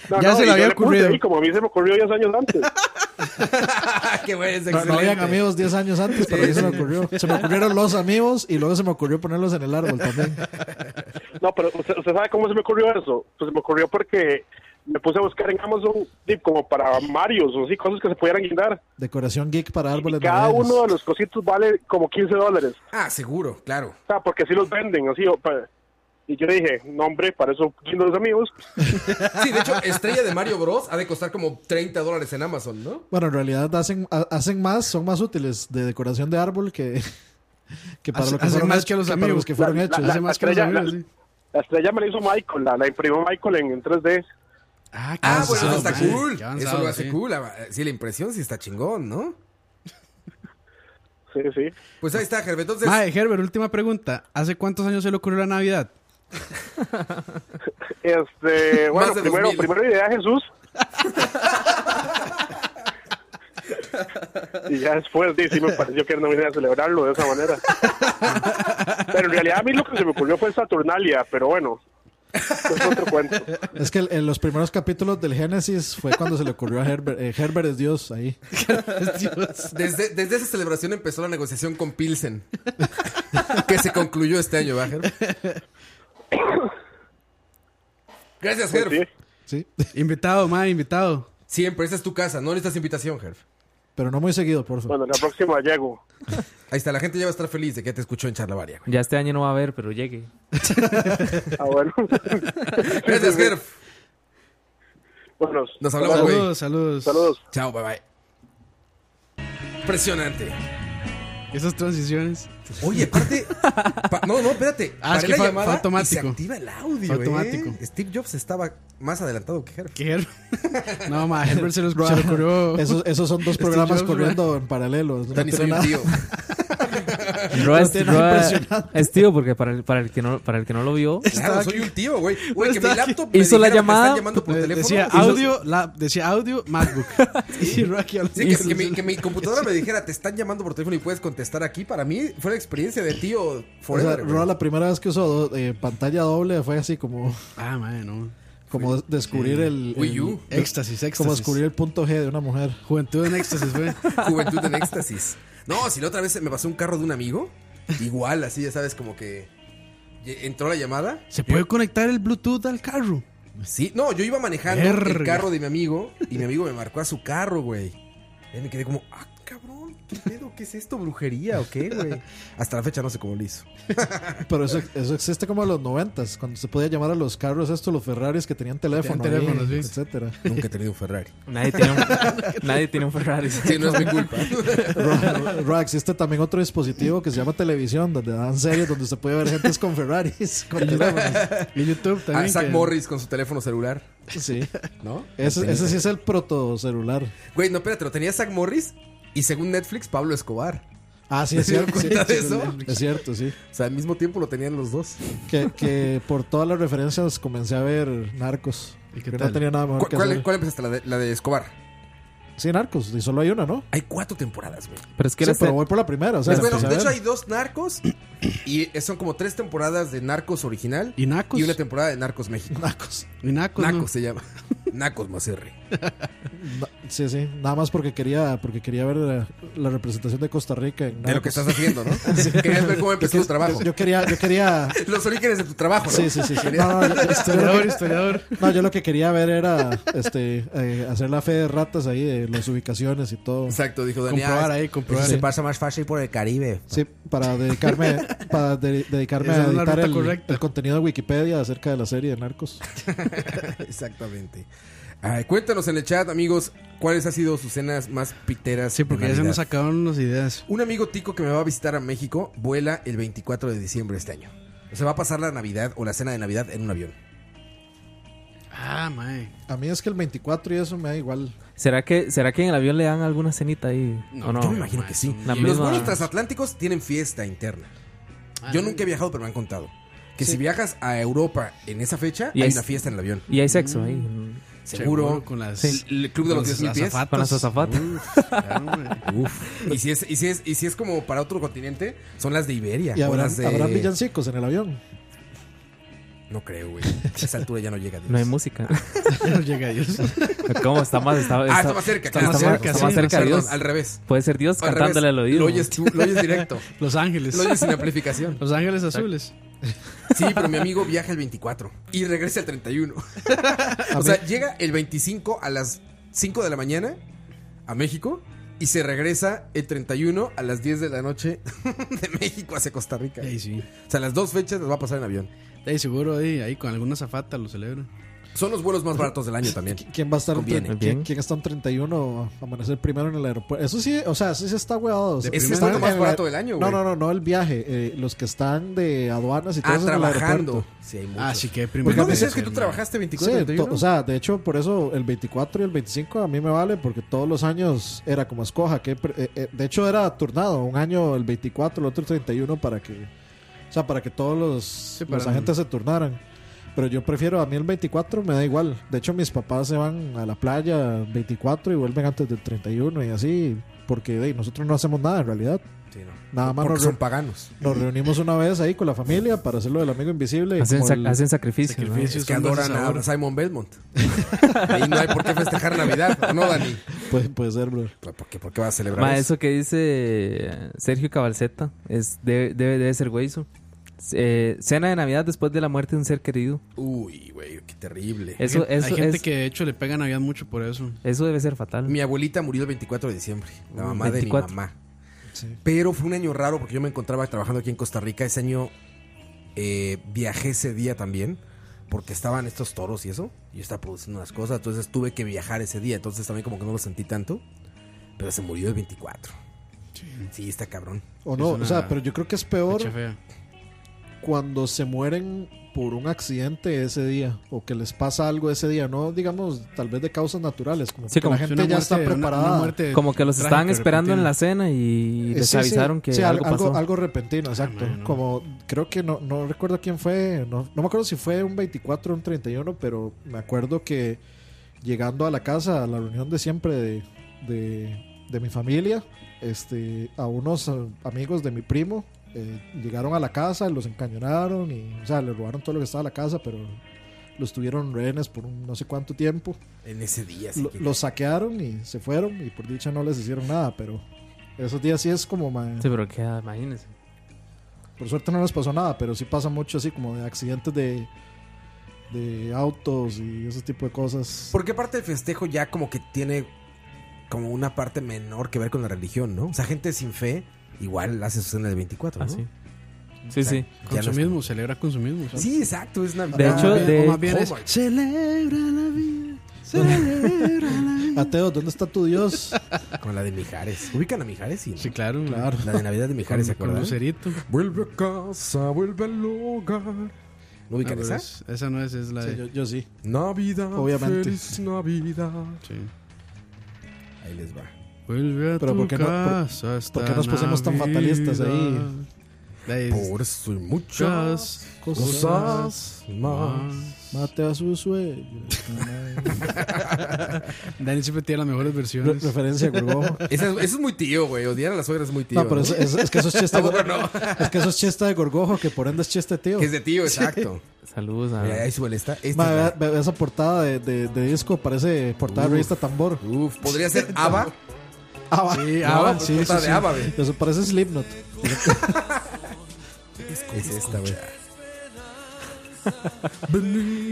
[SPEAKER 13] No,
[SPEAKER 4] ya
[SPEAKER 13] no,
[SPEAKER 4] se
[SPEAKER 13] y
[SPEAKER 4] le
[SPEAKER 13] yo
[SPEAKER 4] había
[SPEAKER 13] puse
[SPEAKER 4] ocurrido.
[SPEAKER 13] ahí, como a mí se me ocurrió 10 años antes.
[SPEAKER 3] Ah, Qué bueno, es
[SPEAKER 5] No, no habían
[SPEAKER 3] excelente.
[SPEAKER 5] amigos 10 años antes, pero a mí se me ocurrió. Se me ocurrieron los amigos y luego se me ocurrió ponerlos en el árbol también.
[SPEAKER 13] No, pero usted, usted sabe cómo se me ocurrió eso. Pues se me ocurrió porque me puse a buscar en Amazon tip como para Marios o así, cosas que se pudieran guindar.
[SPEAKER 5] Decoración geek para árboles
[SPEAKER 13] Cada
[SPEAKER 5] navideños.
[SPEAKER 13] uno de los cositos vale como 15 dólares.
[SPEAKER 3] Ah, seguro, claro.
[SPEAKER 13] O sea, porque si los venden, así. o pa- Y yo dije, no, hombre, para eso lindo los amigos.
[SPEAKER 3] Sí, de hecho, Estrella de Mario Bros. ha de costar como 30 dólares en Amazon, ¿no?
[SPEAKER 5] Bueno, en realidad hacen, ha- hacen más, son más útiles de decoración de árbol que, que para
[SPEAKER 4] Hacen-
[SPEAKER 5] lo que
[SPEAKER 4] hacen
[SPEAKER 5] fueron
[SPEAKER 4] más
[SPEAKER 5] hechos-
[SPEAKER 4] que los
[SPEAKER 5] para
[SPEAKER 4] amigos.
[SPEAKER 5] los que fueron
[SPEAKER 4] La-
[SPEAKER 5] hechos.
[SPEAKER 4] la-
[SPEAKER 5] Hacen más que los
[SPEAKER 13] estrella-
[SPEAKER 5] amigos,
[SPEAKER 13] la-
[SPEAKER 5] sí.
[SPEAKER 13] La estrella me la hizo Michael, la, la imprimió Michael en, en 3D.
[SPEAKER 4] Ah,
[SPEAKER 3] Ah, bueno, eso está
[SPEAKER 4] sí,
[SPEAKER 3] cool.
[SPEAKER 4] qué avanzado,
[SPEAKER 3] Eso lo hace
[SPEAKER 4] sí.
[SPEAKER 3] cool. Ah, Sí, la impresión sí está chingón, ¿no?
[SPEAKER 13] Sí, sí.
[SPEAKER 3] Pues ahí está, Herbert. Entonces,
[SPEAKER 4] Mae, Herbert, última pregunta. ¿Hace cuántos años se le ocurrió la Navidad?
[SPEAKER 13] Este, bueno,
[SPEAKER 4] Más de
[SPEAKER 13] Este, primero,
[SPEAKER 4] 2000.
[SPEAKER 13] primero idea Jesús. Y ya después, di, sí me pareció que era una buena idea celebrarlo de esa manera. Pero en realidad a mí lo que se me ocurrió fue Saturnalia, pero bueno,
[SPEAKER 5] Es que el- en los primeros capítulos del Génesis fue cuando se le ocurrió a Herbert. eh, Herbert es Dios ahí.
[SPEAKER 3] Desde, desde esa celebración empezó la negociación con Pilsen, que se concluyó este año, ¿verdad, Herb? Gracias, Herb.
[SPEAKER 13] Pues
[SPEAKER 5] Sí.
[SPEAKER 4] Invitado, ma, invitado.
[SPEAKER 3] Siempre, esa es tu casa, no necesitas invitación, Herb.
[SPEAKER 5] Pero no muy seguido, por favor.
[SPEAKER 13] bueno, la próxima llego.
[SPEAKER 3] Ahí está, la gente ya va a estar feliz de que te escuchó en Charlavaria.
[SPEAKER 6] Ya este año no va a haber, pero llegue.
[SPEAKER 13] Ah, bueno.
[SPEAKER 3] Gracias, Herb.
[SPEAKER 13] Bueno,
[SPEAKER 3] Nos hablamos, güey.
[SPEAKER 4] Saludos, saludos.
[SPEAKER 13] Saludos.
[SPEAKER 3] Chao, bye bye. Impresionante.
[SPEAKER 4] Esas transiciones.
[SPEAKER 3] Oye, aparte. pa- no, no, espérate.
[SPEAKER 4] Ah, es
[SPEAKER 3] Paré
[SPEAKER 4] que
[SPEAKER 3] la
[SPEAKER 4] fue-
[SPEAKER 3] llamada
[SPEAKER 4] fue
[SPEAKER 3] Y se
[SPEAKER 4] automático.
[SPEAKER 3] activa el audio.
[SPEAKER 4] Fue
[SPEAKER 3] eh.
[SPEAKER 4] automático.
[SPEAKER 3] Steve Jobs estaba más adelantado que Herb.
[SPEAKER 4] ¿Qué Herb? No, ma, Herbert se los
[SPEAKER 5] Bro,
[SPEAKER 4] se le ocurrió.
[SPEAKER 5] Esos, esos son dos
[SPEAKER 4] Steve
[SPEAKER 5] programas
[SPEAKER 4] Jobs,
[SPEAKER 5] corriendo en paralelo. No tiene
[SPEAKER 3] Dani, soy un
[SPEAKER 5] nada-
[SPEAKER 3] tío.
[SPEAKER 6] Roa
[SPEAKER 5] No
[SPEAKER 6] es,
[SPEAKER 5] tiene
[SPEAKER 6] Roa
[SPEAKER 5] nada impresionante.
[SPEAKER 6] es tío, porque para el, para, el que no, para el que no lo vio,
[SPEAKER 3] Claro, soy un tío, güey. Güey, que mi
[SPEAKER 4] está aquí.
[SPEAKER 3] laptop. me
[SPEAKER 6] Hizo la
[SPEAKER 3] dijeron que
[SPEAKER 6] llamada.
[SPEAKER 3] están llamando por
[SPEAKER 4] Eh,
[SPEAKER 3] teléfono.
[SPEAKER 4] Decía
[SPEAKER 3] Hizo-
[SPEAKER 4] audio, la- decía audio, MacBook. y Rocky hablando.
[SPEAKER 3] Sí, que, que mi, que mi computadora me dijera, te están llamando por teléfono y puedes contestar aquí. Para mí fue la experiencia de tío
[SPEAKER 5] O sea,
[SPEAKER 3] forever. güey.
[SPEAKER 5] Roa, la primera vez que usó do- eh, pantalla doble fue así como.
[SPEAKER 4] Ah, man, no.
[SPEAKER 5] Como des- descubrir
[SPEAKER 4] Sí.
[SPEAKER 5] el, el-
[SPEAKER 4] Wii U.
[SPEAKER 5] de-
[SPEAKER 4] Éxtasis, éxtasis.
[SPEAKER 5] Como descubrir el punto G de una mujer.
[SPEAKER 4] Juventud en éxtasis, güey.
[SPEAKER 3] Juventud en éxtasis. No, si la otra vez me pasó un carro de un amigo, igual, así, ya sabes, como que ye- entró la llamada.
[SPEAKER 4] ¿Se puede conectar el Bluetooth al carro?
[SPEAKER 3] Sí, no, yo iba manejando el
[SPEAKER 4] Verga.
[SPEAKER 3] carro de mi amigo y mi amigo me marcó a su carro, güey. Y me quedé como, ah, cabrón, ¿qué pedo? ¿Qué es esto? ¿Brujería o qué, güey? Hasta la fecha no sé cómo lo hizo.
[SPEAKER 5] Pero eso, eso existe como en los noventas, cuando se podía llamar a los carros estos, los Ferraris que tenían teléfono,
[SPEAKER 4] tenían
[SPEAKER 5] ahí,
[SPEAKER 4] teléfonos, sí.
[SPEAKER 5] etcétera.
[SPEAKER 3] Nunca he tenido un Ferrari.
[SPEAKER 6] nadie tiene un, nadie tiene un Ferrari.
[SPEAKER 3] Sí, no es mi culpa.
[SPEAKER 5] Ro- Ro, existe también otro dispositivo que se llama televisión, donde dan series donde se puede ver gentes con Ferraris, con teléfonos.
[SPEAKER 4] Y YouTube también.
[SPEAKER 3] A Zach
[SPEAKER 4] que-
[SPEAKER 3] Morris con su teléfono celular,
[SPEAKER 5] Sí.
[SPEAKER 3] ¿no?
[SPEAKER 5] Ese, ese sí es el protocelular.
[SPEAKER 3] Güey, no, espérate, lo tenía Zach Morris y según Netflix, Pablo Escobar.
[SPEAKER 5] Ah, sí, es
[SPEAKER 3] ¿Se dieron
[SPEAKER 5] cierto. sí,
[SPEAKER 3] cuenta de
[SPEAKER 5] sí,
[SPEAKER 3] eso?
[SPEAKER 5] Es cierto, sí.
[SPEAKER 3] O sea, al mismo tiempo lo tenían los dos.
[SPEAKER 5] Que, que por todas las referencias comencé a ver Narcos.
[SPEAKER 4] ¿Y
[SPEAKER 5] Que
[SPEAKER 4] qué
[SPEAKER 5] no
[SPEAKER 4] tal?
[SPEAKER 5] tenía nada mejor
[SPEAKER 3] ¿Cu-
[SPEAKER 5] que
[SPEAKER 3] ¿Cuál,
[SPEAKER 5] hacer.
[SPEAKER 3] cuál empezaste? La de, la de Escobar.
[SPEAKER 5] Sí, Narcos, y solo hay una, ¿no?
[SPEAKER 3] Hay cuatro temporadas, güey.
[SPEAKER 6] Pero es que
[SPEAKER 5] Sí,
[SPEAKER 6] era
[SPEAKER 5] pero
[SPEAKER 6] ser-
[SPEAKER 5] voy por la primera, o sea,
[SPEAKER 3] Es
[SPEAKER 5] la
[SPEAKER 3] Pues
[SPEAKER 4] pues,
[SPEAKER 3] bueno,
[SPEAKER 5] empecé a
[SPEAKER 3] de hecho
[SPEAKER 5] ver.
[SPEAKER 3] hay dos narcos y eh, son como tres temporadas de Narcos original
[SPEAKER 4] Y Nacos.
[SPEAKER 3] y una temporada de Narcos México.
[SPEAKER 5] Narcos.
[SPEAKER 4] Y Nacos.
[SPEAKER 3] Nacos
[SPEAKER 4] ¿no?
[SPEAKER 3] se llama. Nacos Macerre.
[SPEAKER 5] Na- Sí, sí, nada más porque quería porque quería ver la, la representación de Costa Rica en
[SPEAKER 3] De lo que
[SPEAKER 5] Narcos.
[SPEAKER 3] estás haciendo, ¿no? Querías ver cómo empezó tu trabajo.
[SPEAKER 5] Yo, yo quería yo quería
[SPEAKER 3] Los orígenes de tu trabajo, ¿no?
[SPEAKER 5] Sí, sí, sí. sí.
[SPEAKER 3] Querías-
[SPEAKER 5] No, no, yo, esto- yo lo
[SPEAKER 4] Historiador,
[SPEAKER 5] que-
[SPEAKER 4] historiador.
[SPEAKER 5] no, yo lo que quería ver era este eh, hacer la fe de ratas ahí de las ubicaciones y todo.
[SPEAKER 3] Exacto, dijo Daniel. "Ah,
[SPEAKER 4] Comprobar ahí, comprobar.
[SPEAKER 3] se pasa más fácil por el Caribe.
[SPEAKER 5] Sí, para dedicarme para de- dedicarme
[SPEAKER 4] Esa
[SPEAKER 5] a
[SPEAKER 4] es la
[SPEAKER 5] editar
[SPEAKER 4] ruta
[SPEAKER 5] el,
[SPEAKER 4] correcta.
[SPEAKER 5] el contenido de Wikipedia acerca de la serie de Narcos.
[SPEAKER 3] Exactamente. Ay, cuéntanos en el chat, amigos, cuáles han sido sus cenas más piteras.
[SPEAKER 4] Sí, porque
[SPEAKER 3] de
[SPEAKER 4] ya se
[SPEAKER 3] Navidad?
[SPEAKER 4] nos sacaron las ideas.
[SPEAKER 3] Un amigo tico que me va a visitar a México vuela el 24 de diciembre de este año. O sea, va a pasar la Navidad o la cena de Navidad en un avión.
[SPEAKER 4] Ah, mae.
[SPEAKER 5] A mí es que el 24 y eso me da igual.
[SPEAKER 6] ¿Será que, ¿Será que en el avión le dan alguna cenita ahí? ¿O no?
[SPEAKER 3] Yo me imagino que sí.
[SPEAKER 6] La
[SPEAKER 3] Y Los
[SPEAKER 6] misma-
[SPEAKER 3] vuelos transatlánticos tienen fiesta interna. Yo nunca he viajado, pero me han contado. Que si viajas a Europa en esa fecha,
[SPEAKER 6] Y
[SPEAKER 3] hay
[SPEAKER 6] es-
[SPEAKER 3] una fiesta en el avión.
[SPEAKER 6] Y hay sexo ahí.
[SPEAKER 3] Seguro.
[SPEAKER 4] Con las.
[SPEAKER 6] Sí.
[SPEAKER 3] El club de
[SPEAKER 4] con
[SPEAKER 3] los
[SPEAKER 4] las
[SPEAKER 3] 10.000 pies.
[SPEAKER 4] azafatas.
[SPEAKER 6] Con las azafatas.
[SPEAKER 4] Uf, claro, mae.
[SPEAKER 3] Uf. Y si es, y si es, y si es como para otro continente, son las de Iberia.
[SPEAKER 5] Y
[SPEAKER 3] o
[SPEAKER 5] habrán,
[SPEAKER 3] las de-
[SPEAKER 5] habrán villancicos en el avión.
[SPEAKER 3] No creo, güey. A esa altura ya no llega. Dios.
[SPEAKER 6] No hay música.
[SPEAKER 4] Ya no llega Dios.
[SPEAKER 6] ¿Cómo está más? Está,
[SPEAKER 3] Ah, está más cerca.
[SPEAKER 6] Está,
[SPEAKER 3] claro.
[SPEAKER 6] más cerca, está más
[SPEAKER 4] sí,
[SPEAKER 6] cerca de
[SPEAKER 3] Perdón,
[SPEAKER 6] Dios.
[SPEAKER 3] al revés.
[SPEAKER 6] Puede ser Dios
[SPEAKER 3] Al
[SPEAKER 6] cantándole
[SPEAKER 3] revés.
[SPEAKER 6] al oído.
[SPEAKER 3] Lo oyes tú, lo oyes directo.
[SPEAKER 4] Los Ángeles.
[SPEAKER 3] Lo oyes sin amplificación.
[SPEAKER 4] Los Ángeles Azules.
[SPEAKER 3] Sí, pero mi amigo viaja el 24 y regresa el 31. o sea, llega el 25 a las 5 de la mañana a México y se regresa el 31 a las 10 de la noche de México hacia Costa Rica.
[SPEAKER 4] Ahí sí.
[SPEAKER 3] O sea, las dos fechas las va a pasar en avión.
[SPEAKER 4] Ahí seguro ahí, ahí con alguna zafata lo celebra.
[SPEAKER 3] Son los vuelos más baratos del año también.
[SPEAKER 5] ¿Quién va a estar en
[SPEAKER 3] Conviene.
[SPEAKER 5] tre-
[SPEAKER 6] Bien.
[SPEAKER 5] ¿quién, quién está en 31 a amanecer primero en el aeropuerto? Eso sí, o sea, sí se está huevado.
[SPEAKER 4] De
[SPEAKER 5] Es
[SPEAKER 3] Es
[SPEAKER 4] primero.
[SPEAKER 3] que está lo más
[SPEAKER 5] el-
[SPEAKER 3] barato del año,
[SPEAKER 5] No,
[SPEAKER 3] güey.
[SPEAKER 5] no, no, no el viaje. eh, los que están de aduanas y todo
[SPEAKER 3] Ah,
[SPEAKER 5] eso en el
[SPEAKER 3] trabajando.
[SPEAKER 5] aeropuerto.
[SPEAKER 3] Sí, hay muchos.
[SPEAKER 4] Ah, sí que
[SPEAKER 3] ¿Por
[SPEAKER 4] primero.
[SPEAKER 3] qué no
[SPEAKER 4] debe
[SPEAKER 3] decías que
[SPEAKER 4] ser,
[SPEAKER 3] tú
[SPEAKER 4] mae.
[SPEAKER 3] trabajaste
[SPEAKER 5] Sí,
[SPEAKER 3] 24
[SPEAKER 5] to- o sea, de hecho, por eso el 24 y el 25 a mí me vale, porque todos los años era como escoja. Que, pre- eh, eh, de hecho, era turnado. Un año el 24, el otro el 31 para que... O sea, para que todos los,
[SPEAKER 4] para-
[SPEAKER 5] los agentes se turnaran. Pero yo prefiero, a mí el 24 me da igual. De hecho, mis papás se van a la playa el 24 y vuelven antes del 31 y así. Porque de, ahí, nosotros no hacemos nada en realidad. Nada más
[SPEAKER 3] Porque
[SPEAKER 5] nos
[SPEAKER 3] son
[SPEAKER 5] reu-
[SPEAKER 3] paganos.
[SPEAKER 5] Nos reunimos una vez ahí con la familia para hacer lo del amigo invisible.
[SPEAKER 6] Hacen
[SPEAKER 5] como
[SPEAKER 6] sac- hacen sacrificios,
[SPEAKER 5] Sacrificios,
[SPEAKER 3] Es que
[SPEAKER 5] son
[SPEAKER 3] adoran
[SPEAKER 5] cosas ahora.
[SPEAKER 3] a Simon Belmont. y no hay por qué festejar Navidad, ¿o ¿no, Dani? Pues,
[SPEAKER 5] Puede, puede ser, bro.
[SPEAKER 3] ¿Por qué, por qué vas a celebrar
[SPEAKER 6] Ma,
[SPEAKER 3] eso?
[SPEAKER 6] eso que dice Sergio Cabalceta es, debe, debe, debe ser güey cena de Navidad después de la muerte de un ser querido.
[SPEAKER 3] Uy, güey, qué terrible.
[SPEAKER 6] Eso,
[SPEAKER 4] hay
[SPEAKER 6] eso,
[SPEAKER 4] gente
[SPEAKER 6] es-
[SPEAKER 4] que de hecho le pega Navidad mucho por eso.
[SPEAKER 6] eso debe ser fatal.
[SPEAKER 3] Mi abuelita murió el 24 de diciembre, la
[SPEAKER 6] Uh,
[SPEAKER 3] mamá de
[SPEAKER 6] 24.
[SPEAKER 3] mi mamá. Pero fue un año raro porque yo me encontraba trabajando aquí en Costa Rica. Ese año eh, viajé ese día también porque estaban estos toros y eso. y Yo estaba produciendo unas cosas, entonces tuve que viajar ese día. Entonces también como que no lo sentí tanto. Pero se murió el 24. Sí, está cabrón.
[SPEAKER 5] O no, o sea, pero yo creo que es peor
[SPEAKER 3] fecha
[SPEAKER 5] cuando se mueren por un accidente ese día o que les pasa algo ese día, no digamos tal vez de causas naturales, como
[SPEAKER 6] Sí,
[SPEAKER 5] que la
[SPEAKER 6] como-
[SPEAKER 5] gente
[SPEAKER 6] una
[SPEAKER 5] ya está
[SPEAKER 6] muerte- una-
[SPEAKER 5] preparada.
[SPEAKER 6] una muerte Como que los trágica, estaban esperando en la repentina. cena y les
[SPEAKER 5] Eh, Sí, sí,
[SPEAKER 6] avisaron que
[SPEAKER 5] sí, al-
[SPEAKER 6] algo
[SPEAKER 5] algo,
[SPEAKER 6] pasó.
[SPEAKER 5] algo repentino, exacto. Como creo que no, no recuerdo quién fue, no, no me acuerdo si fue un 24 o un 31, pero me acuerdo que llegando a la casa, a la reunión de siempre de, de, de mi familia, este, a unos eh, amigos de mi primo, eh, llegaron a la casa, los encañonaron y, o sea, le robaron todo lo que estaba en la casa, pero los tuvieron rehenes por un no sé cuánto tiempo.
[SPEAKER 3] En ese día, sí
[SPEAKER 5] Lo-
[SPEAKER 3] que-
[SPEAKER 5] los saquearon y se fueron y por dicha no les hicieron nada, pero esos días sí es como... ma-
[SPEAKER 6] Sí, pero que, ah, imagínense.
[SPEAKER 5] por suerte no nos pasó nada, pero sí pasa mucho así como de accidentes de, de autos y ese tipo de cosas.
[SPEAKER 3] Porque parte del festejo ya como que tiene como una parte menor que ver con la religión, ¿no? O sea, gente sin fe igual hace su cena del 24, ¿no?
[SPEAKER 4] Ah, sí.
[SPEAKER 6] Sí, sí.
[SPEAKER 4] Consumismo, celebra consumismo. ¿sabes? Oh
[SPEAKER 3] Sí, exacto, es Navidad. Oh
[SPEAKER 4] O
[SPEAKER 6] De
[SPEAKER 5] Ah,
[SPEAKER 4] más
[SPEAKER 6] hecho,
[SPEAKER 4] bien-
[SPEAKER 6] de-
[SPEAKER 4] o más bien es,
[SPEAKER 6] Hallmark.
[SPEAKER 5] Celebra la vida. Celebra la vida. Ateo, ¿dónde está tu Dios?
[SPEAKER 3] Con la de Mijares. ¿Ubican a Mijares? Sí,
[SPEAKER 4] sí claro,
[SPEAKER 5] claro.
[SPEAKER 3] La de Navidad de Mijares, ¿se
[SPEAKER 4] Con- con
[SPEAKER 3] acuerdan?
[SPEAKER 4] Lucerito.
[SPEAKER 3] Vuelve a casa, vuelve al hogar. ¿No ubican
[SPEAKER 4] Ah, pero
[SPEAKER 3] esa?
[SPEAKER 4] es- esa no es, es la
[SPEAKER 5] Sí,
[SPEAKER 4] de...
[SPEAKER 5] yo, yo sí.
[SPEAKER 3] Navidad,
[SPEAKER 5] Obviamente.
[SPEAKER 3] feliz Navidad.
[SPEAKER 4] Sí.
[SPEAKER 3] Ahí les va.
[SPEAKER 4] Vuelve a
[SPEAKER 5] Pero
[SPEAKER 4] tu
[SPEAKER 5] ¿por qué no- por-
[SPEAKER 4] casa
[SPEAKER 5] por
[SPEAKER 4] esta
[SPEAKER 5] qué nos pusimos tan fatalistas ahí?
[SPEAKER 4] Navidad. Ahí es-
[SPEAKER 3] Por eso y muchas
[SPEAKER 5] Cosas
[SPEAKER 3] cosas más.
[SPEAKER 5] Mate a su sueño.
[SPEAKER 4] Dani siempre tiene las mejores
[SPEAKER 5] Re-
[SPEAKER 4] versiones.
[SPEAKER 5] referencia a Gurgó.
[SPEAKER 3] Esa- Eso es muy tío, güey. Odiar a la suegra es muy tío.
[SPEAKER 5] No, pero es, es- es que eso es chiste.
[SPEAKER 3] ¿A poco no?
[SPEAKER 5] Es que eso es chiste de gorgojo, que por ende es chiste de tío.
[SPEAKER 3] Que es de tío, exacto.
[SPEAKER 6] Saludos a...
[SPEAKER 3] Mira, ahí suele esta. esta
[SPEAKER 5] Ma,
[SPEAKER 3] es la-
[SPEAKER 5] vea- vea esa portada de, de- de disco, parece portada de
[SPEAKER 3] Uf.
[SPEAKER 5] revista Tambor.
[SPEAKER 3] Uf, podría ser Ava.
[SPEAKER 5] Ava.
[SPEAKER 4] Sí,
[SPEAKER 3] No,
[SPEAKER 4] Ava,
[SPEAKER 3] pues,
[SPEAKER 5] sí,
[SPEAKER 3] puta
[SPEAKER 5] sí,
[SPEAKER 3] de
[SPEAKER 5] sí.
[SPEAKER 3] Ava, güey.
[SPEAKER 5] Eso parece Slipknot.
[SPEAKER 3] Es esta, güey.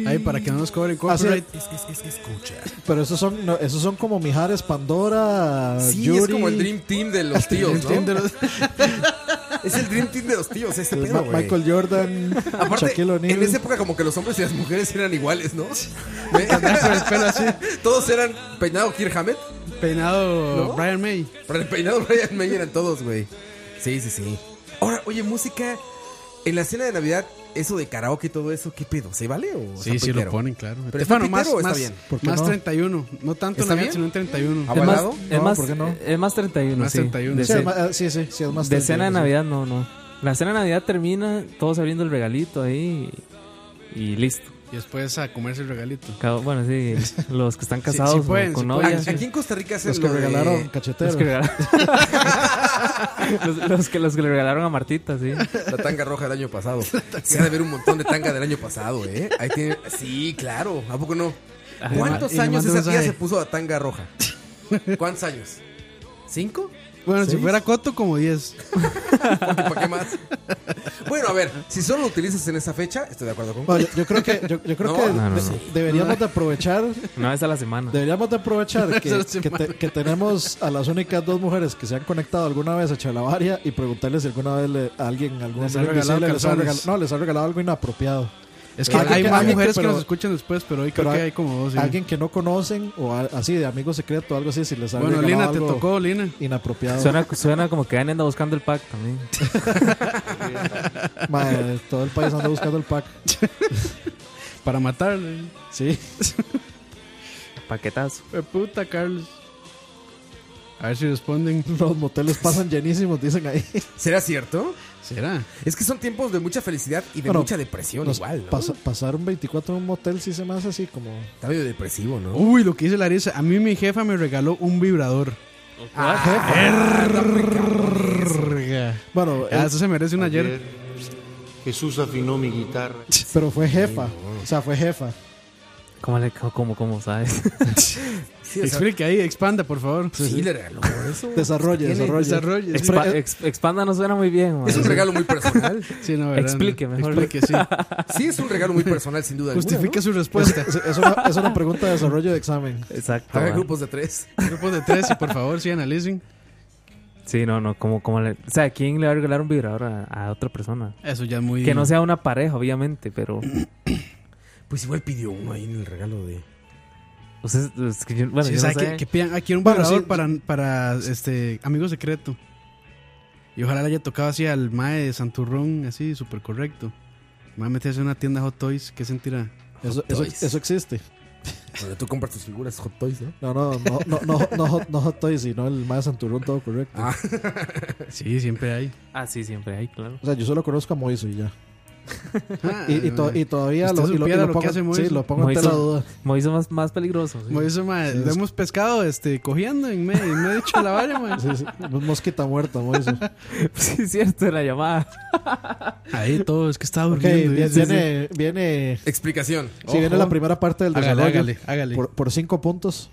[SPEAKER 4] Ahí para que no nos cobren
[SPEAKER 5] Ah, sí.
[SPEAKER 4] copyright.
[SPEAKER 3] Es, es, es, escucha.
[SPEAKER 5] Pero esos son, no, esos son como Mijares, Pandora,
[SPEAKER 3] Sí,
[SPEAKER 5] Ah, Yuri.
[SPEAKER 3] es como el Dream Team de los tíos, ¿no?
[SPEAKER 5] Dream Team de los-
[SPEAKER 3] es el Dream Team de los tíos, este
[SPEAKER 5] el
[SPEAKER 3] pedo,
[SPEAKER 5] Ma-
[SPEAKER 3] güey.
[SPEAKER 5] Michael Jordan,
[SPEAKER 3] Aparte,
[SPEAKER 5] Shaquille O'Neal.
[SPEAKER 3] en esa época como que los hombres y las mujeres eran iguales, ¿no? ¿Eh? todos eran peinado Kirk Hammett,
[SPEAKER 4] Peinado
[SPEAKER 3] ¿No?
[SPEAKER 4] Brian May.
[SPEAKER 3] pero el peinado Brian May eran todos, güey. Sí, sí, sí. Ahora, oye, música, en la cena de Navidad, eso de karaoke y todo eso, ¿qué pedo? ¿Se vale o
[SPEAKER 4] Sí, sí lo
[SPEAKER 3] pitero?
[SPEAKER 4] ponen, claro.
[SPEAKER 3] Pero está
[SPEAKER 4] bueno, más,
[SPEAKER 3] pitero o está
[SPEAKER 4] más,
[SPEAKER 3] bien.
[SPEAKER 5] ¿Por qué
[SPEAKER 4] más
[SPEAKER 5] no?
[SPEAKER 4] 31. No tanto
[SPEAKER 3] ¿Está
[SPEAKER 4] Navidad,
[SPEAKER 3] bien?
[SPEAKER 4] sino en 31.
[SPEAKER 6] Es más,
[SPEAKER 3] ¿Avalado?
[SPEAKER 6] es
[SPEAKER 5] No,
[SPEAKER 6] más,
[SPEAKER 5] ¿por qué no?
[SPEAKER 6] es más 31,
[SPEAKER 4] Más
[SPEAKER 6] sí.
[SPEAKER 4] 31.
[SPEAKER 6] De
[SPEAKER 5] Sí,
[SPEAKER 6] ce-
[SPEAKER 5] es ma- ah, sí, sí, sí, es más
[SPEAKER 6] de
[SPEAKER 5] tranquilo,
[SPEAKER 6] cena de
[SPEAKER 5] sí.
[SPEAKER 6] Navidad, no, no. La cena de Navidad termina todos abriendo el regalito ahí y, y listo.
[SPEAKER 4] Y después a comerse el regalito.
[SPEAKER 6] Cada- Bueno, sí, los que están
[SPEAKER 4] sí
[SPEAKER 6] casados o
[SPEAKER 4] pueden,
[SPEAKER 6] con
[SPEAKER 4] sí pueden,
[SPEAKER 6] novias.
[SPEAKER 4] sí.
[SPEAKER 3] Aquí en Costa Rica hacen
[SPEAKER 5] Los que
[SPEAKER 3] lo de-
[SPEAKER 5] regalaron
[SPEAKER 6] Los
[SPEAKER 5] cacheteros.
[SPEAKER 6] que, regalaron- los, los que, los que le regalaron a Martita, sí.
[SPEAKER 3] La tanga roja del año pasado. Se ha de ver un montón de tanga del año pasado, ¿eh? Ahí tiene... Sí, claro. ¿A poco no?
[SPEAKER 6] Ay,
[SPEAKER 3] ¿Cuántos
[SPEAKER 4] y le
[SPEAKER 3] años
[SPEAKER 4] mando
[SPEAKER 3] esa
[SPEAKER 4] un
[SPEAKER 3] tía
[SPEAKER 4] mensaje.
[SPEAKER 3] se puso la tanga roja? ¿Cuántos años? ¿Cinco?
[SPEAKER 4] Bueno, si fuera Coto, como 10.
[SPEAKER 3] Porque ¿para qué más? Bueno, a ver, si solo lo utilizas en esa fecha, estoy de acuerdo con...
[SPEAKER 5] Bueno, yo, yo creo que, yo, yo creo
[SPEAKER 3] No,
[SPEAKER 5] que
[SPEAKER 6] no, no,
[SPEAKER 5] de-
[SPEAKER 6] no.
[SPEAKER 5] deberíamos de aprovechar
[SPEAKER 6] Una vez a la semana.
[SPEAKER 5] Deberíamos de aprovechar que,
[SPEAKER 4] Eso sí,
[SPEAKER 5] que te- que tenemos a las únicas dos mujeres que se han conectado alguna vez a Chalabaria y preguntarles si alguna vez le- a alguien, algún
[SPEAKER 4] Les
[SPEAKER 5] hombre
[SPEAKER 4] han regalado
[SPEAKER 5] invisible les ha
[SPEAKER 4] calzones.
[SPEAKER 5] regalado- no, les ha regalado algo inapropiado.
[SPEAKER 4] Es que
[SPEAKER 5] Pero
[SPEAKER 4] hay
[SPEAKER 5] alguien
[SPEAKER 4] más
[SPEAKER 5] que-
[SPEAKER 4] mujeres
[SPEAKER 5] pero-
[SPEAKER 4] que nos escuchan después, pero hoy
[SPEAKER 5] Pero
[SPEAKER 4] creo que
[SPEAKER 5] a-
[SPEAKER 4] hay como dos. sí.
[SPEAKER 5] Alguien que no conocen o a- así de amigo secreto o algo así, si les ha
[SPEAKER 4] Bueno,
[SPEAKER 5] regalado
[SPEAKER 4] Lina, te
[SPEAKER 5] algo
[SPEAKER 4] tocó, Lina.
[SPEAKER 5] inapropiado.
[SPEAKER 6] Suena, suena como que Dani anda buscando el pack también.
[SPEAKER 5] Madre, todo el país anda buscando el pack.
[SPEAKER 4] Para matarle.
[SPEAKER 5] Sí.
[SPEAKER 6] Paquetazo.
[SPEAKER 4] Fue puta, Carlos. A ver si responden.
[SPEAKER 5] Los moteles pasan llenísimos, dicen ahí.
[SPEAKER 3] ¿Será cierto?
[SPEAKER 4] ¿Será?
[SPEAKER 3] Es que son tiempos de mucha felicidad y de
[SPEAKER 5] Bueno,
[SPEAKER 3] mucha depresión
[SPEAKER 5] nos
[SPEAKER 3] igual, ¿no?
[SPEAKER 5] pasa- pasar un 24 en un motel sí se me hace así como...
[SPEAKER 3] Está medio depresivo, ¿no?
[SPEAKER 4] Uy, lo que dice Larisa. A mí mi jefa me regaló un vibrador.
[SPEAKER 3] Ah,
[SPEAKER 4] Verga.
[SPEAKER 5] Bueno,
[SPEAKER 4] Ah,
[SPEAKER 5] eh,
[SPEAKER 4] eso se merece un ayer.
[SPEAKER 8] Jesús afinó mi guitarra.
[SPEAKER 5] Pero fue jefa. O sea, fue jefa.
[SPEAKER 6] ¿Cómo, le, cómo, cómo, cómo, sabes?
[SPEAKER 4] Sí, o sea- Explique ahí, expanda, por favor.
[SPEAKER 3] Sí, le regaló eso.
[SPEAKER 5] Desarrolle,
[SPEAKER 3] Tiene-
[SPEAKER 5] desarrolle.
[SPEAKER 4] desarrolle.
[SPEAKER 6] Expa-
[SPEAKER 4] Es-
[SPEAKER 6] ex- expanda no suena muy bien. man.
[SPEAKER 3] Es un regalo muy personal.
[SPEAKER 4] Sí, no, ¿verdad?
[SPEAKER 6] Explique mejor.
[SPEAKER 4] Explique, sí.
[SPEAKER 3] Sí, es un regalo muy personal, sin duda alguna,
[SPEAKER 4] Justifique
[SPEAKER 3] ¿no?
[SPEAKER 4] su respuesta.
[SPEAKER 5] Es, es una, es una pregunta de desarrollo de examen.
[SPEAKER 6] Exacto.
[SPEAKER 3] Haga
[SPEAKER 6] man.
[SPEAKER 3] grupos de tres.
[SPEAKER 4] Grupo de tres, y por favor, sí, analicen.
[SPEAKER 6] Sí, no, no, como, como le... O sea, ¿quién le va a regalar un vibrador a, a otra persona?
[SPEAKER 4] Eso ya es muy.
[SPEAKER 6] Que no sea una pareja, obviamente, pero...
[SPEAKER 3] Pues igual pidió uno ahí en el regalo de.
[SPEAKER 6] Ustedes- es que yo- bueno, yo
[SPEAKER 4] Sí,
[SPEAKER 6] no
[SPEAKER 4] ¿sabe
[SPEAKER 6] sé.
[SPEAKER 4] que, que pidan, ah, quiero un
[SPEAKER 5] Bueno,
[SPEAKER 4] vibrador
[SPEAKER 5] sí.
[SPEAKER 4] para, para este amigo secreto. Y ojalá le haya tocado así al mae de Santurrón, así, súper correcto. Me va a meterse en una tienda Hot Toys, ¿qué sentirá?
[SPEAKER 5] Eso, eso, eso Pues existe.
[SPEAKER 3] Donde tú compras tus figuras Hot Toys, ¿no?
[SPEAKER 5] No, no, no, no, no, no, hot- no hot toys, sino el más santurrón todo correcto.
[SPEAKER 3] Ah.
[SPEAKER 4] Sí, siempre hay.
[SPEAKER 6] Ah, sí, siempre hay, claro.
[SPEAKER 5] O sea, yo solo conozco a Moiso y ya.
[SPEAKER 3] Ah.
[SPEAKER 5] Y, y to- y todavía
[SPEAKER 4] Ah,
[SPEAKER 5] lo,
[SPEAKER 4] Usted
[SPEAKER 5] y lo- y lo
[SPEAKER 4] supiera lo que
[SPEAKER 5] pongo,
[SPEAKER 4] hace
[SPEAKER 5] sí,
[SPEAKER 4] Moiso.
[SPEAKER 5] lo pongo ante la duda.
[SPEAKER 6] Moiso más, más peligroso. sí.
[SPEAKER 4] Como eso, mae, lo hemos pescado este, cogiendo en medio, en medio de Chalabaria, mae.
[SPEAKER 5] Sí, sí, un mosquita muerta, Moiso.
[SPEAKER 6] Sí, es cierto, en la llamada.
[SPEAKER 4] Ahí todo, es que estaba
[SPEAKER 5] Ok,
[SPEAKER 4] durmiendo.
[SPEAKER 5] viene,
[SPEAKER 4] ¿viste?
[SPEAKER 5] viene, viene-
[SPEAKER 3] Explicación.
[SPEAKER 5] sí, viene la primera parte del
[SPEAKER 4] Hágale,
[SPEAKER 5] desarrollo.
[SPEAKER 4] hágale, hágale.
[SPEAKER 5] Por, por cinco puntos.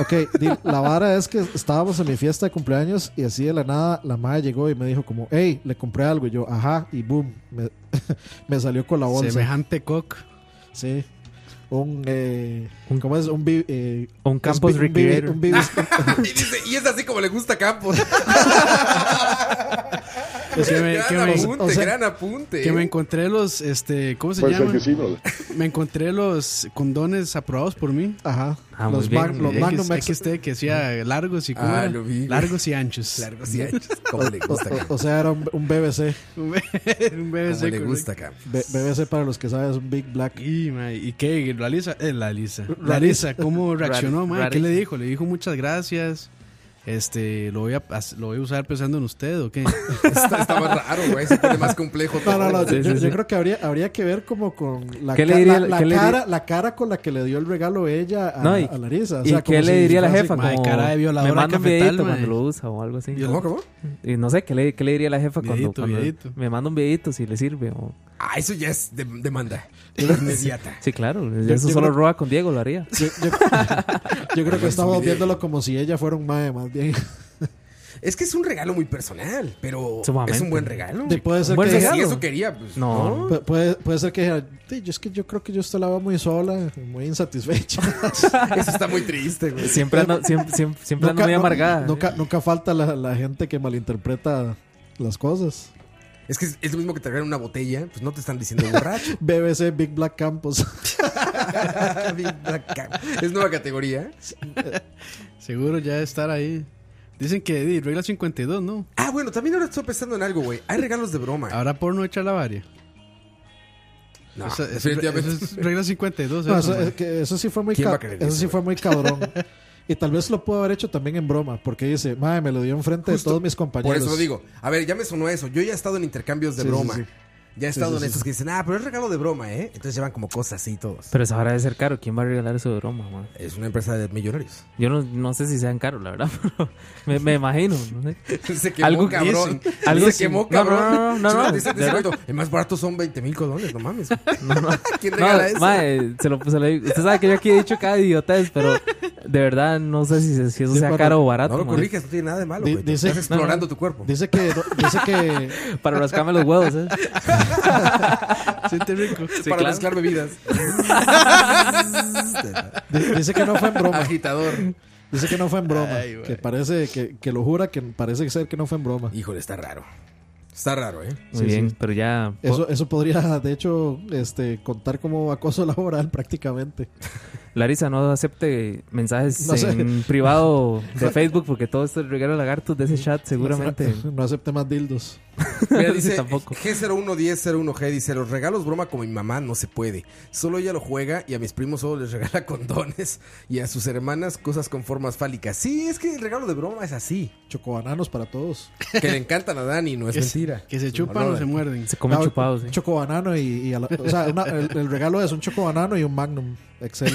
[SPEAKER 5] Ok, di- la vara es que estábamos en mi fiesta de cumpleaños y así de la nada la madre llegó y me dijo como, hey, le compré algo. Y yo, ajá, y boom, me, me salió con la bolsa.
[SPEAKER 4] Semejante cock.
[SPEAKER 5] Sí. Un, eh, ¿cómo es? Un, bi- eh,
[SPEAKER 6] Un Campos
[SPEAKER 5] es bi- un bi-
[SPEAKER 6] Recreator.
[SPEAKER 5] un bi-
[SPEAKER 3] Y, dice, y es así como le gusta a Campos.
[SPEAKER 4] Es que me-
[SPEAKER 3] gran
[SPEAKER 4] que me-
[SPEAKER 3] apunte,
[SPEAKER 4] o sea,
[SPEAKER 3] gran apunte. ¿eh?
[SPEAKER 4] Que me encontré los, este, ¿cómo se
[SPEAKER 14] Puede ser
[SPEAKER 4] llama?
[SPEAKER 14] que sí, brother.
[SPEAKER 4] Me encontré los condones aprobados por mí.
[SPEAKER 5] Ajá.
[SPEAKER 6] Ah, muy
[SPEAKER 5] los
[SPEAKER 6] bien,
[SPEAKER 5] mag-
[SPEAKER 6] muy
[SPEAKER 5] los
[SPEAKER 6] bien.
[SPEAKER 5] Magnum
[SPEAKER 4] X- XT que decía largos y ¿cómo
[SPEAKER 3] Ah,
[SPEAKER 4] era?
[SPEAKER 3] lo vi, güey.
[SPEAKER 4] largos y anchos.
[SPEAKER 3] Largos y anchos. Como le
[SPEAKER 5] O,
[SPEAKER 3] gusta a
[SPEAKER 5] o-
[SPEAKER 3] Campos.
[SPEAKER 5] o sea, era un, un BBC.
[SPEAKER 4] un bebé, un bebé
[SPEAKER 3] Como le
[SPEAKER 4] seco,
[SPEAKER 3] gusta a
[SPEAKER 4] güey.
[SPEAKER 3] Campos.
[SPEAKER 5] B- BBC para los que saben es un Big Black.
[SPEAKER 4] Y, mae, ¿y qué? La Lisa, eh, la Lisa. La
[SPEAKER 5] Rarisa.
[SPEAKER 4] Lisa, ¿cómo reaccionó, mae? ¿Qué
[SPEAKER 6] rarisa.
[SPEAKER 4] le dijo? Le dijo muchas gracias. Este, lo voy a as- lo voy a usar pensando en usted o qué?
[SPEAKER 3] Está, está más raro, güey. Se pone más complejo.
[SPEAKER 5] No, no, no.
[SPEAKER 3] todo.
[SPEAKER 5] yo, yo- yo creo que habría, habría que ver como con la,
[SPEAKER 6] ¿Qué le
[SPEAKER 5] ca-
[SPEAKER 6] diría-
[SPEAKER 5] la- la
[SPEAKER 6] qué le
[SPEAKER 5] cara,
[SPEAKER 6] diría-
[SPEAKER 5] la cara con la que le dio el regalo ella a,
[SPEAKER 6] No, y-
[SPEAKER 5] a Larisa. O
[SPEAKER 6] ¿Y
[SPEAKER 5] sea, como
[SPEAKER 6] qué
[SPEAKER 5] si
[SPEAKER 6] le diría la
[SPEAKER 5] fuese-
[SPEAKER 6] jefa?
[SPEAKER 4] mae,
[SPEAKER 6] Como,
[SPEAKER 4] cara de violadora
[SPEAKER 6] me manda un
[SPEAKER 4] cafetal,
[SPEAKER 6] videito
[SPEAKER 4] mae.
[SPEAKER 6] cuando lo usa o algo así.
[SPEAKER 3] ¿Cómo, cómo?
[SPEAKER 6] Y no sé, ¿qué le, qué le diría la jefa
[SPEAKER 4] Videíto,
[SPEAKER 6] cuando, cuando
[SPEAKER 4] videíto.
[SPEAKER 6] me manda un videito si le sirve? o-
[SPEAKER 3] Ah, eso ya es de- demanda. Inmediata.
[SPEAKER 6] Sí, claro.
[SPEAKER 5] yo
[SPEAKER 6] eso solo
[SPEAKER 5] creo-
[SPEAKER 6] Roa con Diego lo haría.
[SPEAKER 5] Yo, yo- yo creo que estamos viéndolo como si ella fuera un mae, más bien.
[SPEAKER 3] Es que es un regalo muy personal, pero
[SPEAKER 6] Sumamente.
[SPEAKER 3] es un buen regalo.
[SPEAKER 5] Sí, puede ser
[SPEAKER 6] buen
[SPEAKER 5] que
[SPEAKER 3] Si
[SPEAKER 6] regalo.
[SPEAKER 3] eso quería, pues.
[SPEAKER 6] No.
[SPEAKER 5] Pu- puede, puede ser que dijera, "Sí, yo es que yo creo que yo usted la va muy sola, muy insatisfecha.
[SPEAKER 3] Eso está muy triste, güey.
[SPEAKER 6] Siempre ando, siempre, siempre, siempre ando muy
[SPEAKER 5] nu-
[SPEAKER 6] amargada.
[SPEAKER 5] Nunca, nunca falta la, la gente que malinterpreta las cosas.
[SPEAKER 3] Es que es, es lo mismo que te regalan una botella, pues no te están diciendo borracho.
[SPEAKER 5] BBC Big Black Campos.
[SPEAKER 3] es nueva categoría.
[SPEAKER 4] Seguro ya de estar ahí. Dicen que di, regla 52, ¿no?
[SPEAKER 3] Ah, bueno, también ahora estoy pensando en algo, güey. Hay regalos de broma.
[SPEAKER 4] Ahora porno echa la varia.
[SPEAKER 3] no,
[SPEAKER 4] Esa- esa-
[SPEAKER 3] definitivamente.
[SPEAKER 4] esa es regla 52.
[SPEAKER 5] No,
[SPEAKER 4] eso,
[SPEAKER 5] eso,
[SPEAKER 4] mae.
[SPEAKER 5] es que eso sí fue muy
[SPEAKER 3] ¿Quién va
[SPEAKER 5] ca-
[SPEAKER 3] a creer
[SPEAKER 5] eso
[SPEAKER 3] eso,
[SPEAKER 5] sí fue muy cabrón. Y tal vez lo puedo haber hecho también en broma, porque dice, madre, me lo dio enfrente de
[SPEAKER 3] Justo.
[SPEAKER 5] todos mis compañeros.
[SPEAKER 3] Por eso lo digo. A ver, ya me sonó eso. Yo ya he estado en intercambios de
[SPEAKER 5] Sí, sí,
[SPEAKER 3] broma.
[SPEAKER 5] sí.
[SPEAKER 3] Ya he estado
[SPEAKER 5] sí,
[SPEAKER 3] en
[SPEAKER 5] sí,
[SPEAKER 3] esos
[SPEAKER 5] sí.
[SPEAKER 3] que dicen, ah, pero es regalo de broma, ¿eh? Entonces llevan como cosas así todos.
[SPEAKER 6] Pero eso ahora debe ser caro. ¿Quién va a regalar eso de broma, man?
[SPEAKER 3] Es una empresa de millonarios.
[SPEAKER 6] Yo no, no sé si sean caros, la verdad. pero me, me imagino. no sé.
[SPEAKER 3] Se quemó
[SPEAKER 6] Algo-
[SPEAKER 3] cabrón.
[SPEAKER 6] dicen, algo
[SPEAKER 3] se
[SPEAKER 6] sin-
[SPEAKER 3] quemó
[SPEAKER 6] no,
[SPEAKER 3] cabrón.
[SPEAKER 6] no, no, no, no, no.
[SPEAKER 3] Dice- dice
[SPEAKER 6] De verdad.
[SPEAKER 3] Beto, el más barato son 20 mil colones, no mames. ¿Quién
[SPEAKER 6] No,
[SPEAKER 3] regala eso?
[SPEAKER 6] mae, se lo, se lo digo. Usted sabe que yo aquí he dicho cada idiotez, pero de verdad no sé si, si eso
[SPEAKER 5] Sí,
[SPEAKER 6] sea
[SPEAKER 5] para-
[SPEAKER 6] caro o barato.
[SPEAKER 3] No lo
[SPEAKER 6] mae.
[SPEAKER 3] corriges, no tiene nada de malo,
[SPEAKER 5] Di-
[SPEAKER 3] güey.
[SPEAKER 5] dice-
[SPEAKER 3] Estás explorando tu cuerpo.
[SPEAKER 5] Dice que, dice que
[SPEAKER 6] Para rascarme los huevos, ¿eh?
[SPEAKER 4] Siente rico.
[SPEAKER 3] para
[SPEAKER 6] claro.
[SPEAKER 3] mezclar bebidas.
[SPEAKER 5] di- dice que no fue en broma.
[SPEAKER 3] Agitador.
[SPEAKER 5] Dice que no fue en broma.
[SPEAKER 4] Ay, güey.
[SPEAKER 5] que parece que, que lo jura que parece ser que no fue en broma.
[SPEAKER 3] Híjole, está raro. Está raro, ¿eh?
[SPEAKER 6] Muy
[SPEAKER 5] Sí,
[SPEAKER 6] bien,
[SPEAKER 5] sí.
[SPEAKER 6] pero ya.
[SPEAKER 5] Eso, eso podría, de hecho, este, contar como acoso laboral prácticamente.
[SPEAKER 6] Larisa, no acepte mensajes
[SPEAKER 5] No sé.
[SPEAKER 6] en privado de Facebook porque todo este regalo lagartos de ese chat seguramente.
[SPEAKER 5] No acepte más dildos.
[SPEAKER 3] Mira, dice G011001G, dice, los regalos broma como mi mamá no se puede. Solo ella lo juega y a mis primos solo les regala condones y a sus hermanas cosas con formas fálicas. Sí, es que el regalo de broma es así.
[SPEAKER 5] Chocobananos para todos.
[SPEAKER 3] Que le encantan a Dani, no es
[SPEAKER 5] Que se-
[SPEAKER 3] mentira.
[SPEAKER 4] que se chupan o se muerden. Se
[SPEAKER 5] No, un Chocobanano y, y a la- o sea, una- el, el regalo es un chocobanano y un Magnum Excel.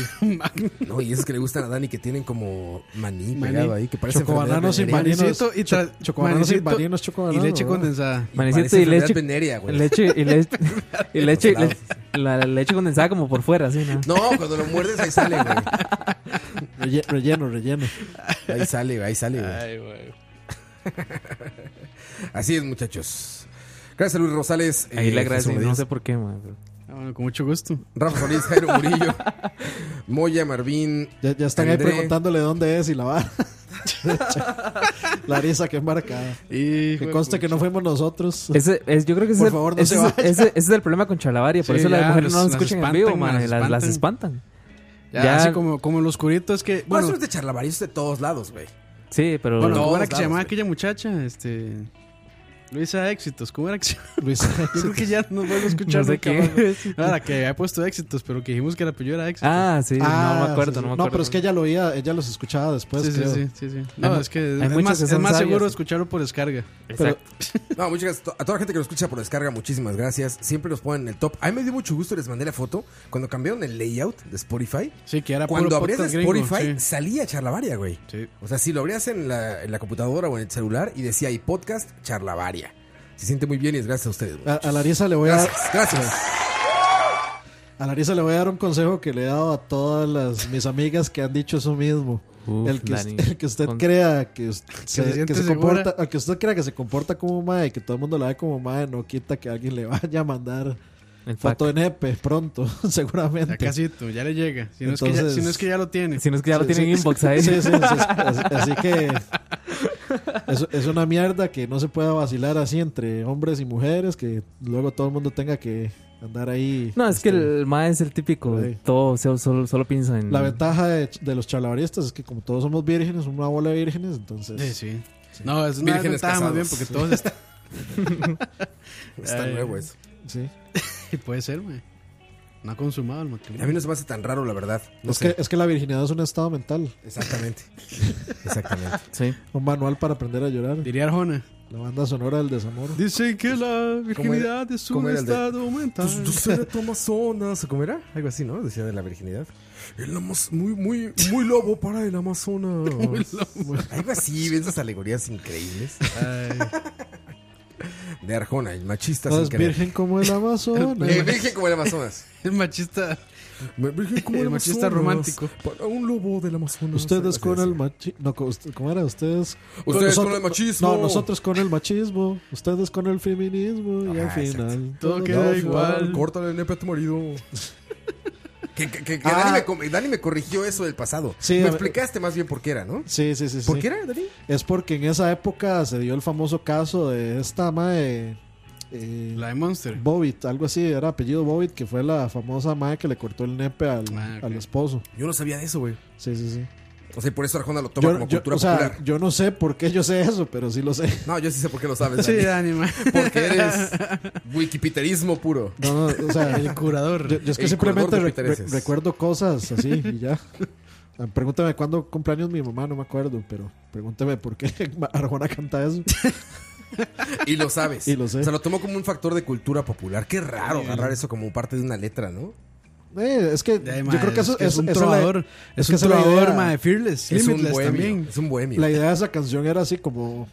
[SPEAKER 3] No, y esos que le gustan a Dani que tienen como maní,
[SPEAKER 5] Maní.
[SPEAKER 3] pegado ahí, que parece
[SPEAKER 5] Chocobananos
[SPEAKER 3] enfermedad
[SPEAKER 5] sin
[SPEAKER 3] venérea.
[SPEAKER 5] maninos. Manicito y tra- Cho- chocobananos sin
[SPEAKER 3] Manicito
[SPEAKER 5] maninos, chocobananos, y leche ¿verdad? condensada.
[SPEAKER 6] Manecito
[SPEAKER 3] "Ah, parece
[SPEAKER 6] y leche.
[SPEAKER 3] enfermedad venérea, güey.
[SPEAKER 6] Leche y leche. y leche,
[SPEAKER 3] Los helados.
[SPEAKER 6] le- la, la leche condensada como por fuera, así, ¿no?
[SPEAKER 3] No, cuando lo muerdes ahí sale, güey.
[SPEAKER 5] relleno, relleno.
[SPEAKER 3] Ahí sale, güey, ahí sale, güey. Así es, muchachos. Gracias a Luis Rosales.
[SPEAKER 6] Ahí
[SPEAKER 3] eh,
[SPEAKER 6] le agradezco,
[SPEAKER 3] Jesús
[SPEAKER 6] no
[SPEAKER 3] Medina.
[SPEAKER 6] sé por qué, man. pero-
[SPEAKER 4] Ah, con mucho gusto.
[SPEAKER 3] Rafa Solís, Jairo Murillo, Moya, Marvin.
[SPEAKER 5] Ya, ya están ahí
[SPEAKER 3] André.
[SPEAKER 5] preguntándole dónde es y la vara. Larisa, qué embarcada. que conste que no fuimos nosotros.
[SPEAKER 6] Ese, es, yo creo que ese,
[SPEAKER 5] Por
[SPEAKER 6] es el-
[SPEAKER 5] favor, no
[SPEAKER 6] ese
[SPEAKER 5] se
[SPEAKER 6] es-
[SPEAKER 5] vayan.
[SPEAKER 6] ese- ese es el problema con Chalabaria. Por
[SPEAKER 4] Sí,
[SPEAKER 6] eso las
[SPEAKER 4] ya,
[SPEAKER 6] mujeres no
[SPEAKER 4] los-
[SPEAKER 6] nos
[SPEAKER 4] las
[SPEAKER 6] escuchan en
[SPEAKER 4] espantan,
[SPEAKER 6] vivo, man.
[SPEAKER 4] las
[SPEAKER 6] Las, las
[SPEAKER 4] espantan.
[SPEAKER 6] espantan.
[SPEAKER 4] Ya, así como, como los curitos que.
[SPEAKER 3] Bueno,
[SPEAKER 4] Bueno,
[SPEAKER 3] eso es de charlavarios de todos lados, güey.
[SPEAKER 6] Sí, pero.
[SPEAKER 4] bueno, ¿cómo
[SPEAKER 3] todos
[SPEAKER 4] era que se
[SPEAKER 3] lados,
[SPEAKER 4] llamaba
[SPEAKER 3] güey.
[SPEAKER 4] aquella muchacha? Este. Luisa Éxitos, ¿cómo era que se llamaba?
[SPEAKER 5] Luisa
[SPEAKER 4] Yo creo que ya no vuelvo a escuchar
[SPEAKER 6] No sé
[SPEAKER 4] nunca
[SPEAKER 6] qué
[SPEAKER 4] más, güey.
[SPEAKER 6] es.
[SPEAKER 4] No, la que había puesto éxitos, pero que dijimos que el apellido era éxitos.
[SPEAKER 6] Ah, sí, no me acuerdo,
[SPEAKER 5] sí, sí.
[SPEAKER 6] no me
[SPEAKER 5] pero
[SPEAKER 6] acuerdo.
[SPEAKER 5] es que ella lo oía, ella los escuchaba después.
[SPEAKER 4] Sí, sí,
[SPEAKER 5] creo.
[SPEAKER 4] sí, sí, sí. No,
[SPEAKER 5] Hay
[SPEAKER 4] es que
[SPEAKER 5] mu-
[SPEAKER 4] es más, es más seguro
[SPEAKER 5] sabias.
[SPEAKER 4] escucharlo por descarga.
[SPEAKER 5] Pero-
[SPEAKER 3] No, muchas gracias. A toda la gente que nos escucha por descarga, muchísimas gracias. Siempre los ponen en el top. A mí me dio mucho gusto, les mandé la foto. Cuando cambiaron el layout de Spotify,
[SPEAKER 4] Sí, que era
[SPEAKER 3] cuando
[SPEAKER 4] puro
[SPEAKER 3] abrías
[SPEAKER 4] podcast gringo,
[SPEAKER 3] Spotify,
[SPEAKER 4] sí.
[SPEAKER 3] salía charlavaria, güey.
[SPEAKER 4] Sí.
[SPEAKER 3] O sea, si lo abrías en la, en la computadora o en el celular y decía ahí podcast, charlavaria. Se siente muy bien y es gracias a ustedes.
[SPEAKER 5] A, a Larisa le voy a
[SPEAKER 3] Gracias, gracias.
[SPEAKER 5] a Larisa le voy a dar un consejo que le he dado a todas las, mis amigas que han dicho eso mismo.
[SPEAKER 6] Uf,
[SPEAKER 5] el, que,
[SPEAKER 6] Dani.
[SPEAKER 5] el que usted
[SPEAKER 6] Con-
[SPEAKER 5] crea que, us-
[SPEAKER 4] se
[SPEAKER 5] se,
[SPEAKER 4] siente
[SPEAKER 5] que se
[SPEAKER 4] segura.
[SPEAKER 5] comporta, al que usted crea que se comporta como mae, que todo el mundo la ve como mae, no quita que alguien le vaya a mandar
[SPEAKER 6] El
[SPEAKER 5] foto de nepe pronto, seguramente.
[SPEAKER 4] Ya casito, ya le llega. Si no, es, que ya,
[SPEAKER 5] Entonces-
[SPEAKER 4] si no es que ya lo tiene.
[SPEAKER 6] Si no es que ya lo
[SPEAKER 5] Sí,
[SPEAKER 6] tienen
[SPEAKER 5] sí,
[SPEAKER 6] inbox ahí.
[SPEAKER 5] sí, sí, sí, sí. Así, así que es, es una mierda que no se pueda vacilar así entre hombres y mujeres, que luego todo el mundo tenga que andar ahí.
[SPEAKER 6] No, es que
[SPEAKER 5] este,
[SPEAKER 6] el MAE es el típico.
[SPEAKER 5] Sí.
[SPEAKER 6] Todo, o sea, solo, solo piensa en.
[SPEAKER 5] La ventaja de, de los chalabaristas es que como todos somos vírgenes, una bola de vírgenes, entonces...
[SPEAKER 4] Sí, sí. No, es una
[SPEAKER 3] Vírgenes
[SPEAKER 4] desventaja más bien
[SPEAKER 3] casados.
[SPEAKER 4] porque todos están.
[SPEAKER 3] Está
[SPEAKER 4] Ay.
[SPEAKER 3] nuevo eso.
[SPEAKER 5] Sí.
[SPEAKER 4] Y puede ser, güey. No ha consumado el
[SPEAKER 3] A mí
[SPEAKER 4] matrimonio.
[SPEAKER 3] no se me hace tan raro, la verdad. No
[SPEAKER 5] es,
[SPEAKER 3] sé.
[SPEAKER 5] que, es que la virginidad es un estado mental.
[SPEAKER 3] Exactamente. Exactamente.
[SPEAKER 6] Sí.
[SPEAKER 5] Un manual para aprender a llorar.
[SPEAKER 4] Diría Arjona.
[SPEAKER 5] La banda sonora del desamor.
[SPEAKER 4] Dicen que la virginidad
[SPEAKER 3] Pues, era-
[SPEAKER 4] es un
[SPEAKER 3] cómo era el de-
[SPEAKER 4] estado mental.
[SPEAKER 3] Tú, tú serás tu Amazonas, ¿o ¿cómo era? Algo así, ¿no? Decía de la virginidad. El Amaz- muy, muy, muy lobo para el Amazonas. Algo así, ven esas alegorías increíbles.
[SPEAKER 4] Ay,
[SPEAKER 3] De Arjona, el machista
[SPEAKER 5] No
[SPEAKER 3] sin
[SPEAKER 5] es
[SPEAKER 3] querer.
[SPEAKER 5] virgen como el Amazonas.
[SPEAKER 3] Eh, virgen como el Amazonas.
[SPEAKER 4] el machista.
[SPEAKER 3] Me- Virgen como el,
[SPEAKER 4] El machista
[SPEAKER 3] Amazonas,
[SPEAKER 4] romántico.
[SPEAKER 3] Para un lobo del Amazonas. Algo
[SPEAKER 5] Ustedes
[SPEAKER 3] así
[SPEAKER 5] con
[SPEAKER 3] decía.
[SPEAKER 5] el machismo. No, con usted- ¿Cómo era? Ustedes,
[SPEAKER 3] Ustedes con el machismo.
[SPEAKER 5] No, nosotros con el machismo. Ustedes con el feminismo. y
[SPEAKER 3] Ajá,
[SPEAKER 5] al final.
[SPEAKER 4] Todo
[SPEAKER 5] todos
[SPEAKER 4] queda
[SPEAKER 5] vamos a-
[SPEAKER 4] igual.
[SPEAKER 3] Córtale el nepe a tu marido. que que- que- que
[SPEAKER 5] Ah.
[SPEAKER 3] Dani, me, com- Dani me corrigió eso del pasado.
[SPEAKER 5] Sí, a
[SPEAKER 3] me
[SPEAKER 5] ver.
[SPEAKER 3] explicaste más bien por qué era, ¿no?
[SPEAKER 5] Sí, sí, sí.
[SPEAKER 3] ¿Por
[SPEAKER 5] sí.
[SPEAKER 3] qué era, Dani?
[SPEAKER 5] Es porque en esa época se dio el famoso caso de esta mae. eh,
[SPEAKER 4] La de Monster.
[SPEAKER 5] Bobbitt, algo así, era apellido Bobbitt, que fue la famosa mae que le cortó el nepe al,
[SPEAKER 4] Ah, ok.
[SPEAKER 5] al esposo.
[SPEAKER 3] Yo no sabía de eso, güey.
[SPEAKER 5] Sí, sí, sí.
[SPEAKER 3] O sea, y por eso Arjona lo toma
[SPEAKER 5] Yo-
[SPEAKER 3] como
[SPEAKER 5] yo-
[SPEAKER 3] cultura
[SPEAKER 5] o sea,
[SPEAKER 3] popular.
[SPEAKER 5] yo no sé por qué yo sé eso, pero sí lo sé.
[SPEAKER 3] No, yo sí sé por qué lo sabes,
[SPEAKER 4] Sí,
[SPEAKER 3] Dani.
[SPEAKER 4] ánima.
[SPEAKER 3] Porque eres wikipiterismo puro.
[SPEAKER 5] No, no, o sea,
[SPEAKER 4] El curador.
[SPEAKER 5] Yo, yo es que
[SPEAKER 3] El
[SPEAKER 5] simplemente
[SPEAKER 3] corredor de
[SPEAKER 5] re- re-
[SPEAKER 3] Petereses.
[SPEAKER 5] recuerdo cosas así y ya. Ah, Pregúntame cuándo cumpleaños mi mamá, no me acuerdo, pero pregúntame por qué Arjona canta eso.
[SPEAKER 3] Y lo sabes.
[SPEAKER 5] Y lo sé.
[SPEAKER 3] O sea, lo tomó como un factor de cultura popular. Qué raro agarrar eso como parte de una letra, ¿no?
[SPEAKER 5] Eh, es que
[SPEAKER 4] Ay,
[SPEAKER 5] yo
[SPEAKER 4] ma,
[SPEAKER 5] creo que eso
[SPEAKER 4] es, es un
[SPEAKER 5] esa la-
[SPEAKER 4] trovador. Es,
[SPEAKER 5] que
[SPEAKER 4] un
[SPEAKER 5] esa es la
[SPEAKER 4] trovador,
[SPEAKER 5] idea.
[SPEAKER 4] ma, de Fearless.
[SPEAKER 3] Es un
[SPEAKER 4] Limitless
[SPEAKER 3] bohemio.
[SPEAKER 4] también.
[SPEAKER 3] Es un bohemio.
[SPEAKER 5] La idea de esa canción era así como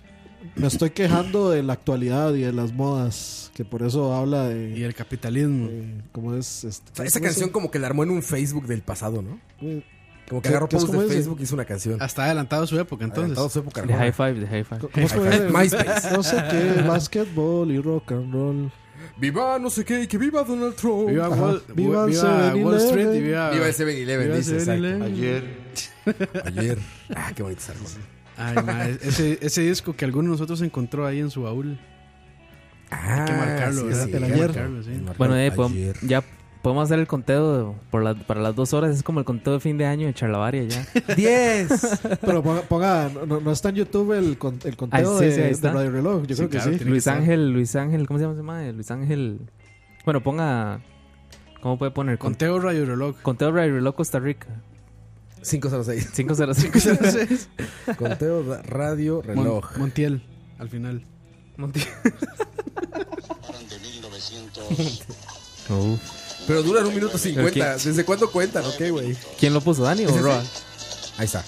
[SPEAKER 5] me estoy quejando de la actualidad y de las modas, que por eso habla
[SPEAKER 4] Y
[SPEAKER 5] de,
[SPEAKER 4] el capitalismo.
[SPEAKER 5] eh, cómo es este,
[SPEAKER 3] O sea, esa
[SPEAKER 5] ¿cómo
[SPEAKER 3] canción
[SPEAKER 5] se-
[SPEAKER 3] como que la armó en un Facebook del pasado, ¿no?
[SPEAKER 5] eh,
[SPEAKER 3] Como que
[SPEAKER 5] ¿Qué-
[SPEAKER 3] agarró
[SPEAKER 5] qué es
[SPEAKER 3] posts de
[SPEAKER 5] como ese?
[SPEAKER 3] Facebook y hizo una canción.
[SPEAKER 4] Hasta adelantado su época, entonces.
[SPEAKER 3] Adelantado su época,
[SPEAKER 6] De high
[SPEAKER 3] Arjona.
[SPEAKER 6] five, de high five.
[SPEAKER 5] ¿cómo se llama?
[SPEAKER 3] MySpace.
[SPEAKER 5] No sé qué, básquetbol y rock and roll.
[SPEAKER 3] Viva no sé qué y que viva Donald Trump.
[SPEAKER 4] Viva
[SPEAKER 5] Ajá.
[SPEAKER 4] Wall,
[SPEAKER 5] Viva
[SPEAKER 4] viva Wall
[SPEAKER 5] 7-Eleven.
[SPEAKER 4] Street y viva.
[SPEAKER 3] Viva el 7-Eleven,
[SPEAKER 4] Viva
[SPEAKER 3] dice,
[SPEAKER 4] 7-Eleven.
[SPEAKER 3] exacto.
[SPEAKER 8] Ayer.
[SPEAKER 3] Ayer. Ah, qué bonito Arjona.
[SPEAKER 4] Ay, ma, e-, ese, ese disco que alguno de nosotros encontró ahí en su baúl.
[SPEAKER 3] Ah,
[SPEAKER 4] Hay que marcarlo,
[SPEAKER 3] sí,
[SPEAKER 4] ¿verdad?
[SPEAKER 3] Ah, sí,
[SPEAKER 4] Hay
[SPEAKER 5] El
[SPEAKER 4] que
[SPEAKER 5] ayer.
[SPEAKER 4] marcarlo, sí.
[SPEAKER 3] Marcarlo
[SPEAKER 6] Bueno, eh,
[SPEAKER 3] ayer.
[SPEAKER 6] podemos- ya podemos hacer el conteo por la- para las dos horas. Es como el conteo de fin de año de Charlavaria ya.
[SPEAKER 3] ¡Diez!
[SPEAKER 5] Pero ponga, ponga- no, no está en YouTube el, con- el
[SPEAKER 6] Ahí
[SPEAKER 5] conteo
[SPEAKER 6] sí,
[SPEAKER 5] de,
[SPEAKER 6] sí, ahí está.
[SPEAKER 5] de Radio Reloj. Yo creo que
[SPEAKER 6] claro,
[SPEAKER 5] sí.
[SPEAKER 6] tiene Luis Ángel, Luis Ángel, ¿cómo se llama ese mae? Luis Ángel. Bueno, ponga. ¿Cómo puede poner?
[SPEAKER 4] Conteo Radio Reloj.
[SPEAKER 6] Conteo Radio Reloj Costa Rica.
[SPEAKER 3] 506.
[SPEAKER 6] 506.
[SPEAKER 3] Conteo da- radio reloj.
[SPEAKER 4] Mon- Montiel, al final.
[SPEAKER 6] Montiel.
[SPEAKER 3] Pero duran un minuto
[SPEAKER 6] ¿Pero
[SPEAKER 3] cincuenta.
[SPEAKER 6] quién?
[SPEAKER 3] ¿Desde cuándo cuentan? Ok, güey.
[SPEAKER 6] ¿Quién lo puso, Dani o
[SPEAKER 3] Ese
[SPEAKER 6] Roa?
[SPEAKER 3] sí. Ahí está.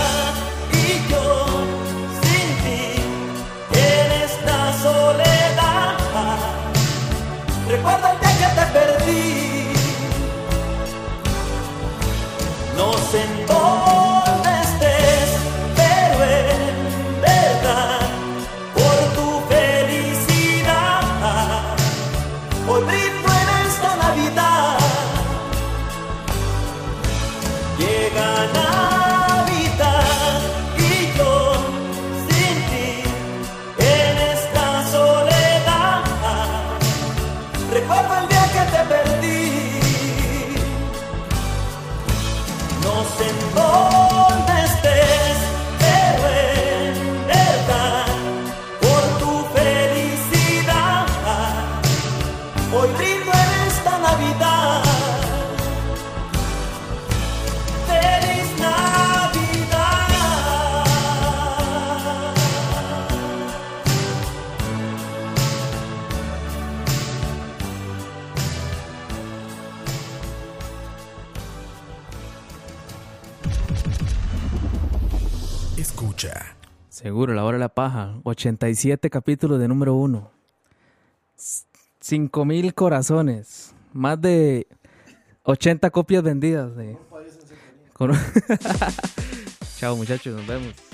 [SPEAKER 14] y yo sin ti en esta soledad. Recuerda el día que te perdí. No sé en dónde estés, pero en verdad, por tu felicidad, hoy brindo en esta Navidad. Llega Navidad y yo sin ti en esta soledad. Recuerdo el día que te perdí. No sé en dónde estés, pero en verdad, por tu felicidad, hoy brindo en esta Navidad. Feliz Navidad.
[SPEAKER 3] Escucha.
[SPEAKER 6] Seguro, la hora de la paja. 87 capítulos de número 1. 5000 corazones. Más de 80 copias vendidas. de- Con- Chao, muchachos, nos vemos.